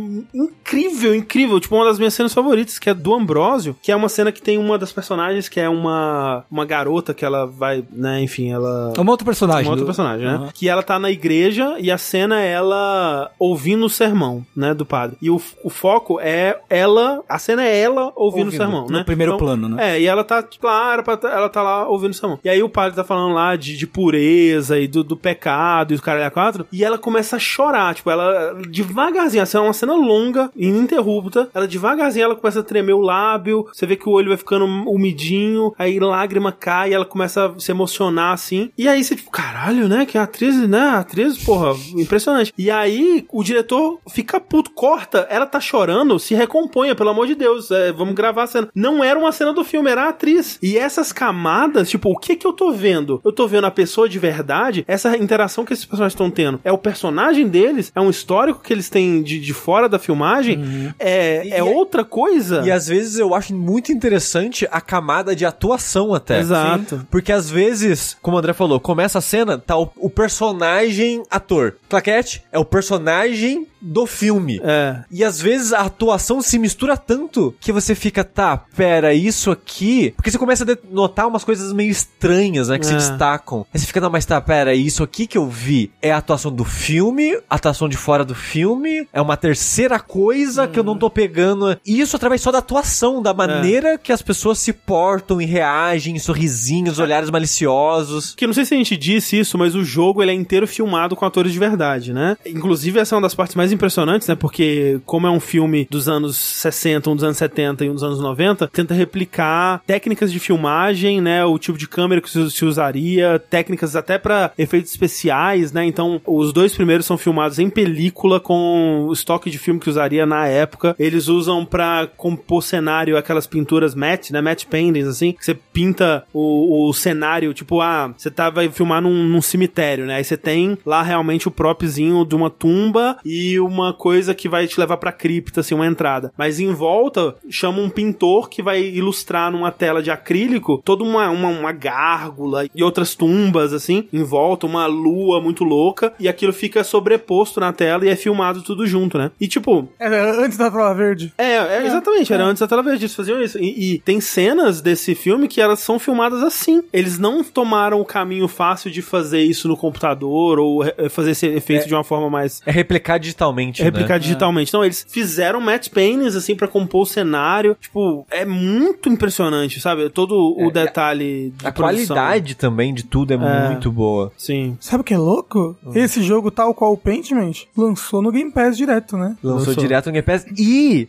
Speaker 1: incrível, incrível, tipo uma das minhas cenas favoritas, que é do Ambrósio, que é uma cena que tem uma das personagens, que é uma, uma garota que ela vai, né, enfim, ela...
Speaker 2: É um outro personagem.
Speaker 1: Um outro
Speaker 2: do-
Speaker 1: personagem, né?
Speaker 2: Uhum.
Speaker 1: Que ela tá na igreja e a cena é ela ouvindo o sermão, né, do padre. E o, o foco é ela, a cena é ela ouvindo, o
Speaker 4: Ouvindo,
Speaker 1: sermão,
Speaker 2: no
Speaker 1: né?
Speaker 2: primeiro plano, né?
Speaker 1: É, e ela tá, tipo, lá, era pra tá- ela tá lá ouvindo o sermão. E aí o padre tá falando lá de, de pureza e do, do pecado e os caralho a quatro. E ela começa a chorar, tipo, ela devagarzinho, assim, é uma cena longa, ininterrupta. Ela devagarzinho, ela começa a tremer o lábio, você vê que o olho vai ficando umidinho, aí lágrima cai, ela começa a se emocionar, assim. E aí você, tipo, caralho, né? Que atriz, né? Atriz, porra, impressionante. E aí o diretor fica puto, corta, ela tá chorando, se recomponha, pelo amor de Deus, é, vamos gravar a cena. Não era uma cena do filme, era a atriz. E essas camadas, tipo, o que que eu tô vendo? Eu tô vendo a pessoa de verdade, essa interação que esses personagens estão tendo. É o personagem deles, é um histórico que eles têm de, de fora da filmagem, é, é
Speaker 4: Uhum. E-
Speaker 1: outra coisa.
Speaker 4: E às vezes eu acho muito interessante a camada de atuação até.
Speaker 1: Exato.
Speaker 4: Sim. Porque às vezes, como o André falou, começa a cena, tá o, o personagem ator. Claquete é o personagem do filme.
Speaker 1: É.
Speaker 4: E às vezes a atuação se mistura tanto que você fica, tá, pera, isso aqui. Porque você começa a de- notar umas coisas meio estranhas, né? Que se
Speaker 1: É.
Speaker 4: destacam. Aí você fica, não, mas tá, pera, isso aqui que eu vi é a atuação do filme, a atuação de fora do filme, é uma terceira coisa que eu
Speaker 1: Hum.
Speaker 4: não tô pegando. E isso através só da atuação,
Speaker 1: É.
Speaker 4: da maneira que as pessoas se portam e reagem, sorrisinhos, olhares maliciosos.
Speaker 1: Que não sei se a gente disse isso, mas o jogo ele é inteiro filmado com atores de verdade, né? Inclusive, essa é uma das partes mais impressionantes, né? Porque, como é um filme dos anos 60, um dos anos 70 e um dos anos 90, tenta replicar técnicas de filmagem, né? O tipo de câmera que se se usaria, técnicas até pra efeitos especiais, né? Então, os dois primeiros são filmados em película com o estoque de filme que usaria na época. Eles usam pra compor cenário aquelas pinturas matte, né? Matte paintings, assim, que você pinta o, o cenário, tipo, ah, você tá, vai filmar num, num cemitério, né? Aí você tem lá realmente o propzinho de uma tumba e uma coisa que vai te levar pra cripta, assim, uma entrada. Mas em volta, chama um pintor que vai ilustrar numa tela de acrílico toda uma, uma, uma gárgula e outras tumbas, assim, em volta, uma lua muito louca, e aquilo fica sobreposto na tela e é filmado tudo junto, né? E tipo,
Speaker 3: Era antes da tela verde.
Speaker 1: é, é, exatamente, era antes da tela verde, eles faziam isso. E, e tem cenas desse filme que elas são filmadas assim. Eles não tomaram o caminho fácil de fazer isso no computador ou eh, fazer esse efeito de uma forma mais
Speaker 4: É replicar digitalmente, né?
Speaker 1: replicar digitalmente. Não, eles fizeram match paintings, assim, pra compor o cenário. Tipo, é muito impressionante, sabe? Todo o detalhe de
Speaker 4: A
Speaker 1: produção.
Speaker 4: qualidade também de tudo é, muito boa.
Speaker 1: Sim.
Speaker 3: Sabe o que é louco? Esse jogo, tal qual o Paintment, lançou no Game Pass direto, né?
Speaker 4: Lançou,
Speaker 1: Lançou.
Speaker 4: direto no Game Pass. E,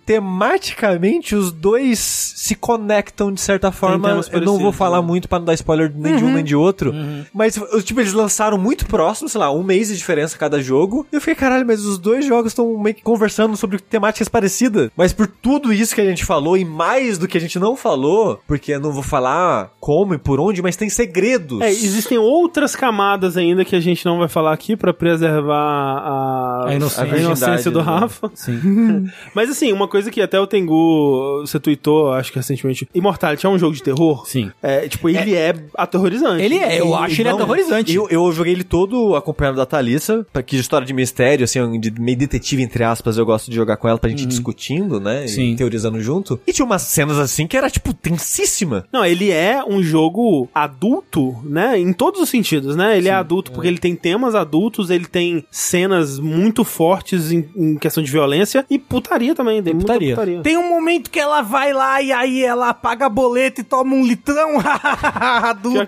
Speaker 4: tematicamente, os dois se conectam de certa forma.
Speaker 1: temas
Speaker 4: Eu não vou
Speaker 1: parecidos,
Speaker 4: falar
Speaker 1: né? Uhum.
Speaker 4: muito pra não dar spoiler nem de um nem de outro. Mas, tipo, eles lançaram muito próximo, sei lá, um mês de diferença cada jogo. E eu fiquei, caralho, mas os dois jogos estão meio que conversando sobre temáticas parecidas. Mas por tudo isso que a gente falou e mais do que a gente não falou, porque eu não vou falar como e por onde, mas tem segredos.
Speaker 1: É, existem outras camadas ainda que a gente não vai falar aqui pra preservar a,
Speaker 2: A inocência.
Speaker 1: a inocência do
Speaker 4: A virgindade, né?
Speaker 1: Rafa. *laughs* Sim. Mas assim, uma coisa que até o Tengu, você tweetou, acho que recentemente, Immortality é um jogo de terror?
Speaker 2: Sim.
Speaker 1: É, tipo, ele é, aterrorizante.
Speaker 2: Ele é, eu acho ele
Speaker 4: não,
Speaker 2: aterrorizante.
Speaker 4: Eu, eu joguei ele todo acompanhado da Thalissa, pra que história de mistério, assim, de meio detetive, entre aspas, eu gosto de jogar com ela pra gente ir discutindo, né? E
Speaker 2: Sim.
Speaker 4: teorizando junto. E tinha umas cenas assim que era, tipo, tensíssima.
Speaker 1: Não, ele é um jogo adulto, né? Em todos os sentidos, né? Ele é adulto porque ele tem temas adultos, ele tem cenas muito fortes em, em questão de violência e putaria também. Tem muita
Speaker 2: putaria.
Speaker 1: putaria.
Speaker 3: Tem um momento que ela vai lá e aí ela paga a boleta e toma um litrão *laughs*
Speaker 1: Pior que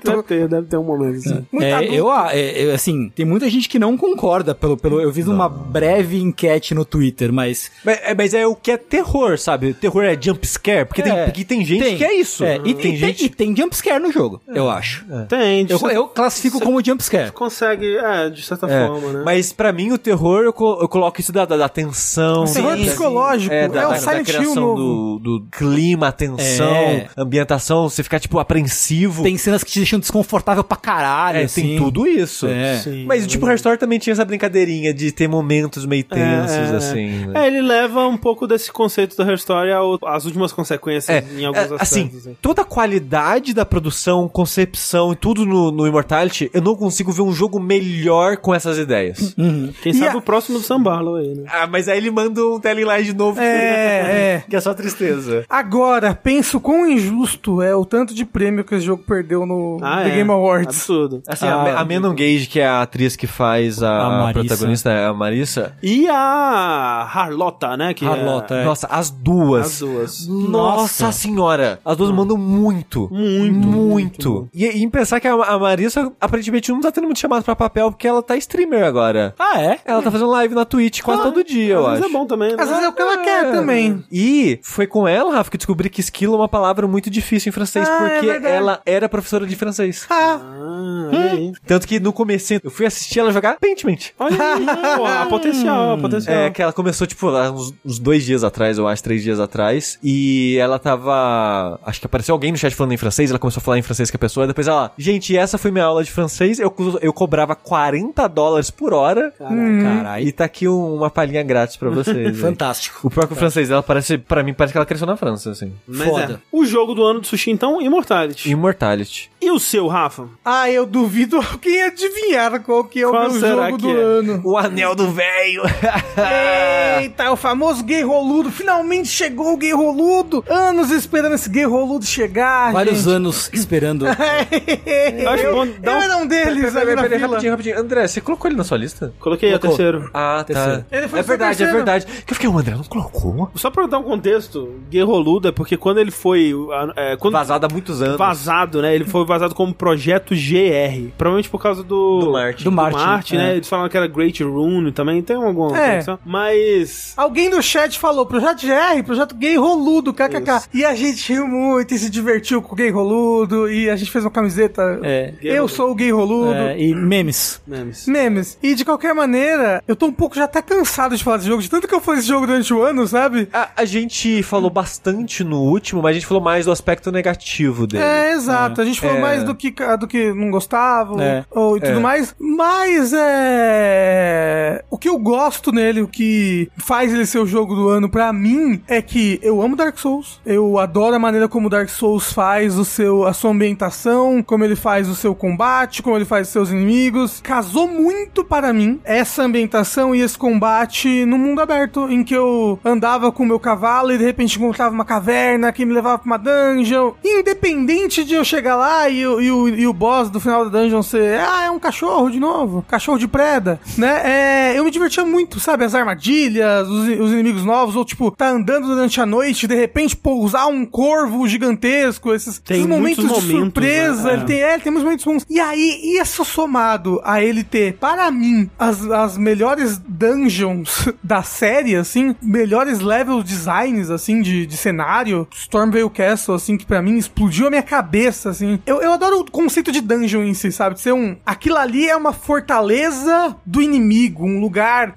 Speaker 3: adulto.
Speaker 1: ter, deve ter um momento assim.
Speaker 3: Muito
Speaker 2: É,
Speaker 3: adulto.
Speaker 2: eu, ah, é, é, assim, tem muita gente que não concorda. Pelo, pelo, eu fiz uma breve enquete no Twitter, mas.
Speaker 4: Mas é, mas é o que é terror, sabe? Terror é jumpscare, porque, tem,
Speaker 2: É,
Speaker 4: porque tem gente que é isso.
Speaker 1: Hum,
Speaker 2: É, e, tem, tem,
Speaker 4: gente.
Speaker 2: e tem jumpscare no jogo,
Speaker 1: É.
Speaker 2: eu acho.
Speaker 1: Tem, de
Speaker 2: É. Eu,
Speaker 1: certa-
Speaker 2: eu classifico
Speaker 1: é
Speaker 2: como jumpscare.
Speaker 1: consegue, é, de certa
Speaker 4: É,
Speaker 1: forma, né?
Speaker 4: Mas pra mim o terror eu, co- eu coloco isso da, da, da tensão.
Speaker 3: Sim, terror
Speaker 4: da-
Speaker 3: psicológico, é o Silent Hill
Speaker 4: criação
Speaker 3: novo.
Speaker 4: do, do clima, tensão,
Speaker 2: É.
Speaker 4: ambientação, você ficar tipo apreensivo.
Speaker 2: Tem cenas que te deixam desconfortável pra caralho.
Speaker 4: É,
Speaker 2: assim.
Speaker 4: tem tudo isso.
Speaker 2: É.
Speaker 1: Sim,
Speaker 4: Mas tipo, o Restore também tinha essa brincadeirinha de ter momentos meio tensos,
Speaker 1: É, é,
Speaker 4: assim. né?
Speaker 1: É, ele leva um pouco desse conceito da Her Story ao- às últimas consequências
Speaker 4: É,
Speaker 1: em alguns
Speaker 4: é,
Speaker 1: aspectos. né?
Speaker 4: assim, toda a qualidade da produção, concepção e tudo no, no Immortality, eu não consigo ver um jogo melhor com essas
Speaker 2: Hum,
Speaker 4: ideias.
Speaker 1: Quem
Speaker 3: E
Speaker 1: sabe
Speaker 3: a-
Speaker 1: o próximo do Sambalo aí, né?
Speaker 4: ah, mas aí ele manda um Telling de novo.
Speaker 3: É, é.
Speaker 4: Que é só tristeza.
Speaker 3: Agora, penso quão injusto é o tanto de prêmio que esse jogo perdeu no
Speaker 1: Ah,
Speaker 3: The
Speaker 1: é.
Speaker 3: Game Awards.
Speaker 1: Absurdo.
Speaker 4: *laughs* Assim, a-
Speaker 1: Ah,
Speaker 4: a, Menon Gage, que é a atriz que faz
Speaker 2: A
Speaker 4: a,
Speaker 2: Marissa.
Speaker 4: protagonista, é a Marissa.
Speaker 1: E a Harlota, né? Que é-
Speaker 2: Harlota, É.
Speaker 4: Nossa, as duas.
Speaker 1: As duas.
Speaker 4: Nossa senhora! As duas mandam muito. Muito. Muito. E, e em pensar que a, a Marissa aparentemente não tá tendo muito chamado pra papel porque ela tá streamer agora.
Speaker 2: Ah, é?
Speaker 4: Ela tá fazendo live na Twitch quase todo dia, eu
Speaker 1: Mas
Speaker 4: acho.
Speaker 1: é bom também, né?
Speaker 3: Às vezes é o que ela quer também.
Speaker 4: E foi com ela, Rafa, que eu descobri que esquilo é uma palavra muito difícil em francês,
Speaker 3: Ah, é
Speaker 4: porque
Speaker 3: verdade.
Speaker 4: ela era professora de francês.
Speaker 1: Ah, olha aí.
Speaker 4: Tanto que no comecinho eu fui assistir ela jogar Paintment.
Speaker 1: *laughs* Olha aí, né? pô, a potencial, a potencial.
Speaker 4: É, que ela começou, tipo, lá uns, uns dois dias atrás, eu acho, três dias atrás. E ela tava. Acho que apareceu alguém no chat falando em francês. Ela começou a falar em francês com a pessoa. Depois ela, gente, essa foi minha aula de francês. Eu, co- eu cobrava 40 dólares por hora.
Speaker 3: Hum.
Speaker 2: Caralho.
Speaker 4: E tá aqui um- uma palhinha grátis pra *laughs* vocês. hein?
Speaker 2: Fantástico.
Speaker 4: o próprio francês dela parece, pra mim, parece que ela cresceu na França, assim.
Speaker 1: Mas
Speaker 2: Foda.
Speaker 1: é. O jogo do ano do sushi, então, Immortality.
Speaker 4: Immortality.
Speaker 1: E o seu, Rafa?
Speaker 3: Ah, eu duvido alguém adivinhar qual que é
Speaker 1: Qual
Speaker 3: o meu
Speaker 1: será
Speaker 3: jogo
Speaker 1: que
Speaker 3: do
Speaker 1: é? *laughs* Ah.
Speaker 3: ano.
Speaker 4: O anel do velho. *laughs*
Speaker 3: Eita, é o famoso gay roludo. Finalmente chegou o gay roludo. Anos esperando esse gay roludo chegar.
Speaker 2: Vários
Speaker 3: gente. *laughs*
Speaker 2: anos esperando.
Speaker 3: Eu,
Speaker 1: acho bom
Speaker 3: *laughs* eu
Speaker 1: dar um-
Speaker 3: era um deles ali na fila.
Speaker 4: rapidinho, rapidinho. André, você colocou ele na sua lista?
Speaker 1: Coloquei aí o
Speaker 2: Colocou.
Speaker 1: terceiro.
Speaker 4: Ah,
Speaker 2: Terceiro.
Speaker 4: tá.
Speaker 3: Ele foi
Speaker 4: é
Speaker 3: pro
Speaker 4: verdade, é
Speaker 3: terceiro.
Speaker 4: verdade. Que eu fiquei, o André não colocou?
Speaker 1: Só pra dar um contexto, Guerroludo é porque quando ele foi. é, quando
Speaker 4: Vazado há muitos anos.
Speaker 1: vazado, né? Ele foi vazado como projeto GR. Provavelmente por causa do.
Speaker 4: Do Martin.
Speaker 2: Do Martin,
Speaker 1: né?
Speaker 2: é.
Speaker 1: Eles falaram que era Great Rune também, tem alguma
Speaker 3: É.
Speaker 1: conexão. Mas.
Speaker 3: Alguém do chat falou, projeto GR, projeto gay roludo, kkk.
Speaker 1: Isso.
Speaker 3: E a gente riu muito e se divertiu com o gay roludo. E a gente fez uma camiseta.
Speaker 2: É.
Speaker 1: Gay
Speaker 3: eu
Speaker 1: Roludo.
Speaker 3: sou o gay roludo.
Speaker 2: É, e memes.
Speaker 1: Memes.
Speaker 3: Memes. E de qualquer maneira, eu tô um pouco já até cansado de falar desse jogo, de tanto que eu falei desse jogo durante o ano, sabe?
Speaker 4: A, a gente falou bastante no último, mas a gente falou mais do aspecto negativo dele.
Speaker 3: É, exato. A gente falou
Speaker 4: É.
Speaker 3: mais do que, do que não gostava
Speaker 2: É.
Speaker 3: ou, e tudo
Speaker 4: É.
Speaker 3: mais. Mas é. O que eu gosto nele, o que faz ele ser o jogo do ano pra mim, é que eu amo Dark Souls. Eu adoro a maneira como Dark Souls faz o seu, a sua ambientação, como ele faz o seu combate, como ele faz os seus inimigos. Casou muito para mim essa ambientação e esse combate no mundo aberto, em que eu andava com o meu cavalo e de repente encontrava uma caverna que me levava pra uma dungeon. Independente de eu chegar lá e, o- e o, e o boss do final da dungeon ser, ah, é um cachorro de novo, cachorro de preda, né? É, eu me divertia muito, sabe? As armadilhas, os, os inimigos novos, ou tipo, tá andando durante a noite e de repente pousar um corvo gigantesco, esses,
Speaker 1: Tem
Speaker 3: esses momentos,
Speaker 1: muitos
Speaker 3: de
Speaker 1: momentos,
Speaker 3: surpresa.
Speaker 1: né? É.
Speaker 3: Ele, tem, é, ele tem muitos momentos bons. E aí, isso somado a ele ter, para mim, as, as melhores dungeons *laughs* da série, assim, melhores level designs, assim, de, de cenário, Stormveil Castle, assim, que pra mim explodiu a minha cabeça, assim. Eu, eu adoro o conceito de dungeon em si, sabe? De ser um. Aquilo ali é uma fortaleza do inimigo, um lugar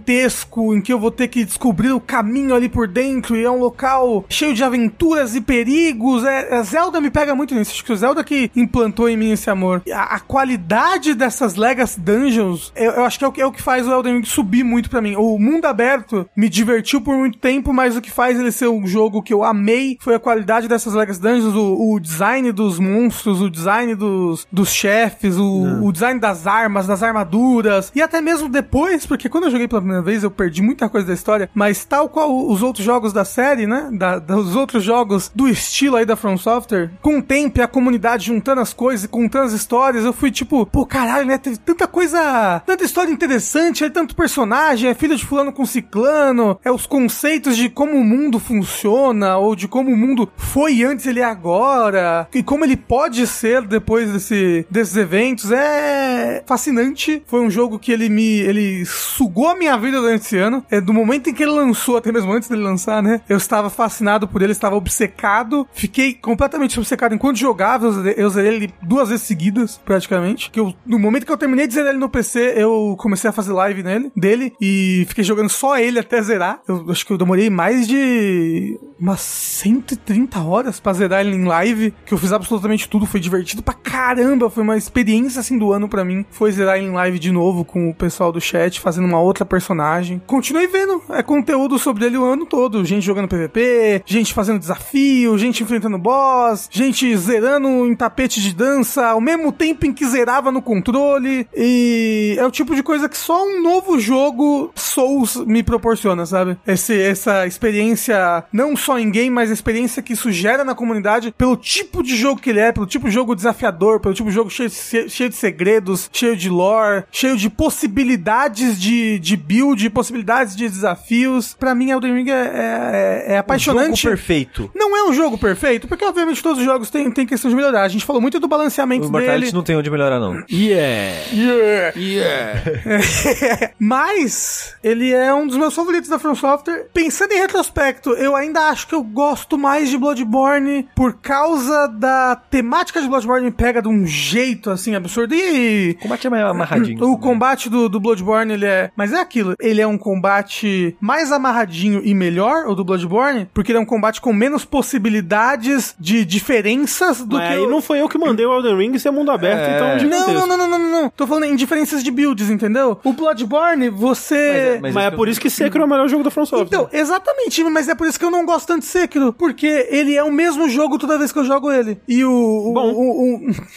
Speaker 3: labirintesco em que eu vou ter que descobrir o caminho ali por dentro e é um local cheio de aventuras e perigos. É, é Zelda me pega muito nisso. Acho que o Zelda que implantou em mim esse amor. E A, a qualidade dessas Legacy Dungeons, eu, eu acho que é o, que é o que faz o Elden Ring subir muito pra mim. O mundo aberto me divertiu por muito tempo, mas o que faz ele ser um jogo que eu amei foi a qualidade dessas Legacy Dungeons, o, o design dos monstros, o design dos, dos chefes, o, o design das armas, das armaduras, e até mesmo depois, porque quando eu joguei pela primeira vez eu perdi muita coisa da história, mas tal qual os outros jogos da série, né? da- dos outros jogos do estilo aí da From Software, com o tempo e a comunidade juntando as coisas e contando as histórias, eu fui tipo, pô, caralho, né? Teve tanta coisa, tanta história interessante, é tanto personagem, é filho de fulano com ciclano, é os conceitos de como o mundo funciona, ou de como o mundo foi antes ele é agora, e como ele pode ser depois desse, desses eventos. É fascinante. Foi um jogo que ele me. ele sugou a minha vida durante esse ano. É, do momento em que ele lançou, até mesmo antes dele lançar, né? Eu estava fascinado por ele, estava obcecado. Fiquei completamente obcecado enquanto jogava. Eu zerei, eu zerei ele duas vezes seguidas, praticamente. Que eu, no momento que eu terminei de zerar ele no PC, eu comecei a fazer live nele, dele, e fiquei jogando só ele até zerar. Eu acho que eu demorei mais de umas 130 horas pra zerar ele em live, que eu fiz absolutamente tudo, foi divertido pra caramba, foi uma experiência assim do ano pra mim. Foi zerar ele em live de novo com o pessoal do chat, fazendo uma outra outra personagem. Continue vendo. É conteúdo sobre ele o ano todo. Gente jogando PVP, gente fazendo desafio, gente enfrentando boss, gente zerando em tapete de dança, ao mesmo tempo em que zerava no controle. E é o tipo de coisa que só um novo jogo Souls me proporciona, sabe? Esse, essa experiência, não só em game, mas a experiência que isso gera na comunidade pelo tipo de jogo que ele é, pelo tipo de jogo desafiador, pelo tipo de jogo cheio de, se- cheio de segredos, cheio de lore, cheio de possibilidades de, de build, possibilidades de desafios. Pra mim, Elden Ring é, é, é apaixonante.
Speaker 4: Jogo perfeito.
Speaker 3: Não é um jogo perfeito, porque obviamente todos os jogos têm, têm questão de melhorar. A gente falou muito do
Speaker 4: O
Speaker 3: balanceamento
Speaker 4: Immortality
Speaker 3: dele,
Speaker 4: não tem onde melhorar, não.
Speaker 2: Yeah!
Speaker 3: mas ele é um dos meus favoritos da From Software. Pensando em retrospecto, eu ainda acho que eu gosto mais de Bloodborne por causa da temática de Bloodborne me pega de um jeito assim absurdo. E
Speaker 4: O combate é mais amarradinho.
Speaker 3: O combate do, do Bloodborne, ele é. Mas é aquilo. Ele é um combate mais amarradinho e melhor, o do Bloodborne, porque ele é um combate com menos possibilidades de diferenças do
Speaker 1: Mas
Speaker 3: que.
Speaker 1: aí
Speaker 3: o-
Speaker 1: não foi eu que mandei o Elden Ring ser mundo aberto,
Speaker 4: É.
Speaker 1: então de
Speaker 3: Não,
Speaker 1: contexto.
Speaker 3: não, não, não, não, não, não. Tô falando em diferenças de builds, entendeu? O Bloodborne, você.
Speaker 4: Mas
Speaker 1: Mas
Speaker 4: isso
Speaker 1: é
Speaker 4: que
Speaker 1: por
Speaker 4: eu-
Speaker 1: isso que Sekiro é o melhor jogo da From Software.
Speaker 3: Então, exatamente, mas é por isso que eu não gosto tanto de Sekiro, porque ele é o mesmo jogo toda vez que eu jogo ele. E o. o
Speaker 1: Bom.
Speaker 3: o- o- *laughs*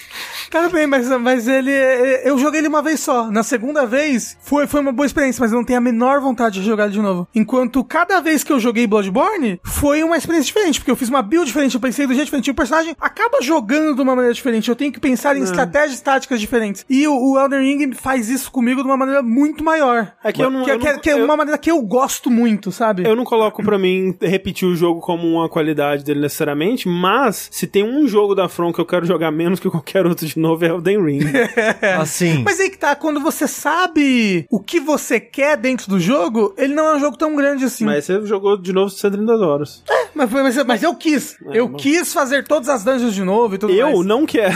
Speaker 3: Cara, bem, mas, mas ele. é- Eu joguei ele uma vez só. Na segunda vez, foi, foi uma boa experiência, mas eu não tenho a menor vontade de jogar ele de novo. Enquanto cada vez que eu joguei Bloodborne, foi uma experiência diferente, porque eu fiz uma build diferente, eu pensei do jeito diferente. E o personagem acaba jogando de uma maneira diferente. Eu tenho que pensar em
Speaker 1: É.
Speaker 3: estratégias táticas diferentes. E o, o Elden Ring faz isso comigo de uma maneira muito maior.
Speaker 1: É que eu não-
Speaker 3: que,
Speaker 1: eu não-
Speaker 3: que- que é
Speaker 1: eu-
Speaker 3: uma maneira que eu gosto muito, sabe?
Speaker 1: Eu não coloco pra mim repetir o jogo como uma qualidade dele necessariamente, mas se tem um jogo da From que eu quero jogar menos que qualquer outro de novo é Elden Ring.
Speaker 4: Assim.
Speaker 3: é. Mas aí que tá, quando você sabe o que você quer dentro do jogo, ele não é um jogo tão grande assim. Mas,
Speaker 1: *laughs* mas você jogou de novo 132 horas.
Speaker 3: *laughs* mas, mas- mas eu quis. eu quis fazer todas as dungeons de novo e tudo
Speaker 1: Eu
Speaker 3: mais.
Speaker 1: não quero.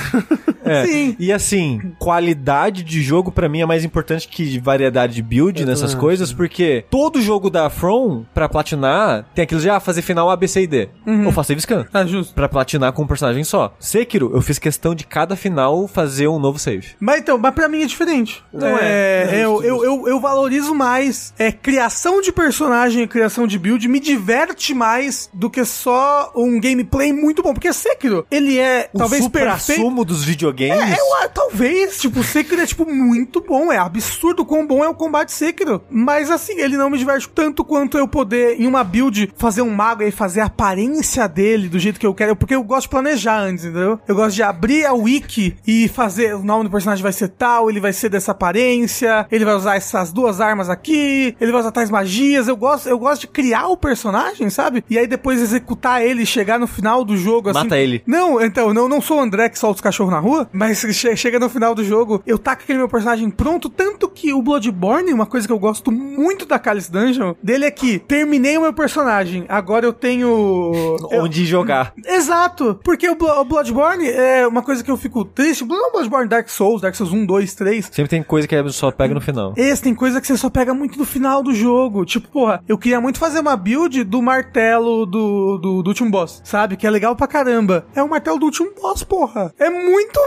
Speaker 4: É,
Speaker 3: Sim.
Speaker 4: E assim, qualidade de jogo pra mim é mais importante que variedade de build nessas coisas, porque todo jogo da From, pra platinar, tem aquilo de ah, fazer final A, B, C e D. Ou faço save scan.
Speaker 3: Tá justo.
Speaker 4: Pra platinar com um personagem só. Sekiro, eu fiz questão de cada final fazer um novo save.
Speaker 3: Mas então, mas pra mim é diferente. é, eu, eu, eu, eu valorizo mais é, criação de personagem e criação de build, me diverte mais do que só um gameplay muito bom. Porque Sekiro, ele é talvez
Speaker 4: o
Speaker 3: perfeito.
Speaker 4: sumo dos videogames.
Speaker 3: É, eu, ah, talvez, tipo, o Sekiro é, tipo, muito bom. É absurdo o quão bom é o combate Sekiro. Mas, assim, ele não me diverte tanto quanto eu poder, em uma build, fazer um mago e fazer a aparência dele do jeito que eu quero. Porque eu gosto de planejar antes, entendeu? Eu gosto de abrir a wiki e fazer o nome do personagem vai ser tal, ele vai ser dessa aparência, ele vai usar essas duas armas aqui, ele vai usar tais magias. Eu gosto, eu gosto de criar o personagem, sabe? E aí depois executar ele, chegar no final do jogo, assim.
Speaker 4: Mata ele.
Speaker 3: Não, então, não, não sou o André que solta os cachorros na rua, mas *laughs* che- chega no final do jogo, eu taco aquele meu personagem pronto, tanto que o Bloodborne, uma coisa que eu gosto muito da Callis Dungeon, dele é que terminei o meu personagem, agora eu tenho... eu-
Speaker 4: Onde jogar.
Speaker 3: Exato, porque o, Blo- o Bloodborne é uma coisa que eu fico triste, não é Bloodborne, Dark Souls, Dark Souls 1, 2, 3,
Speaker 4: Sempre tem coisa que a só pega no final.
Speaker 3: esse tem coisa que você só pega muito no final do jogo. Tipo, porra, eu queria muito fazer uma build do martelo do, do, do último boss, sabe? Que é legal pra caramba. É o martelo do último boss, porra. É muito.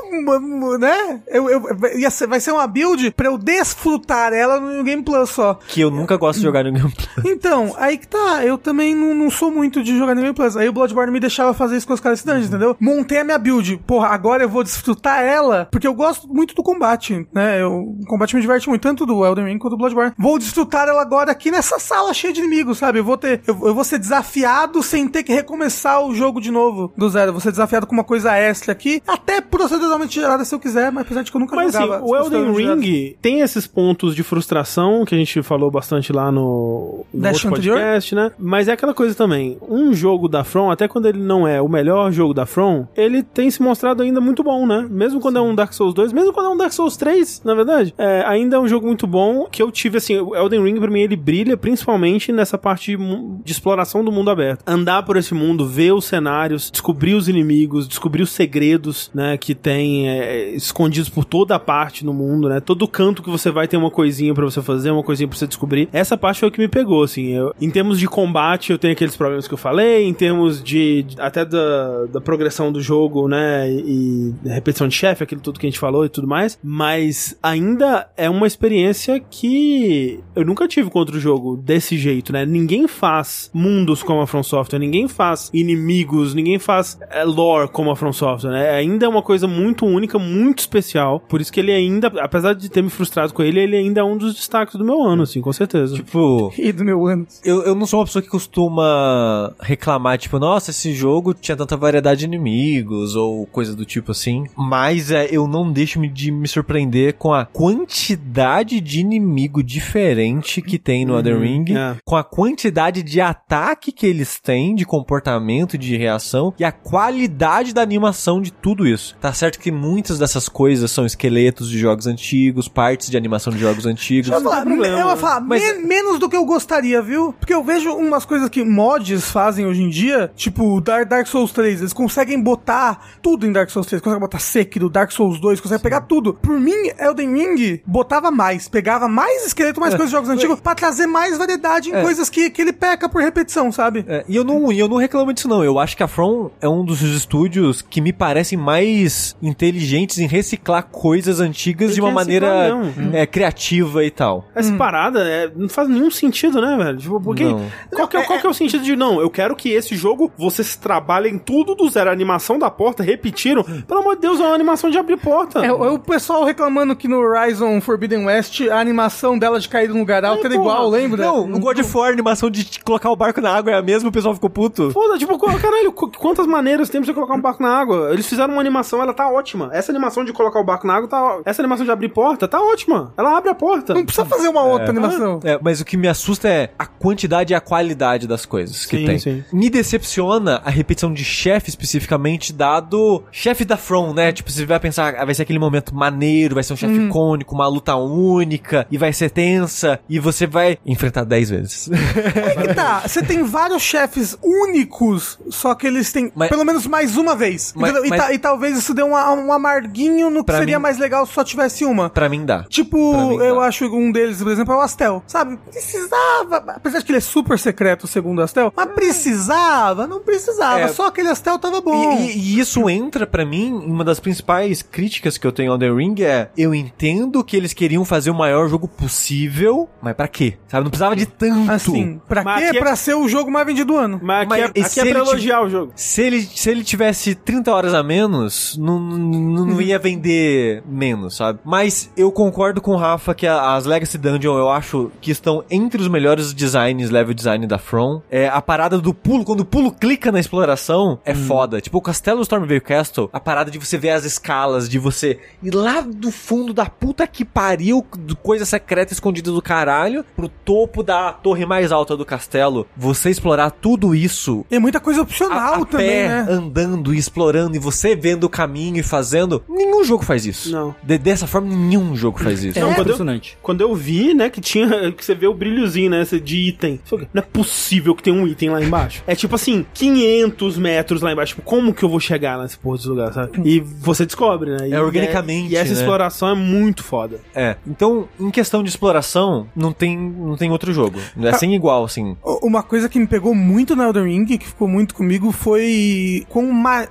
Speaker 3: né? Eu, eu, ia ser- vai ser uma build pra eu desfrutar ela no Game Plus só.
Speaker 4: Que eu nunca gosto de jogar no gameplay.
Speaker 3: Então, aí que tá. Eu também não, não sou muito de jogar no Game Plus. Aí o Bloodborne me deixava fazer isso com os caras
Speaker 1: Uhum.
Speaker 3: estudantes, entendeu? Montei a minha build. Porra, agora eu vou desfrutar ela, porque eu gosto muito do combate, né? Eu- o combate me diverte muito, tanto do Elden Ring quanto do Bloodborne. Vou desfrutar ela agora aqui nessa sala cheia de inimigos, sabe? Eu vou ter. Eu, eu vou ser desafiado sem ter que recomeçar o jogo de novo do zero. Eu Vou ser desafiado com uma coisa extra aqui, até proceduralmente gerada se eu quiser, mas apesar de que eu nunca
Speaker 1: Mas assim,
Speaker 3: jogava.
Speaker 1: o Elden
Speaker 3: proceduralmente gerada.
Speaker 1: Ring tem esses pontos de frustração que a gente falou bastante lá no, no
Speaker 3: Dash
Speaker 1: outro
Speaker 3: anterior?
Speaker 1: podcast, né? Mas é aquela coisa também. Um jogo da From, até quando ele não é o melhor jogo da From, ele tem se mostrado ainda muito bom, né? Mesmo quando é um Dark Souls 2, mesmo quando é um Dark Souls 3, na verdade, é, ainda é um jogo muito bom que eu tive assim, o Elden Ring pra mim ele brilha principalmente nessa parte de mu- de exploração do mundo aberto. andar por esse mundo, ver os cenários, descobrir os inimigos, descobrir os segredos, né, que tem é, escondidos por toda a parte no mundo, né? Todo canto que você vai tem uma coisinha pra você fazer, uma coisinha pra você descobrir. Essa parte foi o que me pegou, assim. Eu, em termos de combate, eu tenho aqueles problemas que eu falei, em termos de até da, da progressão do jogo, né, e, e repetição de chefe, aquilo tudo que a gente falou e tudo mais, mas ainda é uma experiência que eu nunca tive com outro jogo desse jeito, né? Ninguém faz mundos como a From Software, ninguém faz inimigos, ninguém faz é, lore como a From Software, né? Ainda é uma coisa muito única, muito especial, por isso que ele ainda, apesar de ter me frustrado com ele, ele ainda é um dos destaques do meu ano, assim, com certeza.
Speaker 4: Tipo,
Speaker 3: E do meu ano.
Speaker 4: eu, eu não sou uma pessoa que costuma reclamar, tipo, nossa, esse jogo tinha tanta variedade de inimigos ou coisa do tipo assim. Mas é, eu não deixo me- de me surpreender com a quantidade de inimigo diferente que tem no Other Ring,
Speaker 1: é.
Speaker 4: com a quantidade de ataque que eles têm, de comportamento, de reação e a qualidade da animação de tudo isso. Tá certo que muitas dessas coisas são esqueletos de jogos antigos, partes de animação de jogos antigos.
Speaker 3: Eu vou falar,
Speaker 1: problema,
Speaker 3: eu vou falar
Speaker 4: mas- é-
Speaker 3: men- menos do que eu gostaria, viu? Porque eu vejo umas coisas que mods fazem hoje em dia, tipo Dark, Dark Souls 3, eles conseguem botar tudo em Dark Souls 3, conseguem botar Sekiro, Dark Souls 2, conseguem pegar tudo. Por mim, Elden Ring botava mais, pegava mais esqueleto,
Speaker 4: É.
Speaker 3: mais coisas de jogos antigos, pra trazer mais variedade em coisas que, que ele peca por repetição, sabe?
Speaker 4: É, e eu não, e eu não reclamo disso, não. Eu acho que a From é um dos estúdios que me parecem mais inteligentes em reciclar coisas antigas
Speaker 1: Tem
Speaker 4: de uma
Speaker 1: que
Speaker 4: maneira
Speaker 1: reciclar,
Speaker 4: é, criativa e tal.
Speaker 1: Essa parada é, não faz nenhum sentido, né, velho? Tipo, porque.
Speaker 4: Não.
Speaker 1: Qual, que é, qual que é o sentido de. Não, eu quero que esse jogo vocês trabalhem tudo do zero. A animação da porta, repetiram. Pelo amor de Deus, é uma animação de abrir porta.
Speaker 3: É, é o pessoal reclamando que no Horizon Forbidden West a animação dela de cair num lugar alto era igual, lembra?
Speaker 1: é
Speaker 4: Não, o God of War, a animação de t- colocar o barco na água é a mesma, o pessoal ficou puto.
Speaker 1: Foda, tipo, co- caralho, qu- quantas maneiras tem pra você colocar um barco na água? Eles fizeram uma animação, ela tá ótima. Essa animação de colocar o barco na água tá. ó- Essa animação de abrir porta tá ótima. Ela abre a porta.
Speaker 3: Não precisa fazer uma outra animação.
Speaker 4: É, mas o que me assusta é a quantidade e a qualidade das coisas que
Speaker 1: Sim,
Speaker 4: tem.
Speaker 1: sim.
Speaker 4: Me decepciona a repetição de chefe especificamente dado chefe da From, né? Tipo, você vai pensar, ah, vai ser aquele momento maneiro, vai ser um chefe icônico, uma luta única e vai ser tensa e você vai enfrentar 10 vezes. *laughs*
Speaker 3: Aí que tá, você tem vários chefes únicos, só que eles têm
Speaker 4: Mas-
Speaker 3: pelo menos mais uma vez.
Speaker 4: Mas-
Speaker 3: entendeu? E,
Speaker 4: mas-
Speaker 3: ta- e talvez isso dê um, a- um amarguinho no que
Speaker 4: Pra
Speaker 3: seria
Speaker 4: mim-
Speaker 3: mais legal se só tivesse uma.
Speaker 4: Pra mim dá. Pra mim tá.
Speaker 3: Tipo,
Speaker 4: dá.
Speaker 3: eu acho que um deles, por exemplo, é o Astel. Sabe? Precisava. Apesar de que ele é super secreto, segundo o Astel. Mas precisava, não precisava.
Speaker 4: É.
Speaker 3: Só aquele Astel tava bom.
Speaker 4: E, e- e isso entra pra mim em uma das principais críticas que eu tenho ao The Ring é eu entendo que eles queriam fazer o maior jogo possível, mas pra quê? Sabe, não precisava de tanto.
Speaker 3: assim, pra
Speaker 1: Mas
Speaker 3: quê?
Speaker 1: aqui é-
Speaker 3: Pra ser o jogo mais vendido do ano.
Speaker 1: Mas aqui,
Speaker 4: Mas
Speaker 1: é,
Speaker 4: e
Speaker 1: aqui
Speaker 4: se
Speaker 1: é pra
Speaker 4: ele tiver-
Speaker 1: elogiar o jogo.
Speaker 4: Se ele, se ele tivesse 30 horas a menos, não, não, não ia vender menos, sabe? Mas eu concordo com o Rafa que a- as Legacy Dungeon eu acho que estão entre os melhores designs, level design da From. É, a parada do pulo, quando o pulo clica na exploração, é foda. Tipo, o Castelo Stormveil Castle, a parada de você ver as escalas, de você ir lá do fundo da puta que pariu, do- coisa secreta escondida do caralho, pro topo da torre mais alta do castelo. Você explorar tudo isso
Speaker 3: E é muita coisa
Speaker 4: a,
Speaker 3: opcional
Speaker 4: a
Speaker 3: também,
Speaker 4: pé,
Speaker 3: né?
Speaker 4: andando e explorando, e você vendo o caminho e fazendo. Nenhum jogo faz isso.
Speaker 1: Não.
Speaker 4: De- dessa forma, nenhum jogo faz isso.
Speaker 3: Então-
Speaker 2: É
Speaker 1: Não, quando eu-
Speaker 2: impressionante.
Speaker 1: Quando eu vi, né, que tinha. *laughs* Que você vê o brilhozinho, né, esse de item. Eu falei, Não é possível que tem um item lá embaixo. É tipo assim, 500 metros lá embaixo. Tipo, como que eu vou chegar nesse porra desse lugar, sabe? E você descobre, né? E-
Speaker 4: É organicamente,
Speaker 1: E essa
Speaker 4: né?
Speaker 1: exploração é muito foda.
Speaker 4: É. Então, em questão de exploração, não tem, não tem outro jogo.
Speaker 3: Ah.
Speaker 4: É sem igual, assim.
Speaker 3: Uma coisa que me pegou muito na Elden Ring, que ficou muito comigo, foi quão ma-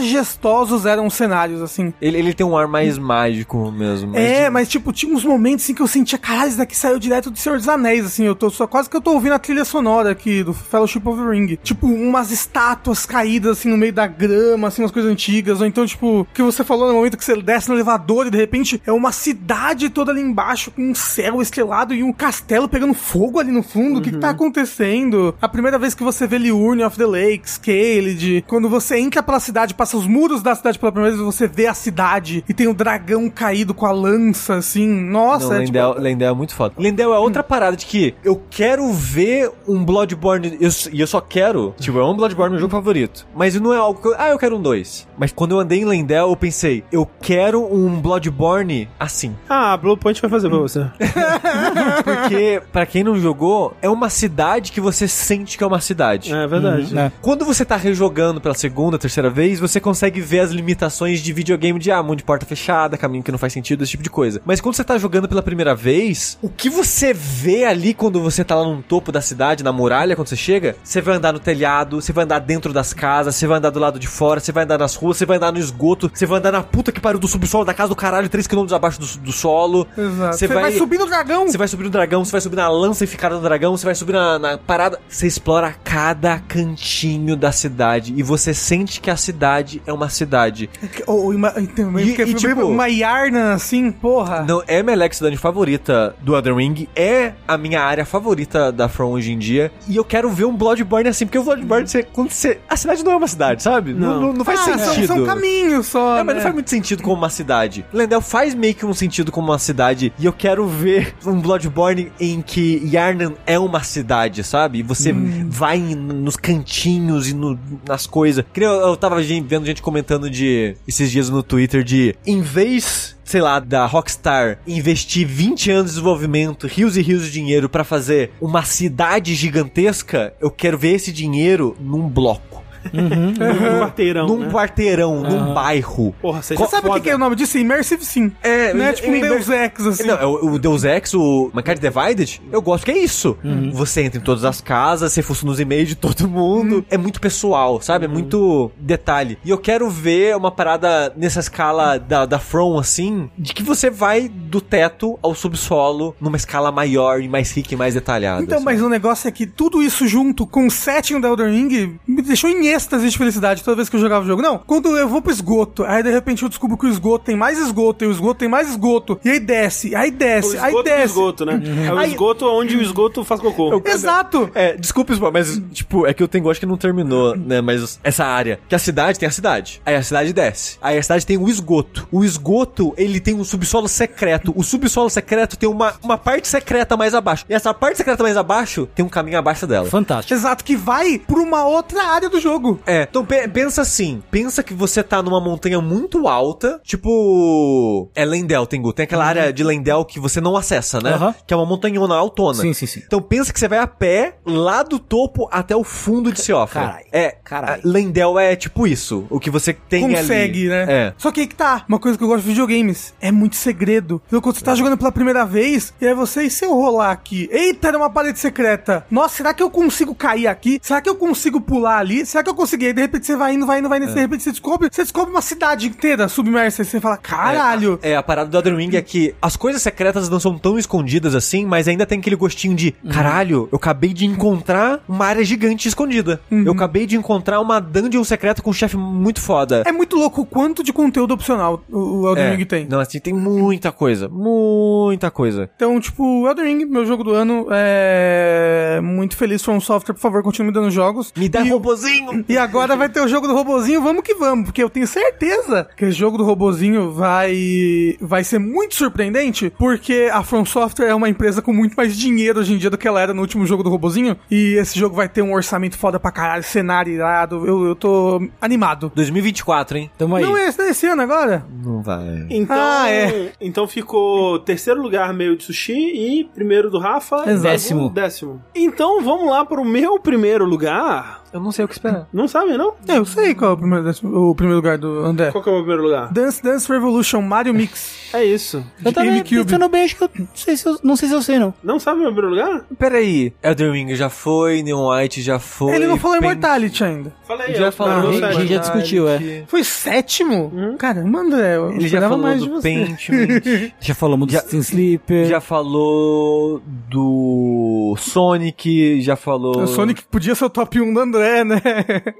Speaker 3: majestosos eram os cenários, assim.
Speaker 4: Ele, ele tem um ar mais mágico mesmo. mais
Speaker 3: É,
Speaker 4: de-
Speaker 3: mas tipo, tinha uns momentos assim que eu sentia, caralho, isso daqui saiu direto do Senhor dos Anéis, assim, eu tô só quase que eu tô ouvindo a trilha sonora aqui do Fellowship of the Ring. Tipo, umas estátuas caídas assim no meio da grama, assim, umas coisas antigas, ou então tipo, o que você falou no momento que você desce no elevador e de repente é uma cidade toda ali embaixo com um céu estrelado e um castelo pegando fogo ali no fundo. O que que
Speaker 4: Uhum.
Speaker 3: tá acontecendo? A primeira vez que você vê Liurne of the Lakes, Caelid, quando você entra pela cidade, passa os muros da cidade pela primeira vez, você vê a cidade e tem o dragão caído com a lança, assim. Nossa,
Speaker 4: não,
Speaker 3: é tipo... Hum.
Speaker 4: Lendel, Lendel é muito foda. Lendel é outra parada de que eu quero ver um Bloodborne. eu s- e eu só quero. Tipo, é um Bloodborne meu jogo favorito. Mas não é algo que eu. Ah, eu quero um 2. Mas quando eu andei em Lendel, eu pensei, eu quero um Bloodborne assim.
Speaker 1: Ah, a Blue Point vai fazer pra
Speaker 3: *laughs*
Speaker 1: você.
Speaker 4: Porque, pra quem não jogou, é uma cidade que você sente que é uma dificuldade.
Speaker 1: É verdade.
Speaker 2: Uhum, é.
Speaker 4: Quando você tá rejogando pela segunda, terceira vez, você consegue ver as limitações de videogame de ah, mundo de porta fechada, caminho que não faz sentido, esse tipo de coisa. Mas quando você tá jogando pela primeira vez, o que você vê ali quando você tá lá no topo da cidade, na muralha, quando você chega, você vai andar no telhado, você vai andar dentro das casas, você vai andar do lado de fora, você vai andar nas ruas, você vai andar no esgoto, você vai andar na puta que pariu do subsolo da casa do caralho, 3km abaixo do, su- do solo.
Speaker 3: Exato.
Speaker 4: Você
Speaker 3: Você vai,
Speaker 4: vai-
Speaker 3: subir no dragão.
Speaker 4: Você vai subir no dragão, você vai subir na lança e ficar no dragão, você vai subir na, na parada. Você explora cada cantinho da cidade e você sente que a cidade é uma cidade.
Speaker 3: Ou, ou ima- então,
Speaker 4: E-
Speaker 3: porque
Speaker 4: e, tipo-
Speaker 3: uma Yarna assim, porra.
Speaker 4: Não é minha Alex Dani favorita do Elden Ring, é a minha área favorita da From hoje em dia. E eu quero ver um Bloodborne assim, porque o Bloodborne, você, quando você. A cidade não é uma cidade, sabe? Não,
Speaker 1: Não.
Speaker 4: não, não faz
Speaker 3: Ah, são-
Speaker 4: sentido.
Speaker 3: São, caminhos só.
Speaker 4: É, mas não
Speaker 3: né?
Speaker 4: faz muito sentido como uma cidade. Lendel faz meio que um sentido como uma cidade. E eu quero ver um Bloodborne em que Yarnan é uma cidade, sabe? E você
Speaker 1: Hum.
Speaker 4: vai em- nos cantinhos e no- nas coisas. Que nem Eu, eu tava gen- vendo gente comentando de esses dias no Twitter de em vez. Sei lá, da Rockstar investir 20 anos de desenvolvimento, rios e rios de dinheiro pra fazer uma cidade gigantesca, eu quero ver esse dinheiro num bloco.
Speaker 1: Num quarteirão,
Speaker 4: num
Speaker 1: né?
Speaker 4: quarteirão, num bairro.
Speaker 1: Porra, você
Speaker 3: Você sabe o que,
Speaker 1: foda.
Speaker 3: que é o nome disso? Immersive Sim.
Speaker 4: É,
Speaker 3: Não é
Speaker 4: eu-
Speaker 3: tipo um
Speaker 4: eu-
Speaker 3: Deus Ex, assim.
Speaker 4: Não, é o o Deus Ex, o Mankind Divided, eu gosto que é isso.
Speaker 3: Uhum.
Speaker 4: Você entra em todas as casas, você fuça nos e-mails de todo mundo.
Speaker 3: Uhum.
Speaker 4: É muito pessoal, sabe? É muito detalhe. E eu quero ver uma parada nessa escala da, da From, assim, de que você vai do teto ao subsolo numa escala maior e mais rica e mais detalhada.
Speaker 3: Então,
Speaker 4: assim.
Speaker 3: mas o negócio é que tudo isso junto com o setting da Elden Ring me deixou em êxtase de felicidade toda vez que eu jogava o jogo. Não, quando eu vou pro esgoto, aí de repente eu descubro que o esgoto tem mais esgoto, e o esgoto tem mais esgoto, e aí desce, aí
Speaker 1: O
Speaker 3: desce, aí
Speaker 1: esgoto do
Speaker 3: desce.
Speaker 1: esgoto, né? É o
Speaker 3: Aí-
Speaker 1: esgoto onde o esgoto faz cocô.
Speaker 3: Exato!
Speaker 4: É, desculpa, Spock, mas, tipo, é que eu tenho gosto que não terminou, né? Mas essa área. Que a cidade tem a cidade. Aí a cidade desce. Aí a cidade tem o esgoto. O esgoto, ele tem um subsolo secreto. O subsolo secreto tem uma, uma parte secreta mais abaixo. E essa parte secreta mais abaixo tem um caminho abaixo dela.
Speaker 2: Fantástico.
Speaker 3: Exato, que vai pra uma outra área do jogo.
Speaker 4: É, então pe- pensa assim, pensa que você tá numa montanha muito alta, tipo, é Lendel, Tengu, tem aquela área de Lendel que você não acessa, né?
Speaker 2: Uhum. Aham.
Speaker 4: Que é uma montanhona altona.
Speaker 2: Sim, sim, sim.
Speaker 4: Então pensa que você vai a pé, lá do topo até o fundo de Seofra.
Speaker 2: Carai.
Speaker 4: É,
Speaker 2: Carai.
Speaker 4: a- Lendel é tipo isso, o que você tem ali.
Speaker 3: Consegue, né?
Speaker 4: É.
Speaker 3: Só que aí que tá, uma coisa que eu gosto de videogames, é muito segredo. Então quando você tá jogando pela primeira vez, e aí você, e se eu rolar aqui? Eita, era uma parede secreta. Nossa, será que eu consigo cair aqui? Será que eu consigo pular ali? Será que eu consegui? Aí de repente você vai indo, vai indo, vai
Speaker 4: É.
Speaker 3: indo, de repente você descobre, você descobre uma cidade inteira submersa, e você fala, caralho.
Speaker 4: É, a parada do Elden Ring é que as coisas secretas não são tão escondidas assim, mas ainda tem aquele gostinho de
Speaker 3: Uhum.
Speaker 4: caralho, eu acabei de encontrar uma área gigante escondida.
Speaker 3: Uhum.
Speaker 4: Eu acabei de encontrar uma dungeon secreta com um chefe muito foda.
Speaker 3: É muito louco o quanto de conteúdo opcional o o É, Elden Ring tem.
Speaker 4: Não, assim, tem muita coisa. Muita coisa.
Speaker 3: Então, tipo, Elden Ring, meu jogo do ano, é... Muito feliz, From Software, por favor, continue me dando jogos.
Speaker 4: Me dá robozinho!
Speaker 3: E agora vai ter o jogo do robozinho, vamos que vamos, porque eu tenho certeza que esse jogo do robozinho vai vai ser muito surpreendente, porque a From Software é uma empresa com muito mais dinheiro hoje em dia do que ela era no último jogo do robozinho, e esse jogo vai ter um orçamento foda pra caralho, cenário irado, eu, eu tô animado.
Speaker 4: 2024, hein? Então,
Speaker 2: Tamo aí.
Speaker 3: Não é esse, é esse ano agora?
Speaker 4: Não vai.
Speaker 1: Então,
Speaker 3: Ah, é.
Speaker 1: então ficou terceiro lugar meio de sushi e primeiro do Rafa.
Speaker 2: Exato. Décimo.
Speaker 1: décimo. Então vamos lá pro meu primeiro lugar.
Speaker 4: Eu não sei o que esperar.
Speaker 1: Não sabe, não?
Speaker 3: É, Eu sei qual é o primeiro, o primeiro lugar do André.
Speaker 1: Qual que é o meu primeiro lugar?
Speaker 3: Dance Dance Revolution Mario Mix.
Speaker 1: É isso.
Speaker 2: Eu também
Speaker 3: GameCube.
Speaker 2: pensando bem, acho que eu não sei se eu não sei, se eu sei não.
Speaker 1: Não sabe o meu primeiro lugar?
Speaker 4: Peraí, Elden Ring já foi, Neon White já foi.
Speaker 3: Ele não falou
Speaker 4: Pen-
Speaker 3: Immortality ainda.
Speaker 1: Fala aí.
Speaker 4: Ele já falou
Speaker 1: não,
Speaker 2: a gente-
Speaker 1: sério.
Speaker 2: a gente já discutiu, é.
Speaker 4: Ele
Speaker 3: Foi sétimo? Caramba, André, eu
Speaker 4: já
Speaker 3: esperava
Speaker 4: falou
Speaker 3: mais de
Speaker 4: do
Speaker 3: você. *laughs*
Speaker 4: Pentiment.
Speaker 2: Já falamos do
Speaker 4: Já-
Speaker 2: Steam Sleeper.
Speaker 4: já falou do Sonic, já falou...
Speaker 3: O Sonic podia ser o top 1 do André, né?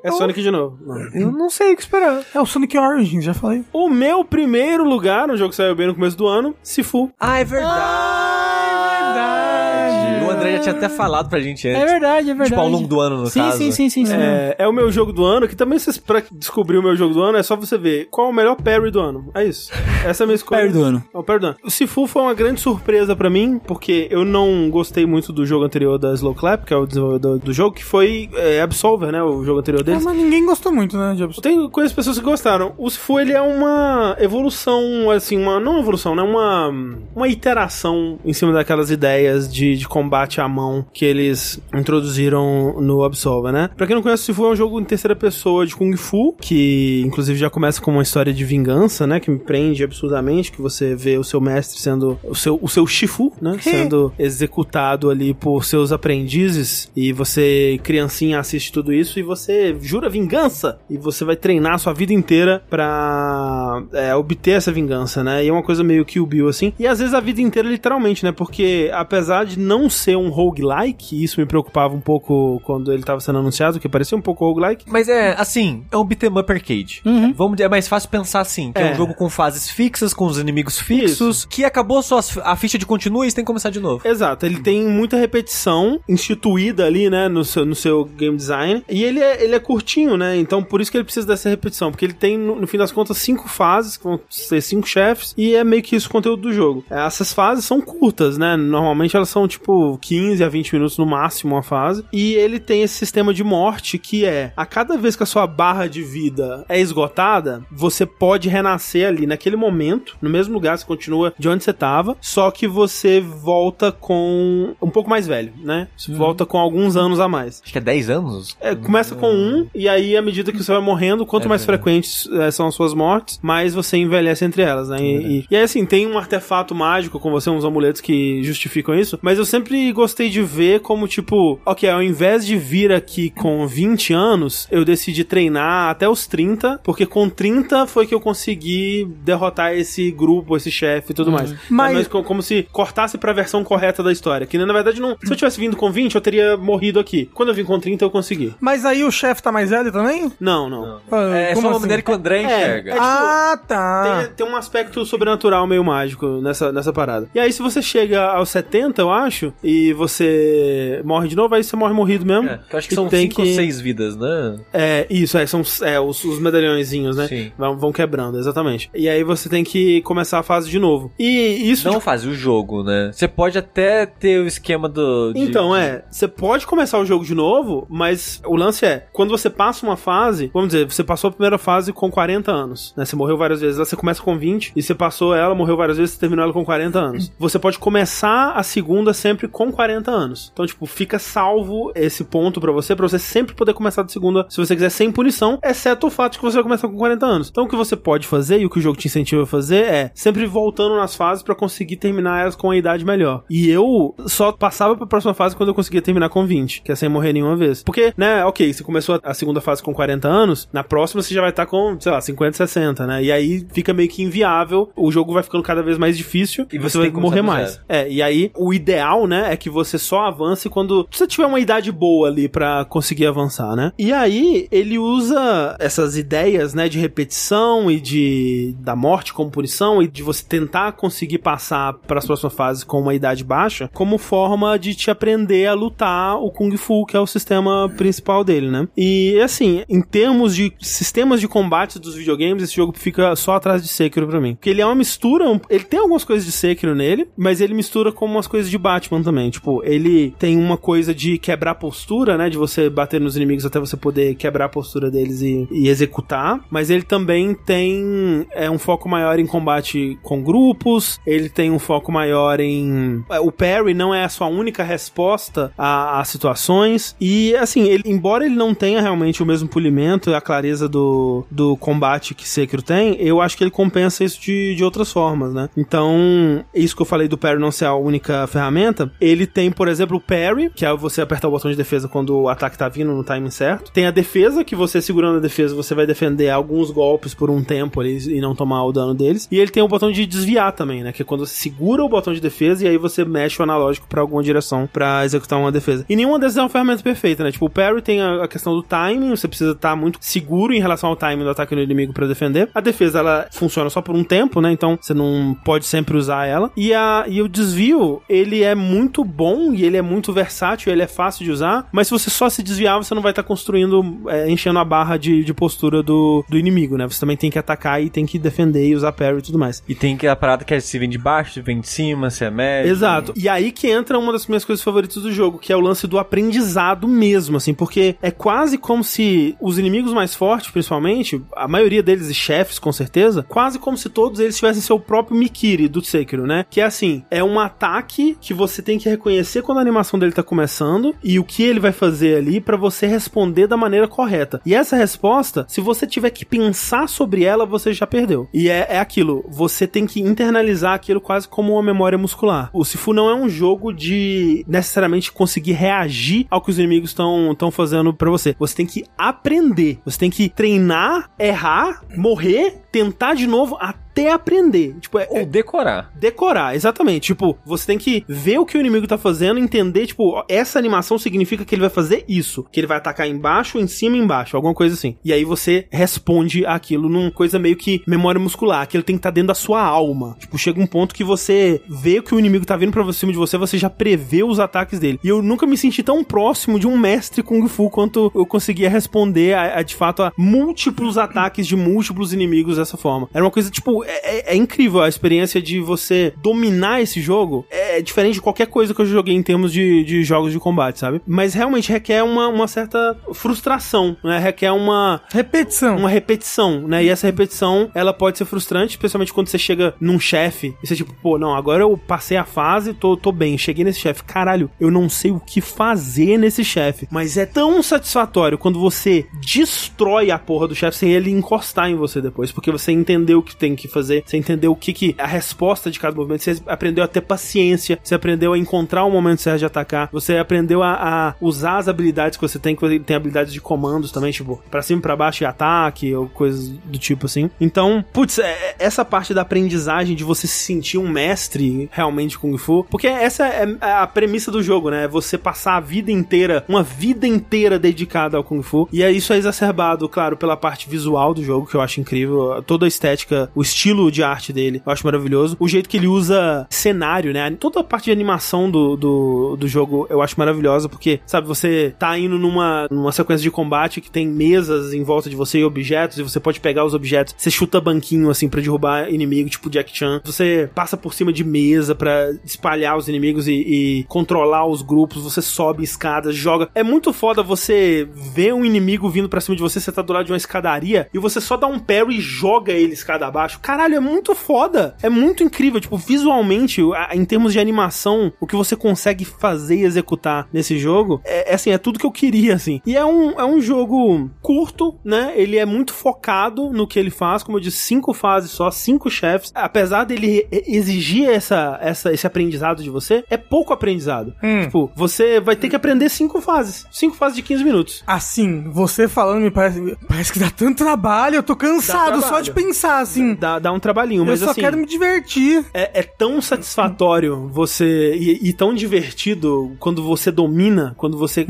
Speaker 1: É Sonic de novo. Não.
Speaker 4: Eu não sei o que esperar.
Speaker 3: É o Sonic Origins, já falei.
Speaker 1: O meu primeiro lugar, um jogo que saiu bem no começo do ano, Sifu.
Speaker 4: Ah, é verdade!
Speaker 3: verdade.
Speaker 4: O André já tinha até falado pra gente antes.
Speaker 2: É verdade, é verdade.
Speaker 4: Tipo, ao longo do ano, no
Speaker 2: sim,
Speaker 4: caso.
Speaker 2: sim, sim, sim, sim.
Speaker 1: É, é o meu jogo do ano, que também vocês, pra descobrir o meu jogo do ano, é só você ver qual é o melhor parry do ano. É isso. Essa é a
Speaker 2: *laughs*
Speaker 1: minha escolha.
Speaker 2: Parry do ano.
Speaker 1: É o parry do ano. O Sifu foi uma grande surpresa pra mim, porque eu não gostei muito do jogo anterior da Slow Clap, que é o desenvolvedor do jogo, que foi é, Absolver, né? O jogo anterior
Speaker 3: Ah,
Speaker 1: deles.
Speaker 3: mas ninguém gostou muito, né, de Absol-
Speaker 1: Tem coisas pessoas que gostaram. O Sifu, ele é uma evolução, assim, uma. Não evolução, né? Uma. Uma iteração em cima daquelas ideias de, de combate à mão que eles introduziram no Absolva, né? Pra quem não conhece, Sifu é um jogo em terceira pessoa de Kung Fu, que inclusive já começa com uma história de vingança, né? Que me prende absurdamente, que você vê o seu mestre sendo. o seu, o seu Shifu, né? *laughs* Sendo executado ali por seus aprendizes. E você, criancinha, assiste tudo isso e você jura vingança. E você vai treinar a sua vida inteira pra é, obter essa vingança, né? E é uma coisa meio que o Bill, assim. E às vezes a vida inteira, literalmente, né? Porque apesar de não ser um roguelike, isso me preocupava um pouco quando ele tava sendo anunciado, que parecia um pouco roguelike.
Speaker 4: Mas é, assim, é um beat'em up arcade.
Speaker 2: Uhum.
Speaker 4: Vamos, dizer, é mais fácil pensar assim, que é.
Speaker 1: É.
Speaker 4: um jogo com fases fixas, com os inimigos fixos, que acabou só as- a ficha de continua e você tem que começar de novo.
Speaker 1: Exato, ele tem muita repetição instituída ali, né, no seu, no seu game design. E ele é, ele é curtinho, né? Então por isso que ele precisa dessa repetição. Porque ele tem, no, no fim das contas, cinco fases, que vão ser cinco chefes, e é meio que isso o conteúdo do jogo. Essas fases são curtas, né? Normalmente elas são tipo 15 a 20 minutos no máximo uma fase. E ele tem esse sistema de morte que é a cada vez que a sua barra de vida é esgotada, você pode renascer ali naquele momento, no mesmo lugar, você continua de onde você tava, só que você volta com um pouco mais velho, né? Você volta com alguns anos a mais.
Speaker 4: Acho que é 10 anos?
Speaker 1: É, começa com um, e aí, à medida que você vai morrendo, quanto mais frequentes eh, são as suas mortes, mais você envelhece entre elas, né? E, e- e aí, assim, tem um artefato mágico com você, uns amuletos que justificam isso, mas eu sempre gostei de ver como, tipo, ok, ao invés de vir aqui com 20 anos, eu decidi treinar até os 30, porque com 30 foi que eu consegui derrotar esse grupo, esse chefe e tudo mais. É,
Speaker 3: Mas-
Speaker 1: Mas, mas co- como se cortasse pra versão correta da história, que na verdade não... Se eu tivesse vindo com 20, eu teria morrido aqui. Quando eu vim com 30, eu consegui.
Speaker 3: Mas aí o chefe tá mais velho também?
Speaker 1: Não, não.
Speaker 3: Ah,
Speaker 4: É
Speaker 3: como
Speaker 4: só uma
Speaker 3: assim?
Speaker 4: maneira que o André enxerga.
Speaker 1: é tipo,
Speaker 3: Ah, tá.
Speaker 1: Tem, tem um aspecto sobrenatural meio mágico nessa, nessa parada. E aí, se você chega aos 70, eu acho, e você morre de novo, aí você morre morrido mesmo.
Speaker 4: É, que eu acho que
Speaker 1: E
Speaker 4: são
Speaker 1: tem
Speaker 4: 5 ou 6 vidas, né?
Speaker 1: É, isso, é, são é, os, os medalhõezinhos, né?
Speaker 4: Sim.
Speaker 1: Vão, vão quebrando, exatamente. E aí você tem que começar a fase de novo. E isso.
Speaker 4: Não faz o jogo, né? Você pode até ter o esquema do. de-
Speaker 1: Então, é, você pode começar o jogo de novo, mas o lance é, quando você passa uma fase, vamos dizer, você passou a primeira fase com 40 anos, né? Você morreu várias vezes, lá você começa com 20, e você passou ela, morreu várias vezes, você terminou ela com 40
Speaker 4: *laughs*
Speaker 1: anos. Você pode começar a segunda sempre com 40 anos. Então, tipo, fica salvo esse ponto pra você, pra você sempre poder começar de segunda, se você quiser, sem punição, exceto o fato de que você vai começar com 40 anos. Então, o que você pode fazer e o que o jogo te incentiva a fazer é sempre voltando nas fases pra conseguir terminar elas com a idade melhor. E eu só passava pra próxima fase quando eu conseguia terminar com 20, que é sem morrer nenhuma vez. Porque, né, ok, você começou a- a segunda fase com 40 anos, na próxima você já vai estar com, sei lá, 50, 60, né? E aí fica meio que inviável, o jogo vai ficando cada vez mais difícil
Speaker 4: E
Speaker 1: e
Speaker 4: você
Speaker 1: você,
Speaker 4: tem que
Speaker 1: vai morrer
Speaker 4: começar do
Speaker 1: mais.
Speaker 4: zero.
Speaker 1: É, e aí o ideal, né, é que você só avance quando você tiver uma idade boa ali pra conseguir avançar, né? E aí ele usa essas ideias, né, de repetição e de da morte como punição e de você tentar conseguir passar para as próximas fases com uma idade baixa, como forma de te aprender a lutar o kung fu, que é o sistema principal dele, né? E assim, em termos de sistemas de combate dos videogames, esse jogo fica é só atrás de Sekiro pra mim. Porque ele é uma mistura, um- ele tem algumas coisas de Sekiro nele, mas ele mistura com umas coisas de Batman também. Tipo, ele tem uma coisa de quebrar postura, né? De você bater nos inimigos até você poder quebrar a postura deles e, e executar. Mas ele também tem é, um foco maior em combate com grupos, ele tem um foco maior em. é, O parry não é a sua única resposta a, a situações. E assim, ele, embora ele não tenha realmente o mesmo polimento e a clareza do, do combate que Sekiro tem, eu acho que ele compensa isso de, de outras formas, né? Então, isso que eu falei do parry não ser a única ferramenta, ele tem, por exemplo, o parry, que é você apertar o botão de defesa quando o ataque tá vindo no timing certo. Tem a defesa, que você segurando a defesa, você vai defender alguns golpes por um tempo ali e não tomar o dano deles. E ele tem o botão de desviar também, né? Que é quando você segura o botão de defesa e aí você mexe o analógico pra alguma direção pra executar uma defesa. E nenhuma dessas é uma ferramenta perfeita, né? Tipo, o parry tem a a questão do timing, você precisa estar muito seguro em relação ao timing do ataque do inimigo pra defender. A defesa, ela funciona só por um tempo, né? Então você não pode sempre usar ela. E, a, e o desvio, ele é muito bom e ele é muito versátil, ele é fácil de usar, mas se você só se desviar, você não vai estar construindo, é, enchendo a barra de, de postura do, do inimigo, né? Você também tem que atacar e tem que defender e usar parry e tudo mais.
Speaker 4: E tem que a parada que é se vem de baixo, se vem de cima, se é médio.
Speaker 1: Exato. E aí que entra uma das minhas coisas favoritas do jogo, que é o lance do aprendizado mesmo, assim, porque é quase como se os inimigos mais fortes, principalmente, a maioria deles e chefes com com certeza, quase como se todos eles tivessem seu próprio Mikiri do Sekiro, né? Que é assim, é um ataque que você tem que reconhecer quando a animação dele tá começando e o que ele vai fazer ali pra você responder da maneira correta. E essa resposta, se você tiver que pensar sobre ela, você já perdeu. E é, é aquilo, você tem que internalizar aquilo quase como uma memória muscular. O Sifu não é um jogo de necessariamente conseguir reagir ao que os inimigos estão fazendo pra você. Você tem que aprender, você tem que treinar, errar, morrer, tentar de novo até aprender. Tipo, é,
Speaker 4: Ou decorar.
Speaker 1: decorar, exatamente. Tipo, você tem que ver o que o inimigo tá fazendo, entender, tipo, ó, essa animação significa que ele vai fazer isso, que ele vai atacar embaixo, em cima, e embaixo, alguma coisa assim. E aí você responde aquilo numa coisa meio que memória muscular, que ele tem que estar dentro da sua alma. Tipo, chega um ponto que você vê que o inimigo tá vindo para cima de você, você já prevê os ataques dele. E eu nunca me senti tão próximo de um mestre Kung Fu quanto eu conseguia responder a, a, de fato a múltiplos ataques de múltiplos inimigos dessa forma. Era uma coisa, tipo, é, é- é incrível a experiência de você dominar esse jogo. É diferente de qualquer coisa que eu joguei em termos de, de jogos de combate, sabe? Mas realmente requer uma, uma certa frustração, né? Requer uma,
Speaker 3: Repetição.
Speaker 4: Hum.
Speaker 1: uma repetição, né? E essa repetição, ela pode ser frustrante, especialmente quando você chega num chefe e você tipo, pô, não, agora eu passei a fase, tô, tô bem, cheguei nesse chefe. Caralho, eu não sei o que fazer nesse chefe. Mas é tão satisfatório quando você destrói a porra do chefe sem ele encostar em você depois, porque você entendeu o que tem que fazer, você entendeu o que que a resposta de cada movimento, você aprendeu a ter paciência, você aprendeu a encontrar o momento certo de atacar, você aprendeu a, a usar as habilidades que você tem, que tem habilidades de comandos também, tipo, pra cima, pra baixo e ataque, ou coisas do tipo assim. Então, putz, é- é- essa parte da aprendizagem de você se sentir um mestre realmente de Kung Fu, porque essa é a premissa do jogo, né? É Você passar a vida inteira, uma vida inteira dedicada ao Kung Fu, e é isso é exacerbado, claro, pela parte visual do jogo, que eu acho incrível, toda a estética, o estilo de arte dele, eu acho maravilhoso, o jeito que ele usa cenário, né? Toda a parte de animação do, do, do jogo eu acho maravilhosa, porque, sabe, você tá indo numa, numa sequência de combate que tem mesas em volta de você e objetos, e você pode pegar os objetos, você chuta banquinho, assim, pra derrubar inimigo, tipo Jack Chan, você passa por cima de mesa pra espalhar os inimigos e, e controlar os grupos, você sobe escadas, joga. É muito foda você ver um inimigo vindo pra cima de você, você tá do lado de uma escadaria, e você só dá um parry e joga ele escada abaixo. Caralho, é muito foda. É muito incrível. Tipo, visualmente, a- em termos de animação, o que você consegue fazer e executar nesse jogo, é, é assim, é tudo que eu queria, assim. E é um, é um jogo curto, né? Ele é muito focado no que ele faz, como eu disse, cinco fases só, cinco chefes. Apesar dele e- exigir essa, essa, esse aprendizado de você, é pouco aprendizado.
Speaker 3: Hum.
Speaker 1: Tipo, você vai ter que aprender cinco fases. Cinco fases de 15 minutos.
Speaker 3: Assim, você falando me parece, parece que dá tanto trabalho, eu tô cansado
Speaker 1: Dá
Speaker 3: só
Speaker 1: trabalho.
Speaker 3: de pensar assim.
Speaker 1: Dá, dá um trabalhinho, mas
Speaker 3: eu só
Speaker 1: assim...
Speaker 3: quero me divertir.
Speaker 1: É, é tão satisfatório você. E, e tão divertido quando você domina, quando você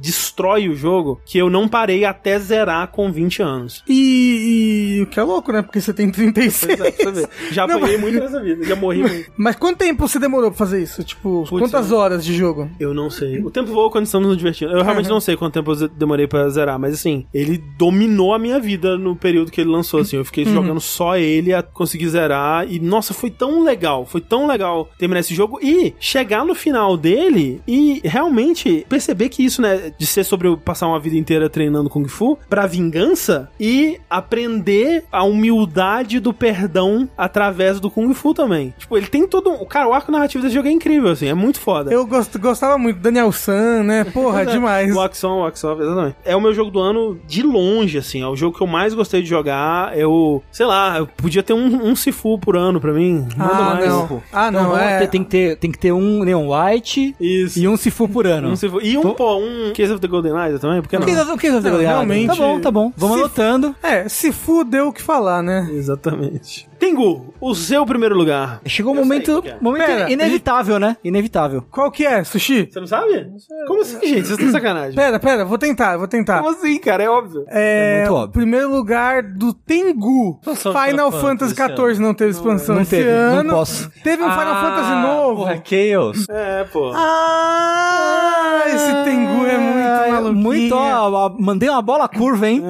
Speaker 1: destrói o jogo, que eu não parei até zerar com 20 anos.
Speaker 3: E, e o que é louco, né? Porque você tem 36.
Speaker 1: Pois é, pra você ver. Já
Speaker 3: Não,
Speaker 1: apanhei muito nessa vida, já *laughs* morri muito.
Speaker 3: Mas quanto tempo você demorou pra fazer isso? Tipo, quantas horas de jogo?
Speaker 1: Eu não sei. O tempo voa quando estamos nos divertindo. Eu realmente não sei quanto tempo eu ze- demorei pra zerar, mas assim, ele dominou a minha vida no período que ele lançou, assim. Eu fiquei jogando só ele a conseguir zerar. E, nossa, foi tão legal. Foi tão legal terminar esse jogo e chegar no final dele e realmente perceber que isso, né, de ser sobre eu passar uma vida inteira treinando Kung Fu pra vingança e aprender a humildade do perdão através do Kung Fu também. Tipo, ele tem todo um. Cara, o arco narrativo desse jogo é incrível, assim. É muito foda.
Speaker 3: Eu gost- gostava muito. Daniel San, né? Porra,
Speaker 1: é,
Speaker 3: demais.
Speaker 1: Wax on, wax off, exatamente. É o meu jogo do ano de longe, assim. É o jogo que eu mais gostei de jogar. Eu, sei lá, eu podia ter um, um Sifu por ano pra mim. Manda
Speaker 3: Ah,
Speaker 1: mais.
Speaker 3: não. Ah,
Speaker 2: Então,
Speaker 3: não,
Speaker 2: vamos
Speaker 3: é.
Speaker 2: ter- tem, que ter, tem que ter um Neon White
Speaker 1: Isso.
Speaker 2: e um Sifu por ano.
Speaker 1: Um Sifu. E um, pô, um Case of the Golden Eyes também, porque
Speaker 2: O
Speaker 1: não?
Speaker 2: que o que-
Speaker 3: Não, realmente-
Speaker 2: Tá bom, tá bom. Vamos
Speaker 3: Se-
Speaker 2: anotando.
Speaker 3: É, se fudeu o que falar, né?
Speaker 1: *laughs* Exatamente. Tengu, o seu primeiro lugar.
Speaker 2: Chegou um
Speaker 1: Eu sei
Speaker 2: momento,
Speaker 1: o que é.
Speaker 2: momento
Speaker 3: Pera,
Speaker 2: inevitável, né? Inevitável.
Speaker 3: Qual que é, Sushi?
Speaker 1: Você não sabe? Como assim, gente? Vocês estão de
Speaker 3: *laughs*
Speaker 1: sacanagem.
Speaker 3: Pera, pera, vou tentar, vou tentar.
Speaker 1: Como assim, cara? É óbvio.
Speaker 3: É,
Speaker 2: É muito
Speaker 3: o
Speaker 2: óbvio.
Speaker 3: primeiro lugar do Tengu.
Speaker 4: Expansão de
Speaker 3: Final
Speaker 4: Final
Speaker 3: Fantasy
Speaker 4: Fantasy esse
Speaker 3: XIV não teve expansão
Speaker 2: não
Speaker 3: esse
Speaker 2: teve, não
Speaker 3: ano.
Speaker 2: posso.
Speaker 4: Ah, é
Speaker 3: Teve um Final Fantasy novo.
Speaker 4: Porra, Chaos.
Speaker 1: É, pô.
Speaker 3: Ah, Ah, esse Tengu é muito maluquinho.
Speaker 2: Ah,
Speaker 3: É
Speaker 2: Muito, ó, ó, mandei uma bola curva, hein?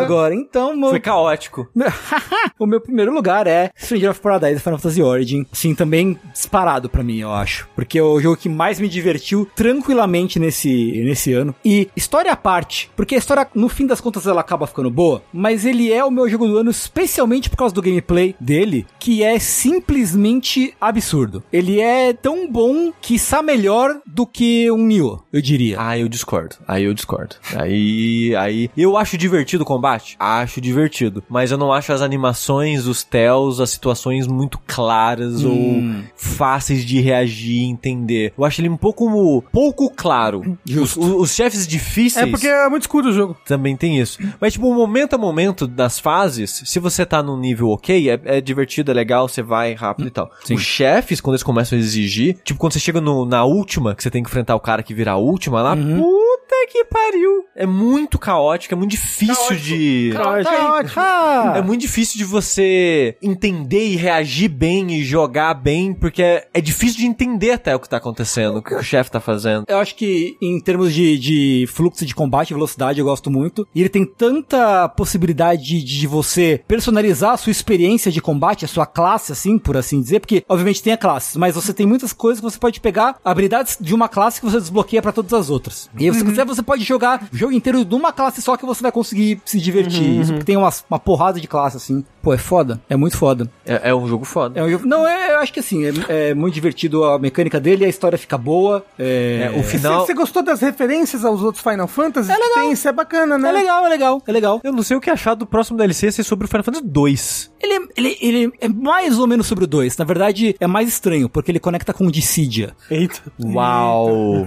Speaker 2: Agora, então, mano.
Speaker 4: Foi caótico.
Speaker 2: o meu primeiro lugar é Stranger of Paradise Final Fantasy Origin. Sim, também disparado pra mim, eu acho. Porque é o jogo que mais me divertiu tranquilamente nesse, nesse ano. E história à parte, porque a história, no fim das contas, ela acaba ficando boa, mas ele é o meu jogo do ano especialmente por causa do gameplay dele, que é simplesmente absurdo. Ele é tão bom que está melhor do que um Nioh, eu diria.
Speaker 4: Ah, eu discordo. Aí eu discordo. Aí, aí. Eu acho divertido o combate? Acho divertido. Mas eu não acho as animações, os tells, as situações muito claras
Speaker 2: Hum.
Speaker 4: ou fáceis de reagir e entender. Eu acho ele um pouco, pouco claro.
Speaker 2: Justo.
Speaker 4: Os, os- os chefes difíceis.
Speaker 3: É porque é muito escuro o jogo.
Speaker 4: Também tem isso. Mas, tipo, momento a momento das fases, se você tá num nível ok, é, é divertido, é legal, você vai rápido e tal. Os chefes, quando eles começam a exigir, tipo, quando você chega no- na última, que você tem que enfrentar o cara que vira a última lá, puta que pariu! É muito caótico, é muito difícil de.
Speaker 3: Tá ótimo.
Speaker 4: É muito difícil de você entender e reagir bem e jogar bem, porque é, é difícil de entender até o que tá acontecendo, o que o chefe tá fazendo.
Speaker 2: Eu acho que em termos de, de fluxo de combate, velocidade, eu gosto muito. E ele tem tanta possibilidade de, de você personalizar a sua experiência de combate, a sua classe, assim, por assim dizer. Porque, obviamente, tem a classe, mas você tem muitas coisas que você pode pegar, habilidades de uma classe que você desbloqueia pra todas as outras. E aí, se quiser, você pode jogar o jogo inteiro de uma classe só que você vai conseguir se divertir. Isso porque tem umas- uma, porrada de classe, assim. Uhum, Pô, é foda. É muito foda.
Speaker 4: É, é um jogo foda.
Speaker 2: É um jogo- Não, é, eu acho que assim, é, é muito divertido a mecânica dele, a história fica boa.
Speaker 4: É, o
Speaker 3: Você,
Speaker 4: final.
Speaker 3: você gostou das referências aos outros Final Fantasy? É legal. Tem, isso é bacana, né?
Speaker 2: É legal, é legal, é legal.
Speaker 4: Eu não sei o que achar do próximo DLC ser sobre o Final Fantasy 2.
Speaker 2: Ele, ele, ele é mais ou menos sobre o 2. Na verdade, é mais estranho, porque ele conecta com o Dissidia.
Speaker 1: Eita.
Speaker 4: Uau!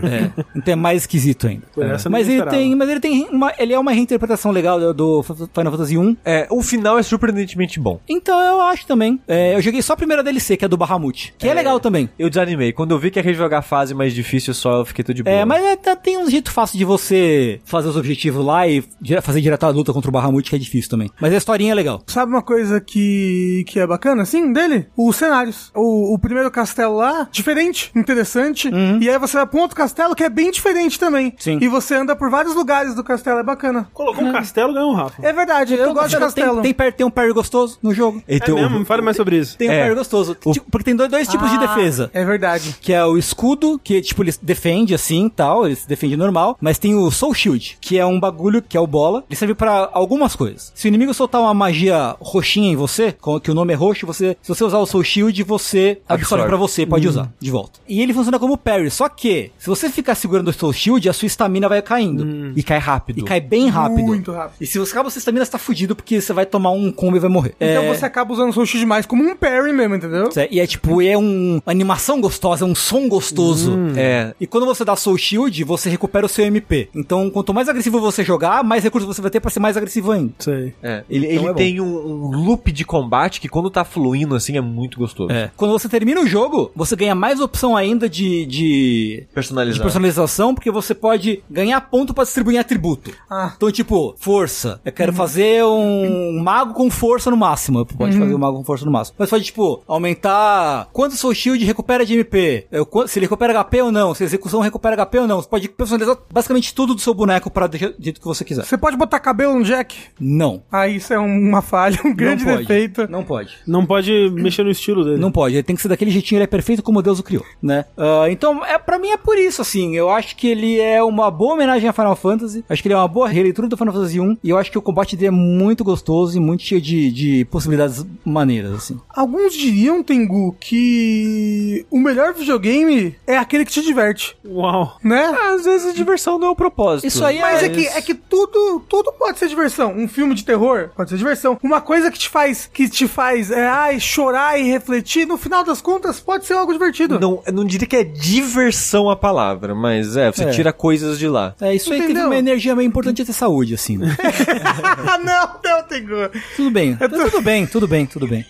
Speaker 2: Então é mais esquisito ainda.
Speaker 1: Por essa eu não
Speaker 2: Mas ele
Speaker 1: esperava.
Speaker 2: tem. Mas ele tem uma, ele é uma reinterpretação legal do- do Final Fantasy 1.
Speaker 4: É, o final é surpreendentemente bom.
Speaker 2: Então eu acho também. É, eu joguei só a primeira DLC, que é do Bahamut, que é, legal também.
Speaker 4: Eu desanimei. Quando eu vi que ia rejogar a fase mais difícil só, eu fiquei tudo de boa.
Speaker 2: É, mas é- tá- tem um jeito fácil de você fazer os objetivos lá e dire- fazer direto a luta contra o Bahamut, que é difícil também. Mas a historinha é legal.
Speaker 3: Sabe uma coisa que, que é bacana, assim, dele? Os cenários. O, o primeiro castelo lá, diferente, interessante. E aí você vai pra um outro castelo que é bem diferente também.
Speaker 2: Uhum. Sim.
Speaker 3: E você anda por vários lugares do castelo, é bacana.
Speaker 1: Colocou um castelo, ganhou um Rafa.
Speaker 3: É verdade, eu, gosto de castelo.
Speaker 2: Tem, tem, par- tem um parry gostoso no jogo.
Speaker 4: E tem um
Speaker 1: É
Speaker 4: o-
Speaker 1: mesmo? Fale mais sobre isso.
Speaker 2: Tem um
Speaker 4: É.
Speaker 2: parry gostoso. Tipo, Porque tem dois, dois tipos de defesa.
Speaker 3: É verdade.
Speaker 2: que é o escudo, que, tipo, ele se defende assim tal, ele se defende normal, mas tem o Soul Shield, que é um bagulho que é o bola, ele serve pra algumas coisas. Se o inimigo soltar uma magia roxinha em você, com- que o nome é roxo, você, se você usar o Soul Shield, você absorve
Speaker 4: Absorve.
Speaker 2: pra você, pode usar de volta. E ele funciona como parry, só que se você ficar segurando o Soul Shield, a sua estamina vai caindo.
Speaker 4: E cai rápido.
Speaker 2: E cai bem rápido.
Speaker 3: Muito rápido.
Speaker 2: E se você acaba a sua estamina, você tá fudido porque você vai tomar um combo e vai morrer.
Speaker 3: Então
Speaker 2: É-
Speaker 3: você acaba usando o Soul Shield mais como um parry mesmo, entendeu?
Speaker 2: Certo? E é tipo, é um, uma animação gostosa, é um som gostoso.
Speaker 3: Hum.
Speaker 4: É.
Speaker 2: E quando você dá Soul Shield, você recupera o seu MP. Então, quanto mais agressivo você jogar, mais recursos você vai ter pra ser mais agressivo ainda.
Speaker 1: Sei.
Speaker 4: É. Ele,
Speaker 2: Então
Speaker 4: ele
Speaker 2: é bom.
Speaker 4: tem um, um loop de combate que quando tá fluindo assim é muito gostoso.
Speaker 2: Quando você termina o jogo, você ganha mais opção ainda de, de, de
Speaker 4: Personalizado.
Speaker 2: personalização, porque você pode ganhar ponto pra distribuir atributo.
Speaker 3: Ah. Uhum.
Speaker 2: Então, tipo, força. Eu quero fazer um mago com força no máximo. Pode
Speaker 3: Uhum.
Speaker 2: fazer um mago com força no máximo. Mas pode, tipo, aumentar quanto seu shield recupera de MP. Eu- quan- se ele recupera HP ou não. Se a execução recupera HP ou não. Você pode personalizar basicamente tudo do seu boneco pra deixar do jeito que você quiser.
Speaker 3: Você pode botar cabelo no Jack?
Speaker 2: Não.
Speaker 3: Ah, isso é um- uma falha, um grande
Speaker 2: não pode.
Speaker 3: defeito.
Speaker 2: Não pode.
Speaker 1: Não pode mexer no estilo dele.
Speaker 2: Não pode, ele tem que ser daquele jeitinho, ele é perfeito como Deus o criou, né? Ah, então, é para mim é por isso, assim, eu acho que ele é uma boa homenagem a Final Fantasy, acho que ele é uma boa releitura do Final Fantasy 1, e eu acho que o combate dele é muito gostoso e muito cheio de, de possibilidades maneiras, assim.
Speaker 3: Alguns diriam, Tengu, que o melhor videogame é aquele que te diverte,
Speaker 1: Uau.
Speaker 3: né?
Speaker 4: Às vezes a diversão não é o propósito.
Speaker 2: Isso aí
Speaker 3: Mas
Speaker 2: é...
Speaker 3: é que, é que tudo, tudo pode ser diversão. Um filme de terror pode ser diversão. Uma coisa que te faz, que te faz é, ai, chorar e refletir, no final das contas, pode ser algo divertido.
Speaker 4: Não, eu não diria que é diversão a palavra, mas é, você
Speaker 2: É.
Speaker 4: tira coisas de lá.
Speaker 2: É, isso aí teve
Speaker 3: Entendeu?
Speaker 2: uma energia meio importante é ter saúde, assim. né?
Speaker 3: *laughs* Ah, não, não, Tengu.
Speaker 2: tudo bem.
Speaker 3: Eu tô-
Speaker 2: Tudo bem, tudo bem, tudo bem.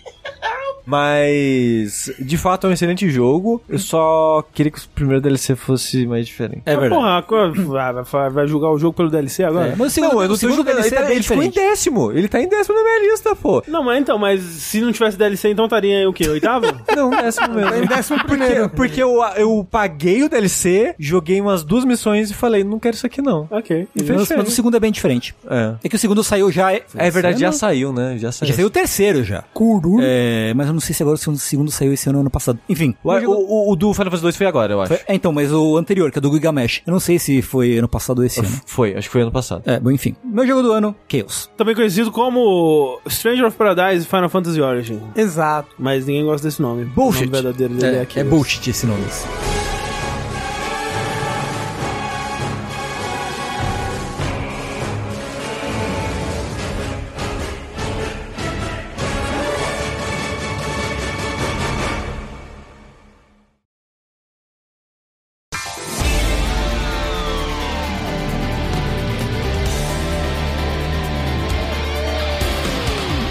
Speaker 4: Mas, de fato, é um excelente jogo. Eu só queria que o primeiro DLC fosse mais diferente.
Speaker 2: É verdade.
Speaker 1: Porra, a co- ah, vai- vai- vai julgar o jogo pelo DLC agora?
Speaker 2: É, Mas o segundo,
Speaker 4: eu
Speaker 2: o segundo
Speaker 4: julgando,
Speaker 2: DLC
Speaker 4: ele,
Speaker 2: é
Speaker 4: tá-
Speaker 2: bem
Speaker 4: ele ficou em
Speaker 2: diferente.
Speaker 4: décimo. Ele tá em décimo na minha lista, pô.
Speaker 1: Não, mas então, mas se não tivesse DLC, então estaria o quê?
Speaker 2: *laughs*
Speaker 1: Oitavo?
Speaker 4: Não, décimo mesmo.
Speaker 3: Tá Em décimo primeiro.
Speaker 4: Porque eu, eu paguei o DLC, joguei umas duas missões e falei, não quero isso aqui não.
Speaker 1: ok.
Speaker 4: E
Speaker 2: Mas,
Speaker 4: fechei.
Speaker 2: mas o segundo é bem diferente.
Speaker 4: É.
Speaker 2: É que o segundo saiu já.
Speaker 4: É verdade,
Speaker 2: já
Speaker 4: já saiu, né? Já saiu.
Speaker 2: Já saiu o terceiro já. Cururu. É, mas eu não sei se agora se o segundo saiu esse ano ou ano passado. Enfim.
Speaker 4: O, o- o- o do Final Fantasy 2 foi agora, eu acho.
Speaker 2: Foi- é, então, mas o anterior, que é do Gilgamesh. Eu não sei se foi ano passado ou esse ano.
Speaker 4: Foi, acho que foi ano passado.
Speaker 2: É, bom, enfim. Meu jogo do ano, Chaos.
Speaker 1: Também conhecido como Stranger of Paradise e Final Fantasy Origin.
Speaker 3: Exato.
Speaker 1: Mas ninguém gosta desse nome.
Speaker 2: Bullshit.
Speaker 1: O nome verdadeiro dele é,
Speaker 2: É, é
Speaker 1: Chaos.
Speaker 2: bullshit esse nome.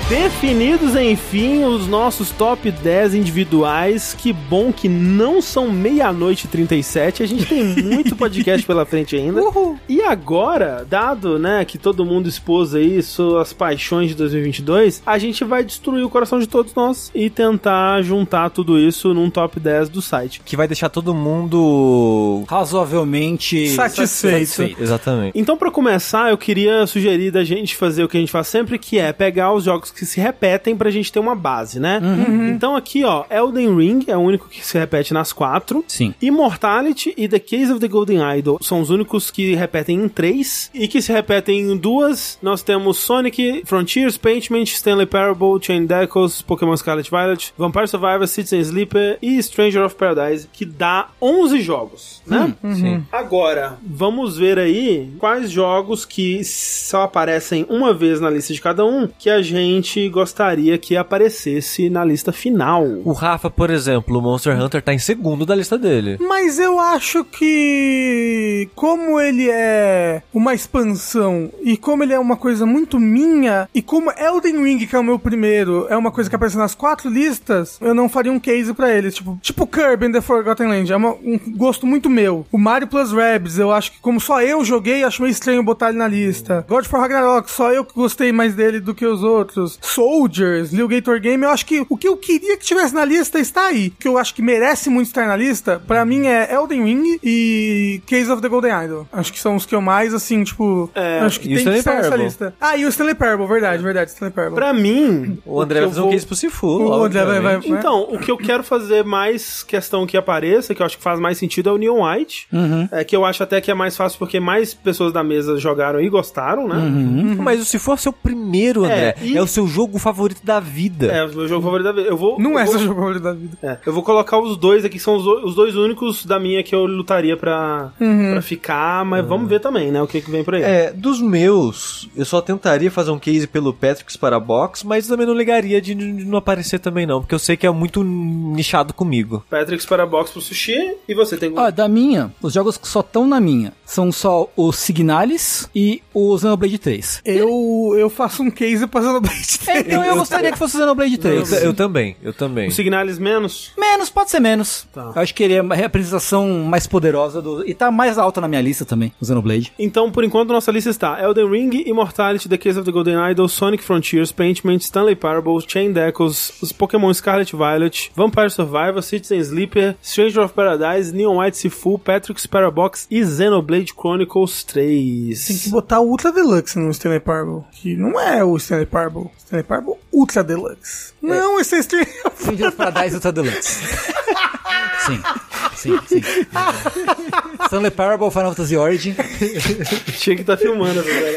Speaker 1: Definidos, enfim, os nossos top 10 individuais. Que bom que não são meia-noite e 37. A gente tem muito podcast pela frente ainda. E agora, dado né, que todo mundo expôs aí suas paixões de 2022, a gente vai destruir o coração de todos nós e tentar juntar tudo isso num top 10 do site.
Speaker 4: Que vai deixar todo mundo...
Speaker 2: Razoavelmente
Speaker 3: Satisfeito.
Speaker 4: Exatamente.
Speaker 1: Então, pra começar, eu queria sugerir da gente fazer o que a gente faz sempre, que é pegar os jogos que se repetem pra gente ter uma base, né? Então aqui, ó, Elden Ring é o único que se repete nas quatro.
Speaker 2: Sim.
Speaker 1: Immortality e The Case of the Golden Idol são os únicos que repetem em três e que se repetem em duas. Nós temos Sonic, Frontiers, Paintment, Stanley Parable, Chain Deckles, Pokémon Scarlet Violet, Vampire Survivor, Citizen Sleeper e Stranger of Paradise, que dá 11 jogos,
Speaker 2: Hum.
Speaker 1: né?
Speaker 2: Uhum.
Speaker 4: Sim.
Speaker 1: Agora, vamos ver aí quais jogos que só aparecem uma vez na lista de cada um que a gente gostaria que aparecesse na lista final.
Speaker 4: O Rafa, por exemplo, o Monster Hunter tá em segundo da lista dele.
Speaker 3: Mas eu acho que como ele é uma expansão e como ele é uma coisa muito minha e como Elden Ring, que é o meu primeiro, é uma coisa que aparece nas quatro listas, eu não faria um case pra ele, tipo, tipo Kirby in the Forgotten Land, é uma- um gosto muito meu. O Mario Plus Rabbids, eu acho que como só eu joguei, acho meio estranho botar ele na lista. God of War Ragnarok, só eu que gostei mais dele do que os outros. Soldiers, Liu Gator Game, eu acho que o que eu queria que tivesse na lista está aí. O que eu acho que merece muito estar na lista, pra mim é Elden Ring e Case of the Golden Idol. Acho que são os que eu mais, assim, tipo,
Speaker 1: É,
Speaker 3: acho que
Speaker 4: e
Speaker 3: tem
Speaker 4: o
Speaker 3: que
Speaker 4: Stanley
Speaker 3: estar nessa
Speaker 4: Parable.
Speaker 3: lista. Ah, e o Stanley Parable, verdade, verdade, Stanley Parable.
Speaker 1: Pra mim,
Speaker 4: O André
Speaker 1: que
Speaker 4: vai
Speaker 1: eu
Speaker 4: fazer um
Speaker 1: vou-
Speaker 4: case pro Sifu.
Speaker 3: O André vai- vai- né?
Speaker 1: Então, o que eu quero fazer mais questão que apareça, que eu acho que faz mais sentido, é o Neon White.
Speaker 4: Uhum.
Speaker 1: É, que eu acho até que é mais fácil porque mais pessoas da mesa jogaram e gostaram, né?
Speaker 4: Mas o Sifu é o seu primeiro, André. É,
Speaker 1: É, e-
Speaker 4: o seu jogo favorito da vida.
Speaker 1: É, o meu jogo favorito da vida. Eu vou,
Speaker 3: Não
Speaker 1: eu
Speaker 3: é
Speaker 1: vou,
Speaker 3: seu jogo favorito da vida.
Speaker 1: É, eu vou colocar os dois aqui, que são os, o- os dois únicos da minha que eu lutaria pra, pra ficar, mas vamos ver também, né? O que, que vem por aí.
Speaker 4: É, dos meus, eu só tentaria fazer um case pelo Patrick's para box, mas também não ligaria de, de não aparecer também não, porque eu sei que é muito nichado comigo.
Speaker 1: Patrick's para box pro sushi e você tem
Speaker 2: Ó, da minha, os jogos que só estão na minha são só o Signalis e o Xenoblade *laughs* 3.
Speaker 3: Eu, eu faço um case passando Blade 3.
Speaker 2: Então eu gostaria que fosse o Xenoblade
Speaker 4: Eu,
Speaker 2: 3.
Speaker 4: eu também, eu também.
Speaker 1: os signales menos.
Speaker 2: Menos, pode ser menos.
Speaker 1: Tá.
Speaker 2: Eu acho que ele é uma representação mais poderosa do. E tá mais alta na minha lista também, o Xenoblade.
Speaker 1: Então, por enquanto, nossa lista está Elden Ring, Immortality, The Case of the Golden Idol, Sonic Frontiers, Paintment, Stanley Parable, Chain Deckles, os Pokémon Scarlet Violet, Vampire Survivor, Citizen Sleeper, Stranger of Paradise, Neon White Sifu, Patrick's Parabox e Xenoblade Chronicles 3.
Speaker 3: Tem que botar o Ultra Deluxe no Stanley Parable. Que não é o Stanley Parble. Stanley Parble Ultra Deluxe. Não, esse é Stanley...
Speaker 2: Stranger of Paradise e Ultra Deluxe. *laughs* Sim, sim, sim. Stanley Parable, Final Fantasy Origin.
Speaker 1: Tinha que estar filmando, agora.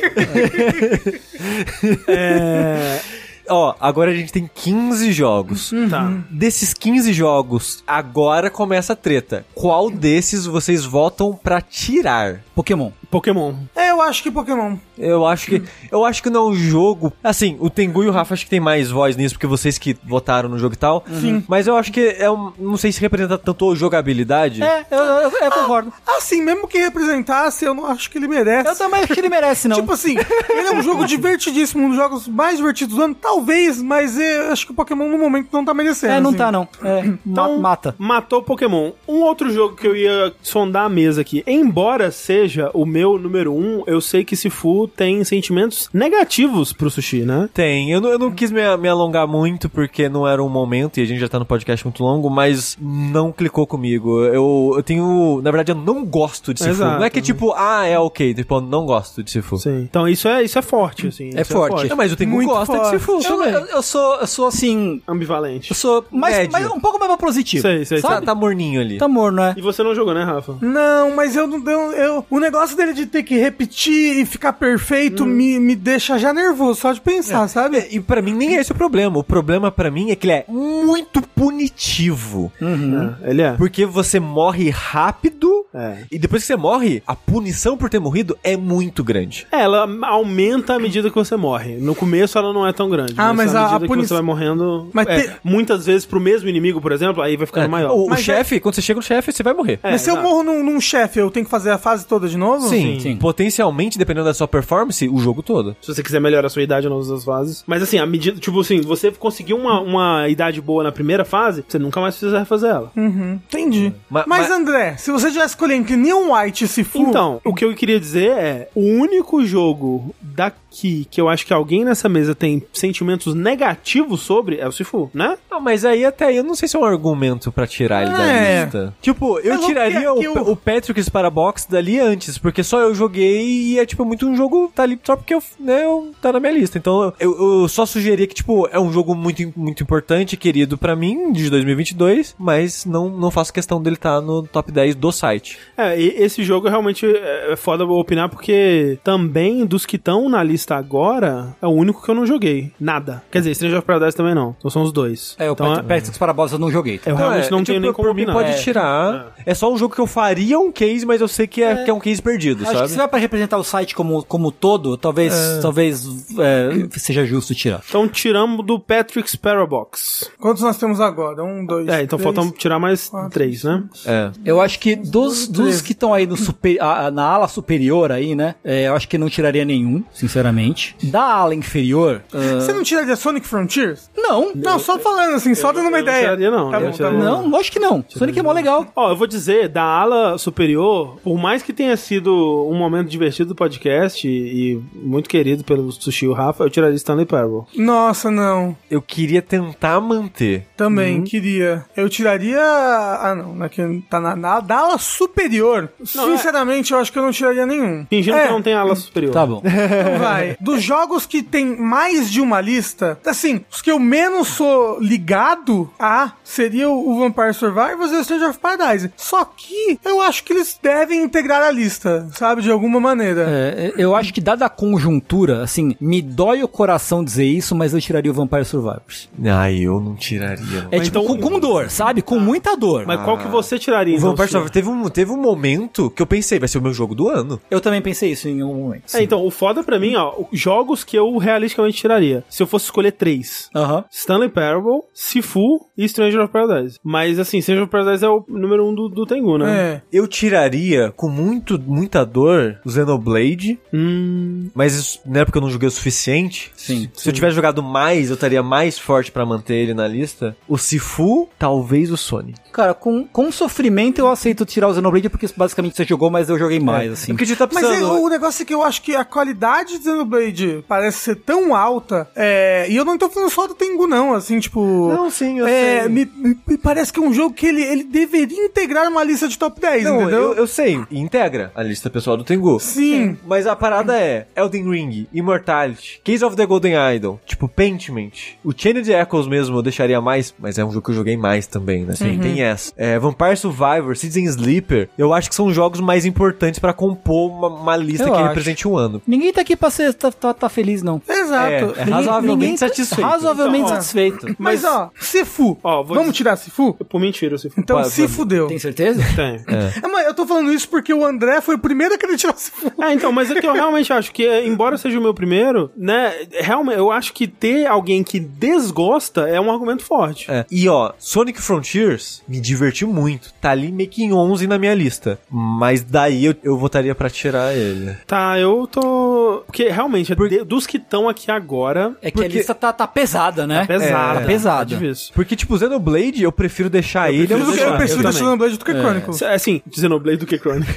Speaker 4: Ó, agora a gente tem 15 jogos.
Speaker 1: Tá.
Speaker 4: Desses 15 jogos, agora começa a treta. Qual desses vocês votam pra tirar?
Speaker 2: Pokémon.
Speaker 1: Pokémon.
Speaker 3: *laughs* É, eu acho que Pokémon.
Speaker 4: Eu acho que. Eu acho que não é um jogo. Assim, o Tengu e o Rafa acho que tem mais voz nisso, porque vocês que votaram no jogo e tal.
Speaker 3: Sim.
Speaker 4: Mas eu acho que é um. Não sei se representa tanto a jogabilidade.
Speaker 2: É, eu, eu- eu concordo.
Speaker 3: Assim, mesmo que representasse, eu não acho que ele merece.
Speaker 2: Eu também acho que ele merece, não.
Speaker 3: Tipo assim, ele é
Speaker 2: *laughs*
Speaker 3: um jogo divertidíssimo, um dos jogos mais divertidos do ano, talvez, mas é, eu acho que o Pokémon no momento não tá merecendo.
Speaker 2: é, não
Speaker 3: assim.
Speaker 2: tá, não. É, ma-
Speaker 1: Então,
Speaker 2: mata.
Speaker 1: Matou Pokémon. Um outro jogo que eu ia sondar a mesa aqui. Embora seja o meu número um, eu sei que Sifu tem sentimentos negativos pro sushi, né?
Speaker 4: Tem. Eu não, eu não quis me, me alongar muito porque não era um momento e a gente já tá no podcast muito longo, mas não clicou comigo. Eu, eu tenho. Na verdade, eu não gosto de Sifu.
Speaker 1: Exato.
Speaker 4: Não é que tipo, ah, é ok. Tipo, eu não gosto de Sifu.
Speaker 1: Sim. Então isso é, isso é forte, assim.
Speaker 2: É
Speaker 1: Isso
Speaker 2: forte.
Speaker 4: É, mas eu tenho
Speaker 3: Muito
Speaker 4: gosta
Speaker 3: forte.
Speaker 4: de Sifu.
Speaker 2: Eu,
Speaker 4: também.
Speaker 2: eu- eu sou, eu sou assim.
Speaker 1: Ambivalente.
Speaker 2: Eu sou mais,
Speaker 4: Médio.
Speaker 2: mais- um pouco mais pra positivo.
Speaker 1: Sei, sei,
Speaker 4: Tá,
Speaker 1: sabe?
Speaker 4: tá morninho ali.
Speaker 2: Tá morno, né?
Speaker 1: E você não jogou, né, Rafa?
Speaker 3: Não, mas eu não. Eu, eu- o negócio dele de ter que repetir e ficar perfeito
Speaker 2: Hum.
Speaker 3: me, me deixa já nervoso, só de pensar, sabe?
Speaker 4: E pra mim nem é esse o problema. O problema pra mim é que ele é muito punitivo.
Speaker 2: Uhum.
Speaker 1: É, ele é.
Speaker 4: Porque você morre rápido
Speaker 1: É.
Speaker 4: e depois que você morre, a punição por ter morrido é muito grande.
Speaker 1: É, Ela aumenta à medida que você morre. No começo ela não é tão grande.
Speaker 3: Ah, mas
Speaker 1: à
Speaker 3: a-
Speaker 1: medida
Speaker 3: a
Speaker 1: que
Speaker 3: puni-
Speaker 1: você vai morrendo.
Speaker 3: Mas
Speaker 1: é,
Speaker 3: te-
Speaker 1: Muitas vezes pro mesmo inimigo, por exemplo, aí vai ficando
Speaker 4: É,
Speaker 1: maior.
Speaker 4: O, o
Speaker 3: Mas é-
Speaker 4: chefe, quando você chega no chefe, você vai morrer.
Speaker 1: É,
Speaker 3: mas se eu
Speaker 1: exato.
Speaker 3: morro num, num chefe, eu tenho que fazer a fase toda de novo?
Speaker 4: Sim,
Speaker 2: Sim.
Speaker 4: potencialmente, dependendo da sua performance, o jogo todo.
Speaker 1: Se você quiser melhorar a sua idade nas outras fases. Mas assim, à medida. Tipo assim, você conseguiu uma, uma idade boa na primeira fase, você nunca mais precisa refazer ela.
Speaker 3: Uhum, entendi.
Speaker 4: Ma-
Speaker 3: Mas,
Speaker 4: ma-
Speaker 3: André, se você tivesse escolhido entre Neon um White e Sifu.
Speaker 1: Então, o que eu queria dizer é: o único jogo daqui que eu acho que alguém nessa mesa tem sentimentos negativos sobre é o Sifu, né?
Speaker 4: Ah, mas aí até aí eu não sei se é um argumento pra tirar ele da
Speaker 3: É.
Speaker 4: lista. Tipo, eu
Speaker 3: É louco que-
Speaker 4: tiraria o,
Speaker 3: que o-
Speaker 4: o Patrick Sparabox dali antes, porque só eu joguei e é tipo muito um jogo tá ali só porque eu, né, eu- tá na minha lista. Então eu, eu só sugeriria que tipo é um jogo muito im- muito importante, querido pra mim de 2022, mas não não faço questão dele estar no top 10 do site.
Speaker 1: É, e esse jogo realmente é é foda eu opinar porque também dos que estão na lista agora é o único que eu não joguei. Nada. Quer dizer, Stranger of Paradise também não. Então são os dois.
Speaker 2: É, o
Speaker 1: então,
Speaker 2: Patrick Patrick Parabólicos eu não joguei.
Speaker 1: Eu
Speaker 4: Então,
Speaker 1: realmente não tenho nem como
Speaker 4: por é, tipo, mim
Speaker 1: opinar.
Speaker 4: pode
Speaker 1: É.
Speaker 4: tirar. É. só um jogo que eu faria um case, mas eu sei que é, que é um case perdido,
Speaker 2: Acho
Speaker 4: sabe?
Speaker 2: que se vai pra representar o site como, como todo, talvez, talvez é, seja justo tirar.
Speaker 1: Então tiramos do Patrick Sparabox.
Speaker 3: Quantos nós temos agora? Um, dois.
Speaker 1: É, então
Speaker 3: três.
Speaker 1: faltam tirar mais três, né?
Speaker 4: É.
Speaker 2: Eu acho que dos, dos que estão aí no super- a- a- na ala superior aí, né? é, eu acho que não tiraria nenhum, sinceramente. Da ala inferior, ah,
Speaker 3: Você não tiraria Sonic Frontiers?
Speaker 2: não.
Speaker 3: Não, só falando assim, só dando uma
Speaker 1: eu não
Speaker 3: ideia.
Speaker 1: tiraria, É, não,
Speaker 3: Tá
Speaker 1: eu
Speaker 3: bom,
Speaker 1: não
Speaker 3: tá
Speaker 1: tiraria,
Speaker 3: bom.
Speaker 2: Não, lógico que não. Sonic é mó legal.
Speaker 1: Ó, eu vou dizer, da ala superior, por mais que tenha sido um momento divertido do podcast e, e muito querido pelo Sushi e o Rafa, eu tiraria Stanley Parable.
Speaker 3: Nossa, não.
Speaker 4: Eu queria tentar manter.
Speaker 1: Uhum.
Speaker 3: Também queria. Eu tiraria. Ah, não. né, que tá na, na, na ala superior. Sinceramente, eu acho que eu não tiraria nenhum.
Speaker 1: é- Fingindo
Speaker 3: É,
Speaker 1: que não tem ala superior.
Speaker 2: Tá *laughs* bom.
Speaker 4: *laughs*
Speaker 3: não Então vai. Dos jogos que tem mais de uma lista, assim, os que eu menos sou ligado a seria o Vampire Survivors e o Stranger of Paradise. Só que eu acho que eles devem integrar a lista, sabe? De alguma maneira.
Speaker 2: É, eu acho que dada a conjuntura, assim, me dói o coração dizer isso, mas eu tiraria o Vampire Survivors.
Speaker 4: Ai, eu não tiraria.
Speaker 2: É tipo,
Speaker 1: então-
Speaker 2: com, com dor, sabe? Com muita dor.
Speaker 1: Mas qual que você tiraria,
Speaker 4: O
Speaker 1: então,
Speaker 4: Vampire
Speaker 1: Sushi?
Speaker 4: Survivors teve um, teve um momento que eu pensei, vai ser o meu jogo do ano.
Speaker 2: Eu também pensei isso em algum momento.
Speaker 1: É, então, o foda pra mim, ó, o- jogos que eu realisticamente tiraria. Se eu fosse escolher três.
Speaker 2: Aham.
Speaker 1: Stanley Parable, Sifu e Stranger of Paradise. Mas, assim, Stranger of Paradise é o número um do, do Tengu, né?
Speaker 3: É.
Speaker 4: Eu tiraria com muito, muita dor o Xenoblade,
Speaker 1: Hum,
Speaker 4: mas isso, não é porque eu não joguei o suficiente.
Speaker 2: Sim.
Speaker 4: Se eu tivesse jogado mais, eu estaria mais forte pra manter ele na lista. O Sifu, talvez o Sony.
Speaker 2: Cara, com, com sofrimento eu aceito tirar o Xenoblade, porque basicamente você jogou, mas eu joguei mais,
Speaker 4: É
Speaker 2: assim.
Speaker 4: porque a gente tá
Speaker 3: Mas
Speaker 4: precisando...
Speaker 3: é- o negócio é que eu acho que a qualidade de Xenoblade parece ser tão alta. é, e eu não tô falando só do Tengu, não. Assim, tipo.
Speaker 4: Não, sim, eu
Speaker 3: é,
Speaker 4: sei.
Speaker 3: Me, me- me parece que é um jogo que ele, ele deveria integrar uma lista de top 10,
Speaker 4: Não,
Speaker 3: entendeu?
Speaker 4: eu, eu sei. E Integra a lista pessoal do Tengu.
Speaker 3: Sim.
Speaker 4: Mas a parada é Elden Ring, Immortality, Case of the Golden Idol, tipo Pentiment. O Chained Echoes mesmo eu Uhum. deixaria mais, mas é um jogo que eu joguei mais também, né? Tem essa. É, Vampire Survivor, Citizen Sleep, Reaper, eu acho que são os jogos mais importantes pra compor uma, uma lista
Speaker 2: Eu
Speaker 4: que
Speaker 2: acho.
Speaker 4: represente um ano.
Speaker 2: Ninguém tá aqui pra ser, tá, tá- tá feliz, não.
Speaker 3: Exato.
Speaker 4: É, é razoavelmente
Speaker 2: Ninguém tá
Speaker 4: satisfeito.
Speaker 2: Razoavelmente
Speaker 3: Então, ó.
Speaker 2: satisfeito.
Speaker 3: Mas,
Speaker 1: Mas-
Speaker 3: ó, Sifu.
Speaker 1: Ó, vou
Speaker 3: Vamos
Speaker 1: dizer-
Speaker 3: tirar Sifu?
Speaker 1: Por mentira, se
Speaker 3: Então
Speaker 4: Vai,
Speaker 3: se
Speaker 4: vamos.
Speaker 3: fudeu.
Speaker 2: Tem certeza?
Speaker 1: tem.
Speaker 3: É, mas eu tô falando isso porque o André foi o primeiro a querer tirar Sifu.
Speaker 1: Ah, então, mas é que eu realmente acho que, embora seja o meu primeiro, né, realmente, eu acho que ter alguém que desgosta é um argumento forte.
Speaker 4: É. E ó, Sonic Frontiers me diverti muito. Tá ali meio que em 11 na minha lista. Mas daí eu, eu votaria pra tirar ele.
Speaker 2: É.
Speaker 1: Tá, eu tô... Porque, realmente, de- dos que estão aqui agora, é
Speaker 2: É que a
Speaker 1: porque-
Speaker 2: lista tá, tá pesada, né?
Speaker 1: pesada.
Speaker 2: Tá pesada.
Speaker 1: Tá difícil.
Speaker 4: Porque, tipo, Xenoblade, eu prefiro deixar ele.
Speaker 1: prefiro
Speaker 3: Eu,
Speaker 4: do que
Speaker 1: deixar.
Speaker 3: eu prefiro
Speaker 1: eu
Speaker 3: o
Speaker 1: também.
Speaker 3: Xenoblade do que Chronicles.
Speaker 1: Assim, Xenoblade do que Chronicle.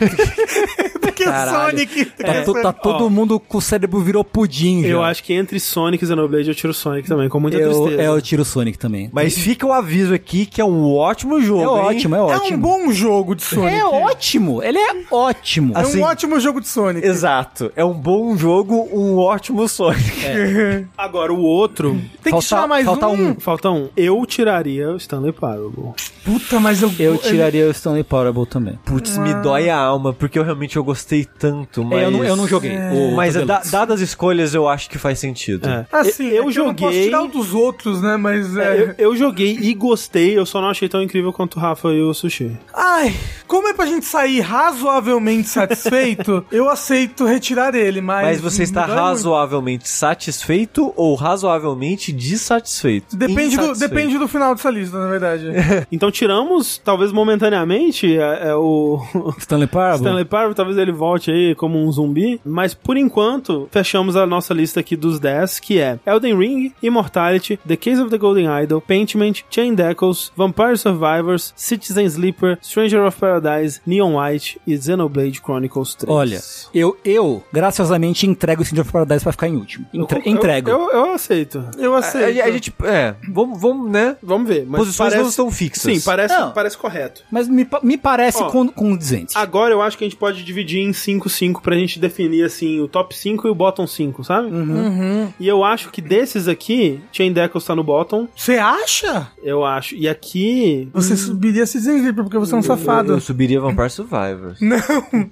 Speaker 3: Porque é
Speaker 2: Caralho.
Speaker 3: Sonic.
Speaker 2: Tá, to- tá todo mundo com o cérebro virou pudim. *laughs* já.
Speaker 1: eu acho que entre Sonic e Xenoblade eu tiro Sonic também, com muita
Speaker 2: eu,
Speaker 1: tristeza.
Speaker 2: é, eu tiro o Sonic também.
Speaker 4: Mas fica o aviso aqui que é um ótimo jogo.
Speaker 2: é
Speaker 4: hein?
Speaker 2: ótimo, é
Speaker 3: É um
Speaker 2: ótimo.
Speaker 3: bom jogo de Sonic.
Speaker 2: É ótimo, ele é ótimo.
Speaker 3: É um
Speaker 4: Assim-
Speaker 3: ótimo jogo de Sonic.
Speaker 4: Exato. É um bom jogo, um ótimo Sonic.
Speaker 1: Agora, o outro...
Speaker 3: Tem que
Speaker 2: Falta-
Speaker 3: tirar mais
Speaker 2: falta
Speaker 3: um.
Speaker 2: um.
Speaker 1: Falta um. Eu tiraria o Stanley Parable.
Speaker 3: Puta, mas eu... É,
Speaker 2: Eu tiraria o Stanley Parable também.
Speaker 4: *laughs* Putz, me dói a alma, porque eu realmente eu gostei tanto, mas...
Speaker 2: É, eu, não, eu não joguei. o
Speaker 4: Mas
Speaker 2: Deluxe.
Speaker 4: da- dadas as escolhas, eu acho que faz sentido.
Speaker 1: É.
Speaker 3: Assim,
Speaker 1: eu, eu
Speaker 3: é que não posso
Speaker 1: joguei...
Speaker 3: tirar o dos outros, né? Mas é...
Speaker 1: Eu, eu joguei e gostei, eu só não achei tão incrível quanto o Rafa e o Sushi.
Speaker 3: Ai, como é pra gente sair razoavelmente satisfeito, eu aceito retirar ele, mas.
Speaker 4: Mas você está
Speaker 3: me dói muito.
Speaker 4: razoavelmente satisfeito ou razoavelmente dissatisfeito?
Speaker 3: Depende do,
Speaker 4: Insatisfeito.
Speaker 3: depende do final dessa lista, na verdade.
Speaker 1: Então tiramos, talvez momentaneamente, é, é, o *laughs*
Speaker 2: Stanley Parable?
Speaker 1: Stanley Parable, talvez ele volte aí como um zumbi, mas por enquanto fechamos a nossa lista aqui dos 10, que é Elden Ring, Immortality, The Case of the Golden Idol, Paintment, Chain Deckles, Vampire Survivors, Citizen Sleeper, Stranger of Paradise, Neon White e Xenoblade Chronicles 3.
Speaker 2: Olha, eu, eu, graciosamente, entrego o Cinder of Paradise pra ficar em último. Entre-
Speaker 1: Eu-
Speaker 2: entrego.
Speaker 1: Eu, eu aceito.
Speaker 3: Eu
Speaker 4: A, a-
Speaker 3: aceito.
Speaker 4: a gente, é, vamos, vamos né?
Speaker 1: Vamos ver. Mas
Speaker 4: Posições
Speaker 1: parece-
Speaker 4: não estão fixas.
Speaker 1: Sim, parece,
Speaker 2: Não.
Speaker 1: parece correto.
Speaker 2: Mas me, pa- me parece
Speaker 1: Ó,
Speaker 2: con- condizente.
Speaker 1: Agora eu acho que a gente pode dividir em 5, 5 pra gente definir assim o top 5 e o bottom 5, sabe? E eu acho que desses aqui, Chain Deckles tá no bottom,
Speaker 3: Você acha?
Speaker 1: eu acho. E aqui.
Speaker 3: Você
Speaker 2: Hum.
Speaker 3: subiria se desenvolver porque você é um safado.
Speaker 4: Eu, eu subiria Vampire Survivors.
Speaker 3: Não.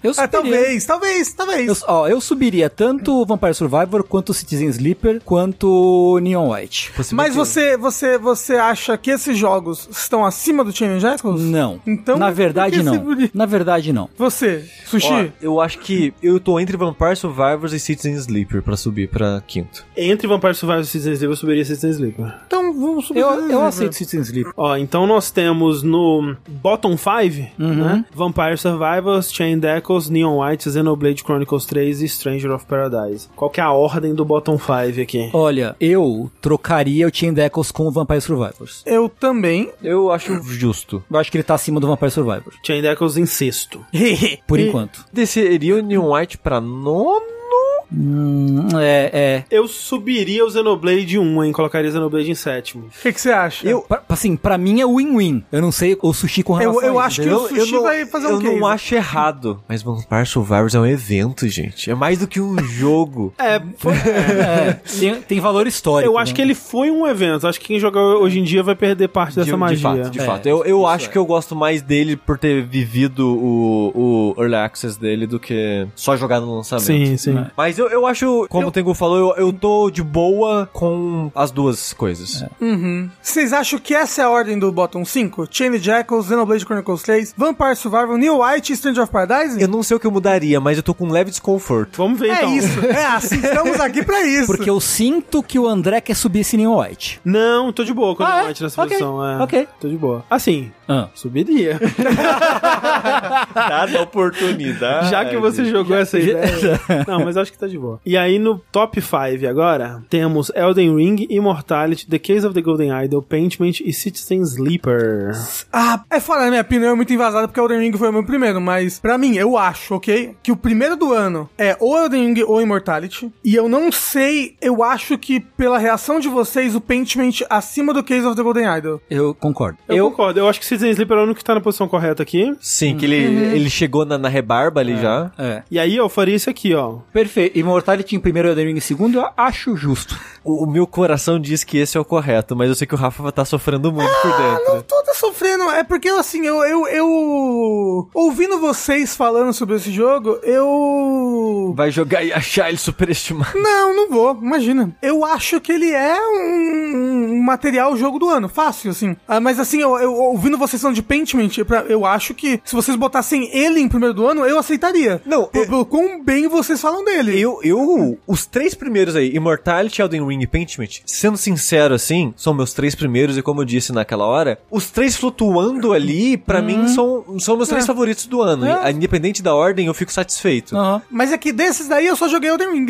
Speaker 2: Eu
Speaker 3: ah,
Speaker 2: subiria.
Speaker 3: talvez, talvez, talvez.
Speaker 2: Eu, ó, eu subiria tanto o Vampire Survivor, quanto o Citizen Sleeper, quanto o Neon White.
Speaker 3: Mas você, você, você acha que esses jogos estão acima do Chain Jackals?
Speaker 2: Não.
Speaker 3: Então,
Speaker 2: Na
Speaker 3: por que
Speaker 2: verdade,
Speaker 3: você
Speaker 2: não.
Speaker 3: podia-
Speaker 2: Na verdade, não.
Speaker 3: Você, Sushi?
Speaker 4: Ó, eu acho que eu tô entre Vampire Survivors e Citizen Sleeper pra subir pra quinto.
Speaker 1: Entre Vampire Survivor e Citizen Sleeper, eu subiria Citizen Sleeper.
Speaker 3: então vamos subir.
Speaker 2: Eu, eu
Speaker 3: é.
Speaker 2: aceito Citizen Sleeper.
Speaker 1: Ó, então nós temos no bottom 5, né? Vampire Survivors, Chain Deckles, Neon White, Xenoblade Chronicles 3 e Stranger of Paradise. Qual que é a ordem do bottom 5 aqui?
Speaker 2: Olha, eu trocaria o Chain Deckles com o Vampire Survivors.
Speaker 3: Eu também.
Speaker 4: Eu acho justo.
Speaker 2: Eu acho que ele tá acima do Vampire Survivor.
Speaker 1: Chain Deckles em sexto.
Speaker 2: Por
Speaker 1: E-
Speaker 2: enquanto.
Speaker 4: Desceria o Neon White pra nono?
Speaker 2: Hum, é, é.
Speaker 1: Eu subiria o Xenoblade 1, hein? Colocaria o Xenoblade em sétimo.
Speaker 3: O que, que você acha?
Speaker 2: Eu, pra- assim, pra mim é win-win. Eu não sei o sushi com relação
Speaker 3: Eu, eu
Speaker 2: a isso.
Speaker 3: acho que o sushi vai fazer
Speaker 4: eu
Speaker 3: um
Speaker 4: não
Speaker 3: case.
Speaker 4: acho errado. Mas Vampire Survivors é um evento, gente. É mais do que um jogo.
Speaker 1: É,
Speaker 2: *laughs* É, tem, tem valor histórico. né?
Speaker 1: eu acho que ele foi um evento. Acho que quem joga hoje em dia vai perder parte
Speaker 4: né? de,
Speaker 1: dessa magia.
Speaker 4: de fato, de
Speaker 2: É,
Speaker 4: fato. Eu, eu
Speaker 2: isso
Speaker 4: acho
Speaker 2: é.
Speaker 4: que eu gosto mais dele por ter vivido o, o Early Access dele do que só jogar no lançamento.
Speaker 1: Sim, sim.
Speaker 2: É.
Speaker 4: Mas eu, eu acho, como o Tengu falou, eu, eu tô de boa com as duas coisas.
Speaker 3: Uhum. Vocês acham que essa é a ordem do bottom 5? Chain Jackals, Xenoblade Chronicles 3, Vampire Survival, Neil White e Stranger of Paradise?
Speaker 4: Eu não sei o que eu mudaria, mas eu tô com um leve
Speaker 2: *laughs*
Speaker 4: desconforto.
Speaker 1: Vamos ver
Speaker 3: É
Speaker 1: então.
Speaker 3: isso. É assim, estamos aqui pra isso.
Speaker 2: Porque eu sinto que o André quer subir esse Neon White.
Speaker 1: Não, tô de boa com o
Speaker 2: Ah,
Speaker 1: Neon
Speaker 2: é?
Speaker 1: White nessa
Speaker 2: Ok,
Speaker 1: posição. É.
Speaker 2: ok.
Speaker 1: Tô de boa. Assim,
Speaker 2: Ah.
Speaker 4: *laughs*
Speaker 1: subiria.
Speaker 4: Dada oportunidade.
Speaker 1: Já que você jogou essa
Speaker 4: *laughs*
Speaker 1: ideia. Não, mas acho que tá de boa. E aí no top 5 agora, temos Elden Ring, Immortality, The Case of the Golden Idol, Paintment e Citizen Sleeper.
Speaker 3: Ah, é fora da minha opinião, é muito invasada porque Elden Ring foi o meu primeiro, mas pra mim, eu acho, ok? Que o primeiro do ano é ou Elden Ring ou Immortality. E eu não sei, eu acho que pela reação de vocês, o Paintment acima do Case of the Golden Idol.
Speaker 2: Eu concordo.
Speaker 1: Eu, concordo, eu acho que Citizen Sleeper é o único que tá na posição correta aqui.
Speaker 4: Sim, que ele, ele chegou na, na rebarba ali já.
Speaker 2: É.
Speaker 1: E aí eu faria isso aqui, ó.
Speaker 2: Perfeito. Immortality em primeiro e Elden Ring em segundo, eu acho justo.
Speaker 4: O, o meu coração diz que esse é o correto, mas eu sei que o Rafa tá sofrendo muito por
Speaker 3: Não
Speaker 4: dentro.
Speaker 3: tô tá sofrendo, é porque assim, eu, eu, eu. Ouvindo vocês falando sobre esse jogo, eu.
Speaker 4: Vai jogar e achar ele superestimado.
Speaker 3: Não, não vou, imagina. Eu acho que ele é um, um material jogo do ano, fácil, assim. Ah, mas assim, eu, eu- ouvindo vocês falando de Paintment, eu pra- eu acho que se vocês botassem ele em primeiro do ano, eu aceitaria.
Speaker 4: Não,
Speaker 3: Pelo
Speaker 4: eu-
Speaker 3: pelo quão bem vocês falam dele.
Speaker 4: Eu, eu, os três primeiros aí, Immortality, Elden Ring e Pentiment, sendo sincero assim, são meus três primeiros e como eu disse naquela hora, os três flutuando ali, pra mim, são, são meus três favoritos do ano. E, Independente da ordem, eu fico satisfeito.
Speaker 2: Aham.
Speaker 3: Mas é que desses daí eu só joguei Elden Ring.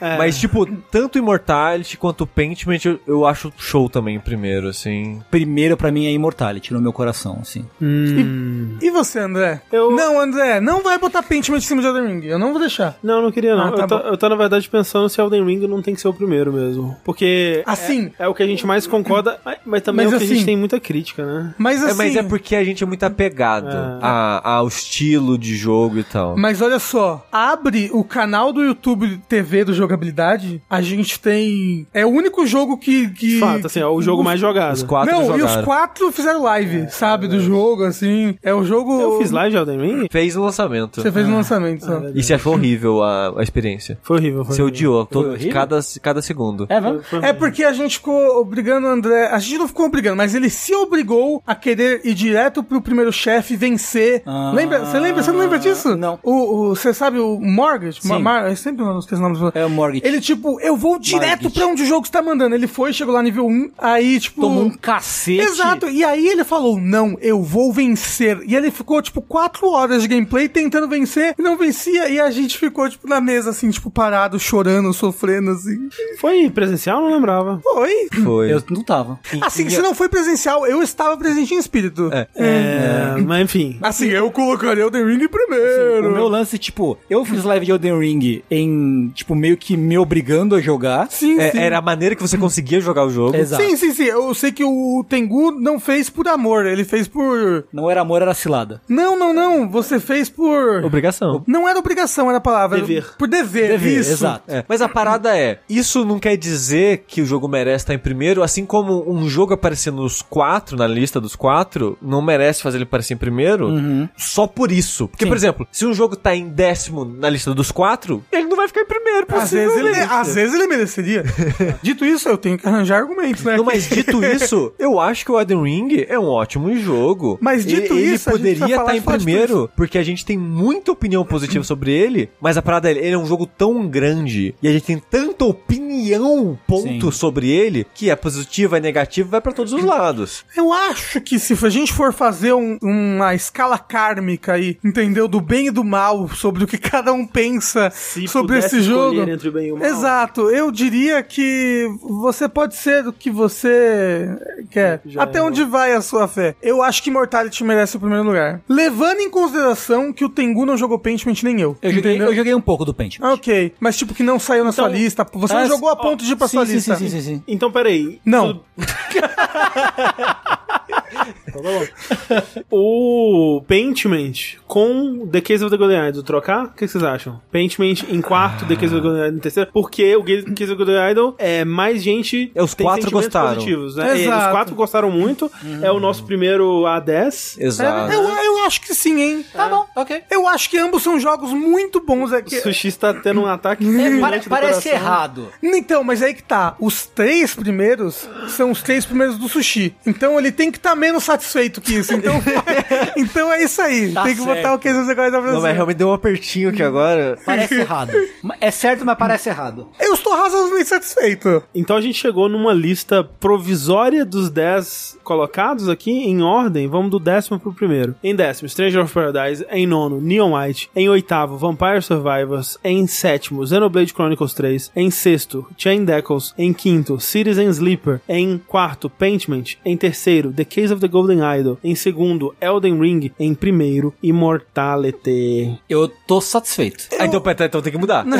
Speaker 4: É. Mas, tipo, tanto Immortality quanto Pentiment, eu, eu acho show também o primeiro, assim.
Speaker 2: Primeiro pra mim é Immortality no meu coração, assim.
Speaker 3: *laughs* e você, André?
Speaker 1: Eu-
Speaker 3: Não, André, não vai botar Paintment em cima de Elden Ring. Eu não vou deixar.
Speaker 1: Não, não queria não.
Speaker 3: Ah, tá
Speaker 1: eu, tô,
Speaker 3: bom.
Speaker 1: eu tô, na verdade, pensando se Elden Ring não tem que ser o primeiro mesmo. Porque
Speaker 3: Assim.
Speaker 1: é o que a gente mais concorda, mas- mas também
Speaker 3: Mas
Speaker 1: é o que a
Speaker 3: assim-
Speaker 1: gente tem muita crítica, né?
Speaker 3: Mas assim.
Speaker 4: É, mas é porque a gente é muito apegado a- ao estilo de jogo e tal.
Speaker 3: Mas olha só, abre o canal do YouTube TV do Jogabilidade, a gente tem... É o único jogo que... que...
Speaker 1: De fato, assim, é o jogo mais jogado.
Speaker 4: Os quatro
Speaker 3: Não, e
Speaker 4: jogaram.
Speaker 3: os quatro fizeram live, sabe, do jogo, assim. É o jogo...
Speaker 1: É, Eu fiz live é. de Elden Ring?
Speaker 4: Fez o lançamento.
Speaker 3: Você fez no lançamento, só.
Speaker 4: E você achou horrível a, a experiência.
Speaker 1: Foi horrível. Foi
Speaker 4: Você
Speaker 1: horrível.
Speaker 4: odiou todo,
Speaker 2: horrível?
Speaker 4: cada, cada segundo.
Speaker 2: É mesmo?
Speaker 1: Foi
Speaker 3: É porque a gente ficou obrigando o André. A gente não ficou obrigando, mas ele se obrigou a querer ir direto pro primeiro chefe vencer.
Speaker 2: Ah.
Speaker 3: lembra? Você lembra? Você não lembra
Speaker 1: Ah.
Speaker 3: disso?
Speaker 2: Não.
Speaker 3: O, o- você sabe o Mortgage?
Speaker 2: Sim.
Speaker 3: Ma- Mar- eu sempre um não esqueço o nome do
Speaker 2: É o Mortgage.
Speaker 3: Ele, tipo, eu vou direto
Speaker 2: Mortgage.
Speaker 3: pra onde o jogo está mandando. Ele foi, chegou lá nível 1, aí, tipo.
Speaker 2: Tomou um cacete.
Speaker 3: Exato, e aí ele falou: Não, eu vou vencer. E ele ficou, tipo, quatro horas de gameplay tentando vencer e não vencia. E a gente ficou, tipo, na mesa, assim, tipo, parado, chorando, sofrendo, assim.
Speaker 1: Foi presencial? Não lembrava.
Speaker 3: Foi.
Speaker 4: Foi.
Speaker 2: Eu não tava.
Speaker 3: Assim, se não foi presencial, eu estava presente em espírito.
Speaker 4: É.
Speaker 1: É, mas enfim.
Speaker 3: Assim, eu colocaria Elden Ring
Speaker 2: O
Speaker 3: primeiro.
Speaker 2: meu lance, tipo, eu fiz live de Elden Ring em, tipo, meio que me obrigando a jogar.
Speaker 3: Sim,
Speaker 4: É,
Speaker 3: sim.
Speaker 4: era a maneira que você conseguia jogar o jogo.
Speaker 2: Exato.
Speaker 3: Sim, sim, sim. Eu sei que o Tengu não fez por amor, ele fez por.
Speaker 2: Não era amor, era cilada.
Speaker 3: Não, não, não. Você fez por.
Speaker 4: Obrigação.
Speaker 3: Não era obrigação, era a palavra.
Speaker 1: Dever.
Speaker 3: Por dever.
Speaker 2: Dever,
Speaker 3: isso.
Speaker 2: exato.
Speaker 4: É, Mas a parada é, isso não quer dizer que o jogo merece estar em primeiro, assim como um jogo aparecendo nos quatro, na lista dos quatro, não merece fazer ele aparecer em primeiro, só por isso. Porque, por exemplo, se um jogo tá em décimo na lista dos quatro, ele não vai ficar em primeiro,
Speaker 3: Às vezes, ele,
Speaker 4: possivelmente.
Speaker 3: é né? às vezes ele mereceria. Dito isso, eu tenho que arranjar argumentos, né?
Speaker 4: Não,
Speaker 3: *laughs*
Speaker 4: mas dito isso, eu acho que o Elden Ring é um ótimo jogo.
Speaker 3: Mas dito
Speaker 4: ele,
Speaker 3: isso, a
Speaker 4: ele
Speaker 3: gente
Speaker 4: poderia
Speaker 3: vai falar
Speaker 4: estar em
Speaker 3: só de
Speaker 4: primeiro, porque a gente tem muita opinião positiva sobre ele, mas a parada é, ele é um jogo tão grande e a gente tem tanta opinião, ponto, sobre ele, que é positiva, é negativa, vai pra todos
Speaker 3: *laughs*
Speaker 4: os lados.
Speaker 3: Eu acho que se a gente for fazer um- uma escala kármica aí, entendeu? Do bem e do mal, sobre o que cada um pensa
Speaker 1: Se
Speaker 3: sobre
Speaker 1: pudesse
Speaker 3: esse jogo.
Speaker 1: escolher entre o bem e o mal.
Speaker 3: Exato, eu diria que você pode ser o que você quer.
Speaker 1: Já
Speaker 3: Até
Speaker 1: é.
Speaker 3: onde vai a sua fé? Eu acho que Immortality merece o primeiro lugar. Levando em consideração que o Tengu não jogou Paintment nem eu.
Speaker 2: Eu joguei, eu joguei um pouco do Paint.
Speaker 3: Ok, mas tipo que não saiu na sua
Speaker 1: Então-
Speaker 3: lista. Você não
Speaker 2: Ah,
Speaker 3: jogou a ponto de ir pra
Speaker 2: sim,
Speaker 3: sua
Speaker 2: sim,
Speaker 3: lista.
Speaker 2: Sim, sim, sim, sim.
Speaker 1: Então, peraí.
Speaker 3: Não.
Speaker 1: O Paintment com The Case of the Golden Idol trocar? O que vocês acham? Paintment em quarto, The Case of the Golden Idol em terceiro? Porque o Ga- Case of the Golden Idol é mais gente.
Speaker 4: É, os
Speaker 1: tem
Speaker 4: quatro
Speaker 1: sentimentos
Speaker 4: gostaram.
Speaker 1: Positivos, né? É,
Speaker 3: Exato.
Speaker 1: os quatro gostaram muito. É o nosso primeiro A10.
Speaker 4: Exato.
Speaker 3: É, Eu, eu acho que sim, hein?
Speaker 2: Tá bom, ok.
Speaker 3: Eu acho que ambos são jogos muito bons É
Speaker 1: O
Speaker 3: aqui.
Speaker 1: Sushi está tendo um ataque.
Speaker 2: É,
Speaker 1: fulminante
Speaker 2: pare-
Speaker 1: do
Speaker 2: parece
Speaker 1: coração.
Speaker 2: errado.
Speaker 3: Então, mas aí que tá. Os três primeiros são os três primeiros do sushi. Então ele tem que estar menos satisfeito que isso. Então, *laughs* então é isso aí.
Speaker 2: Tá
Speaker 3: tem que botar
Speaker 2: certo.
Speaker 3: o que você gosta da
Speaker 4: Não, mas
Speaker 3: Brasil.
Speaker 4: realmente deu um apertinho aqui agora.
Speaker 2: Hum. Parece errado. É certo, mas parece errado.
Speaker 3: Eu estou razoavelmente satisfeito.
Speaker 1: Então a gente chegou numa lista provisória dos 10 colocados aqui em ordem. Vamos do décimo pro primeiro. Em décimo, Stranger of Paradise. Em nono, Neon White. Em oitavo, Vampire Survivors. Em sétimo, Xenoblade Chronicles 3. Em sexto, Chain Deckles. Em quinto, Citizen Sleeper. Em quarto, Paintment. Em terceiro, The Case of the Golden Golden Idol. Em segundo, Elden Ring. Em primeiro, Immortality.
Speaker 2: Eu tô satisfeito.
Speaker 4: Ah, então, pera, então tem que mudar.
Speaker 3: Né?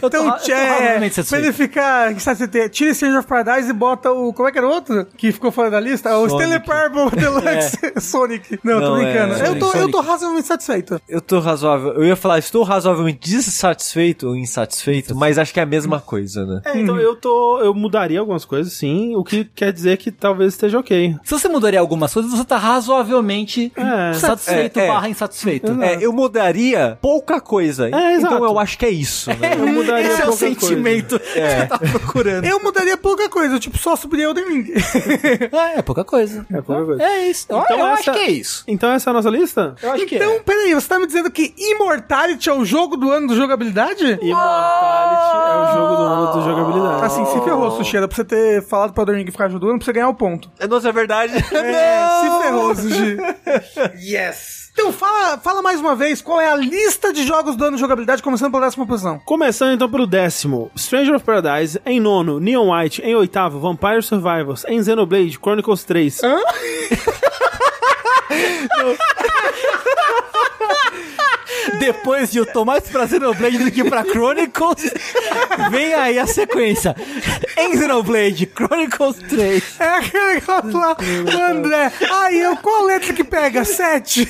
Speaker 2: Eu
Speaker 3: Então,
Speaker 2: ra- eu razoavelmente
Speaker 3: é, pra ele
Speaker 2: satisfeito.
Speaker 3: ficar. que sabe, você Tira Strange of Paradise e bota o. Como é que era o outro? Que ficou fora da lista? O
Speaker 4: Sonic.
Speaker 3: Stanley Parable Deluxe *laughs* Sonic. Não, tô
Speaker 4: Não, é,
Speaker 3: brincando. eu, tô,
Speaker 4: Sonic.
Speaker 3: eu tô razoavelmente satisfeito.
Speaker 4: Eu tô razoável. Eu ia falar, estou razoavelmente dissatisfeito ou insatisfeito, mas acho que é a mesma coisa, né?
Speaker 1: É, então eu tô. Eu mudaria algumas coisas, sim. O que quer dizer que talvez esteja ok.
Speaker 2: Se você mudaria algumas coisas, você tá razoavelmente
Speaker 1: É.
Speaker 2: satisfeito
Speaker 4: É, é.
Speaker 2: barra insatisfeito.
Speaker 4: É, eu mudaria pouca coisa.
Speaker 1: exato.
Speaker 4: Então eu acho que é isso,
Speaker 3: *laughs*
Speaker 4: né?
Speaker 1: Eu mudaria
Speaker 2: Esse é o
Speaker 1: pouca coisa.
Speaker 2: sentimento que você tá procurando.
Speaker 3: Eu mudaria pouca coisa, tipo, só subiria Elden Ring.
Speaker 2: *laughs*
Speaker 3: *laughs*
Speaker 2: É, é pouca coisa.
Speaker 1: É pouca coisa.
Speaker 2: É isso. Então,
Speaker 1: Então
Speaker 2: eu
Speaker 1: essa-
Speaker 2: acho que é isso.
Speaker 1: Então essa é a nossa lista?
Speaker 2: Eu acho é.
Speaker 3: então, peraí, você tá me dizendo que Immortality é o jogo do ano do jogabilidade?
Speaker 1: Immortality é o jogo do ano do jogabilidade.
Speaker 3: Assim, se ferrou, Sushi. Era pra você ter falado pra Elden Ring ficar ajudando pra você ganhar o ponto.
Speaker 4: É, Nossa, é verdade.
Speaker 3: *laughs* É, se ferrou, Sushi. yes. Então, fala, fala mais uma vez qual é a lista de jogos do ano de jogabilidade, começando pela décima posição.
Speaker 1: Começando então pelo décimo, Stranger of Paradise em nono, Neon White em oitavo, Vampire Survivors em Xenoblade Chronicles 3.
Speaker 2: Depois de eu tomar esse pra Xenoblade do que pra
Speaker 4: *laughs*
Speaker 2: Chronicles, vem aí a sequência. Em Xenoblade, Chronicles 3.
Speaker 3: É aquele negócio lá, o André. Aí, eu, qual letra que pega? Sete.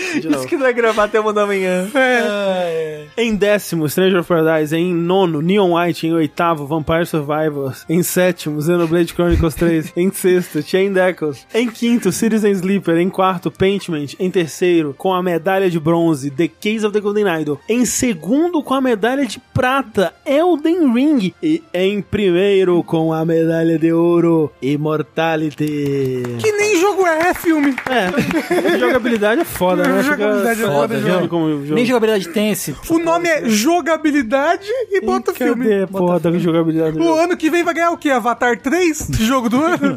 Speaker 4: Isso que não é gravar até uma da manhã.
Speaker 2: É.
Speaker 1: Em décimo, Stranger of Paradise em nono, Neon White em oitavo, Vampire Survivors em sétimo, Xenoblade Chronicles 3 em sexto, Chain Deckles em quinto, Citizen Sleeper em quarto, Paintment em terceiro, com a medalha de bronze, The Case of the Golden Idol em segundo, com a medalha de prata, Elden Ring e em primeiro, com a medalha de ouro, Immortality.
Speaker 3: Que nem jogo é, é filme.
Speaker 1: É, *laughs* jogabilidade é foda, né? Fica
Speaker 3: Jogabilidade é
Speaker 1: foda,
Speaker 3: foda,
Speaker 1: jogo
Speaker 2: viu?
Speaker 1: como jogo.
Speaker 2: Nem jogabilidade tem esse.
Speaker 3: O nome é jogabilidade e bota
Speaker 1: Ih,
Speaker 3: filme.
Speaker 1: Cadê a porra da jogabilidade? do
Speaker 3: O
Speaker 1: jogo?
Speaker 3: ano que vem vai ganhar o quê? Avatar 3? de Jogo do ano?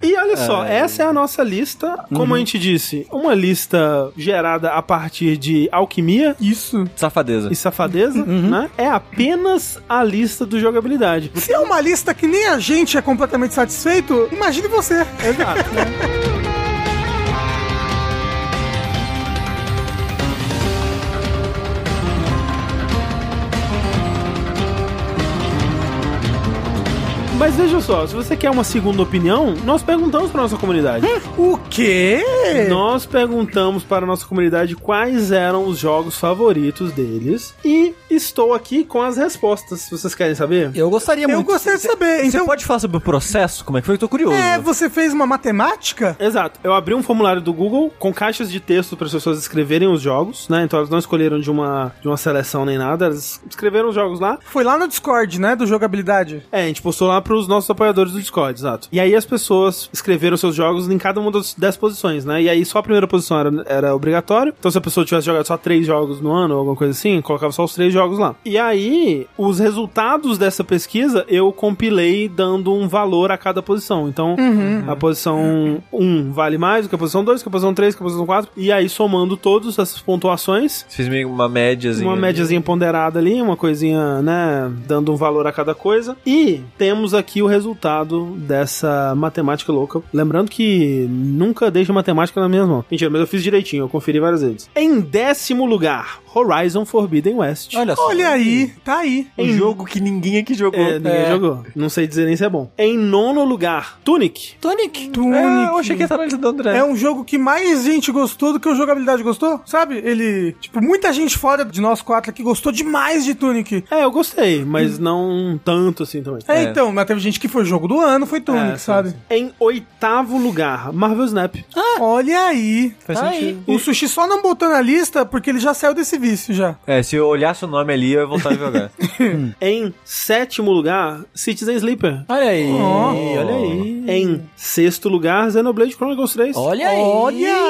Speaker 1: E olha só, essa é a nossa lista, como a gente disse, uma lista gerada a partir de alquimia
Speaker 3: Isso.
Speaker 4: Safadeza.
Speaker 1: e safadeza, né? É apenas a lista do jogabilidade.
Speaker 3: Se é uma lista que nem a gente é completamente satisfeito, imagine você.
Speaker 1: Exato. Mas veja só, se você quer uma segunda opinião, nós perguntamos para nossa comunidade.
Speaker 3: O quê?
Speaker 1: Nós perguntamos para a nossa comunidade quais eram os jogos favoritos deles e estou aqui com as respostas. Vocês querem saber?
Speaker 2: Eu gostaria
Speaker 3: Eu
Speaker 2: muito.
Speaker 3: gostaria de saber.
Speaker 4: Você
Speaker 3: Então,
Speaker 4: pode falar sobre o processo? Como é que foi? Eu tô curioso.
Speaker 3: é, você fez uma matemática?
Speaker 1: Exato. Eu abri um formulário do Google com caixas de texto para as pessoas escreverem os jogos, né? Então elas não escolheram de uma, de uma seleção nem nada, elas escreveram os jogos lá.
Speaker 3: Foi lá no Discord, né? Do jogabilidade.
Speaker 1: É, a gente postou lá para os nossos apoiadores do Discord, exato. E aí as pessoas escreveram seus jogos em cada uma das 10 posições, né? E aí só a primeira posição era, era obrigatório. Então se a pessoa tivesse jogado só três jogos no ano ou alguma coisa assim, colocava só os três jogos lá. E aí, os resultados dessa pesquisa eu compilei dando um valor a cada posição. Então, a posição 1 vale mais do que a posição 2, que a posição 3, que a posição 4. E aí, somando todas essas pontuações,
Speaker 4: Você fez meio uma assim. médiazinha.
Speaker 1: uma médiazinha ponderada ali, uma coisinha, né, dando um valor a cada coisa. E temos aqui o resultado dessa matemática louca. Lembrando que nunca deixo matemática na minha mão. Mentira, mas eu fiz direitinho, eu conferi várias vezes. Em décimo lugar, Horizon Forbidden West.
Speaker 2: Olha só.
Speaker 3: Olha aí, tá aí.
Speaker 4: Um jogo que ninguém aqui jogou.
Speaker 1: É, ninguém
Speaker 2: É.
Speaker 1: jogou. Não sei dizer nem se é bom. Em nono lugar, Tunic.
Speaker 2: Tonic.
Speaker 4: É, eu achei que ia estar analisando André.
Speaker 3: É um jogo que mais gente gostou do que o jogabilidade gostou, sabe? Ele, tipo, muita gente fora de nós quatro aqui gostou demais de Tunic.
Speaker 1: É, eu gostei, mas não tanto assim também.
Speaker 3: É,
Speaker 4: É.
Speaker 3: então, mas teve gente que foi jogo do ano, foi Tunic,
Speaker 1: É,
Speaker 3: sabe? Ah,
Speaker 1: Em oitavo lugar, Marvel Snap.
Speaker 3: Olha aí.
Speaker 1: Faz
Speaker 2: Tá
Speaker 1: sentido.
Speaker 3: O sushi só não botou na lista porque ele já saiu desse vício já.
Speaker 4: É, se eu olhasse o nome ali, eu ia voltar a jogar.
Speaker 1: Em sétimo lugar, Citizen Sleeper.
Speaker 2: Olha aí.
Speaker 3: Oh.
Speaker 2: Olha aí.
Speaker 1: Em sexto lugar, Xenoblade Chronicles 3.
Speaker 2: Olha aí.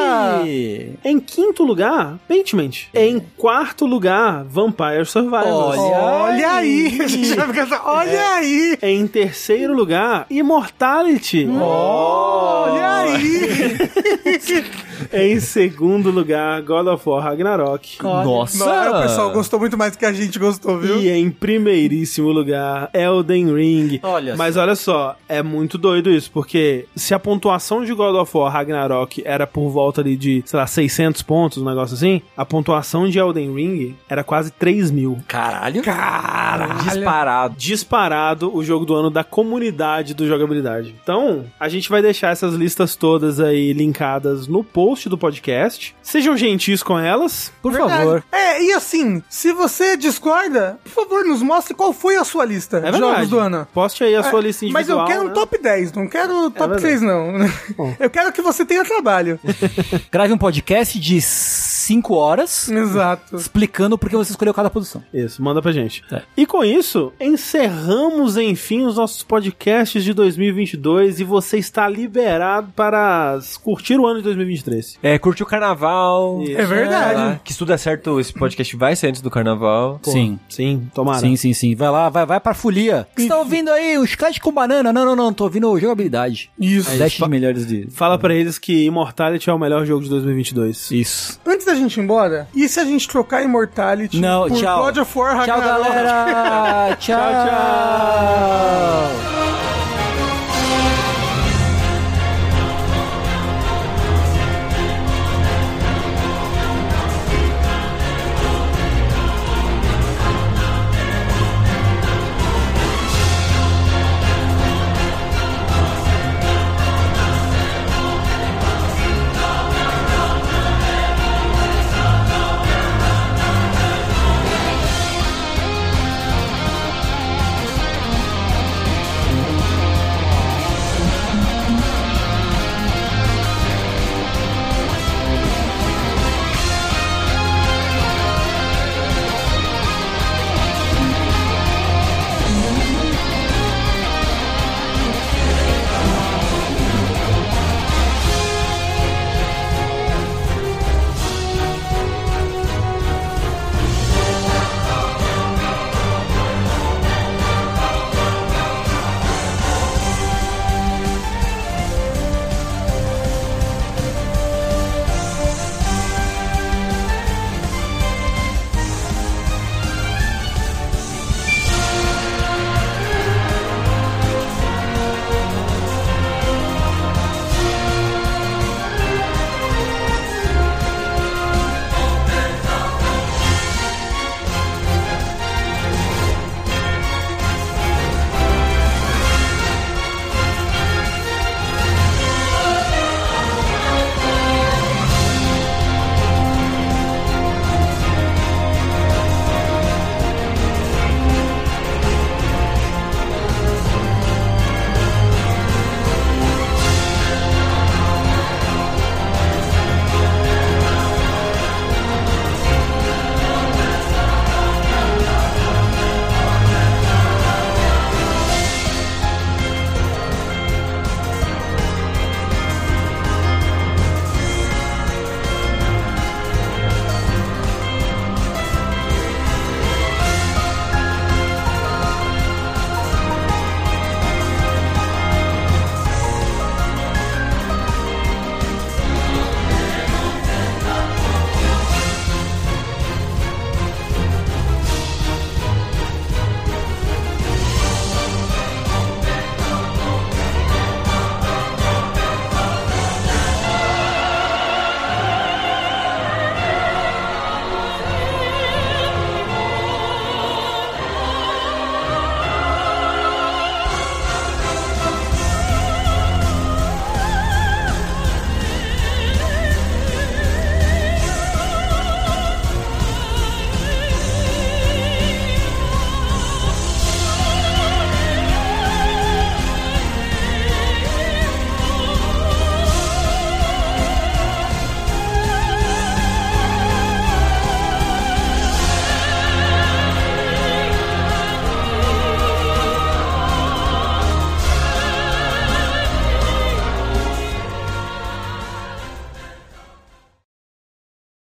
Speaker 3: Olha.
Speaker 1: Em quinto lugar, Pentiment. Em quarto lugar, Vampire Survivors.
Speaker 2: Olha
Speaker 3: Olha aí.
Speaker 2: aí.
Speaker 3: A gente *laughs* já fica assim, Olha aí.
Speaker 1: Em terceiro lugar, Immortality.
Speaker 3: Olha aí.
Speaker 1: em segundo lugar, God of War Ragnarok.
Speaker 4: Nossa!
Speaker 3: Não, é, o pessoal gostou muito mais do que a gente gostou, viu?
Speaker 1: E em primeiríssimo lugar, Elden Ring.
Speaker 4: Olha
Speaker 1: Mas olha só, é muito doido isso, porque se a pontuação de God of War Ragnarok era por volta ali de, sei lá, 600 pontos, um negócio assim, a pontuação de Elden Ring era quase 3 mil.
Speaker 4: Caralho. Caralho. Disparado.
Speaker 1: Disparado o jogo do ano da comunidade do jogabilidade. Então, a gente vai deixar essas listas todas aí linkadas no post do podcast. Sejam gentis com elas.
Speaker 2: Por
Speaker 3: Verdade.
Speaker 2: favor.
Speaker 3: É, e assim, se você discorda, por favor, nos mostre qual foi a sua lista
Speaker 1: É
Speaker 3: de
Speaker 1: verdade.
Speaker 3: jogos do ano.
Speaker 1: Poste aí a sua
Speaker 3: É,
Speaker 1: lista
Speaker 3: Mas
Speaker 1: individual.
Speaker 3: eu quero um
Speaker 1: né?
Speaker 3: top 10, não quero
Speaker 1: verdade.
Speaker 3: top 3, não.
Speaker 1: Bom.
Speaker 3: *laughs* Eu quero que você tenha trabalho.
Speaker 2: Grave um podcast de 5 horas
Speaker 3: Exato.
Speaker 2: explicando por que você escolheu cada posição.
Speaker 1: Isso, manda pra gente.
Speaker 2: É.
Speaker 1: E com isso, encerramos, enfim, os nossos podcasts de 2022 e você está liberado para curtir o ano de 2023.
Speaker 4: É, curte o carnaval.
Speaker 1: Isso.
Speaker 3: É verdade.
Speaker 4: Sei lá, Que se tudo é certo, esse podcast vai sair antes do carnaval.
Speaker 1: Pô,
Speaker 2: Sim.
Speaker 1: Sim, tomara.
Speaker 2: Sim, sim, sim. Vai lá, vai, vai pra folia. O que Você tá ouvindo aí? O chiclete com banana? Não, não, não. Tô ouvindo jogabilidade.
Speaker 3: Isso.
Speaker 2: É 10 de melhores de.
Speaker 1: Fala pra eles que Immortality é o melhor jogo de 2022.
Speaker 2: Isso.
Speaker 3: Antes da gente ir embora, e se a gente trocar Immortality
Speaker 2: Não,
Speaker 3: por
Speaker 2: tchau.
Speaker 3: God of War
Speaker 2: Tchau,
Speaker 3: Ragnarok?
Speaker 2: galera. tchau.
Speaker 1: tchau.
Speaker 2: tchau.